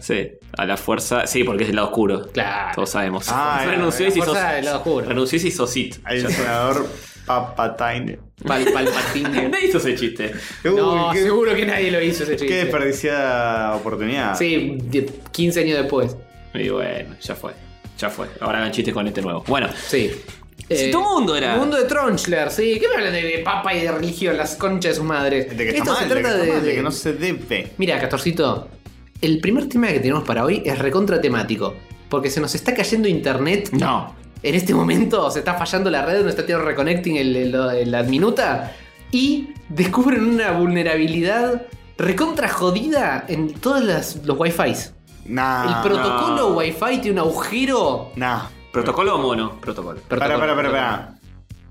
[SPEAKER 3] a la fuerza. Sí, porque es el lado oscuro.
[SPEAKER 2] Claro.
[SPEAKER 3] Todos sabemos.
[SPEAKER 1] Ah,
[SPEAKER 3] renunció
[SPEAKER 1] la
[SPEAKER 3] y se hizo.
[SPEAKER 2] fuerza del lado oscuro.
[SPEAKER 3] Renunció y se hizo Sith.
[SPEAKER 1] Hay un senador Papatine.
[SPEAKER 2] Pal, Palpatine.
[SPEAKER 3] Nadie hizo ese chiste.
[SPEAKER 1] Uy,
[SPEAKER 2] no,
[SPEAKER 1] qué,
[SPEAKER 2] seguro que nadie lo hizo ese
[SPEAKER 1] qué
[SPEAKER 2] chiste.
[SPEAKER 1] desperdiciada oportunidad.
[SPEAKER 2] Sí, de- 15 años después.
[SPEAKER 3] Y bueno, ya fue. Ya fue. Ahora hagan chistes con este nuevo. Bueno,
[SPEAKER 2] Sí. Eh,
[SPEAKER 3] Sí, todo mundo era.
[SPEAKER 2] Mundo de Tronchler, sí. ¿Qué me hablan de, de papa y de religión? Las conchas de sus madres.
[SPEAKER 1] De que está
[SPEAKER 2] Esto
[SPEAKER 1] mal,
[SPEAKER 2] se
[SPEAKER 1] de que
[SPEAKER 2] trata
[SPEAKER 1] está
[SPEAKER 2] de.
[SPEAKER 1] mal, de
[SPEAKER 2] de-
[SPEAKER 1] que no se debe.
[SPEAKER 2] Mira, Castorcito, el primer tema que tenemos para hoy es recontra temático. Porque se nos está cayendo internet.
[SPEAKER 3] no.
[SPEAKER 2] En este momento se está fallando la red, no está teniendo reconnecting el, el- el- la minuta. Y descubren una vulnerabilidad recontra jodida en todos los Wi-Fi.
[SPEAKER 1] Nah.
[SPEAKER 2] el protocolo Wi-Fi tiene un agujero.
[SPEAKER 1] Nah.
[SPEAKER 3] ¿Protocolo o mono? Protocolo.
[SPEAKER 1] Para,
[SPEAKER 2] Protocolo,
[SPEAKER 1] para, para,
[SPEAKER 2] protocolo.
[SPEAKER 1] para.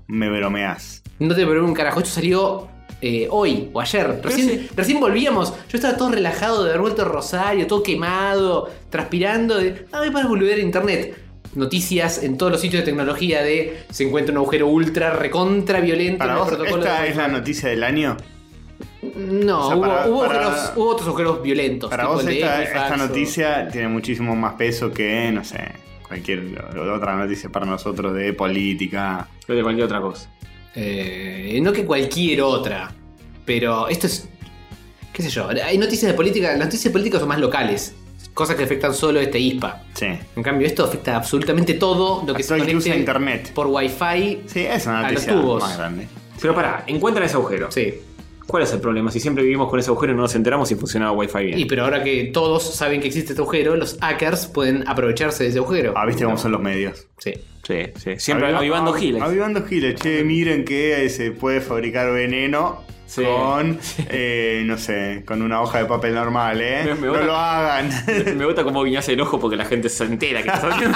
[SPEAKER 1] Me bromeás.
[SPEAKER 2] No te pregunto un carajo, esto salió eh, hoy o ayer. Recién, recién volvíamos. Yo estaba todo relajado de haber vuelto a Rosario, todo quemado, transpirando. De, ah, me para volver a internet. Noticias en todos los sitios de tecnología de se encuentra un agujero ultra recontra violento.
[SPEAKER 1] Para
[SPEAKER 2] en el
[SPEAKER 1] vos,
[SPEAKER 2] Este protocolo
[SPEAKER 1] esta
[SPEAKER 2] de-
[SPEAKER 1] es la noticia del año.
[SPEAKER 2] No,
[SPEAKER 1] O sea,
[SPEAKER 2] hubo,
[SPEAKER 1] para-
[SPEAKER 2] hubo
[SPEAKER 1] para-
[SPEAKER 2] agujeros- hubo otros agujeros violentos.
[SPEAKER 1] Para
[SPEAKER 2] tipo
[SPEAKER 1] vos
[SPEAKER 2] el de
[SPEAKER 1] esta,
[SPEAKER 2] Equifax
[SPEAKER 1] esta
[SPEAKER 2] o-
[SPEAKER 1] noticia tiene muchísimo más peso que, no sé, cualquier o- otra noticia para nosotros de política.
[SPEAKER 3] Lo de cualquier otra cosa.
[SPEAKER 2] Eh, no que cualquier otra. Pero esto es. ¿Qué sé yo? Hay noticias de política. Las noticias de política son más locales. Cosas que afectan solo a este ISPA.
[SPEAKER 1] Sí.
[SPEAKER 2] En cambio, esto afecta absolutamente todo lo que se
[SPEAKER 1] Todo el que usa
[SPEAKER 2] conecte
[SPEAKER 1] internet.
[SPEAKER 2] por Wi-Fi.
[SPEAKER 1] Sí, es una
[SPEAKER 2] A los
[SPEAKER 1] noticia
[SPEAKER 2] tubos.
[SPEAKER 1] más grande.
[SPEAKER 3] Pero pará, encuentran ese agujero.
[SPEAKER 2] Sí.
[SPEAKER 3] ¿Cuál es el problema? Si siempre vivimos con ese agujero y no nos enteramos si funcionaba Wi-Fi bien.
[SPEAKER 2] Y pero ahora que todos saben que existe este agujero, los hackers pueden aprovecharse de ese agujero.
[SPEAKER 1] Ah, viste cómo son los medios.
[SPEAKER 2] Sí.
[SPEAKER 3] Sí, sí. Siempre
[SPEAKER 1] Aviv-
[SPEAKER 3] avivando
[SPEAKER 1] avi-
[SPEAKER 3] giles.
[SPEAKER 1] Avivando giles, che, miren que eh, se puede fabricar veneno.
[SPEAKER 3] Sí.
[SPEAKER 1] Con, eh, no sé, con una hoja de papel normal, ¿eh?
[SPEAKER 3] Me- me
[SPEAKER 1] no
[SPEAKER 3] van a-
[SPEAKER 1] lo hagan.
[SPEAKER 3] Me gusta cómo guiñas el ojo porque la gente se entera que estás haciendo,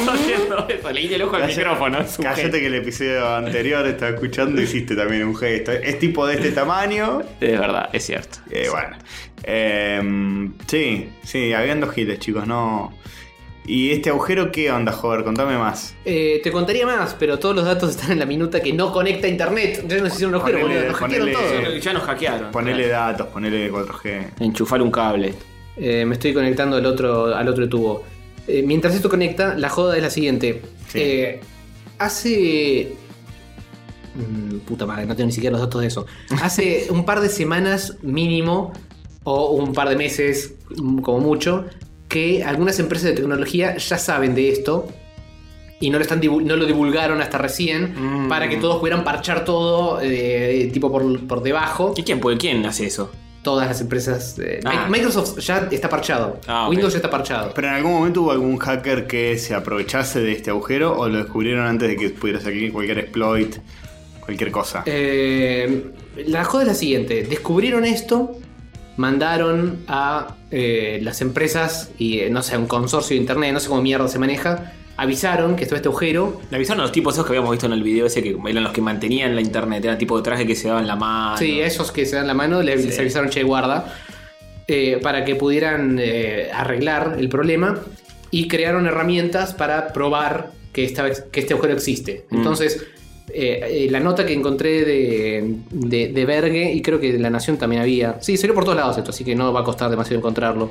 [SPEAKER 3] estás haciendo eso. Le guiña el ojo al
[SPEAKER 1] Cállate-
[SPEAKER 3] micrófono. es un
[SPEAKER 1] Cállate
[SPEAKER 3] genio.
[SPEAKER 1] que el episodio anterior estaba escuchando, hiciste también un gesto. Es tipo de este tamaño.
[SPEAKER 3] Es verdad, es cierto.
[SPEAKER 1] Eh, bueno. Em, sí, sí, habían dos giles, chicos, no. ¿Y este agujero qué onda, joder? Contame más.
[SPEAKER 2] Eh, te contaría más, pero todos los datos están en la minuta que no conecta a internet. Entonces nos hicieron un agujero,
[SPEAKER 1] Ponele-
[SPEAKER 2] boludo. Nos hackearon
[SPEAKER 1] ponele-
[SPEAKER 2] todo.
[SPEAKER 1] Eh,
[SPEAKER 3] ya nos hackearon.
[SPEAKER 1] Ponele datos, ponele 4G.
[SPEAKER 3] Enchufar un cable.
[SPEAKER 2] Eh, me estoy conectando al otro, al otro tubo. Eh, mientras esto conecta, la joda es la siguiente.
[SPEAKER 1] Sí.
[SPEAKER 2] Eh, hace. Mm, Puta madre, no tengo ni siquiera los datos de eso. Hace un par de semanas mínimo, o un par de meses, mm, como mucho, que algunas empresas de tecnología ya saben de esto. Y no lo, están divu- no lo divulgaron hasta recién
[SPEAKER 3] Mm.
[SPEAKER 2] para que todos pudieran parchar todo eh, tipo por, por debajo
[SPEAKER 3] ¿Y quién puede? ¿Quién hace eso?
[SPEAKER 2] todas las empresas. eh,
[SPEAKER 3] Ah.
[SPEAKER 2] Mi- Microsoft ya está parchado.
[SPEAKER 3] Ah, ok.
[SPEAKER 2] Windows ya está parchado.
[SPEAKER 1] Pero en algún momento hubo algún hacker que se aprovechase de este agujero o lo descubrieron antes de que pudiera salir cualquier exploit, cualquier cosa.
[SPEAKER 2] Eh, la joda es la siguiente. Descubrieron esto, mandaron a eh, las empresas y, eh, no sé, un consorcio de internet, no sé cómo mierda se maneja, avisaron que estaba este agujero.
[SPEAKER 3] Le avisaron a los tipos esos que habíamos visto en el video ese que eran los que mantenían la internet. Eran tipo de traje que se daban la mano.
[SPEAKER 2] sí, a esos que se dan la mano le- les avisaron, che, guarda, eh, para que pudieran eh, arreglar el problema y crearon herramientas para probar que, esta- que este agujero existe. Entonces, eh, eh, la nota que encontré de, de, de Berge, y creo que de La Nación también había, sí, salió por todos lados esto, así que no va a costar demasiado encontrarlo,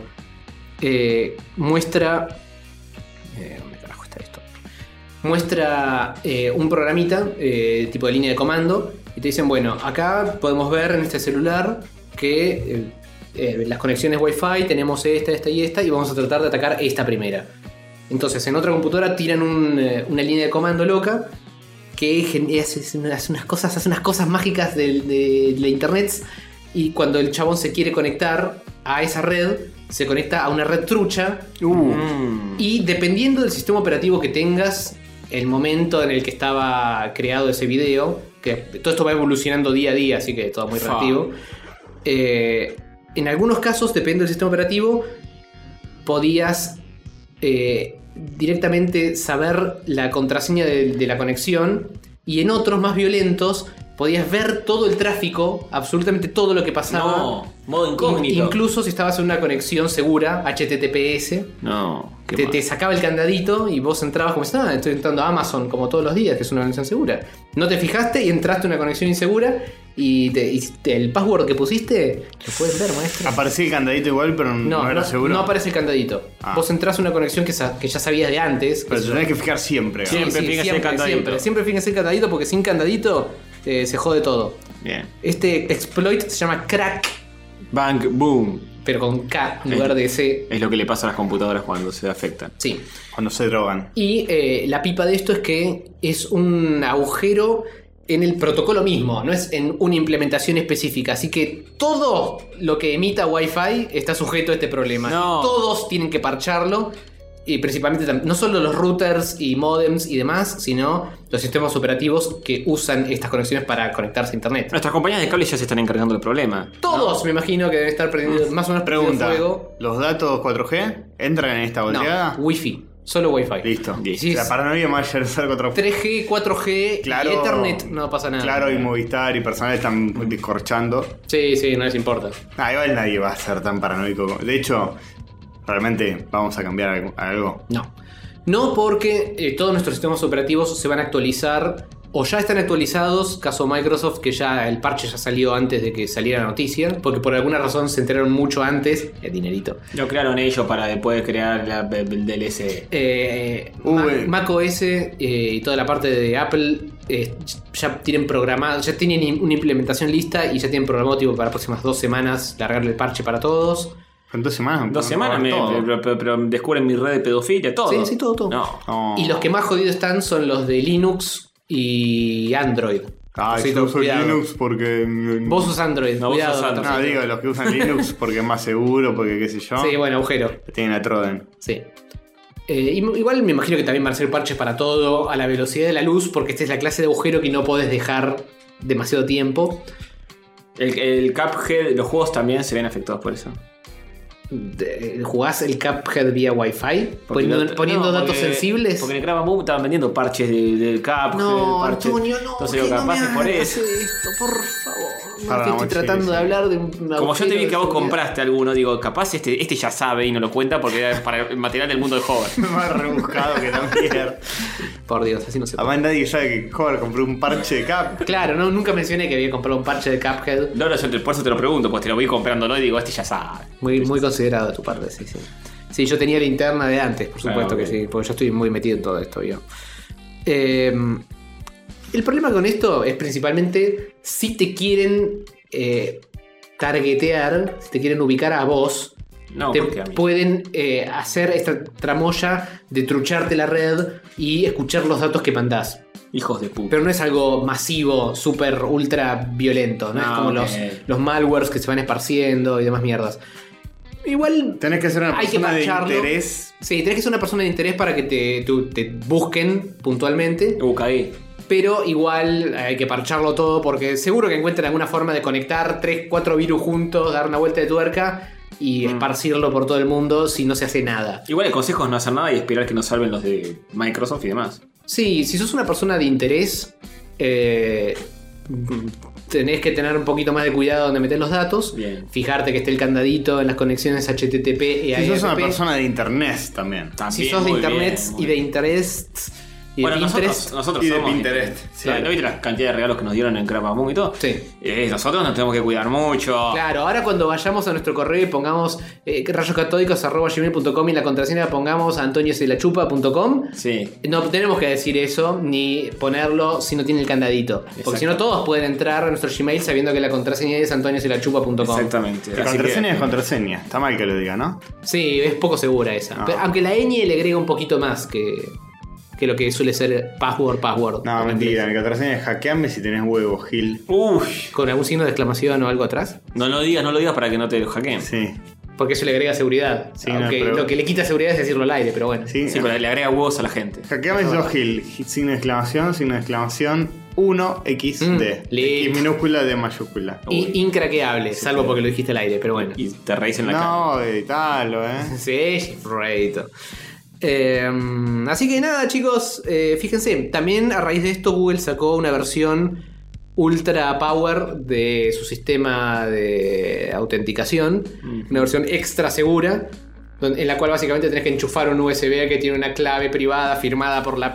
[SPEAKER 2] eh, muestra... eh, ¿Dónde carajo está esto? muestra eh, un programita, eh, tipo de línea de comando, y te dicen, bueno, acá podemos ver en este celular que eh, eh, las conexiones Wi-Fi tenemos esta, esta y esta, y vamos a tratar de atacar esta primera. Entonces, en otra computadora tiran un, eh, una línea de comando loca que gen- hace, hace unas cosas, hace unas cosas mágicas del- de, la internet. Y cuando el chabón se quiere conectar a esa red, se conecta a una red trucha
[SPEAKER 3] Mm.
[SPEAKER 2] y dependiendo del sistema operativo que tengas, el momento en el que estaba creado ese video, que todo esto va evolucionando día a día, así que todo muy
[SPEAKER 3] Fa.
[SPEAKER 2] relativo. eh, en algunos casos, depende del sistema operativo, podías eh, directamente saber la contraseña de, de la conexión y en otros más violentos podías ver todo el tráfico, absolutamente todo lo que pasaba.
[SPEAKER 3] No, modo incógnito.
[SPEAKER 2] Incluso si estabas en una conexión segura, HTTPS,
[SPEAKER 3] no, qué
[SPEAKER 2] te,
[SPEAKER 3] mal.
[SPEAKER 2] te sacaba el candadito y vos entrabas como si nada, estoy entrando a Amazon como todos los días, que es una conexión segura. No te fijaste y entraste a una conexión insegura y, te- y te- el password que pusiste, lo puedes ver, maestro.
[SPEAKER 1] Aparecía el candadito igual, pero no,
[SPEAKER 2] No,
[SPEAKER 1] era
[SPEAKER 2] no,
[SPEAKER 1] seguro.
[SPEAKER 2] no aparece el candadito.
[SPEAKER 1] Ah.
[SPEAKER 2] Vos entras a una conexión que, sa- que ya sabías de antes.
[SPEAKER 1] pero te tenés que fijar siempre.
[SPEAKER 2] Sí,
[SPEAKER 1] ¿no?
[SPEAKER 3] Siempre
[SPEAKER 2] sí,
[SPEAKER 3] fíjense el
[SPEAKER 2] siempre,
[SPEAKER 3] candadito.
[SPEAKER 2] Siempre, siempre fíjense el candadito porque sin candadito eh, se jode todo.
[SPEAKER 3] Bien.
[SPEAKER 2] Este exploit se llama crack,
[SPEAKER 3] Bank boom.
[SPEAKER 2] pero con K en lugar de C.
[SPEAKER 3] Es lo que le pasa a las computadoras cuando se afectan.
[SPEAKER 2] Sí.
[SPEAKER 1] Cuando se drogan.
[SPEAKER 2] Y eh, la pipa de esto es que es un agujero en el protocolo mismo, no es en una implementación específica. Así que todo lo que emita Wi-Fi está sujeto a este problema.
[SPEAKER 3] No.
[SPEAKER 2] Todos tienen que parcharlo. Y principalmente tam- no solo los routers y modems y demás, sino los sistemas operativos que usan estas conexiones para conectarse a internet.
[SPEAKER 3] Nuestras compañías de cable ya se están encargando del problema.
[SPEAKER 2] Todos me imagino que deben estar prendidos más o menos prendidos
[SPEAKER 1] Pregunta.
[SPEAKER 2] fuego.
[SPEAKER 1] ¿Los datos 4G entran en esta
[SPEAKER 2] No,
[SPEAKER 1] volteada?
[SPEAKER 2] Wi-Fi, solo Wi-Fi.
[SPEAKER 1] Listo.
[SPEAKER 2] Sí,
[SPEAKER 1] La paranoia más usar 4G.
[SPEAKER 2] 3G, 4G,
[SPEAKER 1] Claro.
[SPEAKER 2] y Ethernet, no pasa nada.
[SPEAKER 1] Claro, y Movistar y personal están descorchando.
[SPEAKER 2] Sí, sí, no les importa.
[SPEAKER 1] Ah, igual nadie va a ser tan paranoico. como- De hecho, realmente vamos a cambiar algo- algo.
[SPEAKER 2] No. No porque eh, todos nuestros sistemas operativos se van a actualizar o ya están actualizados, caso Microsoft, que ya el parche ya salió antes de que saliera la noticia, porque por alguna razón se enteraron mucho antes, el dinerito.
[SPEAKER 3] Lo crearon ellos para después crear la, el DLC.
[SPEAKER 2] Eh,
[SPEAKER 1] Uy.
[SPEAKER 2] Ma- Mac OS eh, y toda la parte de Apple eh, ya tienen programado, ya tienen im- una implementación lista y ya tienen programado tipo, para las próximas dos semanas largarle el parche para todos.
[SPEAKER 1] Con dos semanas.
[SPEAKER 3] Dos semanas me,
[SPEAKER 1] todo.
[SPEAKER 3] pero- pero- pero descubren mi red de pedofilia, todo.
[SPEAKER 2] Sí, sí, todo, todo.
[SPEAKER 3] No.
[SPEAKER 1] No.
[SPEAKER 2] Y los que más jodidos están son los de Linux y Android.
[SPEAKER 1] Ay,
[SPEAKER 2] Cosito,
[SPEAKER 1] yo uso
[SPEAKER 2] cuidado.
[SPEAKER 1] Linux Ah, porque.
[SPEAKER 2] Vos sos Android,
[SPEAKER 3] No, vos
[SPEAKER 2] cuidado,
[SPEAKER 3] sos Android.
[SPEAKER 1] No,
[SPEAKER 2] Tarcito.
[SPEAKER 1] digo, los que usan Linux porque es más seguro, porque qué sé yo.
[SPEAKER 2] Sí, bueno, agujero.
[SPEAKER 1] Tienen a Troden.
[SPEAKER 2] Sí. Eh, im- igual me imagino que también van a ser parches para todo, a la velocidad de la luz, porque esta es la clase de agujero que no podés dejar demasiado tiempo.
[SPEAKER 3] El, el Cuphead, los juegos también se ven afectados por eso.
[SPEAKER 2] De- jugás el Cuphead vía Wi-Fi,
[SPEAKER 3] Porque
[SPEAKER 2] poniendo,
[SPEAKER 3] lo-
[SPEAKER 2] poniendo
[SPEAKER 3] no,
[SPEAKER 2] datos
[SPEAKER 3] porque-
[SPEAKER 2] sensibles.
[SPEAKER 3] Porque en el Crab Boom estaban vendiendo parches de- del Cuphead.
[SPEAKER 2] no,
[SPEAKER 3] parches.
[SPEAKER 2] Antonio, no.
[SPEAKER 3] Entonces,
[SPEAKER 2] que no
[SPEAKER 3] capaz
[SPEAKER 2] me
[SPEAKER 3] es por
[SPEAKER 2] hagas
[SPEAKER 3] eso.
[SPEAKER 2] esto, por favor. No,
[SPEAKER 1] Para,
[SPEAKER 2] que estoy
[SPEAKER 1] mochila,
[SPEAKER 2] tratando de
[SPEAKER 1] sí.
[SPEAKER 2] hablar de un
[SPEAKER 3] Como yo
[SPEAKER 2] agujero
[SPEAKER 3] te vi
[SPEAKER 2] de
[SPEAKER 3] que vos
[SPEAKER 2] seguridad.
[SPEAKER 3] compraste alguno, digo, capaz este, este ya sabe y no lo cuenta porque era para el material del mundo de joven.
[SPEAKER 1] más rebuscado que la mierda.
[SPEAKER 2] Por Dios, así no se puede.
[SPEAKER 1] Además, nadie sabe que Cover compró un parche de cap.
[SPEAKER 2] Claro, no, nunca mencioné que había comprado un parche de Cuphead.
[SPEAKER 3] No, no, yo te- por eso te lo pregunto, pues te lo voy comprándolo y digo, este ya sabe.
[SPEAKER 2] Muy, muy considerado de tu parte, sí, sí. Sí, yo tenía la interna de antes, por supuesto
[SPEAKER 3] Ah, ok.
[SPEAKER 2] que sí, porque yo estoy muy metido en todo esto, yo. Eh, el problema con esto es principalmente si te quieren eh, targetear, si te quieren ubicar a vos,
[SPEAKER 3] No,
[SPEAKER 2] te
[SPEAKER 3] porque a mí.
[SPEAKER 2] pueden eh, hacer esta tramoya de trucharte la red y escuchar los datos que mandás.
[SPEAKER 3] Hijos de puta.
[SPEAKER 2] Pero no es algo masivo, súper, ultra violento, ¿no? es
[SPEAKER 3] Ah,
[SPEAKER 2] como
[SPEAKER 3] ok.
[SPEAKER 2] los, los malwares que se van esparciendo y demás mierdas. Igual
[SPEAKER 1] Tenés que ser una
[SPEAKER 2] Hay que
[SPEAKER 1] persona de
[SPEAKER 2] parcharlo.
[SPEAKER 1] interés.
[SPEAKER 2] Sí, tenés que ser una persona de interés para que te, tú- te busquen puntualmente.
[SPEAKER 3] Uh, caí.
[SPEAKER 2] Pero igual hay que parcharlo todo porque seguro que encuentran alguna forma de conectar 3, 4 virus juntos, dar una vuelta de tuerca y
[SPEAKER 3] Mm.
[SPEAKER 2] esparcirlo por todo el mundo si no se hace nada.
[SPEAKER 3] Igual el consejo es no hacer nada y esperar que nos salven los de Microsoft y demás.
[SPEAKER 2] Sí, si sos una persona de interés, eh, tenés que tener un poquito más de cuidado donde meter los datos.
[SPEAKER 3] Bien.
[SPEAKER 2] Fijarte que esté el candadito en las conexiones HTTP y
[SPEAKER 1] Si sos una
[SPEAKER 2] AFP.
[SPEAKER 1] persona de internet también.
[SPEAKER 2] Si sos de
[SPEAKER 3] muy
[SPEAKER 2] internet
[SPEAKER 3] bien, muy
[SPEAKER 2] y de
[SPEAKER 3] bien.
[SPEAKER 2] interés y
[SPEAKER 3] Bueno,
[SPEAKER 2] de interés.
[SPEAKER 3] nosotros, nosotros
[SPEAKER 1] Y de
[SPEAKER 3] somos
[SPEAKER 1] Pinterest.
[SPEAKER 3] Sí, ¿No viste la cantidad de regalos que nos dieron en Crapamón y todo?
[SPEAKER 2] Sí.
[SPEAKER 3] Eh, nosotros nos tenemos que cuidar mucho.
[SPEAKER 2] Claro, ahora cuando vayamos a nuestro correo y pongamos eh, rayoscatódicos.com y en la contraseña pongamos antonioselachupa.com,
[SPEAKER 3] Sí.
[SPEAKER 2] no tenemos que decir eso ni ponerlo si no tiene el candadito. Porque
[SPEAKER 3] Exacto.
[SPEAKER 2] si no, todos pueden entrar a nuestro Gmail sabiendo que la contraseña es antonioselachupa.com.
[SPEAKER 3] Exactamente.
[SPEAKER 1] La
[SPEAKER 3] Así que-
[SPEAKER 1] contraseña es contraseña. Está mal que lo diga, ¿no?
[SPEAKER 2] Sí, es poco segura esa.
[SPEAKER 1] No.
[SPEAKER 2] Pero- aunque la ñ le agrega un poquito más que, que lo que suele ser password, password.
[SPEAKER 1] No, mentira. Mi contraseña es hackeame si tenés huevo, Gil.
[SPEAKER 3] Uy,
[SPEAKER 2] Con algún signo de exclamación o algo atrás.
[SPEAKER 3] no lo digas, no lo digas para que no te lo hackeen. Sí,
[SPEAKER 1] Sí.
[SPEAKER 2] Porque eso le agrega seguridad.
[SPEAKER 1] Sí, no,
[SPEAKER 2] aunque
[SPEAKER 1] pero-
[SPEAKER 2] lo que le quita seguridad es decirlo al aire, pero bueno.
[SPEAKER 1] Sí.
[SPEAKER 3] pero le agrega huevos a la gente.
[SPEAKER 1] Hackeame si sos Gil. Signo de exclamación, signo de exclamación. 1XD.
[SPEAKER 2] Mm, listo.
[SPEAKER 1] X minúscula de mayúscula.
[SPEAKER 2] Y- Incraqueable, salvo porque lo dijiste al aire, pero bueno.
[SPEAKER 3] Y te reís en la cara.
[SPEAKER 1] No, editalo, eh.
[SPEAKER 2] Sí, correcto. Eh, así que nada, chicos, eh, fíjense, también a raíz de esto Google sacó una versión ultra power de su sistema de autenticación, una versión extra segura, don- en la cual básicamente tenés que enchufar un USB que tiene una clave privada firmada por la...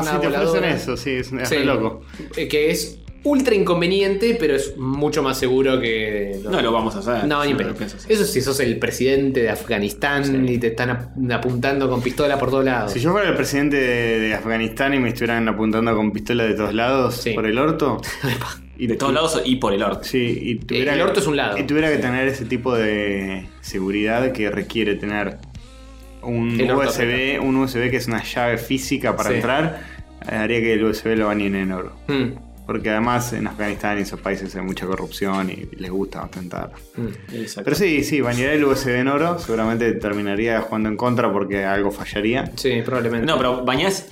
[SPEAKER 2] cadena
[SPEAKER 1] sí, te ofrecen
[SPEAKER 2] voladora.
[SPEAKER 1] eso, sí, es, es
[SPEAKER 2] Sí.
[SPEAKER 1] re loco.
[SPEAKER 2] Eh, Que es ultra inconveniente, pero es mucho más seguro que...
[SPEAKER 3] No lo vamos a hacer.
[SPEAKER 2] No, ni
[SPEAKER 3] Yo
[SPEAKER 2] pedo.
[SPEAKER 3] lo Ah, pienso así.
[SPEAKER 2] Eso si sos el presidente de Afganistán y te están ap- apuntando con pistola por todos lados.
[SPEAKER 1] Si yo fuera el presidente de, de Afganistán y me estuvieran apuntando con pistola de todos lados
[SPEAKER 2] Sí.
[SPEAKER 1] por el orto. y
[SPEAKER 3] De todos lados y por el orto.
[SPEAKER 1] Sí, y tuviera
[SPEAKER 2] Eh, El
[SPEAKER 1] que-
[SPEAKER 2] orto es un lado.
[SPEAKER 1] Y tuviera que tener ese tipo de seguridad que requiere tener un
[SPEAKER 2] El orto
[SPEAKER 1] USB, un USB que es una llave física para
[SPEAKER 2] Sí.
[SPEAKER 1] entrar, eh, haría que el USB lo bañen en oro.
[SPEAKER 2] Mm,
[SPEAKER 1] Porque además en Afganistán y esos países hay mucha corrupción y les gusta ostentar.
[SPEAKER 2] mm.
[SPEAKER 3] Exacto.
[SPEAKER 1] Pero sí, sí, bañaría el USB en oro, seguramente terminaría jugando en contra porque algo fallaría.
[SPEAKER 2] Sí, probablemente.
[SPEAKER 3] No, pero bañás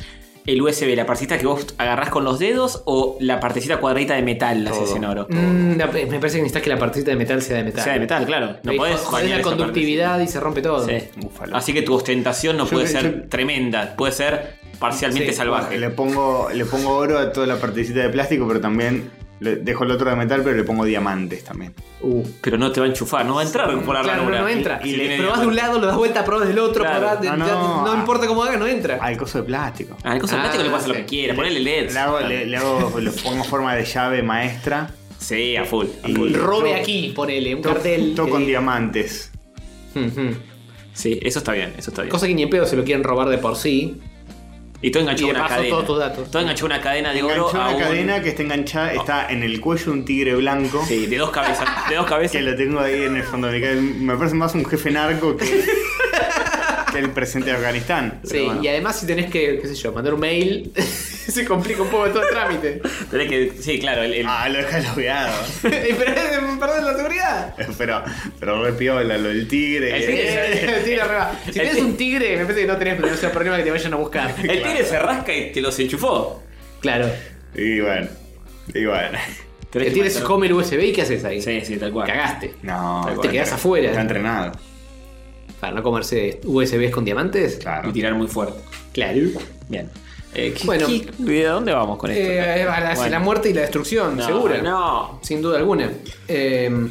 [SPEAKER 3] el USB, la partecita que vos agarrás con los dedos o la partecita cuadradita de metal, la haces en oro.
[SPEAKER 2] Mm, la- me parece que necesitas que la partita de metal sea de metal.
[SPEAKER 3] O sea, de metal, claro. No
[SPEAKER 2] Ahí
[SPEAKER 3] podés
[SPEAKER 2] jodés
[SPEAKER 3] bañar
[SPEAKER 2] la
[SPEAKER 3] esa
[SPEAKER 2] conductividad y se rompe todo.
[SPEAKER 3] partecita. Sí.
[SPEAKER 1] Búfalo.
[SPEAKER 3] Así que tu ostentación no
[SPEAKER 1] Yo
[SPEAKER 3] puede
[SPEAKER 1] que-
[SPEAKER 3] ser
[SPEAKER 1] yo-
[SPEAKER 3] tremenda, puede ser parcialmente
[SPEAKER 2] Sí,
[SPEAKER 1] Eh,
[SPEAKER 3] salvaje.
[SPEAKER 1] Le pongo, le pongo oro a toda la partecita de plástico, pero también Le- dejo el otro de metal, pero le pongo diamantes también.
[SPEAKER 2] Uh,
[SPEAKER 3] Pero no te va a enchufar, no va a entrar por la
[SPEAKER 2] claro, no,
[SPEAKER 3] ranura.
[SPEAKER 2] no entra.
[SPEAKER 3] Y- y
[SPEAKER 2] Y,
[SPEAKER 3] le-
[SPEAKER 2] probás de un lado, lo das vuelta, probás del otro,
[SPEAKER 3] Claro.
[SPEAKER 2] probás de-
[SPEAKER 1] No,
[SPEAKER 2] ya- no,
[SPEAKER 1] no.
[SPEAKER 2] importa cómo haga, no entra.
[SPEAKER 1] Al coso de plástico.
[SPEAKER 3] Ah, el coso de
[SPEAKER 2] Ah,
[SPEAKER 3] plástico le pasa lo
[SPEAKER 2] sí.
[SPEAKER 3] que quiera, ponele E LEDs.
[SPEAKER 1] Le hago, le, le hago- le pongo forma de llave maestra.
[SPEAKER 3] Sí, a full. a
[SPEAKER 1] Y-
[SPEAKER 3] full.
[SPEAKER 2] Robe aquí, ponele, un
[SPEAKER 1] To-
[SPEAKER 2] cartel.
[SPEAKER 1] todo
[SPEAKER 2] que
[SPEAKER 1] con
[SPEAKER 2] diga-
[SPEAKER 1] diamantes.
[SPEAKER 2] Ujú.
[SPEAKER 3] Sí, eso está bien, eso está bien.
[SPEAKER 2] Cosa que ni en pedo se lo quieren robar de por sí.
[SPEAKER 3] Y todo enganchó
[SPEAKER 2] Y de
[SPEAKER 3] una
[SPEAKER 2] paso,
[SPEAKER 3] cadena.
[SPEAKER 2] todos tus datos.
[SPEAKER 3] Todo enganchó una cadena de oro
[SPEAKER 1] Enganchó
[SPEAKER 3] a
[SPEAKER 1] una
[SPEAKER 3] un-
[SPEAKER 1] cadena que está enganchada, está en el cuello de un tigre blanco.
[SPEAKER 3] Sí, de dos cabezas. De dos
[SPEAKER 1] Que
[SPEAKER 3] cabezas.
[SPEAKER 1] lo tengo ahí en el fondo de mi casa. Me parece más un jefe narco que, que el presidente de Afganistán.
[SPEAKER 2] Sí,
[SPEAKER 1] Pero bueno.
[SPEAKER 2] y además si tenés que, qué sé yo, mandar un mail, se complica un poco todo el trámite.
[SPEAKER 3] Tenés que. Sí, claro, el, el-
[SPEAKER 1] Ah, lo dejas logueado.
[SPEAKER 2] Pero es- perdón la seguridad.
[SPEAKER 1] pero, pero re piola, lo del tigre.
[SPEAKER 3] El tigre
[SPEAKER 2] Eh, sí, la verdad. Si tienes un tigre, me parece que no tenés no sea problema que te vayan a buscar.
[SPEAKER 3] el tigre se rasca y te los enchufó.
[SPEAKER 2] Claro.
[SPEAKER 1] Y bueno. Y bueno.
[SPEAKER 3] Tenés
[SPEAKER 2] El
[SPEAKER 3] que
[SPEAKER 2] tigre se
[SPEAKER 3] matar-
[SPEAKER 2] come el USB y ¿qué haces ahí?
[SPEAKER 3] Sí, sí, tal cual.
[SPEAKER 2] Cagaste.
[SPEAKER 1] No,
[SPEAKER 2] Te
[SPEAKER 1] bueno,
[SPEAKER 2] quedás
[SPEAKER 1] está-
[SPEAKER 2] afuera.
[SPEAKER 1] Está entrenado.
[SPEAKER 2] Para no comerse USBs con diamantes.
[SPEAKER 1] Claro.
[SPEAKER 3] Y tirar muy fuerte.
[SPEAKER 2] Claro.
[SPEAKER 3] Bien. Eh, ¿qué-
[SPEAKER 2] Bueno.
[SPEAKER 3] qué- ¿De dónde vamos con esto?
[SPEAKER 2] Eh, a la- hacia
[SPEAKER 3] Bueno.
[SPEAKER 2] la muerte y la destrucción,
[SPEAKER 3] No,
[SPEAKER 2] segura.
[SPEAKER 3] No.
[SPEAKER 2] Sin duda alguna. Eh,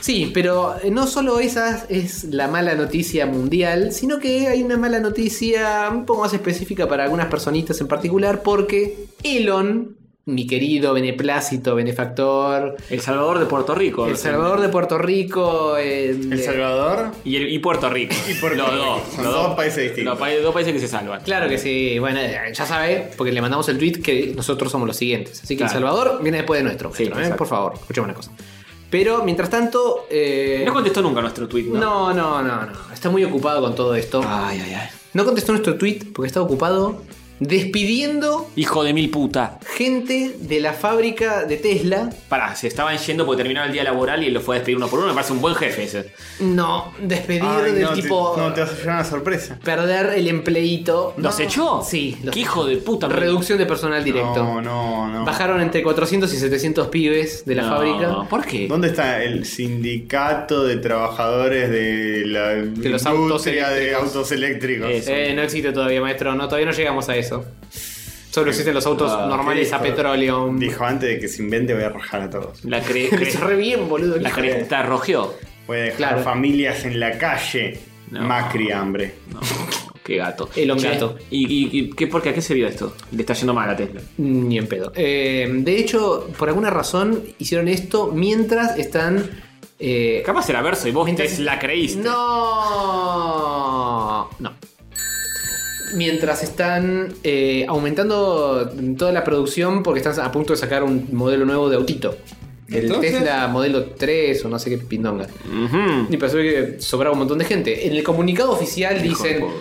[SPEAKER 2] sí, pero no solo esa es la mala noticia mundial, sino que hay una mala noticia un poco más específica para algunas personitas en particular, porque Elon, mi querido beneplácito, benefactor,
[SPEAKER 3] El Salvador de Puerto Rico.
[SPEAKER 2] El Salvador de Puerto Rico, eh,
[SPEAKER 1] El Salvador.
[SPEAKER 3] Y, el- y Puerto Rico.
[SPEAKER 1] Y Puerto
[SPEAKER 3] los
[SPEAKER 1] Rico.
[SPEAKER 3] dos.
[SPEAKER 1] Son
[SPEAKER 3] los
[SPEAKER 1] dos países distintos.
[SPEAKER 3] Los pa- dos países que se salvan.
[SPEAKER 2] Claro que sí, bueno, eh, ya sabe, porque le mandamos el tweet que nosotros somos los siguientes. Así que
[SPEAKER 3] Claro.
[SPEAKER 2] El Salvador viene después de nuestro,
[SPEAKER 3] Sí,
[SPEAKER 2] maestro, ¿eh?
[SPEAKER 3] exacto.
[SPEAKER 2] por favor, escuchemos una cosa. Pero mientras tanto. eh,
[SPEAKER 3] No contestó nunca nuestro tweet. No.
[SPEAKER 2] No, no, no, no. Está muy ocupado con todo esto.
[SPEAKER 3] Ay, ay, ay.
[SPEAKER 2] No contestó nuestro tweet porque está ocupado despidiendo
[SPEAKER 3] Hijo de mil puta.
[SPEAKER 2] gente de la fábrica de Tesla.
[SPEAKER 3] Pará, se estaban yendo porque terminaba el día laboral y él lo fue a despedir uno por uno. Me parece un buen jefe ese.
[SPEAKER 2] No, despedir
[SPEAKER 1] Ay,
[SPEAKER 2] del
[SPEAKER 1] no, te-
[SPEAKER 2] tipo.
[SPEAKER 1] no, te vas a llevar una sorpresa.
[SPEAKER 2] Perder el empleíto.
[SPEAKER 3] ¿Los
[SPEAKER 2] No.
[SPEAKER 3] echó?
[SPEAKER 2] Sí. los
[SPEAKER 3] ¿Qué
[SPEAKER 2] echó.
[SPEAKER 3] hijo de puta?
[SPEAKER 2] Reducción de personal directo.
[SPEAKER 1] No, no, no.
[SPEAKER 2] Bajaron entre 400 y 700 pibes de la
[SPEAKER 3] No,
[SPEAKER 2] fábrica.
[SPEAKER 3] ¿Por qué?
[SPEAKER 1] ¿Dónde está el sindicato de trabajadores de la
[SPEAKER 2] los
[SPEAKER 1] industria
[SPEAKER 2] autos
[SPEAKER 1] de
[SPEAKER 2] eléctricos.
[SPEAKER 1] autos eléctricos?
[SPEAKER 3] Eso.
[SPEAKER 2] Eh, no existe todavía, maestro. No, todavía no llegamos a eso. Solo existen los autos
[SPEAKER 3] Ah,
[SPEAKER 2] normales a
[SPEAKER 1] ¿qué dijo?
[SPEAKER 2] petróleo.
[SPEAKER 1] Dijo antes de que se invente voy a rajar a todos.
[SPEAKER 3] La cre...
[SPEAKER 2] Lo hizo re bien, boludo.
[SPEAKER 3] La
[SPEAKER 2] hijo de-
[SPEAKER 3] cresta rojeó.
[SPEAKER 1] Voy a dejar
[SPEAKER 2] Claro.
[SPEAKER 1] familias en la calle.
[SPEAKER 3] No.
[SPEAKER 1] Macri hambre.
[SPEAKER 3] No, qué gato.
[SPEAKER 2] Elon
[SPEAKER 3] Che,
[SPEAKER 2] gato.
[SPEAKER 3] ¿Y, y, y qué, por qué, a qué se vio esto? Le está yendo mal a Tesla.
[SPEAKER 2] Ni en pedo. Eh, de hecho, por alguna razón hicieron esto mientras están. eh,
[SPEAKER 3] Capaz era verso y vos
[SPEAKER 2] Mientras-
[SPEAKER 3] Tesla creíste.
[SPEAKER 2] No. No. Mientras están eh, aumentando toda la producción porque están a punto de sacar un modelo nuevo de autito. El
[SPEAKER 1] ¿Entonces?
[SPEAKER 2] Tesla modelo 3 o no sé qué pindonga.
[SPEAKER 3] Ujú.
[SPEAKER 2] Y pasó que sobraba un montón de gente. En el comunicado oficial
[SPEAKER 3] Hijo de
[SPEAKER 2] dicen.
[SPEAKER 3] puta.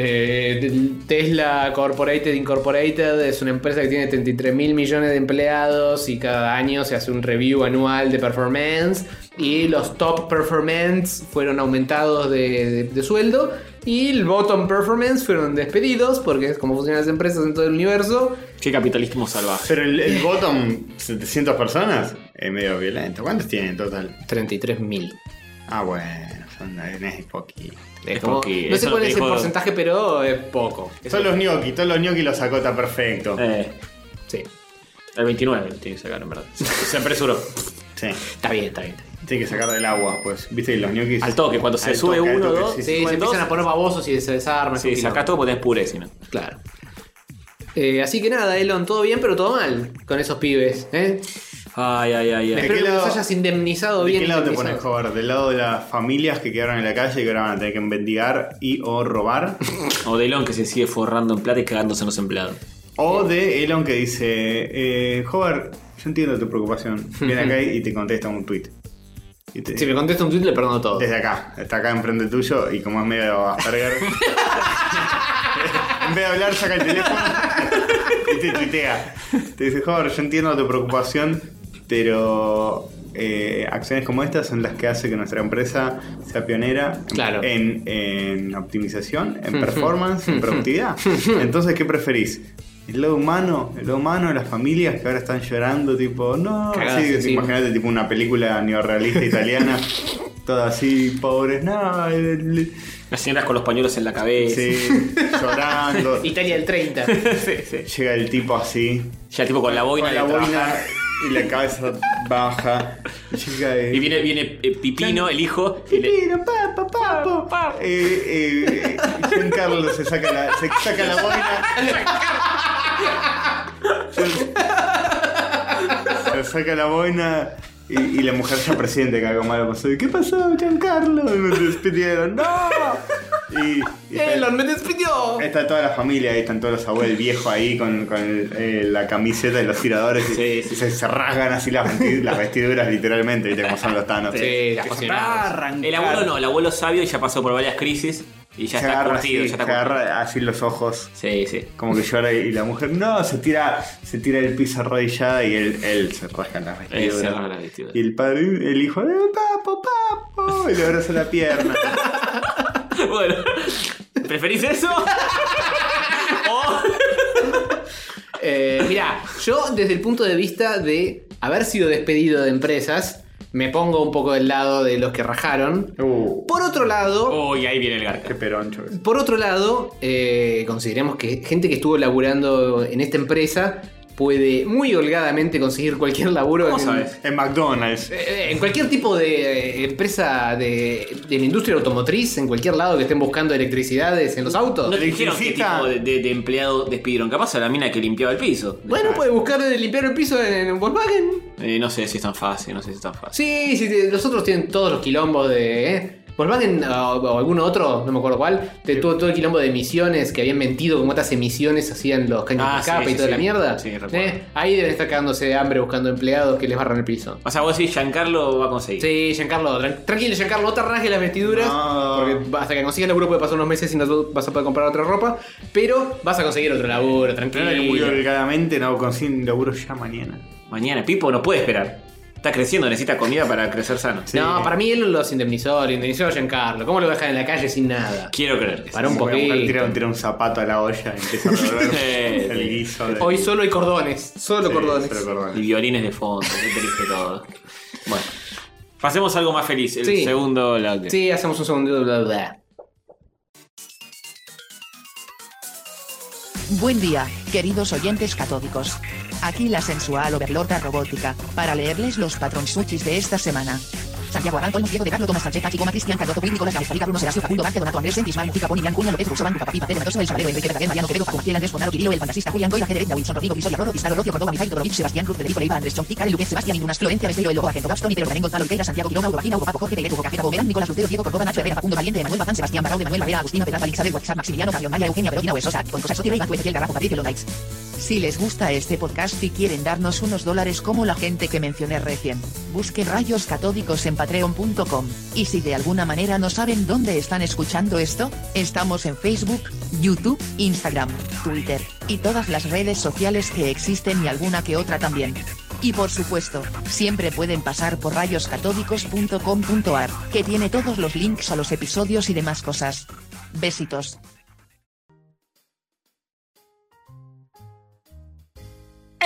[SPEAKER 2] eh, Tesla Corporated Incorporated es una empresa que tiene 33 mil millones de empleados y cada año se hace un review anual de performance y los top performance fueron aumentados de, de- de sueldo y el bottom performance fueron despedidos porque es como funcionan las empresas en todo el universo
[SPEAKER 3] Qué capitalismo salvaje.
[SPEAKER 1] Pero el, el bottom, 700 personas, es medio violento. ¿Cuántos tiene en total?
[SPEAKER 2] 33 mil.
[SPEAKER 1] Ah, bueno, son es poquito.
[SPEAKER 3] Es
[SPEAKER 2] No
[SPEAKER 3] porque
[SPEAKER 2] sé
[SPEAKER 3] eso
[SPEAKER 2] cuál
[SPEAKER 3] lo
[SPEAKER 2] es el
[SPEAKER 3] dijo-
[SPEAKER 2] porcentaje pero es poco.
[SPEAKER 1] Son los gnocchi, todos los gnocchi los sacó, está perfecto.
[SPEAKER 3] Eh,
[SPEAKER 2] Sí,
[SPEAKER 3] el 29 lo tiene que sacar, en verdad. Se apresuró.
[SPEAKER 1] Sí,
[SPEAKER 2] está bien, está bien. Está bien.
[SPEAKER 1] tiene que sacar del agua, pues. Viste que los gnocchi.
[SPEAKER 3] Al toque, cuando se
[SPEAKER 1] Al
[SPEAKER 3] sube
[SPEAKER 1] toque, al
[SPEAKER 3] uno,
[SPEAKER 1] toque,
[SPEAKER 3] dos,
[SPEAKER 1] sí, sí.
[SPEAKER 2] Sí, se
[SPEAKER 3] Bueno,
[SPEAKER 2] empiezan
[SPEAKER 3] dos-
[SPEAKER 2] a poner babosos y se desarman.
[SPEAKER 3] Sí, sacás todo porque tenés puré, si no.
[SPEAKER 2] Claro. Eh, así que nada, Elon, todo bien, pero todo mal con esos pibes. ¿eh?
[SPEAKER 3] Ay, ay, ay,
[SPEAKER 2] Me
[SPEAKER 3] ay.
[SPEAKER 1] qué
[SPEAKER 2] espero que
[SPEAKER 1] lado-
[SPEAKER 2] los hayas indemnizado
[SPEAKER 1] ¿De
[SPEAKER 2] bien.
[SPEAKER 1] qué lado te pones,
[SPEAKER 2] indemnizado.
[SPEAKER 1] Jover? ¿Del lado de las familias que quedaron en la calle y que ahora van a tener que mendigar y o robar?
[SPEAKER 3] O Delon que se sigue forrando en plata y cagándose en los empleados.
[SPEAKER 1] O de Elon que dice, eh, Hover, yo entiendo tu preocupación. Viene acá y te contesta un tweet. Y te-
[SPEAKER 2] Si me contesta un tweet, le perdono todo.
[SPEAKER 1] Desde acá, está acá enfrente tuyo y como es medio Asperger. en vez de hablar, saca el teléfono y te tuitea. Te dice, Hover, yo entiendo tu preocupación, pero eh, acciones como estas son las que hace que nuestra empresa sea pionera en-
[SPEAKER 2] Claro.
[SPEAKER 1] en, en optimización, en performance, en productividad. Entonces, ¿qué preferís? El lado humano, el lado humano de las familias que ahora están llorando, tipo, no,
[SPEAKER 2] Cagadas
[SPEAKER 1] sí,
[SPEAKER 2] encima.
[SPEAKER 1] imagínate tipo una película neorrealista italiana, toda así, pobres, no, eh, el- el-
[SPEAKER 3] Las señoras con los pañuelos en la cabeza.
[SPEAKER 1] sí, llorando.
[SPEAKER 2] Italia del 30.
[SPEAKER 3] sí, sí.
[SPEAKER 1] Llega el tipo así,
[SPEAKER 3] Ya tipo con la boina
[SPEAKER 1] con la
[SPEAKER 3] de trabajar.
[SPEAKER 1] boina y la cabeza baja. Chica, eh,
[SPEAKER 3] Y viene, viene eh, Pipino, el hijo. y le-
[SPEAKER 1] Pipino, papo, papo, papo. Eh, eh, Giancarlo se saca la, se saca la boina. Se, se saca la boina. Y, y la mujer ya presiente que algo malo pasó. ¿Y qué pasó, Giancarlo? Y nos despidieron. ¡No! Y, y
[SPEAKER 2] me despidió!
[SPEAKER 1] Está toda la familia, ahí están todos los abuelos, el viejo ahí con, con el- eh, la camiseta y los tiradores. y-
[SPEAKER 3] Sí, sí.
[SPEAKER 1] y Se, se rasgan así las, vesti- las vestiduras, literalmente, viste cómo son los tanos.
[SPEAKER 2] Sí, las cocinadas.
[SPEAKER 3] El abuelo no, el abuelo sabio ya pasó por varias crisis y ya
[SPEAKER 1] se
[SPEAKER 3] está
[SPEAKER 1] agarra,
[SPEAKER 3] curtido,
[SPEAKER 1] así,
[SPEAKER 3] ya está
[SPEAKER 1] se
[SPEAKER 3] curtido.
[SPEAKER 1] agarra así los ojos,
[SPEAKER 3] Sí, sí.
[SPEAKER 1] como que llora y la mujer no, se tira, se tira el piso arrodillada y él, él se rasca las
[SPEAKER 3] Él se
[SPEAKER 1] vestiduras.
[SPEAKER 3] agarra la vestidura.
[SPEAKER 1] Y el padre, el hijo, ¡Eh, papo, papo, y le abraza la pierna.
[SPEAKER 3] Bueno, ¿preferís eso?
[SPEAKER 2] Eh, mirá, yo desde el punto de vista de haber sido despedido de empresas, me pongo un poco del lado de los que rajaron.
[SPEAKER 1] Uh,
[SPEAKER 2] Por otro lado,
[SPEAKER 3] Uy, ahí viene el
[SPEAKER 1] qué
[SPEAKER 3] garca.
[SPEAKER 1] peroncho. que es.
[SPEAKER 2] Por otro lado, eh, consideremos que gente que estuvo laburando en esta empresa puede muy holgadamente conseguir cualquier laburo en,
[SPEAKER 3] sabes?
[SPEAKER 1] En McDonald's.
[SPEAKER 2] eh, en cualquier tipo de eh, empresa de, de la industria automotriz, en cualquier lado que estén buscando electricidades en los autos.
[SPEAKER 3] No te dijeron qué
[SPEAKER 1] Electricista.
[SPEAKER 3] tipo de, de- de empleado despidieron. Capaz a la mina que limpiaba el piso.
[SPEAKER 2] Bueno, puede buscar de limpiar el piso en, en Volkswagen.
[SPEAKER 3] Eh, no sé si es tan fácil, no sé si es tan fácil.
[SPEAKER 2] Sí, sí, te- los otros tienen todos los quilombos de... eh, Volkswagen o, o alguno otro, no me acuerdo cuál, de todo, todo el quilombo de emisiones que habían mentido como otras emisiones hacían los caños
[SPEAKER 3] Ah,
[SPEAKER 2] de escape
[SPEAKER 3] sí,
[SPEAKER 2] y
[SPEAKER 3] sí,
[SPEAKER 2] toda la
[SPEAKER 3] sí.
[SPEAKER 2] mierda.
[SPEAKER 3] Sí, recuerdo.
[SPEAKER 2] Eh, Ahí deben estar cagándose de hambre buscando empleados que les barran el piso.
[SPEAKER 3] O sea, vos decís, Giancarlo va a conseguir.
[SPEAKER 2] Sí, Giancarlo, tran- tranquilo, Giancarlo, no te rasgues las vestiduras.
[SPEAKER 1] No.
[SPEAKER 2] Porque hasta que consigas laburo puede pasar unos meses y no vas a poder comprar otra ropa. Pero vas a conseguir otro laburo,
[SPEAKER 1] Ahora que murió
[SPEAKER 2] tranquilo.
[SPEAKER 1] delgadamente, no consigue un laburo ya mañana.
[SPEAKER 3] Mañana, Pipo no puede esperar. Está creciendo, necesita comida para crecer sano.
[SPEAKER 1] Sí.
[SPEAKER 2] No, para mí él los indemnizó, lo indemnizó a Giancarlo. ¿Cómo lo dejan en la calle sin nada?
[SPEAKER 3] Quiero creer. que sí.
[SPEAKER 2] Para un
[SPEAKER 1] Como que La mujer
[SPEAKER 2] poquito.
[SPEAKER 1] tira, un- tira un zapato a la olla y empieza a revolver
[SPEAKER 3] Sí,
[SPEAKER 1] el
[SPEAKER 3] sí.
[SPEAKER 1] guiso. de-
[SPEAKER 2] Hoy solo hay cordones, solo
[SPEAKER 1] Sí,
[SPEAKER 2] cordones.
[SPEAKER 1] solo
[SPEAKER 3] Y
[SPEAKER 1] cordones.
[SPEAKER 3] violines de fondo, qué triste todo. Bueno. Pasemos a algo más feliz, el
[SPEAKER 2] Sí.
[SPEAKER 3] segundo bloque.
[SPEAKER 2] Sí, hacemos un segundo. Bla, bla.
[SPEAKER 9] Buen día, queridos oyentes catódicos. Aquí la sensual overlorda robótica, para leerles los patronsuchis de esta semana. Santiago Arán, Colmo Diego de Carlo Tomás Sánchez, Pachi Goma, Cristian Cardozo, Will, Nicolás Gaviz, Javier Bruno, Serasio, Facundo, Vázquez, Donato, Andrés, Entis, Mar, Mujica, Poni, Bian, Cuño, López, Russo, Banco, Papi, Papel, Matoso, El Sabrero, Enrique, Verdaguer, Mariano, Quevedo, Facu, Martín, Andrés, Bonaro, Quirilo, El Fantasista, Julián, Goya, Jerez, Wilson, Rodrigo, Visoria, Roro, Pistaro, Rocio, Córdoba, Mijail, Todorovic, Sebastián, Cruz, Federico, Leiva, Andrés, Chonti, Karen, Luquez, Sebastián, Inunas, Florencia, Besbello, El Lobo, Argento, Gaston, Ibero, Rengo, Gonzalo, Olgueira, Santiago, Quirona, Urbagina, Hugo, Paco, Jorge, Pérez, Hugo, Cajera, Bogueral, Nicolás, Lucero, Diego, Córdoba, Nacho, Herrera, Facundo, Valiente, Manuel, Bazán, Sebastián, Barrao, de Manuel, Barrera, Agustina, Peralta, Isabel, Guaxar, Maximiliano, Carrión, María, Eugenia, Perotina, Huesosa, Concosa, Sotira, Iván, Tuez, Ezequiel, Garrafo, Patricio, Londaitz. Si les gusta este podcast y quieren darnos unos dólares como la gente que mencioné recién, busquen rayos catódicos en patreon.com, y si de alguna manera no saben dónde están escuchando esto, estamos en Facebook, YouTube, Instagram, Twitter, y todas las redes sociales que existen y alguna que otra también. Y por supuesto, siempre pueden pasar por rayoscatódicos.com.ar, que tiene todos los links a los episodios y demás cosas. Besitos.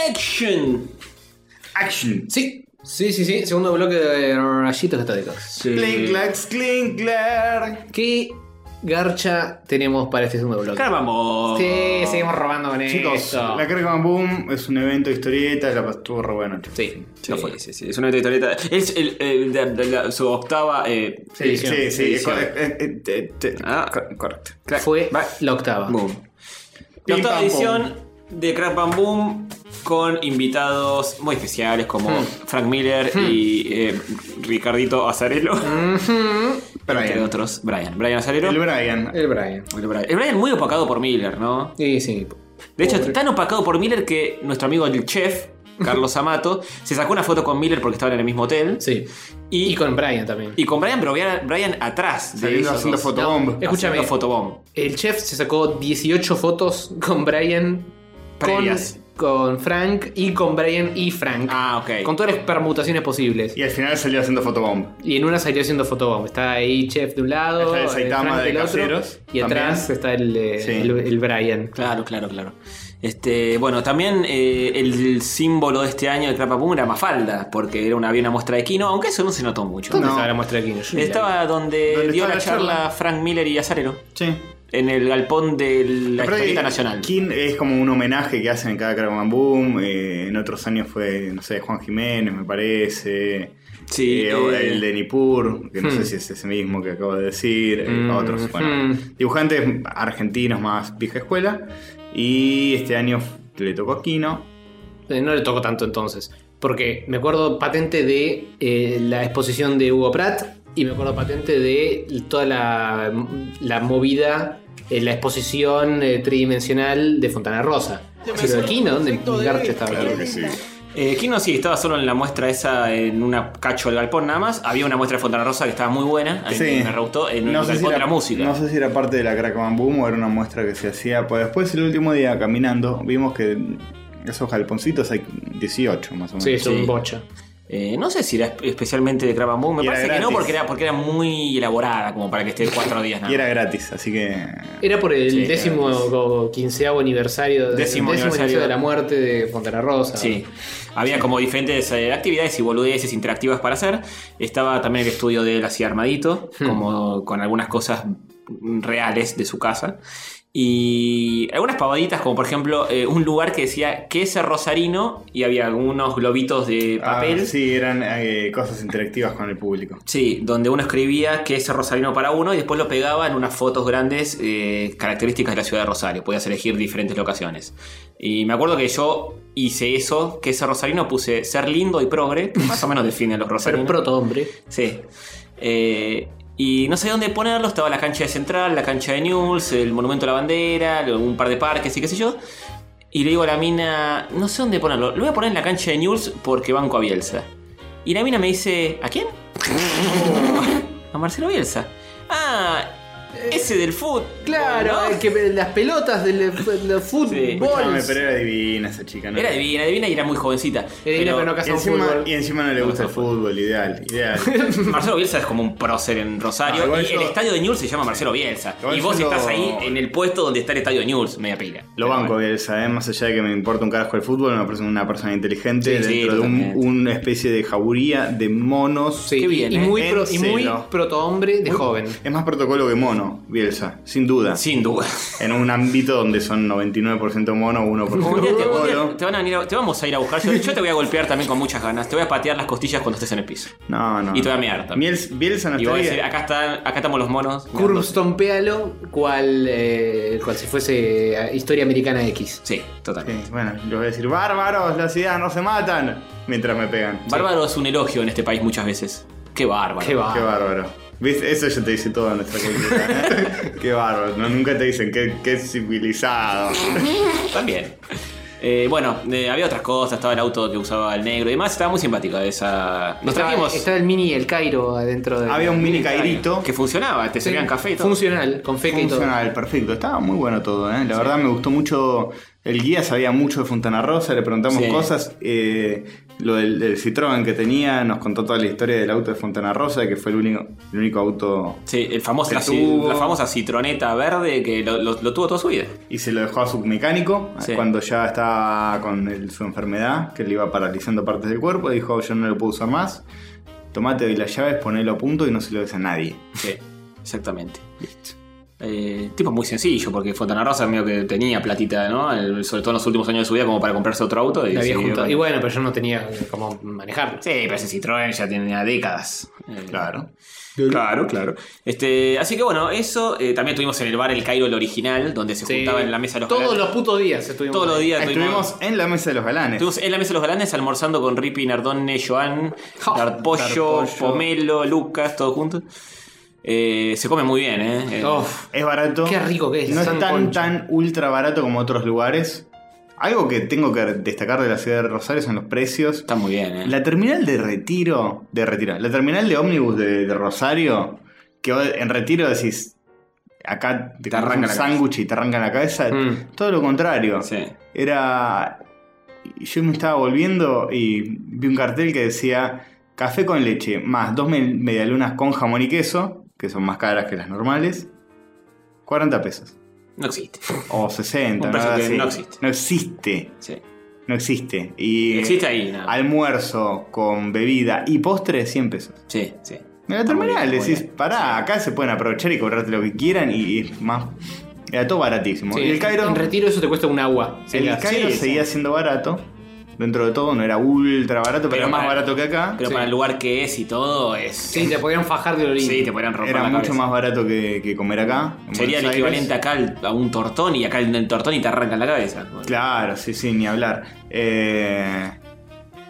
[SPEAKER 3] Action.
[SPEAKER 1] Action.
[SPEAKER 2] Sí, sí, sí, sí. Segundo bloque de rayitos católicos.
[SPEAKER 1] Clink, clacks, clink, clack.
[SPEAKER 2] ¿Qué garcha tenemos para este segundo bloque?
[SPEAKER 3] Acá vamos.
[SPEAKER 2] Sí, seguimos robando con
[SPEAKER 1] Chicos,
[SPEAKER 2] esto.
[SPEAKER 1] la Crack Bam Boom es un evento de historietas, la estuvo re bueno. chicos.
[SPEAKER 2] Sí,
[SPEAKER 3] Sí, sí, sí. Es una historieta. Es el, el- de- de la- su octava. eh,
[SPEAKER 1] Sí, sí, sí,
[SPEAKER 3] sí,
[SPEAKER 1] es
[SPEAKER 3] sí.
[SPEAKER 1] correcto, eh, eh, eh, eh,
[SPEAKER 3] Ah.
[SPEAKER 1] cor- correcto.
[SPEAKER 3] crack,
[SPEAKER 2] Fue
[SPEAKER 3] va-
[SPEAKER 2] la octava.
[SPEAKER 3] boom.
[SPEAKER 1] Pim,
[SPEAKER 3] La octava
[SPEAKER 1] pam,
[SPEAKER 3] edición de Crack Bam Boom con invitados muy especiales como
[SPEAKER 2] Hmm.
[SPEAKER 3] Frank Miller y eh, Ricardito Azarelo. Entre
[SPEAKER 1] Brian.
[SPEAKER 3] otros, Brian. Brian Azarelo.
[SPEAKER 1] El Brian.
[SPEAKER 2] Hmm, El Brian.
[SPEAKER 3] El Brian. El Brian muy opacado por Miller, ¿no?
[SPEAKER 2] Sí, sí.
[SPEAKER 3] De hecho,
[SPEAKER 2] Pobre.
[SPEAKER 3] tan opacado por Miller que nuestro amigo el chef, Carlos Amato, se sacó una foto con Miller porque estaban en el mismo hotel.
[SPEAKER 2] Sí.
[SPEAKER 3] Y,
[SPEAKER 2] Y con Brian también.
[SPEAKER 3] y con Brian, pero Brian, Brian atrás. de
[SPEAKER 1] Saliendo
[SPEAKER 3] esos
[SPEAKER 1] haciendo
[SPEAKER 3] dos.
[SPEAKER 1] fotobomb.
[SPEAKER 2] No, Escúchame.
[SPEAKER 3] Haciendo fotobomb.
[SPEAKER 2] El chef se sacó 18 fotos con Brian. Con,
[SPEAKER 3] Previas.
[SPEAKER 2] con Frank y con Brian y Frank.
[SPEAKER 3] Ah, ok.
[SPEAKER 2] Con todas las permutaciones posibles.
[SPEAKER 1] Y al final salió haciendo fotobomb.
[SPEAKER 2] Y en una salió haciendo fotobomb. Está ahí Chef de un lado,
[SPEAKER 1] Está el Saitama
[SPEAKER 2] Frank
[SPEAKER 1] de
[SPEAKER 2] del otro,
[SPEAKER 1] Caseros,
[SPEAKER 2] y atrás
[SPEAKER 1] también.
[SPEAKER 2] está el, eh,
[SPEAKER 1] Sí.
[SPEAKER 2] el, el Brian.
[SPEAKER 3] Claro, claro, claro. Este, bueno, también eh, el símbolo de este año de Crapapum era Mafalda, porque era una, había una muestra de Kino, aunque eso no se notó mucho.
[SPEAKER 2] ¿Dónde
[SPEAKER 1] No.
[SPEAKER 2] estaba la muestra de Kino? Yo ni la vi.
[SPEAKER 3] Estaba donde
[SPEAKER 1] ¿Dónde
[SPEAKER 3] dio
[SPEAKER 1] estaba
[SPEAKER 3] la
[SPEAKER 1] la
[SPEAKER 3] charla
[SPEAKER 1] charla?
[SPEAKER 3] Frank Miller y Azarelo.
[SPEAKER 1] Sí.
[SPEAKER 3] en el galpón de la
[SPEAKER 1] Aparte,
[SPEAKER 3] historieta nacional.
[SPEAKER 1] King es como un homenaje que hacen en cada Caravan Boom. eh, en otros años fue, no sé, Juan Jiménez, me parece.
[SPEAKER 3] Sí,
[SPEAKER 1] Eh, o
[SPEAKER 3] eh, hmm.
[SPEAKER 1] el de Nipur, que no sé si es ese mismo que acabo de decir. eh, otros, bueno.
[SPEAKER 3] hmm.
[SPEAKER 1] Dibujantes argentinos más vieja escuela. Y este año f- le tocó a Kino.
[SPEAKER 2] Eh, No le tocó tanto entonces. Porque me acuerdo patente de eh, la exposición de Hugo Pratt y me acuerdo patente de toda la, la movida, eh, la exposición eh, tridimensional de Fontana Rosa. Pero aquí, ¿no? ¿Dónde garcha estaba?
[SPEAKER 3] Eh, Kino sí, estaba solo en la muestra esa, en una cacho del galpón nada más. Había una muestra de Fontana Rosa que estaba muy buena, a mí
[SPEAKER 1] Sí.
[SPEAKER 3] me re gustó, en el galpón de la música.
[SPEAKER 1] no sé si era parte de la Crackman Boom o era una muestra que se hacía. Pues después, el último día caminando, vimos que esos galponcitos hay 18 más o menos.
[SPEAKER 2] Sí, es
[SPEAKER 3] Sí.
[SPEAKER 2] un bocha.
[SPEAKER 3] Eh, no sé si era espe- especialmente de Crab and Boom, me
[SPEAKER 1] Y era
[SPEAKER 3] parece que no,
[SPEAKER 1] gratis.
[SPEAKER 3] porque era, porque era muy elaborada, como para que esté cuatro días nada
[SPEAKER 1] Y era
[SPEAKER 3] más.
[SPEAKER 1] gratis, así que.
[SPEAKER 2] Era por el
[SPEAKER 3] Sí,
[SPEAKER 2] décimo o quinceavo aniversario,
[SPEAKER 3] Décimo
[SPEAKER 2] décimo aniversario
[SPEAKER 3] aniversario.
[SPEAKER 2] de la muerte de Fontana Rosa.
[SPEAKER 3] Sí, había como diferentes eh, actividades y boludeces interactivas para hacer. Estaba también el estudio de él así armadito,
[SPEAKER 1] Hmm.
[SPEAKER 3] como con algunas cosas reales de su casa. Y algunas pavaditas, como por ejemplo eh, un lugar que decía que es rosarino y había algunos globitos de
[SPEAKER 1] Ah,
[SPEAKER 3] papel.
[SPEAKER 1] sí, eran eh, cosas interactivas con el público.
[SPEAKER 3] Sí, donde uno escribía que es Rosarino para uno y después lo pegaba en unas fotos grandes eh, características de la ciudad de Rosario. Podías elegir diferentes locaciones. Y me acuerdo que yo hice eso, que es Rosarino, puse ser lindo y progre, que más o menos define a los
[SPEAKER 2] Pero
[SPEAKER 3] rosarinos.
[SPEAKER 2] proto hombre.
[SPEAKER 3] Sí. Eh, y no sé dónde ponerlo, estaba la cancha de Central, la cancha de News, el Monumento a la Bandera, un par de parques y qué sé yo. Y le digo a la mina, no sé dónde ponerlo, lo voy a poner en la cancha de News porque banco a Bielsa. Y la mina me dice, ¿a quién? a Marcelo Bielsa. Ah, ese del fútbol.
[SPEAKER 2] Claro,
[SPEAKER 3] ¿no?
[SPEAKER 2] es que las pelotas del, del fútbol.
[SPEAKER 1] Escuchame, pero era divina esa chica, ¿no?
[SPEAKER 3] Era divina, divina y era muy jovencita.
[SPEAKER 2] divina, pero no
[SPEAKER 1] Y
[SPEAKER 2] casó con
[SPEAKER 1] encima,
[SPEAKER 2] fútbol.
[SPEAKER 1] y encima no le
[SPEAKER 3] No
[SPEAKER 1] gusta el
[SPEAKER 3] casó con
[SPEAKER 1] fútbol, ideal, ideal.
[SPEAKER 3] Marcelo Bielsa es como un prócer en Rosario.
[SPEAKER 1] Ah, igual
[SPEAKER 3] y
[SPEAKER 1] yo-
[SPEAKER 3] el estadio de News se llama Marcelo Bielsa.
[SPEAKER 1] Igual
[SPEAKER 3] y vos
[SPEAKER 1] yo lo-
[SPEAKER 3] estás ahí en el puesto donde está el estadio de News, media pila.
[SPEAKER 1] Lo banco, Bielsa, ¿eh? más allá de que me importa un carajo el fútbol, me parece una persona inteligente
[SPEAKER 3] Sí, sí,
[SPEAKER 1] dentro de un-
[SPEAKER 3] totalmente.
[SPEAKER 1] una especie de jaburía de monos.
[SPEAKER 2] Sí,
[SPEAKER 3] Qué bien,
[SPEAKER 2] y,
[SPEAKER 3] ¿eh?
[SPEAKER 2] muy pro- y muy
[SPEAKER 1] Penselo.
[SPEAKER 2] protohombre de joven.
[SPEAKER 1] Es más protocolo que mono, Bielsa, sin duda.
[SPEAKER 3] Sin duda.
[SPEAKER 1] En un ámbito donde son 99% mono, 1%
[SPEAKER 3] Un día te, un día
[SPEAKER 1] protocolo.
[SPEAKER 3] te van a venir a- te vamos a ir a buscar. Yo, yo te voy a golpear también con muchas ganas. Te voy a patear las costillas cuando estés en el piso.
[SPEAKER 1] No, no.
[SPEAKER 3] Y te voy a mear también.
[SPEAKER 1] Biels- Bielsa no
[SPEAKER 3] y voy a decir,
[SPEAKER 1] estaría.
[SPEAKER 3] acá, están, acá estamos los monos.
[SPEAKER 2] Curbs tompealo, cual, eh, cual si fuese eh, historia americana X.
[SPEAKER 3] Sí, totalmente.
[SPEAKER 1] Sí, bueno, yo voy a decir, bárbaros, la ciudad no se matan. Mientras me pegan.
[SPEAKER 3] Bárbaro es un elogio en este país muchas veces. Qué bárbaro.
[SPEAKER 2] Qué va.
[SPEAKER 1] Qué bárbaro. ¿Ves? Eso ya te dice todo en nuestra cultura. ¿eh? qué bárbaro. No, nunca te dicen qué, qué civilizado.
[SPEAKER 3] También. Eh, bueno, eh, había otras cosas. Estaba el auto que usaba el negro y demás. Estaba muy simpática esa. Nos
[SPEAKER 2] Estaba-
[SPEAKER 3] trajimos.
[SPEAKER 2] estaba el mini El Cairo adentro de.
[SPEAKER 1] Había un mini cairito.
[SPEAKER 3] Que funcionaba, te servían café y todo.
[SPEAKER 2] Funcional, con feca y todo.
[SPEAKER 1] Funcional, perfecto. Estaba muy bueno todo, ¿eh? La verdad me gustó mucho. El guía sabía mucho de Fontana Rosa, le preguntamos
[SPEAKER 3] Sí.
[SPEAKER 1] cosas. eh, lo del, del Citroën que tenía, nos contó toda la historia del auto de Fontana Rosa, que fue el único, el único auto.
[SPEAKER 3] Sí, el famoso,
[SPEAKER 1] Que
[SPEAKER 3] la, ci-
[SPEAKER 1] tuvo-
[SPEAKER 3] la famosa citroneta verde que lo, lo- lo tuvo toda su vida.
[SPEAKER 1] Y se lo dejó a su mecánico
[SPEAKER 3] Sí.
[SPEAKER 1] cuando ya estaba con el- su enfermedad, que le iba paralizando partes del cuerpo. Dijo: Yo no lo puedo usar más. Tomate doy las llaves, ponelo a punto y no se lo des a nadie.
[SPEAKER 3] Sí, exactamente. Eh, tipo muy sencillo, porque Fontana Rosa medio que tenía platita, ¿no? El- sobre todo en los últimos años de su vida, como para comprarse otro auto. Y,
[SPEAKER 2] La
[SPEAKER 3] sí,
[SPEAKER 2] había juntado.
[SPEAKER 3] bueno.
[SPEAKER 2] Y bueno, pero yo no tenía cómo manejarlo.
[SPEAKER 3] Sí, pero ese Citroën ya tenía décadas. Eh,
[SPEAKER 1] Claro.
[SPEAKER 3] Claro, claro. Este, así que bueno, eso eh, también tuvimos en el bar El Cairo el original, donde se
[SPEAKER 2] Sí.
[SPEAKER 3] juntaba en la mesa de los
[SPEAKER 2] Todos
[SPEAKER 3] galanes.
[SPEAKER 2] los putos días estuvimos.
[SPEAKER 3] todos los días
[SPEAKER 1] Estuvimos en la mesa de los galanes.
[SPEAKER 3] Estuvimos en la mesa de los galanes almorzando con Rippy, Nardone, Joan,
[SPEAKER 1] Oh,
[SPEAKER 2] Ja.
[SPEAKER 3] Darpollo,
[SPEAKER 1] Darpollo.
[SPEAKER 3] Pomelo, Lucas, todos juntos. Eh, se come muy bien, ¿eh? Eh,
[SPEAKER 2] Uf,
[SPEAKER 1] Es barato.
[SPEAKER 2] Qué rico que es,
[SPEAKER 1] No es
[SPEAKER 2] San
[SPEAKER 1] tan,
[SPEAKER 2] Concho.
[SPEAKER 1] tan ultra barato como otros lugares. Algo que tengo que destacar de la ciudad de Rosario son los precios.
[SPEAKER 3] está muy bien, ¿eh?
[SPEAKER 1] La terminal de retiro. De retiro. La terminal de ómnibus de, de Rosario. Que vos en retiro decís. Acá te, compras
[SPEAKER 3] arranca
[SPEAKER 1] un
[SPEAKER 3] la
[SPEAKER 1] sándwich y te arrancan la cabeza.
[SPEAKER 2] Mm.
[SPEAKER 1] Todo lo contrario.
[SPEAKER 3] Sí.
[SPEAKER 1] Era. Yo me estaba volviendo y vi un cartel que decía café con leche más dos me- medialunas con jamón y queso, que son más caras que las normales, 40 pesos.
[SPEAKER 3] No existe.
[SPEAKER 1] O 60,
[SPEAKER 3] Un precio
[SPEAKER 1] ¿no?
[SPEAKER 3] que
[SPEAKER 1] Así.
[SPEAKER 3] no existe.
[SPEAKER 1] No existe.
[SPEAKER 3] Sí.
[SPEAKER 1] No existe. Y
[SPEAKER 3] Existe ahí, nada.
[SPEAKER 1] almuerzo con bebida y postre 100 pesos.
[SPEAKER 3] Sí, sí.
[SPEAKER 1] En la terminal
[SPEAKER 3] muy bien,
[SPEAKER 1] decís,
[SPEAKER 3] muy bien.
[SPEAKER 1] pará, acá se pueden aprovechar y cobrarte lo que quieran y, y es más. Era todo baratísimo.
[SPEAKER 2] Sí,
[SPEAKER 1] y el Cairo.
[SPEAKER 2] En retiro eso te cuesta un agua.
[SPEAKER 1] el
[SPEAKER 2] Sería-
[SPEAKER 1] Cairo
[SPEAKER 2] Sí,
[SPEAKER 1] seguía siendo barato. Dentro de todo no era ultra barato, pero,
[SPEAKER 3] Pero
[SPEAKER 1] más
[SPEAKER 3] para-
[SPEAKER 1] barato que acá.
[SPEAKER 3] Pero para el lugar que es y todo, es.
[SPEAKER 2] Sí, te podrían fajar de orín.
[SPEAKER 3] Sí, te podrían romper
[SPEAKER 1] Era
[SPEAKER 3] la
[SPEAKER 1] mucho
[SPEAKER 3] cabeza.
[SPEAKER 1] más barato que, que comer acá. en
[SPEAKER 3] Sería el
[SPEAKER 1] Buenos Aires.
[SPEAKER 3] equivalente acá al- a un tortón y acá en el tortón y te arrancan la cabeza.
[SPEAKER 1] Claro, sí, sí, ni hablar. Eh,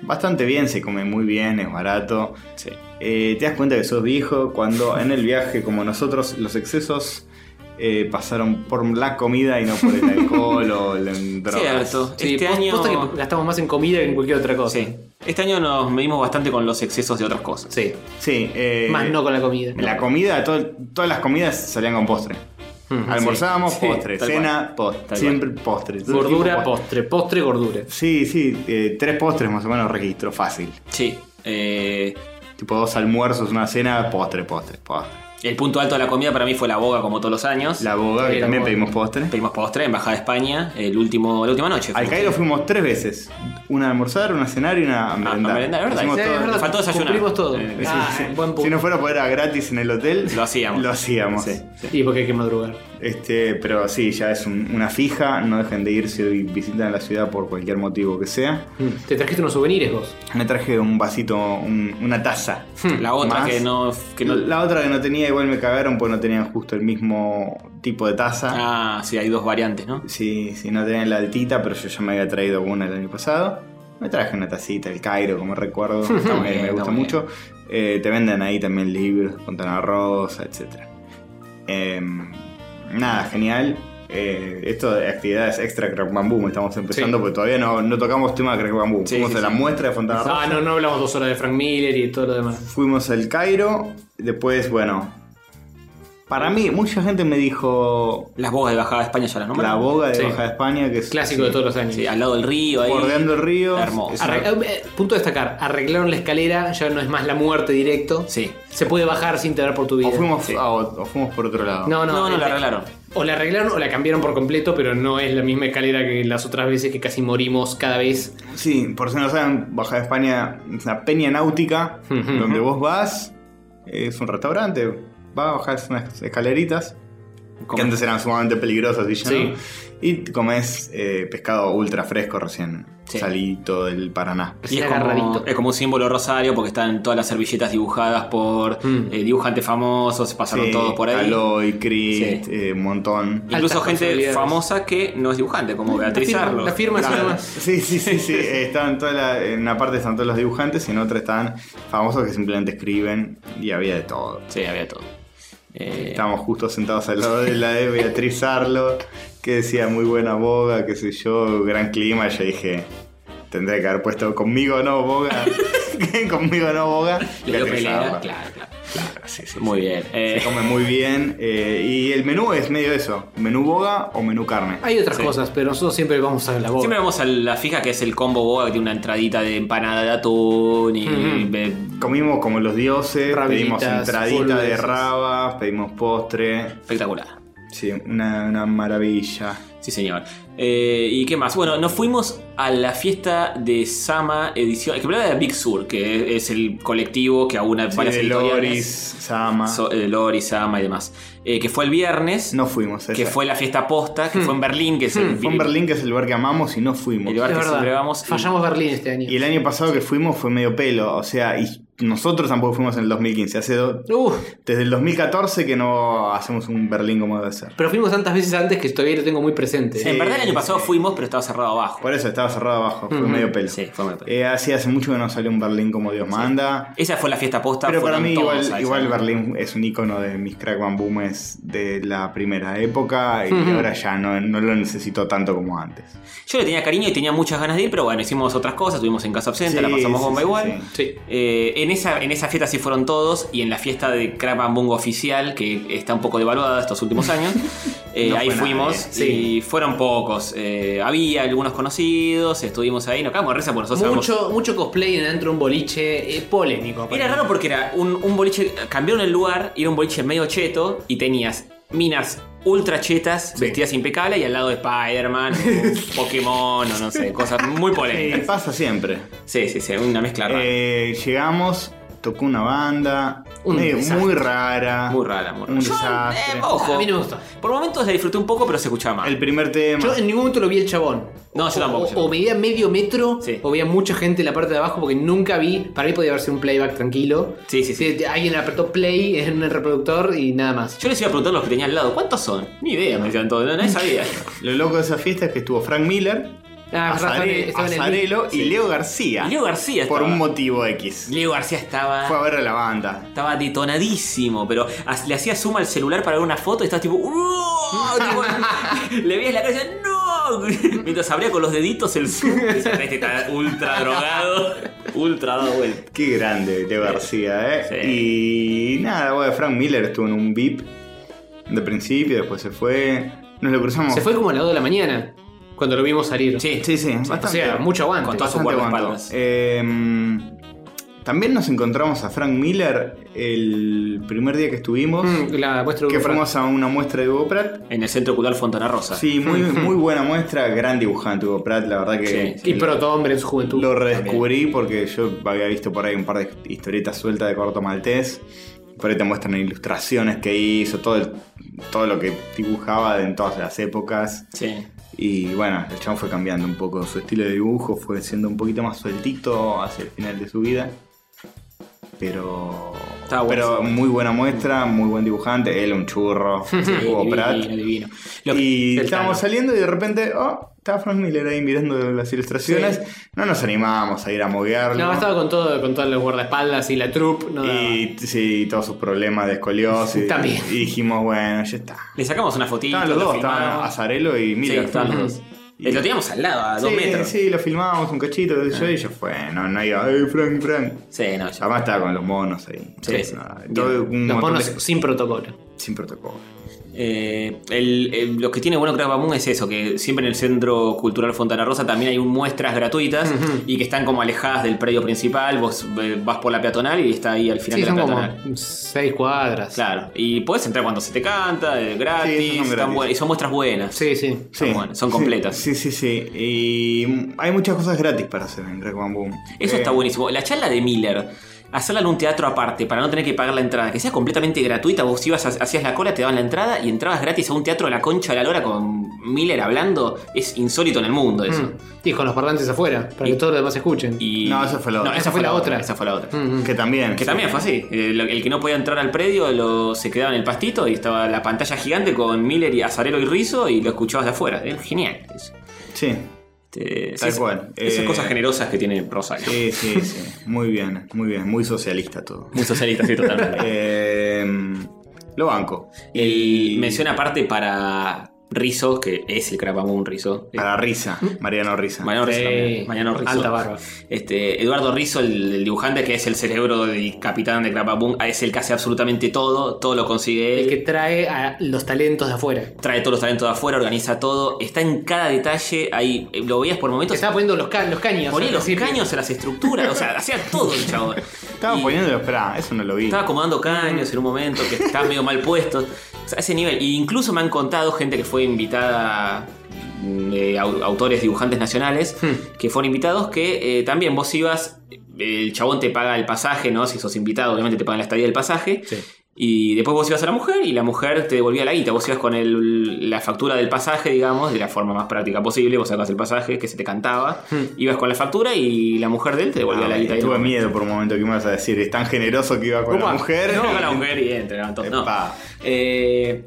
[SPEAKER 1] bastante bien, se come muy bien, es barato.
[SPEAKER 3] Sí.
[SPEAKER 1] Eh, te das cuenta que sos viejo cuando en el viaje, como nosotros, los excesos eh, pasaron por la comida y no por el alcohol o el drogas.
[SPEAKER 3] Cierto.
[SPEAKER 2] Sí,
[SPEAKER 3] este
[SPEAKER 2] pos-
[SPEAKER 3] año.
[SPEAKER 2] posta que gastamos más en comida que en cualquier otra cosa.
[SPEAKER 3] Sí. Este año nos medimos bastante con los excesos de otras cosas.
[SPEAKER 2] Sí.
[SPEAKER 1] Sí, eh,
[SPEAKER 2] Más no con la comida.
[SPEAKER 1] la comida, todo- todas las comidas salían con postre. Almorzábamos,
[SPEAKER 3] sí,
[SPEAKER 1] postre,
[SPEAKER 3] tal
[SPEAKER 1] cena, postre,
[SPEAKER 3] tal
[SPEAKER 1] siempre postre. todo el
[SPEAKER 2] Gordura,
[SPEAKER 1] tiempo
[SPEAKER 2] postre,
[SPEAKER 1] postre.
[SPEAKER 2] postre, gordura.
[SPEAKER 1] Sí, sí, eh, tres postres más o menos registro, fácil.
[SPEAKER 3] Sí. Eh,
[SPEAKER 1] Tipo dos almuerzos, una cena, postre, postre, postre.
[SPEAKER 3] el punto alto de la comida para mí fue la boga, como todos los años.
[SPEAKER 1] La boga, que
[SPEAKER 2] Sí, la
[SPEAKER 1] también
[SPEAKER 2] boga.
[SPEAKER 1] pedimos postre.
[SPEAKER 3] Pedimos postre, Embajada de España, el último, la última noche.
[SPEAKER 1] Al Cairo fuimos tres veces. Una a almorzar, una a cenar y una a merendar.
[SPEAKER 3] Ah, merendar, es verdad.
[SPEAKER 1] Hicimos
[SPEAKER 3] Sí,
[SPEAKER 1] todo.
[SPEAKER 3] es verdad. faltó desayunar.
[SPEAKER 2] Cumplimos todo.
[SPEAKER 3] Eh,
[SPEAKER 1] Sí,
[SPEAKER 2] ah,
[SPEAKER 1] sí.
[SPEAKER 2] buen punto.
[SPEAKER 1] Si no fuera porque era gratis en el hotel,
[SPEAKER 3] Lo hacíamos.
[SPEAKER 1] Lo hacíamos.
[SPEAKER 3] Sí.
[SPEAKER 2] Y porque hay que madrugar.
[SPEAKER 1] Este, pero sí, ya es un- una fija. No dejen de ir si visitan la ciudad por cualquier motivo que sea.
[SPEAKER 2] Mm. Te trajiste unos souvenirs vos.
[SPEAKER 1] Me traje un vasito, un- una taza.
[SPEAKER 3] Hmm, La otra
[SPEAKER 1] Más.
[SPEAKER 3] que no, que no-
[SPEAKER 1] La otra que no tenía, igual me cagaron porque no tenían justo el mismo tipo de taza.
[SPEAKER 3] Ah, sí, hay dos variantes, ¿no?
[SPEAKER 1] Sí, sí, no tenía la altita, pero yo ya me había traído una el año pasado. Me traje una tacita, el Cairo, como recuerdo. Está
[SPEAKER 3] bien,
[SPEAKER 1] muy bien, me
[SPEAKER 3] está
[SPEAKER 1] gusta
[SPEAKER 3] muy
[SPEAKER 1] mucho. Eh, te venden ahí también libros, Fontana Rosa, etc. nada, genial. Eh, esto de actividades extra Crack Bamboo, estamos empezando porque todavía no, no tocamos tema de Crack Bamboo.
[SPEAKER 3] Sí,
[SPEAKER 1] Fuimos
[SPEAKER 3] sí,
[SPEAKER 1] a la
[SPEAKER 3] sí.
[SPEAKER 1] muestra de Fontana Rosa.
[SPEAKER 2] Ah, no, no hablamos dos horas de Frank Miller y todo lo demás.
[SPEAKER 1] Fuimos al Cairo. Después, bueno. Para mí, mucha gente me dijo
[SPEAKER 3] Las bogas de Embajada de España ya las
[SPEAKER 1] la
[SPEAKER 3] nombramos.
[SPEAKER 1] boga de
[SPEAKER 2] Sí.
[SPEAKER 1] Baja de España, que es
[SPEAKER 2] Clásico de todos los años.
[SPEAKER 3] Sí, al lado del río, ahí.
[SPEAKER 1] bordeando el río.
[SPEAKER 3] Hermoso.
[SPEAKER 1] Es una-
[SPEAKER 2] Arre- eh, punto a destacar, arreglaron la escalera, ya no es más la muerte directo.
[SPEAKER 3] Sí.
[SPEAKER 2] Se puede bajar sin tener por tu vida.
[SPEAKER 1] O fuimos,
[SPEAKER 3] Sí.
[SPEAKER 1] a ot- o fuimos por otro lado.
[SPEAKER 2] No, no,
[SPEAKER 3] No, no,
[SPEAKER 2] eh,
[SPEAKER 3] la arreglaron.
[SPEAKER 2] O la arreglaron o la cambiaron por completo, pero no es la misma escalera que las otras veces que casi morimos cada vez.
[SPEAKER 1] Sí, por si no lo saben, Baja de España es una peña náutica
[SPEAKER 2] Ujú.
[SPEAKER 1] donde vos vas, es un restaurante, vas, bajás unas escaleritas que antes eran sumamente peligrosas y ya
[SPEAKER 2] Sí.
[SPEAKER 1] no, y comes eh, pescado ultra fresco recién,
[SPEAKER 3] Sí.
[SPEAKER 1] salito del Paraná.
[SPEAKER 3] Y es
[SPEAKER 2] Recién
[SPEAKER 3] como,
[SPEAKER 2] agarradito.
[SPEAKER 3] es como un símbolo rosario porque están todas las servilletas dibujadas por
[SPEAKER 2] Mm.
[SPEAKER 3] eh, dibujantes famosos, pasaron
[SPEAKER 1] Sí,
[SPEAKER 3] todos por ahí.
[SPEAKER 1] Aloy, Crit,
[SPEAKER 3] Sí.
[SPEAKER 1] eh, un montón.
[SPEAKER 3] Incluso
[SPEAKER 2] Altas
[SPEAKER 3] gente
[SPEAKER 2] posibilidades.
[SPEAKER 3] famosa que no es dibujante, como
[SPEAKER 2] La
[SPEAKER 3] Beatriz
[SPEAKER 2] firma,
[SPEAKER 3] Arlo.
[SPEAKER 2] la firma es
[SPEAKER 1] Claro.
[SPEAKER 2] nada más.
[SPEAKER 1] Sí, sí, sí, sí. Eh, Estaban toda la- en una parte están todos los dibujantes y en otra están famosos que simplemente escriben y había de todo.
[SPEAKER 3] Sí, había todo. Eh,
[SPEAKER 1] Estábamos justo sentados al lado de la de Beatriz Arlo, que decía muy buena boga, qué sé yo, gran clima. Yo dije, tendré que haber puesto conmigo no boga. conmigo no boga.
[SPEAKER 3] le dio
[SPEAKER 1] Beatriz
[SPEAKER 3] pelea,
[SPEAKER 1] Arlo.
[SPEAKER 3] claro, claro.
[SPEAKER 1] Claro, sí, sí,
[SPEAKER 3] Muy
[SPEAKER 1] sí.
[SPEAKER 3] bien. Eh,
[SPEAKER 1] Se come muy bien. eh, y el menú es medio eso: menú boga o menú carne.
[SPEAKER 2] Hay otras
[SPEAKER 3] Sí.
[SPEAKER 2] cosas, pero nosotros siempre vamos a la boca.
[SPEAKER 3] siempre vamos a la fija que es el combo boga que tiene una entradita de empanada de atún y
[SPEAKER 2] Ujú.
[SPEAKER 3] eh,
[SPEAKER 1] Comimos como los dioses, pedimos
[SPEAKER 2] Rabitas,
[SPEAKER 1] entradita de
[SPEAKER 2] boludeces.
[SPEAKER 1] raba, pedimos postre.
[SPEAKER 3] espectacular.
[SPEAKER 1] Sí, una, una maravilla.
[SPEAKER 3] Sí, señor. Eh, ¿Y qué más? Bueno, nos fuimos a la fiesta de Sama Edición. Es que hablaba de Big Sur, que es el colectivo que aúna varias
[SPEAKER 1] Sí, Loris,
[SPEAKER 3] editoriales.
[SPEAKER 1] Sama.
[SPEAKER 3] So- eh, Loris, Sama y demás. Eh, que fue el viernes,
[SPEAKER 1] no fuimos.
[SPEAKER 3] que
[SPEAKER 1] esa. Hmm.
[SPEAKER 3] fue la fiesta posta, que fue en Berlín, que es el,
[SPEAKER 1] Fue en Berlín, que es el lugar que amamos, y no fuimos.
[SPEAKER 3] el lugar
[SPEAKER 2] Es
[SPEAKER 3] que
[SPEAKER 2] verdad.
[SPEAKER 3] siempre vamos. y-
[SPEAKER 2] Fallamos Berlín este año.
[SPEAKER 1] Y el año pasado que fuimos fue medio pelo, o sea, y nosotros tampoco fuimos en el 2015. Hace do-
[SPEAKER 2] Uf,
[SPEAKER 1] desde el 2014 que no hacemos un Berlín como debe ser.
[SPEAKER 2] pero fuimos tantas veces antes que todavía lo tengo muy presente.
[SPEAKER 3] En verdad, el año pasado fuimos, pero estaba cerrado abajo.
[SPEAKER 1] Por eso estaba cerrado abajo, fue
[SPEAKER 2] Ujú.
[SPEAKER 1] medio pelo.
[SPEAKER 3] Sí, fue medio pelo.
[SPEAKER 1] Eh, así hace mucho que no sale un Berlín como Dios manda.
[SPEAKER 3] Esa fue la fiesta posta.
[SPEAKER 1] Pero para
[SPEAKER 3] fueron
[SPEAKER 1] mí
[SPEAKER 3] todos
[SPEAKER 1] igual,
[SPEAKER 3] a
[SPEAKER 1] igual
[SPEAKER 3] esa.
[SPEAKER 1] Berlín es un icono de mis crack Band booms de la primera época y ahora ya no, no lo necesito tanto como antes.
[SPEAKER 3] Yo le tenía cariño y tenía muchas ganas de ir, pero bueno, hicimos otras cosas, estuvimos en casa absenta,
[SPEAKER 1] Sí,
[SPEAKER 3] la pasamos
[SPEAKER 1] sí,
[SPEAKER 3] bomba
[SPEAKER 1] sí,
[SPEAKER 3] igual.
[SPEAKER 1] sí.
[SPEAKER 2] Sí.
[SPEAKER 3] Eh, en, esa, en esa fiesta sí fueron todos y en la fiesta de Crab and Bungo oficial, que está un poco devaluada estos últimos años, eh,
[SPEAKER 1] No
[SPEAKER 3] ahí
[SPEAKER 1] fue nadie,
[SPEAKER 3] fuimos y
[SPEAKER 2] sí.
[SPEAKER 3] fueron pocos. Eh, había algunos conocidos, estuvimos ahí, nos cagamos de risa por nosotros.
[SPEAKER 2] Mucho, mucho cosplay en dentro de un boliche eh, polémico.
[SPEAKER 3] Era raro porque era un, un boliche, cambiaron el lugar, era un boliche medio cheto y tenías minas ultra chetas, vestidas impecable y al lado de Spider-Man, o Pokémon o no sé, cosas muy
[SPEAKER 1] Eh,
[SPEAKER 3] polémicas.
[SPEAKER 1] pasa siempre.
[SPEAKER 3] Sí, sí, sí, una mezcla rara.
[SPEAKER 1] Eh, llegamos, tocó una banda
[SPEAKER 2] Un
[SPEAKER 1] medio
[SPEAKER 2] desastre.
[SPEAKER 1] muy rara.
[SPEAKER 3] Muy rara, muy rara.
[SPEAKER 1] Un desastre.
[SPEAKER 3] Eh, ojo.
[SPEAKER 2] A mí no me gustó.
[SPEAKER 3] Por momentos la disfruté un poco, pero se escuchaba mal.
[SPEAKER 1] El primer tema.
[SPEAKER 2] Yo en ningún momento lo vi el chabón.
[SPEAKER 3] No,
[SPEAKER 2] O-
[SPEAKER 3] yo tampoco,
[SPEAKER 2] o-
[SPEAKER 3] yo tampoco.
[SPEAKER 2] O, veía medio metro,
[SPEAKER 3] Sí.
[SPEAKER 2] o veía mucha gente en la parte de abajo, porque nunca vi. Para mí podía haber sido un playback tranquilo.
[SPEAKER 3] Sí, sí, sí.
[SPEAKER 2] Alguien apretó play en el reproductor y nada más.
[SPEAKER 3] Yo les iba a preguntar a los que tenía al lado, ¿cuántos son? Ni idea, me decían todos, no, nadie sabía.
[SPEAKER 1] Lo loco de esa fiesta es que estuvo Frank Miller,
[SPEAKER 2] Ah,
[SPEAKER 1] Azare-
[SPEAKER 2] estaba en el-
[SPEAKER 1] Azarelo y Leo García.
[SPEAKER 3] Leo García
[SPEAKER 1] por
[SPEAKER 3] estaba.
[SPEAKER 1] un motivo X.
[SPEAKER 3] Leo García estaba.
[SPEAKER 1] Fue a ver a la banda.
[SPEAKER 3] Estaba detonadísimo, pero as- le hacía suma al celular para ver una foto y estaba tipo. "Uah", tipo, le veías la cara y decía, ¡No! Mientras abría con los deditos el zoom. decía, Este está ultra drogado. Ultra dado vuelta.
[SPEAKER 1] Qué grande Leo García, ¿eh? Y nada, bueno, Frank Miller estuvo en un VIP de principio, después se fue. Nos lo cruzamos.
[SPEAKER 2] Se fue como a las 2 de la mañana, cuando lo vimos salir.
[SPEAKER 3] Sí,
[SPEAKER 1] Sí, sí,
[SPEAKER 2] O
[SPEAKER 1] bastante.
[SPEAKER 2] sea, mucho aguante.
[SPEAKER 3] Con todas sus
[SPEAKER 1] bastante
[SPEAKER 3] guardaespaldas.
[SPEAKER 1] guanto. Eh, también nos encontramos a Frank Miller el primer día que estuvimos,
[SPEAKER 2] Mm, la muestra de
[SPEAKER 1] que
[SPEAKER 2] Europa.
[SPEAKER 1] fuimos a una muestra de Hugo Pratt.
[SPEAKER 3] En el centro ocular Fontana Rosa.
[SPEAKER 1] Sí, muy, muy buena muestra, gran dibujante Hugo Pratt, la verdad que
[SPEAKER 3] Sí,
[SPEAKER 2] Y proto hombre en su juventud.
[SPEAKER 1] lo redescubrí porque yo había visto por ahí un par de historietas sueltas de corto maltés. Por ahí te muestran ilustraciones que hizo, todo, el- todo lo que dibujaba en todas las épocas.
[SPEAKER 3] Sí.
[SPEAKER 1] Y bueno, el chabón fue cambiando un poco su estilo de dibujo, fue siendo un poquito más sueltito hacia el final de su vida. Pero.
[SPEAKER 3] Estaba bueno.
[SPEAKER 1] Pero muy buena muestra, muy buen dibujante. Él un churro, Hugo
[SPEAKER 3] divino,
[SPEAKER 1] Pratt.
[SPEAKER 3] divino. Lo-
[SPEAKER 1] y
[SPEAKER 3] el
[SPEAKER 1] estábamos
[SPEAKER 3] Tano.
[SPEAKER 1] saliendo y de repente, oh, estaba Frank Miller ahí mirando las ilustraciones. No nos animábamos a ir a moguearlo.
[SPEAKER 2] No, estaba con todo, con todos los guardaespaldas y la troupe. No daba.
[SPEAKER 1] y sí, todos sus problemas de escoliosis.
[SPEAKER 2] También.
[SPEAKER 1] Y dijimos, bueno, ya está.
[SPEAKER 3] Le sacamos una fotito.
[SPEAKER 1] Estaban los
[SPEAKER 3] lo
[SPEAKER 1] dos, estaban
[SPEAKER 3] filmamos.
[SPEAKER 1] Azarelo y
[SPEAKER 3] Sí,
[SPEAKER 1] Miller.
[SPEAKER 3] estaban los dos. Eh, Lo teníamos al lado, a dos
[SPEAKER 1] sí,
[SPEAKER 3] metros. Ah.
[SPEAKER 1] Sí, lo filmábamos un cachito, qué sé yo, y ya fue. No, no iba, ¡ay, Frank, Frank!
[SPEAKER 3] Sí, no, ya.
[SPEAKER 1] Además estaba con los monos ahí.
[SPEAKER 3] Sí, sí.
[SPEAKER 1] Nada, todo un
[SPEAKER 2] Los
[SPEAKER 1] montón
[SPEAKER 2] monos
[SPEAKER 1] de-
[SPEAKER 2] sin protocolo.
[SPEAKER 1] sin protocolo.
[SPEAKER 3] Eh, el- el- lo que tiene bueno Crabamón es eso, que siempre en el Centro Cultural Fontana Rosa también hay un- muestras gratuitas y que están como alejadas del predio principal, vos eh, vas por la peatonal y está ahí al final
[SPEAKER 2] Sí,
[SPEAKER 3] de la
[SPEAKER 2] son
[SPEAKER 3] peatonal.
[SPEAKER 2] como seis cuadras.
[SPEAKER 3] Claro, y puedes entrar cuando se te canta, eh, gratis,
[SPEAKER 1] Sí, son
[SPEAKER 3] están
[SPEAKER 1] gratis.
[SPEAKER 3] buenas- y son muestras buenas.
[SPEAKER 2] Sí, sí.
[SPEAKER 3] Son buenas, son completas.
[SPEAKER 1] Sí, sí, sí. Y mm, hay muchas cosas gratis para hacer en Crack Bam Boom.
[SPEAKER 3] Eso
[SPEAKER 1] Eh,
[SPEAKER 3] está buenísimo. La charla de Miller, hacerla en un teatro aparte para no tener que pagar la entrada, que sea completamente gratuita. Vos ibas, ha- hacías la cola, te daban la entrada y entrabas gratis a un teatro de la concha de la lora con Miller hablando. Es insólito en el mundo eso.
[SPEAKER 2] Mm. Y con los parlantes afuera, para que todos los demás escuchen.
[SPEAKER 3] Y-
[SPEAKER 1] Hmm. No, esa fue la otra. Hmm.
[SPEAKER 3] esa fue la otra. Esa fue la otra.
[SPEAKER 2] Mm, mm.
[SPEAKER 1] Que también.
[SPEAKER 3] Que
[SPEAKER 1] sí.
[SPEAKER 3] también fue así. El, el que no podía entrar al predio lo, se quedaba en el pastito y estaba la pantalla gigante con Miller y Azarelo y Rizzo y lo escuchabas de afuera. Era genial. eso.
[SPEAKER 1] Sí.
[SPEAKER 3] Este,
[SPEAKER 1] Tal
[SPEAKER 3] sí,
[SPEAKER 1] cual.
[SPEAKER 3] Esas
[SPEAKER 1] Eh,
[SPEAKER 3] cosas generosas que tiene Rosario.
[SPEAKER 1] Sí, sí, sí. Muy bien, muy bien. Muy socialista todo.
[SPEAKER 3] Muy socialista, sí, totalmente.
[SPEAKER 1] Eh, lo banco.
[SPEAKER 3] Y mención Eh, aparte para Rizzo, que es el Crapamón Rizzo. Eh,
[SPEAKER 1] Para Risa, Mariano Risa.
[SPEAKER 3] Mariano Rizzo.
[SPEAKER 2] Sí.
[SPEAKER 3] también, Mariano Rizzo.
[SPEAKER 2] Alta barba.
[SPEAKER 3] Este, Eduardo Rizzo, el, el dibujante que es el cerebro del capitán de Crapamón, es el que hace absolutamente todo, todo lo consigue él.
[SPEAKER 2] El que trae a los talentos de afuera.
[SPEAKER 3] Trae todos los talentos de afuera, organiza todo, está en cada detalle, ahí eh, lo veías por momentos.
[SPEAKER 2] Estaba poniendo los, ca- los caños.
[SPEAKER 3] ponía
[SPEAKER 2] al
[SPEAKER 3] los
[SPEAKER 2] principio.
[SPEAKER 3] caños en las estructuras, o sea, hacía todo el chabón.
[SPEAKER 1] Estaba
[SPEAKER 3] Y-
[SPEAKER 1] poniéndolo, espera, eso no lo vi.
[SPEAKER 3] Estaba acomodando caños en un momento que estaba medio mal puesto. O sea, a ese nivel. E incluso me han contado gente que fue invitada. eh, au- autores, dibujantes nacionales
[SPEAKER 1] Hmm.
[SPEAKER 3] que fueron invitados. Que eh, también vos ibas, el chabón te paga el pasaje, ¿no? Si sos invitado, obviamente te pagan la estadía del pasaje. Y después vos ibas a la mujer y la mujer te devolvía la guita. Vos ibas con el- la factura del pasaje, digamos, de la forma más práctica posible. Vos sacabas el pasaje que se te cantaba, ibas con la factura y la mujer de él te devolvía
[SPEAKER 1] Hmm. Ah,
[SPEAKER 3] la guita. ahí en el
[SPEAKER 1] tuve
[SPEAKER 3] momento.
[SPEAKER 1] miedo por un momento que me ibas a decir, es tan generoso que iba con la
[SPEAKER 3] Upa,
[SPEAKER 1] mujer.
[SPEAKER 3] No, con la mujer y entra, todo, no.
[SPEAKER 1] Epa.
[SPEAKER 3] Eh,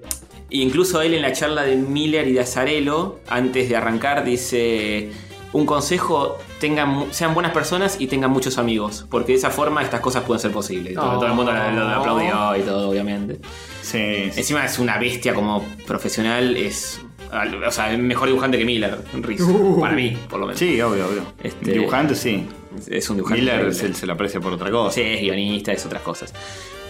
[SPEAKER 3] incluso él en la charla de Miller y de Azarelo, antes de arrancar, dice: Un consejo, tengan, mu- sean buenas personas y tengan muchos amigos, porque de esa forma estas cosas pueden ser posibles. Y Todo,
[SPEAKER 2] Oh.
[SPEAKER 3] todo el mundo lo, lo- lo aplaudió y todo, obviamente.
[SPEAKER 1] Sí, sí.
[SPEAKER 3] Encima es una bestia como profesional, es. al- O sea, el mejor dibujante que Miller, Rizzo, para mí, por lo menos.
[SPEAKER 1] Uh. Sí, obvio, obvio.
[SPEAKER 3] Este-
[SPEAKER 1] Dibujante, sí.
[SPEAKER 3] Es un dibujante.
[SPEAKER 1] Miller
[SPEAKER 3] increíble.
[SPEAKER 1] se, se lo aprecia por otra cosa.
[SPEAKER 3] Sí, es guionista, es otras cosas.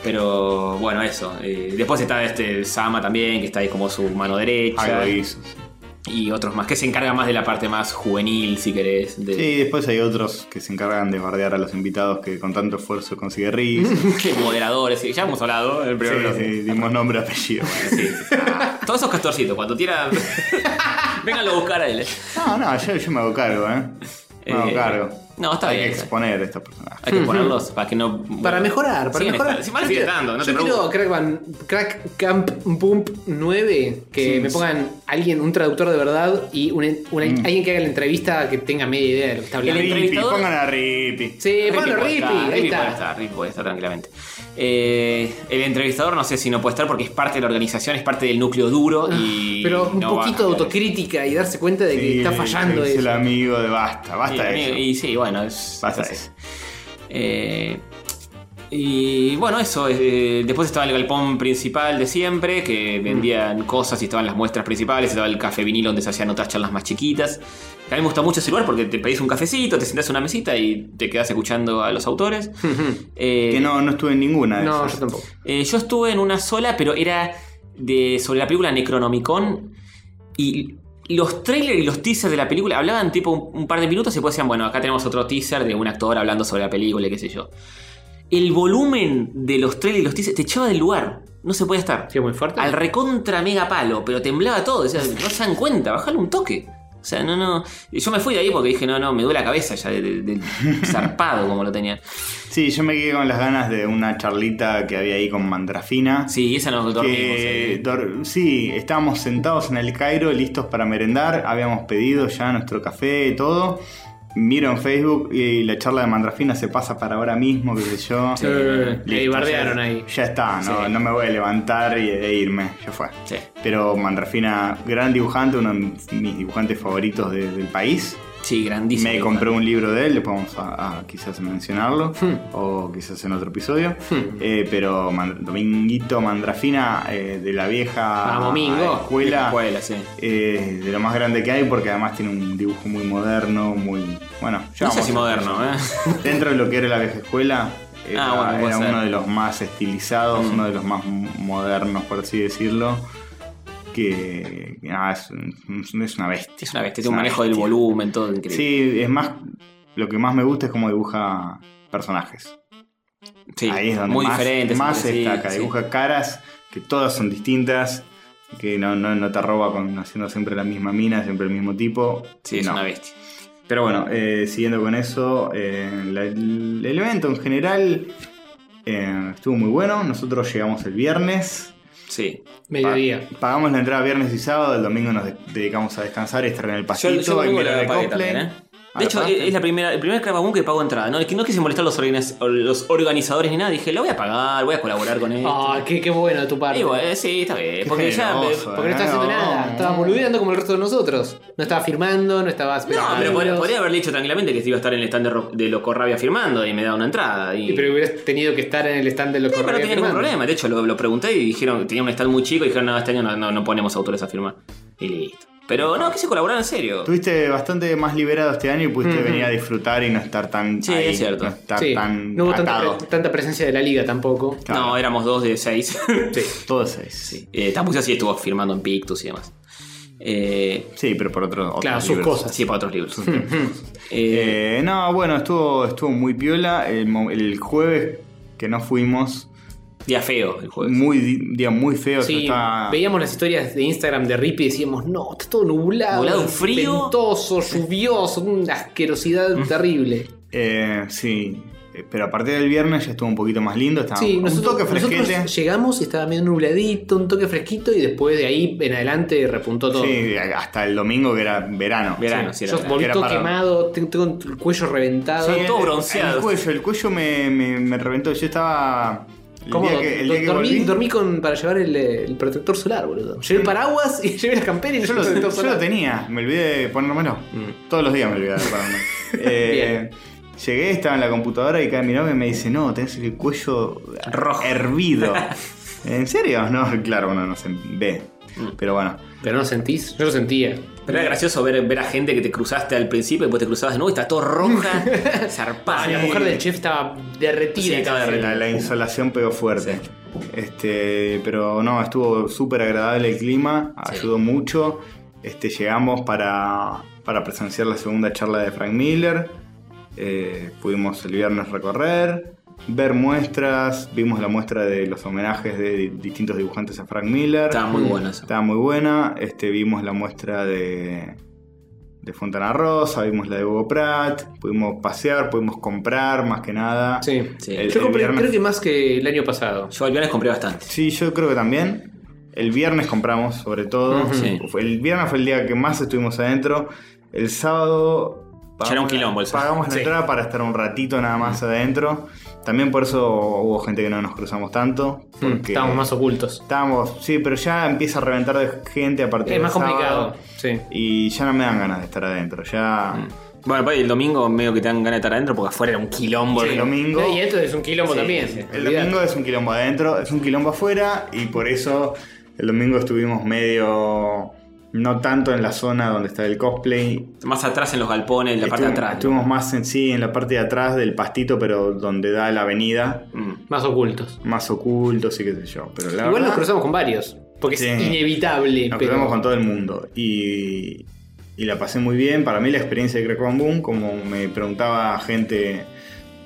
[SPEAKER 3] Pero bueno, eso. Eh, después está este Sama también, que está ahí como su mano derecha.
[SPEAKER 1] Algo hizo. sí.
[SPEAKER 3] Y otros más, que se encarga más de la parte más juvenil, si querés. De...
[SPEAKER 1] Sí, después hay otros que se encargan de bardear a los invitados que con tanto esfuerzo consigue risa.
[SPEAKER 3] Moderadores, y ya hemos hablado eh, en el
[SPEAKER 1] Sí,
[SPEAKER 3] primer
[SPEAKER 1] sí,
[SPEAKER 3] bloque.
[SPEAKER 1] dimos nombre, apellido.
[SPEAKER 3] Sí, sí. Todos esos castorcitos, cuando tiran. Vénganlo a buscar a él.
[SPEAKER 1] No, no, yo, yo me hago cargo, ¿eh? Me hago
[SPEAKER 3] Eh,
[SPEAKER 1] cargo.
[SPEAKER 3] No, está
[SPEAKER 1] Hay que
[SPEAKER 3] bien.
[SPEAKER 1] exponer a estos personajes.
[SPEAKER 3] Hay que ponerlos para que no.
[SPEAKER 2] Para mejorar, para
[SPEAKER 3] Siguen
[SPEAKER 2] mejorar.
[SPEAKER 3] estando, si van
[SPEAKER 2] Yo
[SPEAKER 3] sigue
[SPEAKER 2] quiero-
[SPEAKER 3] estando, no
[SPEAKER 2] yo
[SPEAKER 3] te
[SPEAKER 2] quiero
[SPEAKER 3] preocupes.
[SPEAKER 2] Crack, Ban- Crack Camp Pump 9, que me pongan alguien, un traductor de verdad y un- un- alguien que haga la entrevista que tenga media idea de lo que está hablando.
[SPEAKER 3] Mm. El
[SPEAKER 1] Rippy,
[SPEAKER 3] entrevistador-
[SPEAKER 1] pongan a Rippy.
[SPEAKER 2] Sí,
[SPEAKER 3] Rippy
[SPEAKER 2] bueno,
[SPEAKER 3] puede estar,
[SPEAKER 2] Rippy, ahí
[SPEAKER 3] Rippy puede
[SPEAKER 2] está.
[SPEAKER 3] estar, Rippy puede estar tranquilamente. Eh, el entrevistador no sé si no puede estar porque es parte de la organización, es parte del núcleo duro y.
[SPEAKER 2] Ah, Pero un
[SPEAKER 3] no va a
[SPEAKER 2] poquito de
[SPEAKER 3] cambiar.
[SPEAKER 2] autocrítica y darse cuenta de que
[SPEAKER 1] Sí,
[SPEAKER 2] está fallando
[SPEAKER 1] es el
[SPEAKER 2] eso.
[SPEAKER 1] amigo de basta,
[SPEAKER 3] Sí,
[SPEAKER 1] basta de
[SPEAKER 3] amigo,
[SPEAKER 1] eso.
[SPEAKER 3] y sí, bueno, es.
[SPEAKER 1] Basta
[SPEAKER 3] es
[SPEAKER 1] de
[SPEAKER 3] así. Eh, y bueno, eso. eh, después estaba el galpón principal de siempre, que
[SPEAKER 2] Mm.
[SPEAKER 3] vendían cosas y estaban las muestras principales, estaba el café vinilo donde se hacían otras charlas más chiquitas. Que a mí me gusta mucho ese lugar porque te pedís un cafecito, te sentás en una mesita y te quedás escuchando a los autores. Eh,
[SPEAKER 1] Que no, no estuve en ninguna de
[SPEAKER 2] No,
[SPEAKER 1] esas.
[SPEAKER 2] yo tampoco.
[SPEAKER 3] eh, yo estuve en una sola, pero era de, sobre la película Necronomicon. Y los trailers y los teasers de la película hablaban tipo un, un par de minutos y después decían, bueno, acá tenemos otro teaser de un actor hablando sobre la película y qué sé yo. El volumen de los trailers y los teasers te echaba del lugar. No se podía estar.
[SPEAKER 2] Sí, muy fuerte.
[SPEAKER 3] Al recontra mega palo, pero temblaba todo. O sea, no se dan cuenta, bajale un toque. O sea, no, no. Y Yo me fui de ahí porque dije, no, no, me duele la cabeza ya de- de- del zarpado como lo tenían.
[SPEAKER 1] Sí, yo me quedé con las ganas de una charlita que había ahí con Mandrafina.
[SPEAKER 3] Sí, esa nos dormimos.
[SPEAKER 1] que
[SPEAKER 3] eh.
[SPEAKER 1] dor- sí, estábamos sentados en el Cairo, listos para merendar, habíamos pedido ya nuestro café y todo. Miro en Facebook y la charla de Mandrafina se pasa para ahora mismo, qué sé yo.
[SPEAKER 2] Sí, y
[SPEAKER 1] Listo,
[SPEAKER 2] bardearon
[SPEAKER 1] ya-
[SPEAKER 2] ahí.
[SPEAKER 1] Ya está, no,
[SPEAKER 3] Sí.
[SPEAKER 1] no me voy a levantar y, e irme, ya fue.
[SPEAKER 3] Sí.
[SPEAKER 1] Pero Mandrafina, gran dibujante, uno de mis dibujantes favoritos de- del país.
[SPEAKER 3] Sí, grandísimo.
[SPEAKER 1] Me compré un libro de él, después vamos a, a quizás mencionarlo,
[SPEAKER 3] Hmm.
[SPEAKER 1] o quizás en otro episodio. Eh, pero Man- Dominguito Mandrafina, eh, de la vieja
[SPEAKER 2] Vamos, Mingo.
[SPEAKER 1] escuela,
[SPEAKER 3] Escuela, sí.
[SPEAKER 1] eh, de lo más grande que hay, porque además tiene un dibujo muy moderno, muy. Bueno, ya
[SPEAKER 3] No sé
[SPEAKER 1] vamos
[SPEAKER 3] si
[SPEAKER 1] a-
[SPEAKER 3] moderno, ¿eh?
[SPEAKER 1] Dentro de lo que era la vieja escuela, era,
[SPEAKER 3] Ah, bueno, puede
[SPEAKER 1] era
[SPEAKER 3] ser. Mm.
[SPEAKER 1] uno de los más estilizados, uno de los más m- modernos, por así decirlo. Que nada, es, un- es una bestia.
[SPEAKER 3] Es una bestia,
[SPEAKER 1] Es
[SPEAKER 3] tiene un
[SPEAKER 1] una
[SPEAKER 3] manejo del
[SPEAKER 1] bestia.
[SPEAKER 3] volumen, todo increíble.
[SPEAKER 1] Sí, es más. Lo que más me gusta es cómo dibuja personajes.
[SPEAKER 3] Sí,
[SPEAKER 1] Ahí es donde
[SPEAKER 3] muy
[SPEAKER 1] más,
[SPEAKER 3] diferente.
[SPEAKER 1] más
[SPEAKER 3] sí,
[SPEAKER 1] destaca.
[SPEAKER 3] sí.
[SPEAKER 1] Dibuja caras que todas son distintas, que no, no, no te arroba con haciendo siempre la misma mina, siempre el mismo tipo.
[SPEAKER 3] Sí, es
[SPEAKER 1] No.
[SPEAKER 3] una bestia.
[SPEAKER 1] Pero bueno, eh, siguiendo con eso, eh, la- el evento en general eh, estuvo muy bueno. Nosotros llegamos el viernes.
[SPEAKER 3] Sí.
[SPEAKER 2] Mediodía.
[SPEAKER 1] Pa- pagamos la entrada viernes y sábado, el domingo nos de- dedicamos a descansar y estar en el pasito.
[SPEAKER 3] yo
[SPEAKER 1] y
[SPEAKER 3] domingo
[SPEAKER 1] mirar
[SPEAKER 3] la
[SPEAKER 1] de
[SPEAKER 3] pagué
[SPEAKER 1] cosplay.
[SPEAKER 3] también, ¿eh?
[SPEAKER 1] Ah,
[SPEAKER 3] De hecho,
[SPEAKER 1] ¿pagaste?
[SPEAKER 3] es es la primera, el primer Crabamón que pago entrada. No, Es que no quise molestar a los, organiz- los organizadores ni nada. Dije, lo voy a pagar, voy a colaborar con él.
[SPEAKER 2] Ah, qué, qué bueno de tu parte.
[SPEAKER 3] sí, está bien.
[SPEAKER 1] Qué
[SPEAKER 3] Porque ya.
[SPEAKER 1] generoso,
[SPEAKER 3] me-
[SPEAKER 2] Porque no estaba haciendo
[SPEAKER 1] Ah, no.
[SPEAKER 2] nada, estaba boludeando como el resto de nosotros. No estaba firmando, no estabas.
[SPEAKER 3] No, pero podría, podría haberle dicho tranquilamente que iba a estar en el stand de, Ro- de Locorrabia firmando y me daba una entrada. Y...
[SPEAKER 2] Y pero hubieras tenido que estar en el stand de lo
[SPEAKER 3] Sí, pero no tenía ningún problema. De hecho, lo, lo pregunté y dijeron, tenía un stand muy chico y dijeron, no, este año no, no, no ponemos autores a firmar. Y listo. Pero no, quise colaborar en serio.
[SPEAKER 1] Estuviste bastante más liberado este año y pudiste venir a disfrutar y no estar tan.
[SPEAKER 3] Sí,
[SPEAKER 1] ahí,
[SPEAKER 3] es cierto.
[SPEAKER 1] No estar
[SPEAKER 2] Sí,
[SPEAKER 1] tan.
[SPEAKER 2] no hubo tanta,
[SPEAKER 1] atado.
[SPEAKER 2] pre- tanta presencia de la liga tampoco.
[SPEAKER 3] No, éramos dos de seis.
[SPEAKER 1] Todo seis. Sí.
[SPEAKER 3] Eh, Tamusa sí estuvo firmando en Pictus y demás. Eh,
[SPEAKER 1] pero por otro. otros
[SPEAKER 2] Claro, sus
[SPEAKER 1] libros.
[SPEAKER 2] cosas.
[SPEAKER 3] sí, para otros libros. Eh,
[SPEAKER 1] Hmm, Eh, no, bueno, estuvo, estuvo muy piola. El, mo- el jueves que no fuimos,
[SPEAKER 3] día feo el jueves.
[SPEAKER 1] muy di- día muy feo. yo
[SPEAKER 2] Sí,
[SPEAKER 1] estaba-
[SPEAKER 2] veíamos las historias de Instagram de Rippy y decíamos, no, está todo nublado,
[SPEAKER 3] Nublado, frío".
[SPEAKER 2] ventoso, lluvioso, una asquerosidad
[SPEAKER 1] Mm.
[SPEAKER 2] terrible.
[SPEAKER 1] eh, sí. Eh, Pero a partir del viernes ya estuvo un poquito más lindo. Estaba
[SPEAKER 2] Sí,
[SPEAKER 1] un
[SPEAKER 2] nosotros,
[SPEAKER 1] toque
[SPEAKER 2] nosotros
[SPEAKER 1] fresquete.
[SPEAKER 2] llegamos y estaba medio nubladito, un toque fresquito y después de ahí en adelante repuntó todo.
[SPEAKER 1] Sí, hasta el domingo que era verano.
[SPEAKER 3] Verano, sí,
[SPEAKER 1] Sí.
[SPEAKER 3] era
[SPEAKER 2] Yo
[SPEAKER 3] verano.
[SPEAKER 2] volví
[SPEAKER 1] Era
[SPEAKER 2] todo
[SPEAKER 1] para-
[SPEAKER 2] quemado, tengo, tengo el cuello reventado.
[SPEAKER 3] Sí, todo
[SPEAKER 1] el-
[SPEAKER 3] bronceado.
[SPEAKER 1] El cuello, el cuello me, me- me reventó. Yo estaba. El
[SPEAKER 2] ¿Cómo?
[SPEAKER 1] día que, el día que
[SPEAKER 2] dormí,
[SPEAKER 1] volví-
[SPEAKER 2] dormí con, para llevar el, eh, el protector solar, boludo. Llevé el paraguas y llevé las camperas y no
[SPEAKER 1] Yo lo,
[SPEAKER 2] el protector
[SPEAKER 1] yo lo
[SPEAKER 2] solar.
[SPEAKER 1] tenía, me olvidé de ponérmelo. Todos los días me olvidaba de ponérmelo. Eh, llegué, estaba en la computadora y cae mi novia y me dice, no, tenés el cuello
[SPEAKER 3] Rojo.
[SPEAKER 1] hervido. ¿En serio? No, claro, uno no se ve. Pero bueno.
[SPEAKER 2] Pero no sentís, yo lo sentía.
[SPEAKER 3] Pero era gracioso ver, ver a gente que te cruzaste al principio y después te cruzabas de nuevo y está todo roja, zarpada.
[SPEAKER 2] Ah, la mujer del chef estaba derretida.
[SPEAKER 3] Sí, estaba derretida.
[SPEAKER 1] La, la insolación pegó fuerte. Este, pero no, estuvo súper agradable el clima, ayudó mucho. Este, llegamos para, para presenciar la segunda charla de Frank Miller. Eh, pudimos el viernes recorrer, ver muestras, vimos la muestra de los homenajes de di- distintos dibujantes a Frank Miller.
[SPEAKER 3] Estaba muy bueno eso.
[SPEAKER 1] Estaba muy buena. Este, vimos la muestra de de Fontana Rosa, vimos la de Hugo Pratt, pudimos pasear, pudimos comprar más que nada.
[SPEAKER 2] Sí.
[SPEAKER 3] Sí.
[SPEAKER 1] El-
[SPEAKER 2] Yo
[SPEAKER 1] el
[SPEAKER 2] compré,
[SPEAKER 1] viernes-
[SPEAKER 2] creo que más que el año pasado.
[SPEAKER 3] Yo al viernes compré bastante.
[SPEAKER 1] Sí, yo creo que también. El viernes compramos, sobre todo.
[SPEAKER 2] Ujú.
[SPEAKER 3] Sí.
[SPEAKER 1] Fue- El viernes fue el día que más estuvimos adentro. El sábado.
[SPEAKER 3] Ya era un quilombo el sábado.
[SPEAKER 1] Pagamos la
[SPEAKER 2] Sí.
[SPEAKER 1] entrada para estar un ratito nada más adentro. También por eso hubo gente que no nos cruzamos tanto.
[SPEAKER 2] Mm,
[SPEAKER 1] Porque
[SPEAKER 2] Estábamos más ocultos.
[SPEAKER 1] estábamos- sí, pero ya empieza a reventar de gente a partir
[SPEAKER 2] Es más
[SPEAKER 1] del sábado.
[SPEAKER 2] complicado. Sí.
[SPEAKER 1] Y ya no me dan ganas de estar adentro. Ya.
[SPEAKER 2] Mm.
[SPEAKER 3] Bueno, pues el domingo medio que te dan ganas de estar adentro porque afuera era un quilombo.
[SPEAKER 1] El domingo.
[SPEAKER 2] Y esto es un quilombo también.
[SPEAKER 1] El
[SPEAKER 2] olvidate.
[SPEAKER 1] domingo es un quilombo adentro, es un quilombo afuera y por eso el domingo estuvimos medio... No tanto en la zona donde está el cosplay.
[SPEAKER 3] Más atrás en los galpones, en la parte de
[SPEAKER 1] Estuvimos-
[SPEAKER 3] atrás.
[SPEAKER 1] Estuvimos más en sí, en la parte de atrás del pastito, pero donde da la avenida.
[SPEAKER 3] Mm.
[SPEAKER 2] Más ocultos.
[SPEAKER 1] Más oculto, sí qué sé yo. Pero la
[SPEAKER 2] Igual nos
[SPEAKER 1] verdad,
[SPEAKER 2] cruzamos con varios. Porque
[SPEAKER 1] Sí.
[SPEAKER 2] es inevitable.
[SPEAKER 1] nos
[SPEAKER 2] pero-
[SPEAKER 1] cruzamos con todo el mundo. Y, y la pasé muy bien. Para mí la experiencia de Crack Bang Boom, como me preguntaba gente,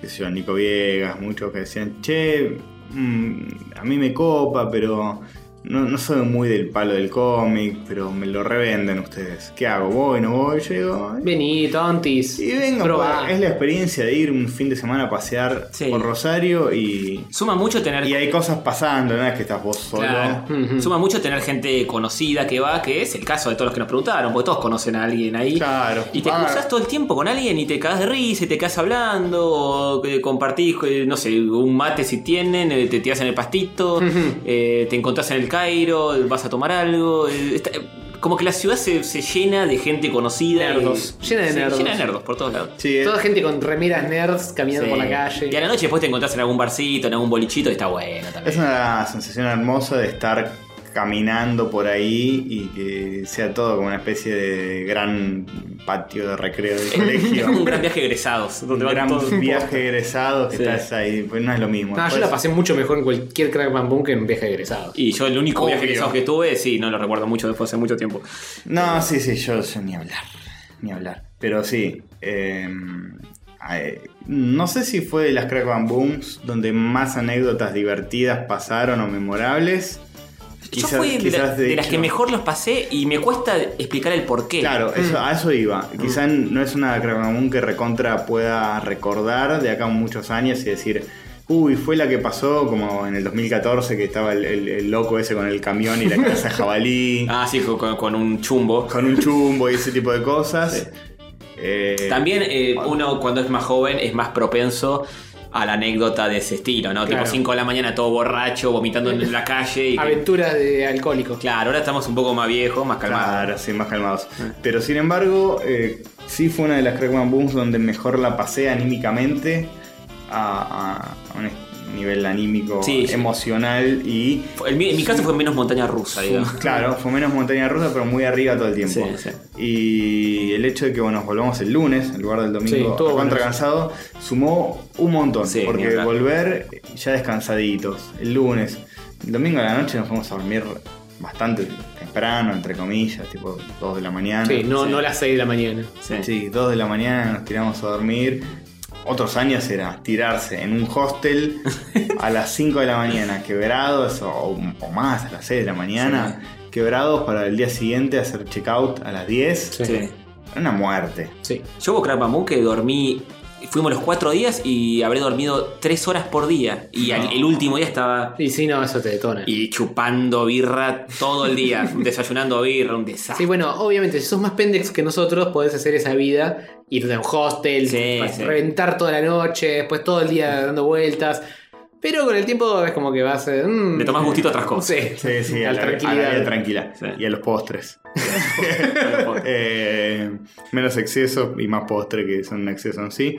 [SPEAKER 1] qué sé yo, Nico Viegas, muchos que decían, che, mm, a mí me copa, pero no, no soy muy del palo del cómic, pero me lo revenden ustedes. ¿Qué hago? ¿Voy? ¿No voy? Yo digo, "Ay,
[SPEAKER 2] Vení, tontis.
[SPEAKER 1] sí, venga,
[SPEAKER 2] probá.
[SPEAKER 1] pues, es la experiencia de ir un fin de semana a pasear
[SPEAKER 3] Sí.
[SPEAKER 1] por Rosario y,
[SPEAKER 3] Suma mucho tener.
[SPEAKER 1] y hay cosas pasando, no es que estás vos solo.
[SPEAKER 3] Claro.
[SPEAKER 2] Ujú.
[SPEAKER 3] Suma mucho tener gente conocida que va, que es el caso de todos los que nos preguntaron, porque todos conocen a alguien ahí.
[SPEAKER 1] Claro.
[SPEAKER 3] Y te
[SPEAKER 1] Ah.
[SPEAKER 3] cruzas todo el tiempo con alguien y te cagas de risa, y te quedas hablando, o que compartís, eh, no sé, un mate si tienen, eh, te tirás en el pastito, eh, te encontrás en el Cairo, eh, vas a tomar algo. eh, está- eh, como que la ciudad se, se llena de gente conocida.
[SPEAKER 2] Nerdos.
[SPEAKER 3] y-
[SPEAKER 2] Llena de
[SPEAKER 3] sí,
[SPEAKER 2] nerdos.
[SPEAKER 3] Llena de nerdos por todos lados.
[SPEAKER 1] Sí, eh.
[SPEAKER 2] Toda gente con remeras nerds caminando
[SPEAKER 3] Sí.
[SPEAKER 2] por la calle.
[SPEAKER 3] Y a la noche después te encontrás en algún barcito, en algún bolichito, y está bueno también.
[SPEAKER 1] Es una sensación hermosa de estar caminando por ahí y que sea todo como una especie de gran patio de recreo del colegio.
[SPEAKER 3] un gran viaje de egresados,
[SPEAKER 1] Un
[SPEAKER 3] donde van
[SPEAKER 1] gran
[SPEAKER 3] todos-
[SPEAKER 1] viaje egresado que
[SPEAKER 3] Sí.
[SPEAKER 1] estás ahí, pues no es lo mismo.
[SPEAKER 2] No, yo
[SPEAKER 1] Después-
[SPEAKER 2] la pasé mucho mejor en cualquier crack bam boom que en viaje de egresado.
[SPEAKER 3] Y yo el único viaje
[SPEAKER 1] Obvio.
[SPEAKER 3] egresado que tuve, sí, no lo recuerdo mucho, después hace mucho tiempo.
[SPEAKER 1] No, sí, sí, yo, yo ni hablar, ni hablar. Pero sí, eh, eh, no sé si fue de las Crack Bang Booms donde más anécdotas divertidas pasaron o memorables.
[SPEAKER 3] yo fui de, la-
[SPEAKER 1] quizás,
[SPEAKER 3] de las que
[SPEAKER 1] hecho-
[SPEAKER 3] mejor los pasé y me cuesta explicar el porqué.
[SPEAKER 1] Claro, eso, a eso iba. Quizás
[SPEAKER 3] Mm.
[SPEAKER 1] no es una Crackamamón que recontra pueda recordar de acá a muchos años y decir, uy, fue la que pasó como en el 2014 que estaba el, el- el loco ese con el camión y la cabeza de jabalí,
[SPEAKER 3] Ah, sí, con, con un chumbo.
[SPEAKER 1] con un chumbo y ese tipo de cosas. Eh,
[SPEAKER 3] También eh, uno cuando es más joven es más propenso a la anécdota de ese estilo, ¿no?
[SPEAKER 2] Claro.
[SPEAKER 3] Tipo 5 de la mañana todo borracho, vomitando en la calle. Y
[SPEAKER 2] Aventuras de alcohólicos.
[SPEAKER 3] Claro, ahora estamos un poco más viejos, más calmados.
[SPEAKER 1] Claro, sí, más calmados. Pero sin embargo, eh, sí fue una de las Crackman Booms donde mejor la pasé anímicamente a, a- a un est- nivel anímico,
[SPEAKER 3] Sí, sí.
[SPEAKER 1] emocional y
[SPEAKER 3] En mi, en mi caso fue menos montaña rusa, digamos.
[SPEAKER 1] Claro, fue menos montaña rusa, pero muy arriba todo el tiempo.
[SPEAKER 3] Sí,
[SPEAKER 1] Y el hecho de que bueno, nos volvamos el lunes, en lugar del
[SPEAKER 2] Sí,
[SPEAKER 1] domingo,
[SPEAKER 2] estuvo
[SPEAKER 1] contra
[SPEAKER 2] bueno.
[SPEAKER 1] cansado, sumó un montón.
[SPEAKER 3] Sí, ni
[SPEAKER 1] porque
[SPEAKER 3] hablar.
[SPEAKER 1] volver ya descansaditos, el lunes. El domingo a la noche nos fuimos a dormir bastante temprano, entre comillas, tipo 2 de la mañana.
[SPEAKER 2] Sí, no, no las 6 de la mañana.
[SPEAKER 3] Sí.
[SPEAKER 1] Sí, 2 de la mañana nos tiramos a dormir. Otros años era tirarse en un hostel a las 5 de la mañana, quebrados o, o más, a las 6 de la mañana, quebrados para el día siguiente hacer checkout a las 10.
[SPEAKER 3] Sí.
[SPEAKER 1] Una muerte.
[SPEAKER 2] Sí.
[SPEAKER 3] Yo hubo Crack Bamboo que dormí. Fuimos los cuatro días y habré dormido tres horas por día. Y al- el último día estaba.
[SPEAKER 2] Y sí, no, eso te detona.
[SPEAKER 3] Y chupando birra todo el día, desayunando birra, un desastre.
[SPEAKER 2] Sí, bueno, obviamente, si sos más pendex que nosotros, podés hacer esa vida, irte a un hostel,
[SPEAKER 3] Sí,
[SPEAKER 2] pa-
[SPEAKER 3] sí.
[SPEAKER 2] reventar toda la noche, después todo el día dando vueltas. Pero con el tiempo es como que vas. eh, mm,
[SPEAKER 3] Le tomás gustito a otras cosas.
[SPEAKER 2] Sí,
[SPEAKER 1] Sí, sí,
[SPEAKER 2] a
[SPEAKER 1] a
[SPEAKER 2] la
[SPEAKER 1] la,
[SPEAKER 2] tranquilidad.
[SPEAKER 1] a la vida tranquila.
[SPEAKER 3] Sí.
[SPEAKER 1] Y a los postres. Eh, menos exceso y más postre, que son un exceso en sí.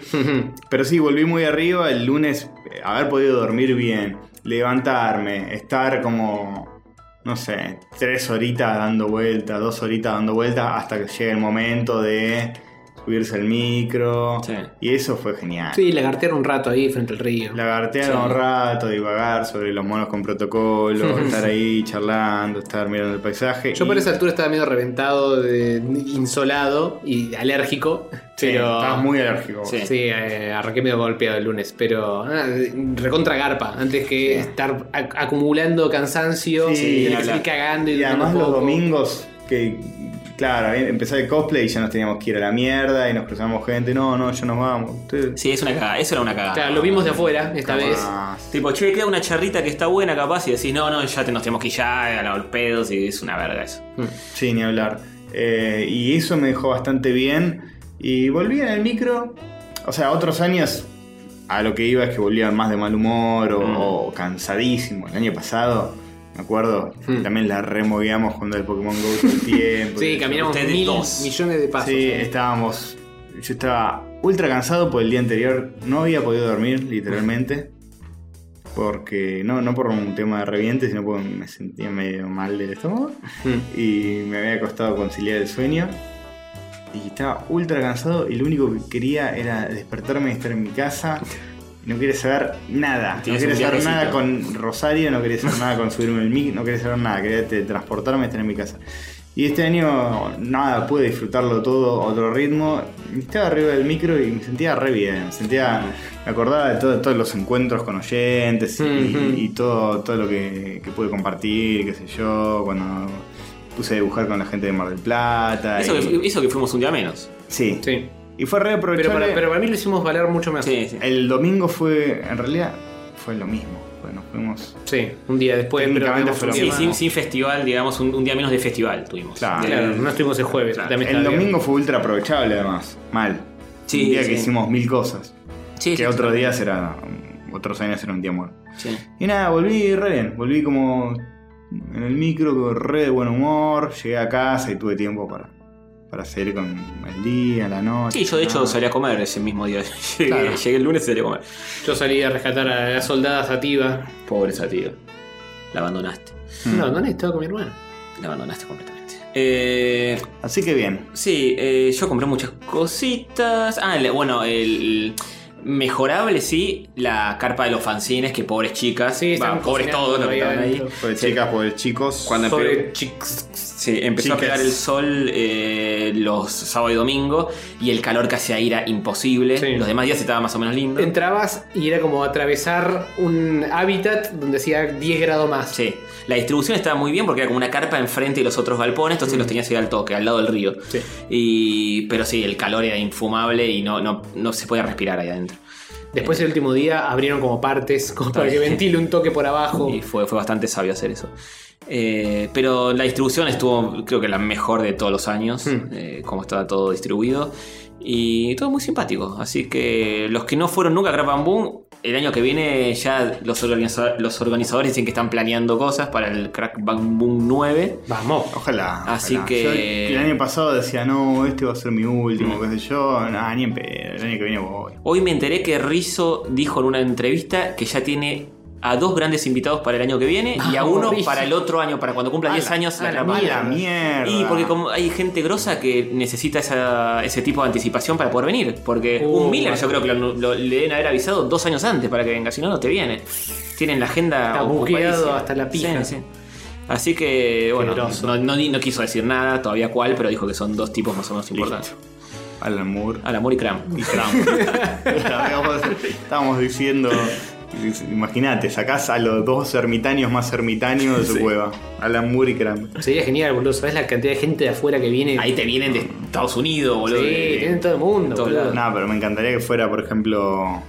[SPEAKER 1] Pero sí, volví muy arriba el lunes, eh, haber podido dormir bien, levantarme, estar como, no sé, tres horitas dando vueltas, dos horitas dando vueltas, hasta que llegue el momento de subirse al micro.
[SPEAKER 3] Sí.
[SPEAKER 1] Y eso fue genial.
[SPEAKER 2] Sí, lagartear un rato ahí frente al río.
[SPEAKER 1] Lagartear un rato, divagar sobre los monos con protocolo, estar ahí charlando, estar mirando el paisaje.
[SPEAKER 2] Yo
[SPEAKER 1] y-
[SPEAKER 2] por esa altura estaba medio reventado, de- insolado y alérgico.
[SPEAKER 1] Sí,
[SPEAKER 2] pero
[SPEAKER 1] estabas muy alérgico.
[SPEAKER 3] Sí.
[SPEAKER 2] Sí, eh, arranqué medio golpeado el lunes, pero ah, recontra garpa, antes que estar ac- acumulando cansancio,
[SPEAKER 1] Sí,
[SPEAKER 2] tener que
[SPEAKER 1] habla.
[SPEAKER 2] salir cagando y,
[SPEAKER 1] Y
[SPEAKER 2] durmiendo
[SPEAKER 1] además los
[SPEAKER 2] poco.
[SPEAKER 1] domingos que, claro, eh, empezó el cosplay y ya nos teníamos que ir a la mierda y nos cruzamos gente. No, no, ya nos vamos. Ustedes-
[SPEAKER 3] Sí, es una cagada, eso era una cagada.
[SPEAKER 2] Claro, lo vimos de afuera esta vez.
[SPEAKER 1] Ah,
[SPEAKER 3] Tipo, che, queda una charrita que está buena capaz y decís, no, no, ya te, nos tenemos que ir ya, a los pedos y es una verga eso.
[SPEAKER 1] Sí, ni hablar. Eh, y eso me dejó bastante bien. Y volví en el micro. O sea, otros años a lo que iba es que volvían más de mal humor
[SPEAKER 2] Mm.
[SPEAKER 1] o, o cansadísimo. El año pasado, me acuerdo, también la removíamos cuando el Pokémon Go todo el tiempo.
[SPEAKER 2] Mm. Sí, caminamos
[SPEAKER 3] Ustedes
[SPEAKER 2] mil
[SPEAKER 3] dos.
[SPEAKER 2] millones de pasos.
[SPEAKER 1] Sí, estábamos. Yo estaba ultra cansado por el día anterior. No había podido dormir, literalmente. Porque, no, no por un tema de reviente, sino porque me sentía medio mal del estómago.
[SPEAKER 3] Hmm.
[SPEAKER 1] Y me había costado conciliar el sueño. Y estaba ultra cansado y lo único que quería era despertarme y estar en mi casa. No quería saber nada. No
[SPEAKER 3] Tienes
[SPEAKER 1] quería
[SPEAKER 3] un
[SPEAKER 1] saber
[SPEAKER 3] viajecito.
[SPEAKER 1] nada con Rosario, no quería saber nada con subirme el mic, no quería saber nada. Quería transportarme y estar en mi casa. Y este año, nada, pude disfrutarlo todo a otro ritmo. Y Estaba arriba del micro y me sentía re bien. Me sentía, me acordaba de todo- todos los encuentros con oyentes y,
[SPEAKER 2] Ujú.
[SPEAKER 1] y todo, todo lo que, que pude compartir, qué sé yo, cuando puse a dibujar con la gente de Mar del Plata.
[SPEAKER 3] Eso
[SPEAKER 1] y-
[SPEAKER 3] que, eso que fuimos un día menos.
[SPEAKER 1] sí.
[SPEAKER 2] Sí.
[SPEAKER 1] Y fue re
[SPEAKER 2] Pero
[SPEAKER 1] aprovechable.
[SPEAKER 2] para, pero para mí lo hicimos valer mucho más.
[SPEAKER 3] Sí, sí.
[SPEAKER 1] El domingo fue, en realidad, fue lo mismo. Fue- nos fuimos.
[SPEAKER 2] Sí, un día después. Pero
[SPEAKER 1] Técnicamente
[SPEAKER 2] tenemos
[SPEAKER 1] fue lo
[SPEAKER 2] un
[SPEAKER 3] Sí,
[SPEAKER 2] día
[SPEAKER 1] mismo.
[SPEAKER 3] sin, sin festival, digamos, un, un día menos de festival tuvimos.
[SPEAKER 1] Claro.
[SPEAKER 2] más.
[SPEAKER 3] Del-
[SPEAKER 2] Claro, no estuvimos el jueves.
[SPEAKER 3] Claro.
[SPEAKER 2] también
[SPEAKER 1] El
[SPEAKER 2] estaba bien.
[SPEAKER 1] domingo fue ultra aprovechable, además. Mal.
[SPEAKER 3] Sí,
[SPEAKER 1] un día
[SPEAKER 3] sí.
[SPEAKER 1] que hicimos mil cosas.
[SPEAKER 3] Sí, sí,
[SPEAKER 1] que otros
[SPEAKER 3] sí.
[SPEAKER 1] días era. Otros años era un día muerto.
[SPEAKER 3] Sí.
[SPEAKER 1] Y nada, volví re bien. Volví como en el micro, con re de buen humor. Llegué a casa y tuve tiempo para, para seguir con el día, la noche.
[SPEAKER 3] Sí, yo de hecho
[SPEAKER 1] nada.
[SPEAKER 3] salí a comer ese mismo día. Llegué,
[SPEAKER 2] Claro.
[SPEAKER 3] llegué el lunes y salí a comer.
[SPEAKER 2] Yo salí a rescatar a la soldada sativa.
[SPEAKER 3] Pobre esa tío. La abandonaste.
[SPEAKER 1] Mm.
[SPEAKER 3] Mm.
[SPEAKER 2] No, ¿dónde estaba con mi hermano?
[SPEAKER 3] La abandonaste completamente. Eh,
[SPEAKER 1] Así que bien.
[SPEAKER 3] sí, eh, yo compré muchas cositas. Ah, le- bueno, el. Mejorable, sí, la carpa de los fanzines, que pobres chicas,
[SPEAKER 2] Sí,
[SPEAKER 3] va,
[SPEAKER 2] estaban
[SPEAKER 3] pobres
[SPEAKER 2] cocinando
[SPEAKER 3] todos los que
[SPEAKER 2] ahí
[SPEAKER 3] estaban ahí.
[SPEAKER 2] adentro.
[SPEAKER 1] Por chicas, por chicos.
[SPEAKER 3] Cuando
[SPEAKER 2] Sobre
[SPEAKER 3] empe- sí, empezó
[SPEAKER 1] Chicas.
[SPEAKER 3] a pegar el sol eh, los sábado y domingo y el calor que hacía era imposible.
[SPEAKER 2] Sí.
[SPEAKER 3] Los demás días estaba más o menos lindo.
[SPEAKER 2] Entrabas y era como atravesar un hábitat donde hacía 10 grados más.
[SPEAKER 3] Sí, la distribución estaba muy bien porque era como una carpa enfrente de los otros galpones, entonces los tenías ahí al toque, al lado del río.
[SPEAKER 2] Sí.
[SPEAKER 3] Y, pero sí, el calor era infumable y no, no, no se podía respirar ahí adentro.
[SPEAKER 2] Después el último día abrieron como partes, como para que
[SPEAKER 3] bien.
[SPEAKER 2] ventile un toque por abajo.
[SPEAKER 3] Y fue, fue bastante sabio hacer eso. Eh, pero la distribución estuvo, creo que la mejor de todos los años, eh, como estaba todo distribuido. Y todo muy simpático. Así que los que no fueron nunca a Crab Boom, el año que viene ya los, organiza- los organizadores dicen que están planeando cosas para el Crack Bang Boom 9.
[SPEAKER 2] Vamos.
[SPEAKER 1] Ojalá.
[SPEAKER 3] Así
[SPEAKER 1] ojalá.
[SPEAKER 3] que-
[SPEAKER 1] Yo el año pasado decía, no, este va a ser mi último, qué sé yo. Nah, ni en pedo. El año que viene voy.
[SPEAKER 3] Hoy me enteré que Rizzo dijo en una entrevista que ya tiene a dos grandes invitados para el año que viene y a
[SPEAKER 2] Vamos,
[SPEAKER 3] uno
[SPEAKER 2] Ah, Rizzo.
[SPEAKER 3] para el otro año, para cuando cumpla 10 años.
[SPEAKER 2] a la
[SPEAKER 3] Crab Bang.
[SPEAKER 1] ¡A la mierda!
[SPEAKER 3] Y porque como hay gente grosa que necesita esa- ese tipo de anticipación para poder venir. Porque
[SPEAKER 2] Uh,
[SPEAKER 3] un Miller yo
[SPEAKER 2] bueno.
[SPEAKER 3] creo que lo, lo- le deben haber avisado dos años antes para que venga, si no, no te viene. Tienen la agenda
[SPEAKER 2] Está
[SPEAKER 3] ocupadísima.
[SPEAKER 2] buqueado hasta la pija.
[SPEAKER 3] Sí, sí. Así que, bueno,
[SPEAKER 2] groso.
[SPEAKER 3] no, no di- no quiso decir nada todavía cuál, pero dijo que son dos tipos más o menos importantes.
[SPEAKER 1] Alan Moore.
[SPEAKER 3] Al amor y Cram.
[SPEAKER 1] Y Trump. Estábamos- Estábamos diciendo. Imagínate, sacás a los dos ermitaños más ermitaños de su cueva. Alan Moore y Cram.
[SPEAKER 2] Sería genial, boludo. ¿Sabes la cantidad de gente de afuera que viene?
[SPEAKER 3] Ahí te vienen de Estados Unidos,
[SPEAKER 2] sí,
[SPEAKER 3] boludo. de-
[SPEAKER 2] tienen todo el mundo,
[SPEAKER 3] todo
[SPEAKER 2] boludo.
[SPEAKER 1] Nada, pero me encantaría que fuera, por ejemplo.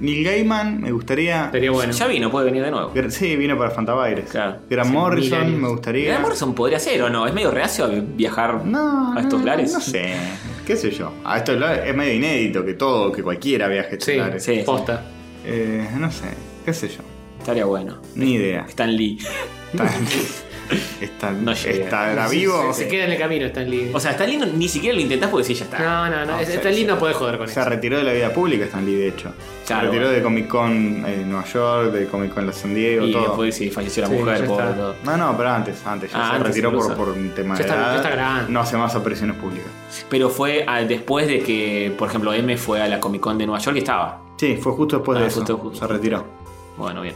[SPEAKER 1] Neil Gaiman, me gustaría.
[SPEAKER 2] Sería bueno.
[SPEAKER 3] Ya vino, puede venir de nuevo.
[SPEAKER 1] Gr- Sí, vino para Fantabaires.
[SPEAKER 3] Claro.
[SPEAKER 1] Grant
[SPEAKER 2] mil años.
[SPEAKER 1] Morrison, me gustaría.
[SPEAKER 3] Graham Morrison podría ser o no. Es medio reacio a viajar
[SPEAKER 1] No,
[SPEAKER 3] a estos
[SPEAKER 1] no,
[SPEAKER 3] lares.
[SPEAKER 1] No sé, qué sé yo. A estos lares es medio inédito que todo, que cualquiera viaje a estos
[SPEAKER 2] Sí,
[SPEAKER 1] lares.
[SPEAKER 3] sí.
[SPEAKER 2] Posta.
[SPEAKER 1] Eh, no sé, qué sé yo.
[SPEAKER 3] Estaría bueno.
[SPEAKER 1] Ni idea.
[SPEAKER 3] Stan Lee.
[SPEAKER 1] Está, está,
[SPEAKER 3] No llega.
[SPEAKER 1] estará vivo.
[SPEAKER 2] Se queda en el camino, Stan Lee.
[SPEAKER 3] O sea, Stan Lee no- ni siquiera lo intentás porque sí, ya está.
[SPEAKER 2] no, no, no.
[SPEAKER 1] no,
[SPEAKER 2] es-
[SPEAKER 1] se-
[SPEAKER 2] Stan Lee
[SPEAKER 1] se-
[SPEAKER 2] no puede joder con
[SPEAKER 1] Se
[SPEAKER 2] eso.
[SPEAKER 1] retiró de la vida pública Stan Lee, de hecho.
[SPEAKER 3] Claro,
[SPEAKER 1] se retiró
[SPEAKER 3] bueno.
[SPEAKER 1] de Comic Con en Nueva York, de Comic Con en San Diego,
[SPEAKER 3] y
[SPEAKER 1] todo.
[SPEAKER 3] después sí, falleció la
[SPEAKER 2] Sí,
[SPEAKER 3] mujer,
[SPEAKER 2] ya
[SPEAKER 3] pobre,
[SPEAKER 2] está.
[SPEAKER 3] todo.
[SPEAKER 1] No, no, pero antes, antes. Ya
[SPEAKER 3] Ah,
[SPEAKER 1] se
[SPEAKER 3] antes
[SPEAKER 1] retiró por,
[SPEAKER 3] incluso.
[SPEAKER 1] por un tema
[SPEAKER 2] Ya
[SPEAKER 1] de
[SPEAKER 2] está- ya
[SPEAKER 1] edad.
[SPEAKER 2] está grande.
[SPEAKER 1] No hace más apariciones públicas.
[SPEAKER 3] Pero fue a- después de que, por ejemplo, M fue a la Comic Con de Nueva York y estaba.
[SPEAKER 1] Sí, fue justo después
[SPEAKER 3] Ah,
[SPEAKER 1] de eso.
[SPEAKER 3] justo, justo.
[SPEAKER 1] Se retiró.
[SPEAKER 3] Bueno, bien.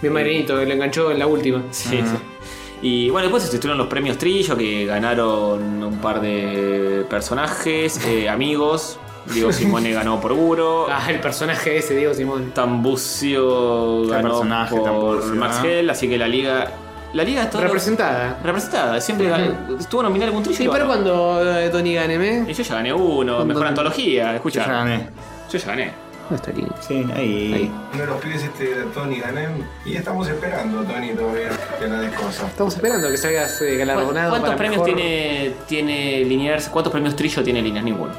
[SPEAKER 2] Bien marinito, lo enganchó en la última.
[SPEAKER 3] Sí, sí. Y bueno, después estuvieron los premios Trillo que ganaron un par de personajes, eh, amigos. Diego Simone ganó por Guro.
[SPEAKER 2] Ah, el personaje ese, Diego Simón.
[SPEAKER 3] Tambucio ganó
[SPEAKER 1] personaje,
[SPEAKER 3] por
[SPEAKER 1] Tambucio,
[SPEAKER 3] Max
[SPEAKER 1] ¿eh?
[SPEAKER 3] Hell, así que la liga La liga está
[SPEAKER 2] Representada.
[SPEAKER 3] representada. Siempre gan- estuvo nominada algún trillo. y
[SPEAKER 2] Sí,
[SPEAKER 3] ganó.
[SPEAKER 2] pero cuando eh, Tony Ganem,
[SPEAKER 3] Y
[SPEAKER 2] ¿eh?
[SPEAKER 3] yo ya gané uno, mejor
[SPEAKER 2] Cuando-
[SPEAKER 3] antología.
[SPEAKER 1] Yo
[SPEAKER 3] Escucha,
[SPEAKER 1] ya gané.
[SPEAKER 3] yo ya gané.
[SPEAKER 2] No está lindo.
[SPEAKER 1] Sí, ahí.
[SPEAKER 2] Ahí.
[SPEAKER 10] Uno de los pibes este era Tony Ganem y estamos esperando a Tony todavía que la descosa.
[SPEAKER 2] Estamos esperando que salgas eh, galardonado.
[SPEAKER 3] ¿Cuántos
[SPEAKER 2] para
[SPEAKER 3] premios
[SPEAKER 2] mejor-
[SPEAKER 3] tiene, tiene Liniers? ¿Cuántos premios Trillo tiene Liniers? Ninguno.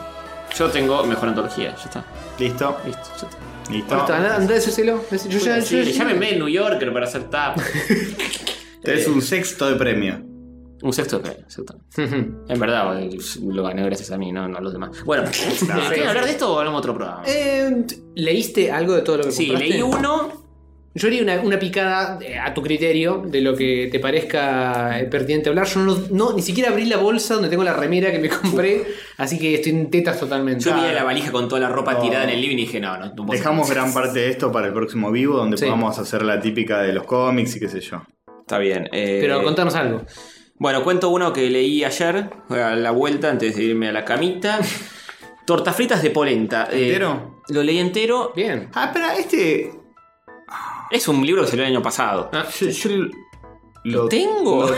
[SPEAKER 3] Yo tengo mejor antología, ya está.
[SPEAKER 1] Listo,
[SPEAKER 3] Listo, ya está.
[SPEAKER 1] listo.
[SPEAKER 2] Listo, andá, andá a decírselo. Decí- Yo ya.
[SPEAKER 3] Sí,
[SPEAKER 2] yo- yo-
[SPEAKER 3] llámeme el New Yorker para hacer tap.
[SPEAKER 1] Tenés un sexto de premio.
[SPEAKER 3] Un sexto de premio, exacto. En verdad, eh, lo gané gracias a mí, no, no a los demás. Bueno, eh, ¿quieren hablar de esto o hablamos de otro programa?
[SPEAKER 2] Eh, ¿Leíste algo de todo lo que
[SPEAKER 3] sí,
[SPEAKER 2] compraste?
[SPEAKER 3] leí uno.
[SPEAKER 2] Yo haría una, una picada eh, a tu criterio de lo que te parezca eh, pertinente hablar. Yo no, no- ni siquiera abrí la bolsa donde tengo la remera que me compré, así que estoy en tetas totalmente. Ah,
[SPEAKER 3] Yo vi la valija con toda la ropa tirada en el living y dije, no, no, no puedo-
[SPEAKER 1] Dejamos gran parte de esto para el próximo vivo, donde
[SPEAKER 2] Sí.
[SPEAKER 1] podamos hacer la típica de los cómics y qué sé yo.
[SPEAKER 3] Está bien. eh,
[SPEAKER 2] Pero contanos algo.
[SPEAKER 3] Bueno, cuento uno que leí ayer, a la vuelta, antes de irme a la camita. Tortas fritas de polenta. Eh,
[SPEAKER 1] ¿Entero?
[SPEAKER 3] lo leí entero.
[SPEAKER 2] Bien.
[SPEAKER 1] Ah, espera, este.
[SPEAKER 3] Es un libro que salió el año
[SPEAKER 2] Ah,
[SPEAKER 3] pasado. Ah,
[SPEAKER 1] Yo, yo lo,
[SPEAKER 3] ¿Lo tengo?
[SPEAKER 1] lo-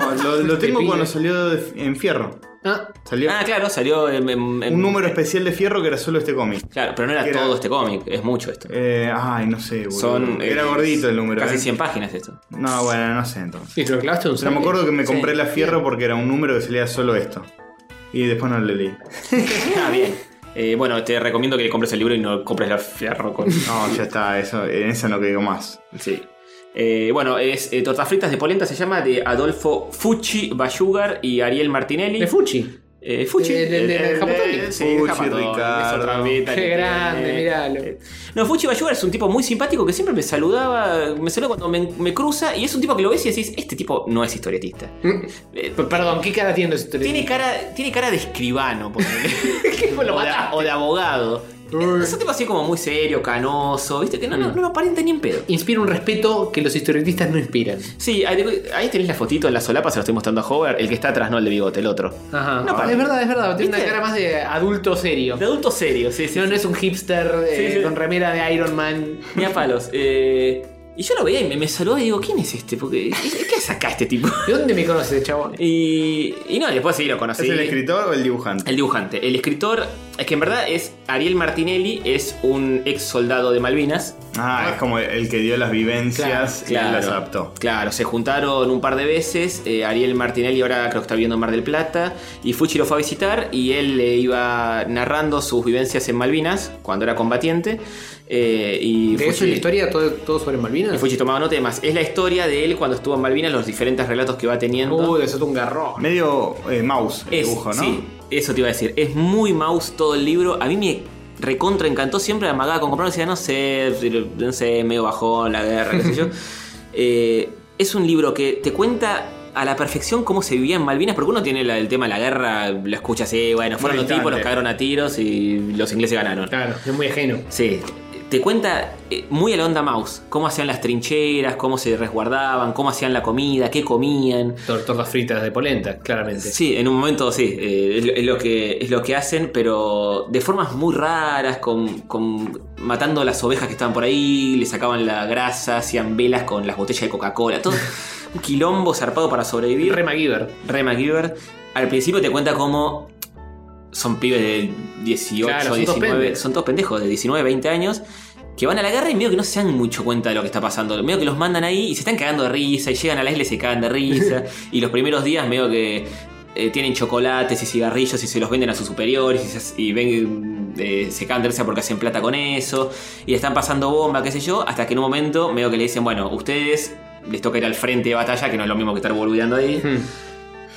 [SPEAKER 1] no, lo, lo tengo
[SPEAKER 2] pide.
[SPEAKER 1] cuando salió de- en Fierro.
[SPEAKER 2] Ah,
[SPEAKER 1] Salió
[SPEAKER 3] Ah, claro, salió en, en- en-
[SPEAKER 1] un número especial de Fierro que era solo este cómic.
[SPEAKER 3] Claro, pero no era
[SPEAKER 1] que era-
[SPEAKER 3] todo este cómic, es mucho esto.
[SPEAKER 1] Eh, ay, no sé, boludo.
[SPEAKER 3] Son. eh,
[SPEAKER 1] era gordito el número.
[SPEAKER 3] Casi
[SPEAKER 1] eh.
[SPEAKER 3] 100 páginas esto.
[SPEAKER 1] No, bueno, no sé entonces.
[SPEAKER 2] ¿y te lo clavaste en un
[SPEAKER 1] Pero me
[SPEAKER 2] saque?
[SPEAKER 1] acuerdo que me
[SPEAKER 3] Sí.
[SPEAKER 1] compré la Fierro porque era un número que se leía solo esto. Y después no lo leí.
[SPEAKER 3] Ah, bien. Eh, bueno, te recomiendo que compres el libro y no compres la fierro con.
[SPEAKER 1] No, ya está, eso, en eso no caigo más.
[SPEAKER 3] Sí. Eh, bueno, es eh, Tortas Fritas de Polenta, se llama de Adolfo Fucci Bayugar y Ariel Martinelli.
[SPEAKER 2] De Fuchi.
[SPEAKER 3] Eh, Fucci.
[SPEAKER 2] El- el- el Japatoni.
[SPEAKER 3] el- sí,
[SPEAKER 1] Fucci,
[SPEAKER 3] Japatoni,
[SPEAKER 1] Ricardo.
[SPEAKER 3] es otra beta
[SPEAKER 2] Qué
[SPEAKER 3] que
[SPEAKER 2] grande,
[SPEAKER 3] tiene.
[SPEAKER 2] miralo.
[SPEAKER 3] Eh, No, Fuchi Bayugar es un tipo muy simpático que siempre me saludaba, me saluda cuando me, me cruza y es un tipo que lo ves y decís, este tipo no es historietista.
[SPEAKER 2] Mm.
[SPEAKER 3] Eh,
[SPEAKER 2] P- Perdón, ¿qué cara tiene ese
[SPEAKER 3] tiene
[SPEAKER 2] teléfono?
[SPEAKER 3] cara, tiene cara de escribano, ponele.
[SPEAKER 2] ¿Qué? Lo
[SPEAKER 3] o, de,
[SPEAKER 2] mataste.
[SPEAKER 3] o de abogado. Eh, Es un tipo así como muy serio, canoso, viste, que no,
[SPEAKER 2] Mm.
[SPEAKER 3] no, no lo aparenta ni en pedo.
[SPEAKER 2] Inspira un respeto que los historietistas no inspiran.
[SPEAKER 3] Sí, ahí ahí tenés la fotito en la solapa, se lo estoy mostrando a Hover, el que está atrás, no el de bigote, el otro.
[SPEAKER 2] Ajá.
[SPEAKER 3] No, para-
[SPEAKER 2] es verdad, es verdad. Tiene
[SPEAKER 3] ¿Viste?
[SPEAKER 2] una cara más de adulto serio.
[SPEAKER 3] De adulto serio, sí, sí.
[SPEAKER 2] No,
[SPEAKER 3] sí.
[SPEAKER 2] no es un hipster eh,
[SPEAKER 3] Sí, sí.
[SPEAKER 2] con remera de Iron Man.
[SPEAKER 3] Ni a palos. Eh, y yo lo veía y me, me saludó y digo, ¿quién es este? Porque, ¿Qué qué saca este tipo?
[SPEAKER 2] ¿De dónde me conoces, chavo?
[SPEAKER 3] Y, y no, después sí lo
[SPEAKER 1] ¿Es
[SPEAKER 3] conocí.
[SPEAKER 1] el escritor o el dibujante?
[SPEAKER 3] El dibujante. El escritor, es que en verdad es Ariel Martinelli, es un ex soldado de Malvinas.
[SPEAKER 1] Ah, es como el que dio las vivencias y las adaptó.
[SPEAKER 3] Claro, se juntaron un par de veces. eh, Ariel Martinelli ahora creo que está viviendo en Mar del Plata. Y Fuchi lo fue a visitar y él le iba narrando sus vivencias en Malvinas cuando era combatiente. eh, y
[SPEAKER 2] ¿De eso es
[SPEAKER 3] Fucci-
[SPEAKER 2] la historia? ¿Todo, todo sobre
[SPEAKER 3] y
[SPEAKER 2] Malvinas?
[SPEAKER 3] Fuchi tomaba nota y demás. Es la historia de él cuando estuvo en Malvinas, los diferentes relatos que va teniendo.
[SPEAKER 2] Uh, desató un garrón.
[SPEAKER 1] Medio eh, mouse el
[SPEAKER 3] es,
[SPEAKER 1] dibujo, ¿no?
[SPEAKER 3] Sí, eso te iba a decir. Es muy mouse todo el libro. A mí me recontra encantó. Siempre amagaba con comprarlo. Decía, no sé, no sé, medio bajón la guerra, qué sé yo. Eh, es un libro que te cuenta a la perfección cómo se vivía en Malvinas, porque uno tiene la- el tema de la guerra, lo escuchas, eh, bueno, fueron los
[SPEAKER 1] Militante.
[SPEAKER 3] tipos, los cagaron a tiros y los ingleses ganaron.
[SPEAKER 2] Claro, es muy ajeno.
[SPEAKER 3] Sí, te cuenta eh, muy a la onda mouse, cómo hacían las trincheras, cómo se resguardaban, cómo hacían la comida, qué comían.
[SPEAKER 2] Tor- Tortas fritas de polenta, claramente.
[SPEAKER 3] Sí, en un momento sí, eh, es, lo, es lo que, es lo que hacen, pero de formas muy raras, con, con- matando a las ovejas que estaban por ahí, le sacaban la grasa, hacían velas con las botellas de Coca-Cola, todo un quilombo zarpado para sobrevivir.
[SPEAKER 2] Rema Giver.
[SPEAKER 3] Ray McGiver, al principio te cuenta cómo son pibes de 18,
[SPEAKER 2] Claro, son todos
[SPEAKER 3] 19,
[SPEAKER 2] pendejos.
[SPEAKER 3] son todos pendejos de 19, 20 años, que van a la guerra y medio que no se dan mucho cuenta de lo que está pasando. Medio que los mandan ahí y se están cagando de risa y llegan a la isla y se cagan de risa. y los primeros días medio que eh, tienen chocolates y cigarrillos y se los venden a sus superiores y, se, y ven, eh, se cagan de risa porque hacen plata con eso. Y le están pasando bomba, qué sé yo, hasta que en un momento medio que le dicen, bueno, ustedes... Les toca ir al frente de batalla, que no es lo mismo que estar boludeando ahí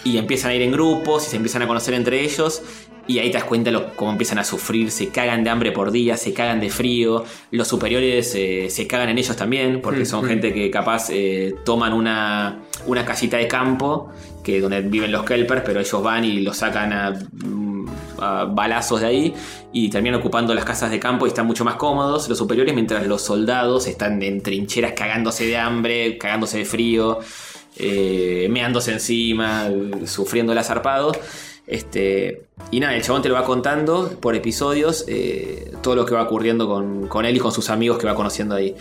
[SPEAKER 3] y empiezan a ir en grupos y se empiezan a conocer entre ellos. Y ahí te das cuenta lo, cómo empiezan a sufrir, se cagan de hambre por día, se cagan de frío, los superiores eh, se cagan en ellos también, porque son gente que capaz eh, toman una, una casita de campo, que donde viven los kelpers, pero ellos van y los sacan a, mm, a balazos de ahí y terminan ocupando las casas de campo y están mucho más cómodos los superiores, mientras los soldados están en trincheras cagándose de hambre, cagándose de frío eh, meándose encima, sufriendo el zarpado. Este, y nada, el chabón te lo va contando por episodios eh, todo lo que va ocurriendo con, con él y con sus amigos que va conociendo ahí.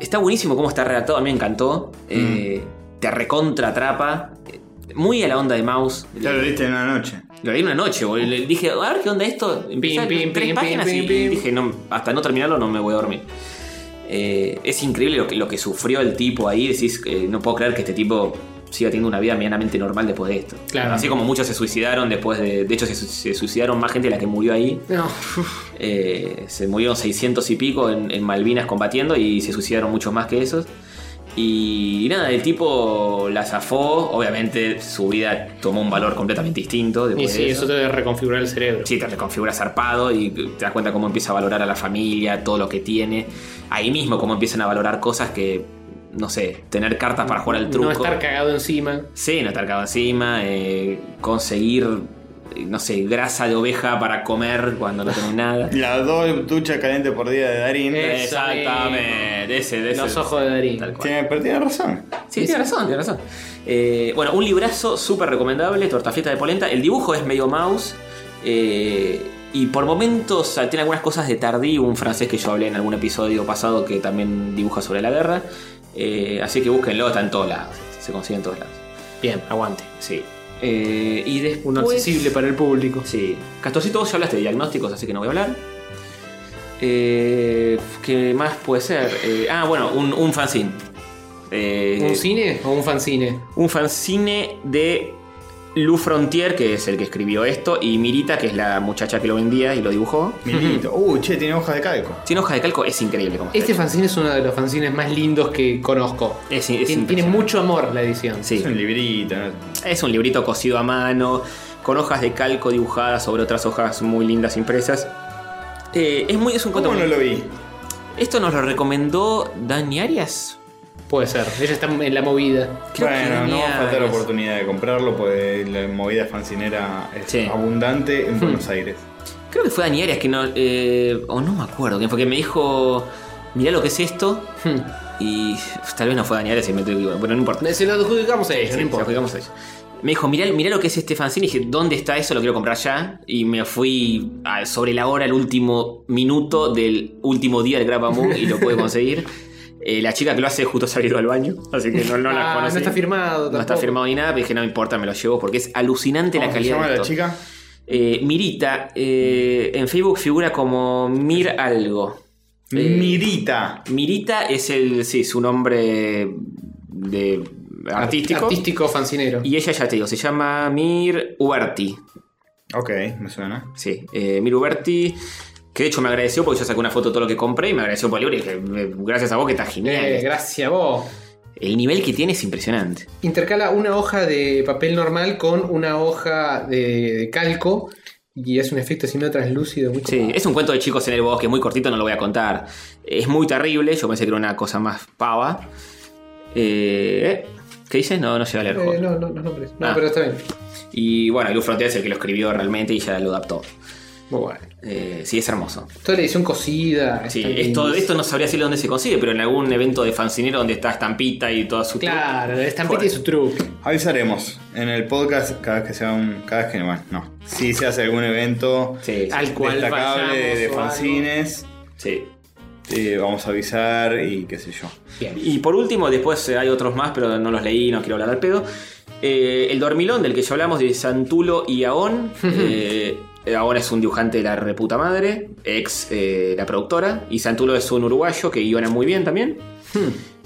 [SPEAKER 3] Está buenísimo cómo está redactado, a mí me encantó. Eh, te recontra atrapa. eh, Muy a la onda de Mouse.
[SPEAKER 1] Ya lo viste en una noche.
[SPEAKER 3] Lo leí una noche, boludo. Le dije, a ver qué onda esto. Empecé
[SPEAKER 2] Pim, pim,
[SPEAKER 3] tres
[SPEAKER 2] pim,
[SPEAKER 3] páginas
[SPEAKER 2] pim,
[SPEAKER 3] y
[SPEAKER 2] pim, pim.
[SPEAKER 3] dije, no, hasta no terminarlo no me voy a dormir. Eh, es increíble lo que, lo que sufrió el tipo ahí. Decís, eh, no puedo creer que este tipo siga teniendo una vida medianamente normal después de esto.
[SPEAKER 2] Claro.
[SPEAKER 3] Así como muchos se suicidaron después de. De hecho, se, su- se suicidaron más gente de la que murió ahí.
[SPEAKER 2] No.
[SPEAKER 3] Eh, se murieron 600 y pico en, en Malvinas combatiendo y se suicidaron muchos más que esos. Y, nada, el tipo la zafó. Obviamente su vida tomó un valor completamente distinto.
[SPEAKER 2] Y
[SPEAKER 3] Después
[SPEAKER 2] sí,
[SPEAKER 3] de
[SPEAKER 2] eso te debe reconfigurar el cerebro.
[SPEAKER 3] Sí, te reconfigura zarpado y te das cuenta cómo empieza a valorar a la familia, todo lo que tiene. Ahí mismo cómo empiezan a valorar cosas que, no sé, tener cartas para jugar al truco.
[SPEAKER 2] No estar cagado encima.
[SPEAKER 3] Sí, no estar cagado encima, eh, conseguir, eh, no sé, grasa de oveja para comer cuando no tengo nada.
[SPEAKER 1] Las dos duchas calientes por día de Darín.
[SPEAKER 2] Eh,
[SPEAKER 3] Exactamente, ese, de ese.
[SPEAKER 2] Los ojos de Darín.
[SPEAKER 3] Tal cual.
[SPEAKER 1] Eh, Tiene, pero tiene razón.
[SPEAKER 3] Sí, tiene razón, tiene razón. Eh, bueno, un librazo súper recomendable, Tortafleta de Polenta. El dibujo es medio mouse. eh, y por momentos ah, tiene algunas cosas de Tardí, un francés que yo hablé en algún episodio pasado que también dibuja sobre la guerra. Eh, así que búsquenlo, está en todos lados. Se consigue en todos lados.
[SPEAKER 2] Bien, aguante.
[SPEAKER 3] Sí. Eh, y después.
[SPEAKER 2] Uno accesible para el público.
[SPEAKER 3] Sí. Castorcito, vos ya hablaste de diagnósticos, así que no voy a hablar. Eh, ¿Qué más puede ser? Eh, ah, bueno, un, un fanzine. Eh,
[SPEAKER 2] ¿Un cine o un fanzine?
[SPEAKER 3] un fanzine de Lou Frontier, que es el que escribió esto, y Mirita, que es la muchacha que lo vendía y lo dibujó.
[SPEAKER 1] Milito. Uh, che, tiene hojas de calco.
[SPEAKER 3] Tiene hoja de calco, es increíble como
[SPEAKER 2] Este fanzine es uno de los fanzines más lindos que conozco.
[SPEAKER 3] es,
[SPEAKER 2] Tien-
[SPEAKER 3] es
[SPEAKER 2] tiene,
[SPEAKER 3] impresionante.
[SPEAKER 2] mucho amor la edición.
[SPEAKER 3] Sí.
[SPEAKER 1] Es un librito, ¿no?
[SPEAKER 3] Es un librito cosido a mano, con hojas de calco dibujadas sobre otras hojas muy lindas impresas. Eh, es muy, es un cuento
[SPEAKER 1] ¿Cómo no
[SPEAKER 3] muy-
[SPEAKER 1] lo vi?
[SPEAKER 3] Esto nos lo recomendó Dani Arias.
[SPEAKER 2] Puede ser. Ella está en la movida.
[SPEAKER 3] Creo que
[SPEAKER 1] bueno,
[SPEAKER 3] Dani
[SPEAKER 1] no va a faltar
[SPEAKER 3] Arias.
[SPEAKER 1] oportunidad de comprarlo, porque la movida fancinera es
[SPEAKER 3] Sí. Hmm.
[SPEAKER 1] abundante en Buenos Aires.
[SPEAKER 3] Creo que fue Dani Arias que no. eh, o no me acuerdo quién fue que me dijo. Mirá lo que es esto.
[SPEAKER 2] Hmm.
[SPEAKER 3] Y tal vez no fue Dani Arias y me estoy equivocando, pero no importa.
[SPEAKER 2] Se lo adjudicamos a ella,
[SPEAKER 3] Sí,
[SPEAKER 2] no
[SPEAKER 3] se
[SPEAKER 2] importa.
[SPEAKER 3] lo jugamos ahí. Me dijo, mirá, mirá lo que es este fanzine. Y dije, ¿dónde está eso? Lo quiero comprar ya. Y me fui a- sobre la hora, el último minuto del último día del Grapamoon y lo pude conseguir. Eh, la chica que lo hace justo se ha ido al baño, así que no, no la
[SPEAKER 2] Ah,
[SPEAKER 3] conocí.
[SPEAKER 2] no está firmado
[SPEAKER 3] No está
[SPEAKER 2] tampoco.
[SPEAKER 3] firmado ni nada, pero dije, no me importa, me lo llevo porque es alucinante la
[SPEAKER 1] ¿Cómo se
[SPEAKER 3] calidad.
[SPEAKER 1] llama
[SPEAKER 3] de
[SPEAKER 1] la
[SPEAKER 3] esto.
[SPEAKER 1] chica?
[SPEAKER 3] Eh, Mirita, eh, en Facebook figura como Mir algo. Eh,
[SPEAKER 1] Mirita.
[SPEAKER 3] Mirita es el, sí, su nombre de artístico.
[SPEAKER 2] Artístico Eh, fancinero.
[SPEAKER 3] Y ella ya te digo, se llama Mir Uberti.
[SPEAKER 1] Ok, me suena.
[SPEAKER 3] Sí, eh, Mir Uberti. Que de hecho me agradeció porque yo saqué una foto de todo lo que compré y me agradeció por el libro. Y dije, eh, gracias a vos que está genial.
[SPEAKER 2] Eh, gracias a vos.
[SPEAKER 3] el nivel que tiene es impresionante.
[SPEAKER 2] Intercala una hoja de papel normal con una hoja de, de calco y hace un efecto así medio translúcido. Muy
[SPEAKER 3] Sí,
[SPEAKER 2] copado.
[SPEAKER 3] es un cuento de chicos en el bosque, muy cortito, no lo voy a contar. Es muy terrible, yo pensé que era una cosa más pava. Eh, ¿Qué dices? No, no llega a leer.
[SPEAKER 2] Eh,
[SPEAKER 3] Jorge.
[SPEAKER 2] no, no, no, no, pero- no,
[SPEAKER 3] Ah.
[SPEAKER 2] pero está bien.
[SPEAKER 3] Y bueno, Luz Frontier es el que lo escribió realmente y ya lo adaptó.
[SPEAKER 2] Muy bueno.
[SPEAKER 3] Eh, sí, es hermoso.
[SPEAKER 2] Toda la edición cosida.
[SPEAKER 3] Sí,
[SPEAKER 2] está bien.
[SPEAKER 3] esto, esto no sabría decirle dónde se consigue, pero en algún evento de fancinero donde está Estampita y toda su
[SPEAKER 2] Claro, la estampita
[SPEAKER 3] Bueno.
[SPEAKER 2] y su truco.
[SPEAKER 1] Avisaremos en el podcast cada vez que sea un. Cada vez que bueno, no. Si se hace algún evento
[SPEAKER 3] Sí,
[SPEAKER 2] Al cual
[SPEAKER 1] destacable de,
[SPEAKER 2] vayamos
[SPEAKER 1] de
[SPEAKER 2] o
[SPEAKER 1] fanzines,
[SPEAKER 3] sí.
[SPEAKER 1] eh, vamos a avisar y qué sé yo.
[SPEAKER 3] Y por último, después eh, hay otros más, pero no los leí, no quiero hablar al pedo. Eh, el dormilón del que ya hablamos de Santulo y Aón. Eh, Aón es un dibujante de la reputa madre, ex eh, la productora. Y Santulo es un uruguayo que guiona muy bien también.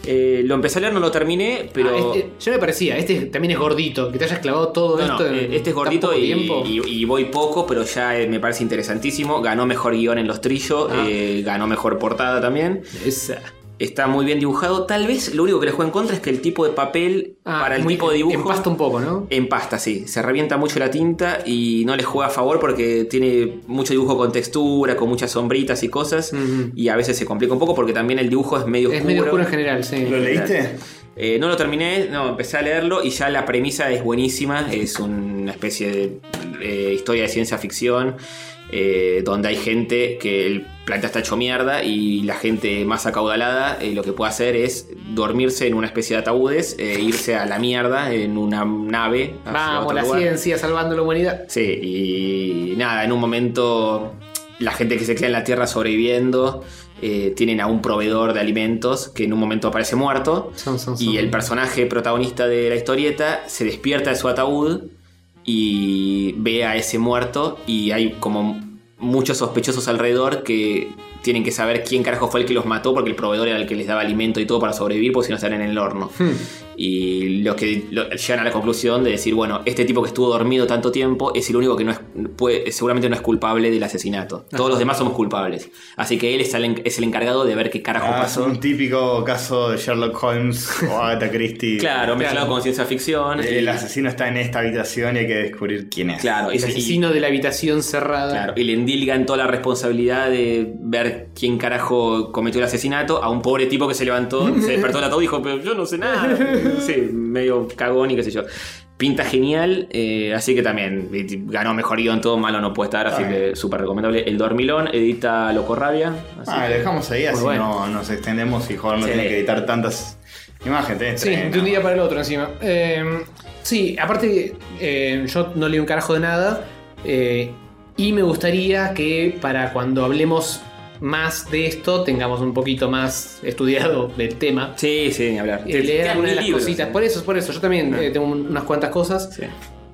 [SPEAKER 3] Eh, lo empecé a leer, no lo terminé, pero.
[SPEAKER 2] Hmm. Ah, este- yo me parecía, este también es gordito, que te hayas clavado todo
[SPEAKER 3] No, no,
[SPEAKER 2] esto. en
[SPEAKER 3] eh, este es
[SPEAKER 2] tan
[SPEAKER 3] gordito
[SPEAKER 2] poco
[SPEAKER 3] y,
[SPEAKER 2] tiempo.
[SPEAKER 3] y- y voy poco, pero ya eh, me parece interesantísimo. Ganó mejor guión en Los Trillos,
[SPEAKER 2] Ah.
[SPEAKER 3] eh, ganó mejor portada también.
[SPEAKER 2] Esa.
[SPEAKER 3] Está muy bien dibujado. Tal vez lo único que le juego en contra es que el tipo de papel
[SPEAKER 2] Ah,
[SPEAKER 3] para el
[SPEAKER 2] muy-
[SPEAKER 3] tipo de dibujo.
[SPEAKER 2] Empasta un poco, ¿no?
[SPEAKER 3] Empasta, sí. Se revienta mucho la tinta y no le juega a favor porque tiene mucho dibujo con textura, con muchas sombritas y cosas.
[SPEAKER 2] Ujú.
[SPEAKER 3] Y a veces se complica un poco porque también el dibujo es medio
[SPEAKER 2] Es medio oscuro en general, sí.
[SPEAKER 1] ¿Lo leíste?
[SPEAKER 3] eh, no lo terminé, no, empecé a leerlo y ya la premisa es buenísima. Es una especie de eh, historia de ciencia ficción eh, donde hay gente que el planeta está hecho mierda y la gente más acaudalada eh, lo que puede hacer es dormirse en una especie de ataúdes e irse a la mierda en una nave. hacia
[SPEAKER 2] Ah, Vamos,
[SPEAKER 3] otro
[SPEAKER 2] la
[SPEAKER 3] lugar.
[SPEAKER 2] ciencia salvando la humanidad.
[SPEAKER 3] Sí, y nada, en un momento la gente que se queda en la Tierra sobreviviendo eh, tienen a un proveedor de alimentos que en un momento aparece muerto.
[SPEAKER 2] Son, son, son.
[SPEAKER 3] Y el personaje protagonista de la historieta se despierta de su ataúd y ve a ese muerto y hay como muchos sospechosos alrededor que tienen que saber quién carajo fue el que los mató porque el proveedor era el que les daba alimento y todo para sobrevivir porque si no estarían en el horno. Y los que lo- llegan a la conclusión de decir, bueno, este tipo que estuvo dormido tanto tiempo es el único que no es, puede- seguramente no es culpable del asesinato. Todos los demás somos culpables. Así que él es el, en- es el encargado de ver qué carajo
[SPEAKER 1] Ah, es
[SPEAKER 3] pasó.
[SPEAKER 1] un típico caso de Sherlock Holmes o Agatha Christie.
[SPEAKER 3] Claro, mezclado con ciencia ficción.
[SPEAKER 1] El
[SPEAKER 3] y-
[SPEAKER 1] asesino está en esta habitación y hay que descubrir quién es.
[SPEAKER 3] Claro, y,
[SPEAKER 2] El asesino de la habitación cerrada.
[SPEAKER 3] Claro, y le endilgan toda la responsabilidad de ver quién carajo cometió el asesinato a un pobre tipo que se levantó, se despertó el ataúd y dijo, pero yo no sé nada. Sí, medio cagón y qué sé yo. Pinta genial, eh, así que también y- y ganó mejor guión, todo malo no puede estar, así que súper recomendable. El Dormilón edita Locorrabia. Así
[SPEAKER 1] Ah,
[SPEAKER 3] que-
[SPEAKER 1] lo dejamos ahí, así
[SPEAKER 3] bueno.
[SPEAKER 1] no nos extendemos y joder, no
[SPEAKER 3] Sí.
[SPEAKER 1] tiene que editar tantas imágenes. tenés
[SPEAKER 2] Sí,
[SPEAKER 1] tres,
[SPEAKER 2] de un
[SPEAKER 1] ¿no?
[SPEAKER 2] día para el otro encima. Eh, sí, aparte eh, yo no leí un carajo de nada eh, y me gustaría que para cuando hablemos más de esto tengamos un poquito más estudiado del tema.
[SPEAKER 3] Sí, sí, ni hablar.
[SPEAKER 2] Y leer
[SPEAKER 3] Quedan
[SPEAKER 2] alguna de
[SPEAKER 3] mil
[SPEAKER 2] las
[SPEAKER 3] libros,
[SPEAKER 2] cositas. pues. Eh,
[SPEAKER 3] eh.
[SPEAKER 2] Por eso, por eso. Yo también eh, tengo un- unas cuantas cosas.
[SPEAKER 3] Sí.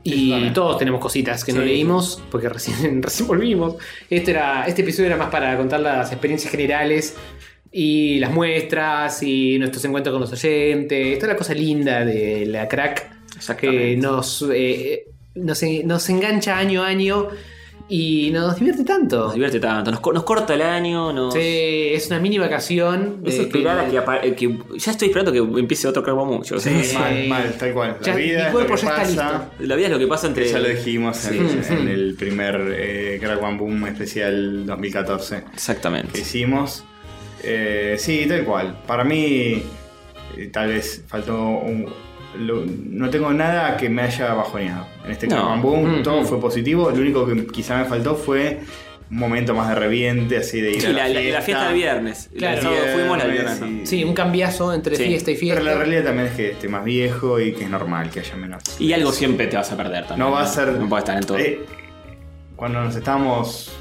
[SPEAKER 2] Y todos tenemos cositas que no
[SPEAKER 3] Sí.
[SPEAKER 2] leímos porque recién, recién volvimos. Este, era, este episodio era más para contar las experiencias generales y las muestras y nuestros encuentros con los oyentes. Toda la cosa linda de la crack que
[SPEAKER 3] Exactamente.
[SPEAKER 2] nos, eh, nos, en- nos engancha año a año y nos divierte tanto.
[SPEAKER 3] Nos divierte tanto, nos, co- nos corta el año, nos...
[SPEAKER 2] Sí, es una mini vacación.
[SPEAKER 3] Es
[SPEAKER 2] de-
[SPEAKER 3] esperar a
[SPEAKER 2] que-
[SPEAKER 3] que, apa- eh, que- Ya estoy esperando que empiece otro Cravo Mucho. o sea,
[SPEAKER 2] Sí.
[SPEAKER 1] Mal, mal, tal cual. La
[SPEAKER 2] Ya,
[SPEAKER 1] vida
[SPEAKER 2] mi
[SPEAKER 1] es
[SPEAKER 2] cuerpo
[SPEAKER 1] lo que
[SPEAKER 2] ya está
[SPEAKER 1] pasa.
[SPEAKER 2] listo.
[SPEAKER 3] La vida es lo que pasa
[SPEAKER 1] Que
[SPEAKER 3] entre.
[SPEAKER 1] ya lo dijimos en,
[SPEAKER 2] Sí.
[SPEAKER 1] en el primer eh, Crack One Boom especial 2014 que
[SPEAKER 3] Exactamente.
[SPEAKER 1] hicimos. Eh, sí, tal cual. Para mí, eh, tal vez faltó un. lo- no tengo nada que me haya bajoneado. En este
[SPEAKER 3] No.
[SPEAKER 1] Crack One Boom
[SPEAKER 2] Mm,
[SPEAKER 1] todo
[SPEAKER 2] mm.
[SPEAKER 1] fue positivo. Lo único que quizá me faltó fue un momento más de reviente, así de ir
[SPEAKER 3] Y
[SPEAKER 1] a
[SPEAKER 3] la,
[SPEAKER 1] la,
[SPEAKER 3] la- la fiesta de viernes.
[SPEAKER 2] Claro.
[SPEAKER 3] El sábado fuimos la viernes.
[SPEAKER 1] y-
[SPEAKER 2] Sí, un cambiazo entre
[SPEAKER 3] Sí.
[SPEAKER 2] fiesta y fiesta.
[SPEAKER 1] Pero la realidad también es que estoy más viejo y que es normal que haya menos.
[SPEAKER 3] Y algo siempre te vas a perder también.
[SPEAKER 1] No va a ser.
[SPEAKER 3] No puede estar en todo.
[SPEAKER 1] Eh, cuando nos estábamos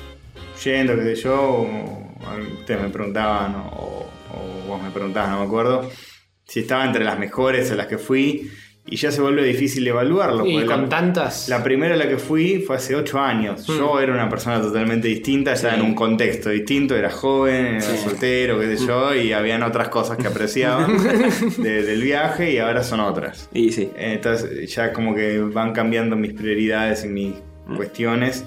[SPEAKER 1] yendo, qué sé yo, o- ustedes me preguntaban, o, o vos me preguntabas, no me acuerdo, si estaba entre las mejores a las que fui, y ya se vuelve difícil evaluarlo.
[SPEAKER 2] y
[SPEAKER 3] pues,
[SPEAKER 1] porque
[SPEAKER 2] con
[SPEAKER 1] la,
[SPEAKER 2] tantas.
[SPEAKER 1] la primera a la que fui fue hace ocho años. Yo era una persona totalmente distinta, estaba en un contexto distinto, era joven, era soltero, qué sé yo, y habían otras cosas que apreciaba de- del viaje, y ahora son otras.
[SPEAKER 3] Y sí.
[SPEAKER 1] Entonces ya como que van cambiando mis prioridades y mis
[SPEAKER 2] Mm.
[SPEAKER 1] cuestiones.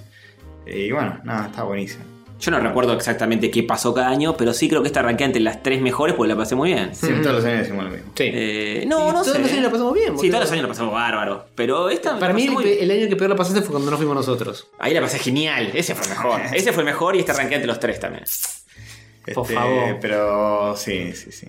[SPEAKER 1] Y bueno, nada, está buenísimo.
[SPEAKER 3] Yo no recuerdo exactamente qué pasó cada año, pero sí creo que esta arranqué entre las tres mejores porque la pasé muy bien.
[SPEAKER 2] Mm-hmm.
[SPEAKER 1] Siempre todos los años decimos lo mismo.
[SPEAKER 2] Sí.
[SPEAKER 3] Eh,
[SPEAKER 2] Y
[SPEAKER 3] no, no
[SPEAKER 2] todos
[SPEAKER 3] sé.
[SPEAKER 2] los años la pasamos bien.
[SPEAKER 3] Sí,
[SPEAKER 2] boludo.
[SPEAKER 3] todos los años la pasamos bárbaro. Pero esta.
[SPEAKER 2] Para
[SPEAKER 3] la
[SPEAKER 2] mí,
[SPEAKER 3] pasé
[SPEAKER 2] el,
[SPEAKER 3] muy-
[SPEAKER 2] pe- el año que peor la pasaste fue cuando no fuimos nosotros.
[SPEAKER 3] Ahí la pasé genial. Ese fue el mejor. Ese fue el mejor y esta arranqué entre los tres también.
[SPEAKER 2] Por
[SPEAKER 1] Este,
[SPEAKER 2] favor.
[SPEAKER 1] Pero sí, sí, sí.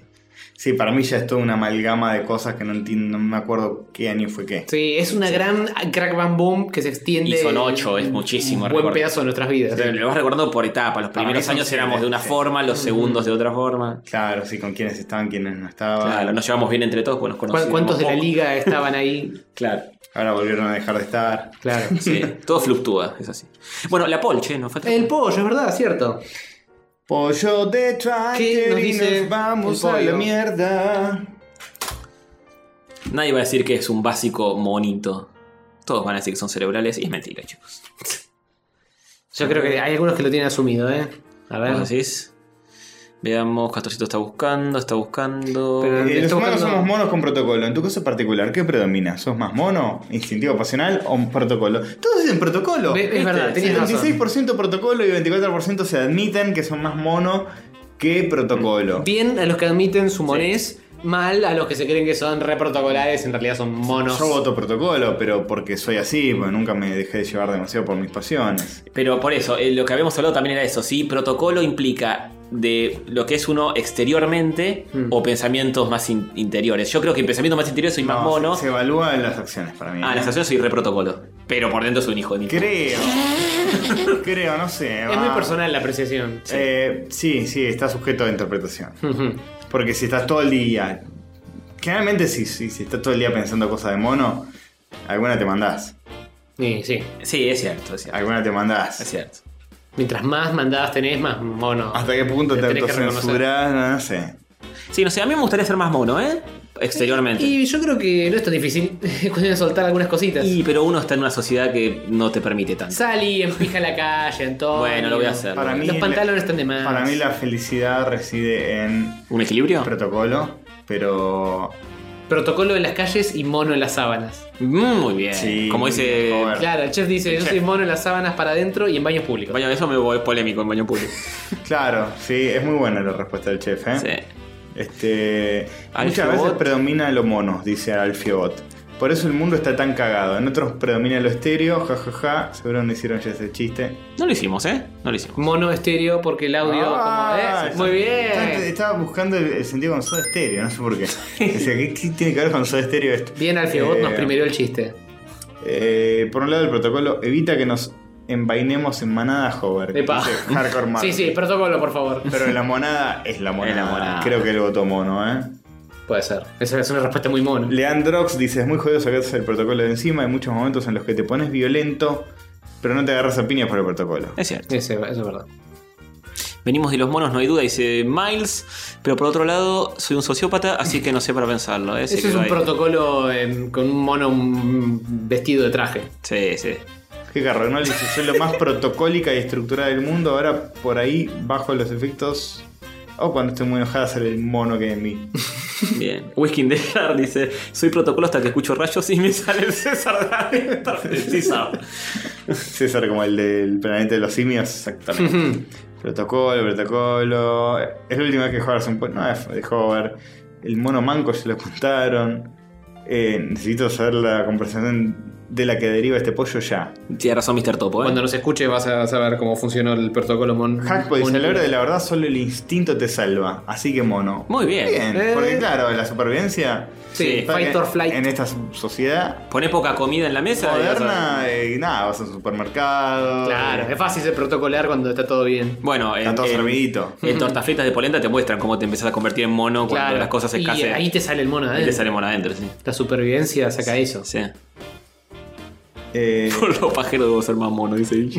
[SPEAKER 1] Sí, para mí ya es toda una amalgama de cosas que no entiendo, no me acuerdo qué año fue qué.
[SPEAKER 2] Sí, es una gran crack bam boom que se extiende.
[SPEAKER 3] Y son ocho, es muchísimo,
[SPEAKER 2] Un buen
[SPEAKER 3] recuerdo.
[SPEAKER 2] pedazo de nuestras vidas.
[SPEAKER 3] Pero Lo vas recordando por etapas. Los
[SPEAKER 2] Ah,
[SPEAKER 1] Para mí
[SPEAKER 3] primeros
[SPEAKER 1] son
[SPEAKER 3] años éramos de una
[SPEAKER 1] siete, sí.
[SPEAKER 3] forma, los segundos de otra forma.
[SPEAKER 1] Claro, sí, con quiénes estaban, quiénes no estaban.
[SPEAKER 3] Claro, nos llevamos bien entre todos, pues nos
[SPEAKER 2] ¿Cu-
[SPEAKER 3] conocíamos.
[SPEAKER 2] ¿Cuántos de la
[SPEAKER 3] poco.
[SPEAKER 2] liga estaban ahí?
[SPEAKER 3] Claro.
[SPEAKER 1] Ahora volvieron a dejar de estar.
[SPEAKER 2] Claro.
[SPEAKER 3] Sí, todo fluctúa, es así. Bueno, la polche, nos falta.
[SPEAKER 2] El pollo, es verdad, cierto.
[SPEAKER 1] Pollo de
[SPEAKER 2] ¿Qué nos
[SPEAKER 1] Twitter y
[SPEAKER 2] dice
[SPEAKER 1] nos vamos
[SPEAKER 2] el
[SPEAKER 1] a la
[SPEAKER 2] pollo?
[SPEAKER 1] mierda.
[SPEAKER 3] Nadie va a decir que es un básico monito. Todos van a decir que son cerebrales y es mentira, chicos.
[SPEAKER 2] Yo creo que hay algunos que lo tienen asumido, ¿eh? A ver.
[SPEAKER 3] ¿Vos decís? Veamos, Castorcito está buscando, está buscando.
[SPEAKER 2] Pero-
[SPEAKER 1] Eh, los
[SPEAKER 2] Estoy
[SPEAKER 1] humanos
[SPEAKER 2] buscando-
[SPEAKER 1] somos monos con protocolo. En tu caso particular, ¿qué predomina? ¿Sos más mono, instintivo pasional o un protocolo? Todos dicen protocolo.
[SPEAKER 2] Ve- es verdad, tenías razón.
[SPEAKER 1] 26% protocolo y 24% se admiten que son más mono que protocolo.
[SPEAKER 2] Bien a los que admiten su monés, mal a los que se creen que son re protocolares, en realidad son monos.
[SPEAKER 1] Yo voto protocolo, pero porque soy así, porque nunca me dejé de llevar demasiado por mis pasiones.
[SPEAKER 3] Pero por eso, eh, lo que habíamos hablado también era eso, ¿sí? Protocolo implica de lo que es uno exteriormente
[SPEAKER 1] Hmm.
[SPEAKER 3] o pensamientos más in- interiores. Yo creo que en pensamientos más interiores soy más
[SPEAKER 1] No,
[SPEAKER 3] mono.
[SPEAKER 1] Se, se evalúa en las acciones para mí.
[SPEAKER 3] Ah, en las acciones soy re protocolo. Pero por dentro soy un hijo de mil.
[SPEAKER 1] Creo. creo, no sé.
[SPEAKER 2] Es muy
[SPEAKER 1] va.
[SPEAKER 2] personal la apreciación.
[SPEAKER 1] Eh, sí, sí, está sujeto a interpretación.
[SPEAKER 2] Ujú.
[SPEAKER 1] Porque si estás todo el día. Generalmente, si, si, si estás todo el día pensando cosas de mono, alguna te mandás.
[SPEAKER 2] Sí, sí.
[SPEAKER 3] Sí, es cierto, es cierto.
[SPEAKER 1] Alguna te mandás.
[SPEAKER 3] Es cierto.
[SPEAKER 2] Mientras más mandadas tenés, más mono.
[SPEAKER 1] ¿Hasta qué punto te
[SPEAKER 2] tenés que reconocer.
[SPEAKER 1] autocensurás? No, no sé.
[SPEAKER 3] Sí, no sé, a mí me gustaría ser más mono, ¿eh? Exteriormente. Y,
[SPEAKER 2] Y yo creo que no es tan difícil. Es cuestión de soltar algunas cositas.
[SPEAKER 3] pero uno está en una sociedad que no te permite tanto.
[SPEAKER 2] Salí, empija la calle, entonces.
[SPEAKER 3] Bueno, lo voy a hacer.
[SPEAKER 1] Para mí,
[SPEAKER 2] Los pantalones están de más.
[SPEAKER 1] Para mí la felicidad reside en
[SPEAKER 3] ¿Un equilibrio?
[SPEAKER 1] protocolo, pero
[SPEAKER 2] Protocolo en las calles y mono en las sábanas.
[SPEAKER 3] Mm, Muy bien.
[SPEAKER 1] Sí,
[SPEAKER 3] Como dice.
[SPEAKER 1] joder.
[SPEAKER 2] Claro, el chef dice, yo
[SPEAKER 1] Chef.
[SPEAKER 2] soy mono en las sábanas para adentro y en baños públicos.
[SPEAKER 3] Baño, eso me voy polémico en baño público.
[SPEAKER 1] claro, sí, es muy buena la respuesta del chef, ¿eh?
[SPEAKER 3] Sí.
[SPEAKER 1] Este, muchas
[SPEAKER 3] Alfiobot.
[SPEAKER 1] veces predomina lo mono, dice Alfiobot. Por eso el mundo está tan cagado. En otros predomina lo estéreo, jajaja. Seguro no hicieron ya ese chiste.
[SPEAKER 3] No lo hicimos, ¿eh? No lo hicimos.
[SPEAKER 2] Mono estéreo porque el audio
[SPEAKER 1] Ah,
[SPEAKER 2] como, ¿eh? Muy
[SPEAKER 1] está-
[SPEAKER 2] bien.
[SPEAKER 1] Estaba buscando el, el sentido con soda estéreo, no sé por qué. O sea, ¿qué, qué tiene que ver con soda estéreo esto?
[SPEAKER 2] Bien, Alfiobot nos
[SPEAKER 1] Eh,
[SPEAKER 2] primero el chiste.
[SPEAKER 1] Eh, por un lado, el protocolo evita que nos envainemos en manada, Hover. que
[SPEAKER 2] Epa.
[SPEAKER 1] dice Hardcore Mark.
[SPEAKER 2] Sí, sí, protocolo, por favor.
[SPEAKER 1] Pero la monada es la monada.
[SPEAKER 3] Es la monada.
[SPEAKER 1] Creo que el voto mono, ¿eh?
[SPEAKER 2] Puede ser. Esa es una respuesta muy mono.
[SPEAKER 1] Leandrox dice: Es muy jodido sacarse el protocolo de encima. Hay muchos momentos en los que te pones violento, pero no te agarras a piñas por el protocolo.
[SPEAKER 3] Es cierto.
[SPEAKER 2] Ese- Eso, es verdad.
[SPEAKER 3] Venimos de los monos, no hay duda, dice Miles. Pero por otro lado, soy un sociópata, así que no sé para pensarlo. ¿eh? Se
[SPEAKER 2] Ese es
[SPEAKER 3] quedó
[SPEAKER 2] un
[SPEAKER 3] ahí.
[SPEAKER 2] protocolo em, con un mono mm, vestido de traje.
[SPEAKER 3] Sí, sí.
[SPEAKER 1] Qué carro, ¿no? Dice: Soy lo más protocólica y estructurada del mundo. Ahora por ahí, bajo los efectos. O cuando estoy muy enojada, sale el mono que hay en mí.
[SPEAKER 3] Bien. Whisky in the Jar dice: Soy protocolo hasta que escucho rayos y me sale el César de adentro". César.
[SPEAKER 1] César, como el del planeta de los simios. Exactamente. Protocolo, protocolo. Es la última vez que Hover se encuentra. No, es de Hover. El mono manco ya lo contaron. Eh, necesito saber la conversación de la que deriva este pollo ya.
[SPEAKER 3] Tiene razón, Mr. Topo, ¿eh?
[SPEAKER 2] Cuando nos escuche vas a saber cómo funcionó el protocolo mon.
[SPEAKER 1] Hackboy dice,
[SPEAKER 2] mon-
[SPEAKER 1] a la hora de la verdad solo el instinto te salva. Así que mono.
[SPEAKER 3] Muy bien.
[SPEAKER 1] Bien,
[SPEAKER 2] Eh.
[SPEAKER 1] porque claro, la supervivencia...
[SPEAKER 2] Sí,
[SPEAKER 1] está
[SPEAKER 2] fight
[SPEAKER 1] en-
[SPEAKER 2] or flight.
[SPEAKER 1] En esta sociedad
[SPEAKER 3] Pone poca comida en la mesa. y vas a-
[SPEAKER 1] moderna, eh, nada, vas al supermercado... eh,
[SPEAKER 2] Claro, eh, es fácil ser protocolar cuando está todo bien.
[SPEAKER 3] Bueno, en,
[SPEAKER 1] Está todo
[SPEAKER 3] en-
[SPEAKER 1] servidito.
[SPEAKER 3] en tortafritas de polenta te muestran cómo te empezás a convertir en mono cuando
[SPEAKER 2] Claro.
[SPEAKER 3] las cosas
[SPEAKER 2] y
[SPEAKER 3] escasean.
[SPEAKER 2] ahí te sale el mono
[SPEAKER 3] Y te
[SPEAKER 2] adentro.
[SPEAKER 3] sale mono adentro, sí.
[SPEAKER 2] La supervivencia saca eso.
[SPEAKER 3] Sí.
[SPEAKER 1] Eh,
[SPEAKER 3] Por los pajeros debo ser más mono, dice él.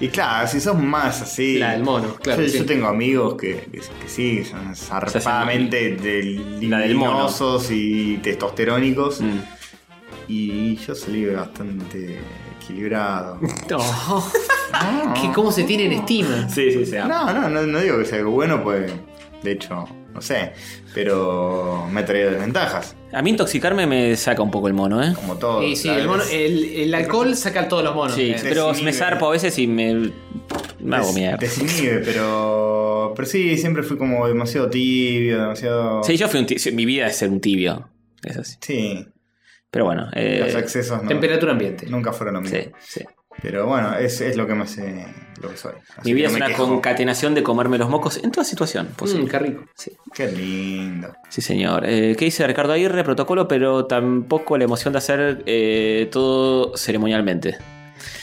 [SPEAKER 1] Y claro, si sos más así.
[SPEAKER 2] La del mono, claro,
[SPEAKER 1] Yo,
[SPEAKER 2] sí.
[SPEAKER 1] yo tengo amigos que, que, que sí, que son zarpadamente del,
[SPEAKER 3] la del mono.
[SPEAKER 1] luminosos y testosterónicos.
[SPEAKER 3] Mm.
[SPEAKER 1] Y yo salí bastante equilibrado.
[SPEAKER 2] Oh, que cómo se tiene en estima.
[SPEAKER 3] Sí, sí, sí.
[SPEAKER 1] No, no, no, no digo que sea algo bueno, pues. De hecho, no sé. Pero me ha traído desventajas,
[SPEAKER 3] A mí intoxicarme me saca un poco el mono, ¿eh?
[SPEAKER 1] como todo.
[SPEAKER 2] Y sí,
[SPEAKER 1] ¿sabes?
[SPEAKER 2] el, mono- eh, el- el alcohol saca a todos los monos.
[SPEAKER 3] Sí,
[SPEAKER 2] Eh,
[SPEAKER 3] pero
[SPEAKER 1] desinhibe.
[SPEAKER 3] me zarpo a veces y me. Me hago
[SPEAKER 1] Des-
[SPEAKER 3] mierda.
[SPEAKER 1] Desinhibe, pero. Pero sí, siempre fui como demasiado tibio, demasiado.
[SPEAKER 3] Sí, yo fui un tibio. Mi vida es ser un tibio. Es así.
[SPEAKER 1] Sí,
[SPEAKER 3] Pero bueno. eh,
[SPEAKER 1] los accesos no,
[SPEAKER 2] Temperatura ambiente.
[SPEAKER 1] nunca fueron lo mismo.
[SPEAKER 3] sí, sí.
[SPEAKER 1] Pero bueno, es, es lo que me hace lo que soy. Así
[SPEAKER 3] Mi vida
[SPEAKER 1] que
[SPEAKER 3] es
[SPEAKER 1] no me
[SPEAKER 3] una
[SPEAKER 1] quejo.
[SPEAKER 3] concatenación de comerme los mocos en toda situación
[SPEAKER 1] pues
[SPEAKER 2] Mm,
[SPEAKER 3] posible.
[SPEAKER 2] qué rico.
[SPEAKER 3] Sí.
[SPEAKER 1] Qué lindo.
[SPEAKER 3] Sí, señor. Eh, ¿Qué dice Ricardo Aguirre? Protocolo, pero tampoco la emoción de hacer eh, todo ceremonialmente.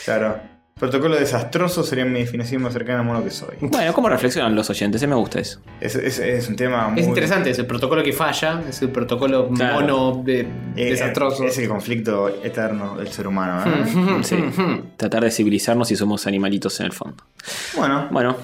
[SPEAKER 1] Claro. Protocolo desastroso sería mi definición más cercana a mono que soy.
[SPEAKER 3] Bueno, ¿cómo reflexionan los oyentes? Eh, me gusta eso.
[SPEAKER 1] Es, es- es un tema muy.
[SPEAKER 2] Es interesante, es el protocolo que falla, es el protocolo
[SPEAKER 3] Claro.
[SPEAKER 2] mono de-
[SPEAKER 1] eh,
[SPEAKER 2] desastroso. Mm, Hmm.
[SPEAKER 1] Es el conflicto eterno del ser humano. ¿eh?
[SPEAKER 3] Sí. Tratar de civilizarnos si somos animalitos en el fondo.
[SPEAKER 1] Bueno,
[SPEAKER 3] Bueno.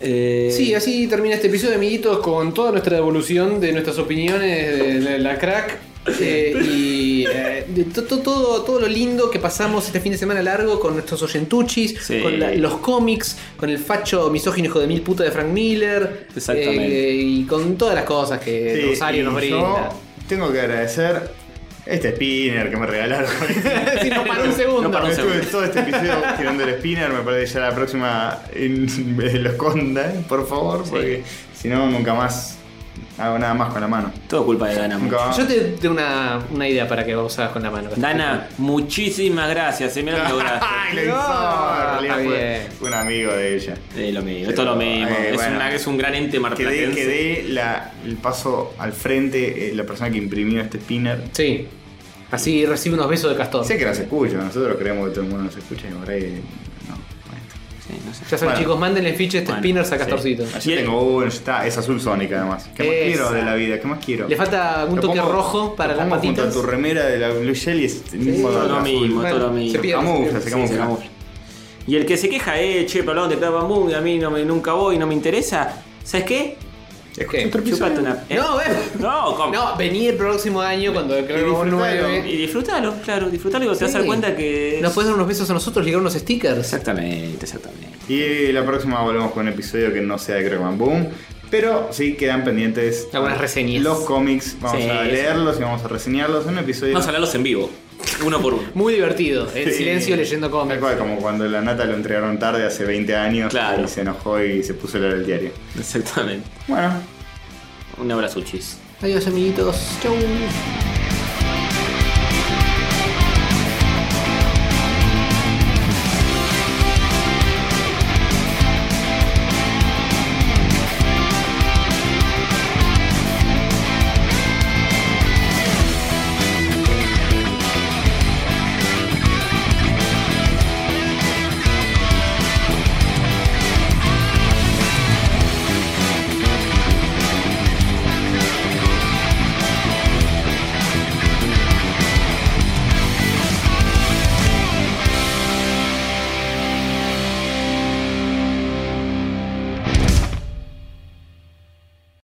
[SPEAKER 3] Eh,
[SPEAKER 2] Sí, así termina este episodio, amiguitos, con toda nuestra devolución de nuestras opiniones de la crack. eh, y eh, de to- to- todo, todo lo lindo que pasamos este fin de semana largo con nuestros oyentuchis,
[SPEAKER 3] Sí.
[SPEAKER 2] con la- los cómics, con el facho misógino hijo de mil puta de Frank Miller
[SPEAKER 3] Exactamente.
[SPEAKER 2] eh, y con todas las cosas que
[SPEAKER 1] sí,
[SPEAKER 2] Rosario
[SPEAKER 1] y
[SPEAKER 2] nos brinda.
[SPEAKER 1] Yo tengo que agradecer este spinner que me regalaron.
[SPEAKER 2] Sí, no paró un segundo.
[SPEAKER 3] No paró un
[SPEAKER 1] Estuve
[SPEAKER 3] segundo.
[SPEAKER 1] todo este episodio girando el spinner, me parece que ya la próxima en- lo esconda, por favor, porque si no nunca más hago nada más con la mano.
[SPEAKER 3] Todo culpa de Dana.
[SPEAKER 1] Nunca más.
[SPEAKER 2] Yo te tengo una, una idea para que vos hagas con la mano.
[SPEAKER 3] Dana, muchísimas gracias. eh, mirá lo que lograste.
[SPEAKER 1] Ay, lo hizo,
[SPEAKER 2] No,
[SPEAKER 1] en
[SPEAKER 2] está
[SPEAKER 1] realidad fue-
[SPEAKER 2] bien.
[SPEAKER 1] fue un amigo de ella.
[SPEAKER 3] Eh, lo mismo, esto es lo mismo.
[SPEAKER 1] Eh,
[SPEAKER 3] es,
[SPEAKER 1] bueno.
[SPEAKER 3] una- es un gran ente
[SPEAKER 1] Que dé,
[SPEAKER 3] marplatense.
[SPEAKER 1] que dé la- el paso al frente eh, la persona que imprimió este spinner.
[SPEAKER 2] Sí. Así recibe unos besos de Castor.
[SPEAKER 1] Sé que nos escucha, nosotros creemos que todo el mundo nos escucha y por ahí. No, bueno.
[SPEAKER 3] Sí, no sé.
[SPEAKER 2] Ya saben,
[SPEAKER 1] Bueno.
[SPEAKER 2] chicos, mándenle fiches este
[SPEAKER 3] Bueno,
[SPEAKER 2] spinners a
[SPEAKER 3] sí.
[SPEAKER 2] Castorcito.
[SPEAKER 1] Yo tengo uno, ya está, es azul Sonic además. ¿Qué más
[SPEAKER 2] Esa.
[SPEAKER 1] quiero de la vida? ¿Qué más quiero?
[SPEAKER 2] Le falta un
[SPEAKER 1] Lo
[SPEAKER 2] toque
[SPEAKER 1] pongo-
[SPEAKER 2] rojo para
[SPEAKER 1] lo
[SPEAKER 2] las
[SPEAKER 1] pongo junto
[SPEAKER 2] patitas.
[SPEAKER 1] a tu remera de la Blue Shell y es el mismo
[SPEAKER 3] Todo
[SPEAKER 1] color
[SPEAKER 3] lo
[SPEAKER 1] azul.
[SPEAKER 3] mismo,
[SPEAKER 2] Bueno,
[SPEAKER 3] todo lo
[SPEAKER 2] se
[SPEAKER 3] mismo.
[SPEAKER 2] pierde,
[SPEAKER 1] camufla,
[SPEAKER 2] se pierde.
[SPEAKER 1] se
[SPEAKER 3] Sí,
[SPEAKER 1] camufla.
[SPEAKER 3] se camufla. Y el que se queja, eh, che, pero hablaron de Clara Van Boom y a mí no me, nunca voy, no me interesa. ¿Sabes qué?
[SPEAKER 2] ¿Qué?
[SPEAKER 3] Chupate una. ¿eh?
[SPEAKER 2] No, ven.
[SPEAKER 3] No, ¿cómo?
[SPEAKER 2] No, vení el próximo año cuando creo que
[SPEAKER 3] Y
[SPEAKER 2] 9.
[SPEAKER 3] disfrútalo, claro, disfrútalo y te vas a dar cuenta que.
[SPEAKER 2] Nos puedes dar unos besos a nosotros, ligar unos stickers.
[SPEAKER 3] Exactamente, exactamente.
[SPEAKER 1] Y la próxima volvemos con un episodio que no sea de Crack Man Boom. Pero sí quedan pendientes
[SPEAKER 2] Algunas reseñas.
[SPEAKER 1] Los cómics, vamos
[SPEAKER 3] Sí,
[SPEAKER 1] a
[SPEAKER 3] sí.
[SPEAKER 1] leerlos y vamos a reseñarlos en un episodio.
[SPEAKER 3] Vamos a hablarlos en vivo, uno por uno.
[SPEAKER 2] Muy divertido. En
[SPEAKER 1] Sí.
[SPEAKER 2] silencio leyendo
[SPEAKER 1] Tal
[SPEAKER 2] cómics.
[SPEAKER 1] cual, como cuando la nata lo entregaron tarde hace 20 años
[SPEAKER 3] Claro.
[SPEAKER 1] y se enojó y se puso a leer el diario.
[SPEAKER 3] Exactamente.
[SPEAKER 1] Bueno,
[SPEAKER 3] Un abrazo, chis.
[SPEAKER 2] Adiós amiguitos. Chau.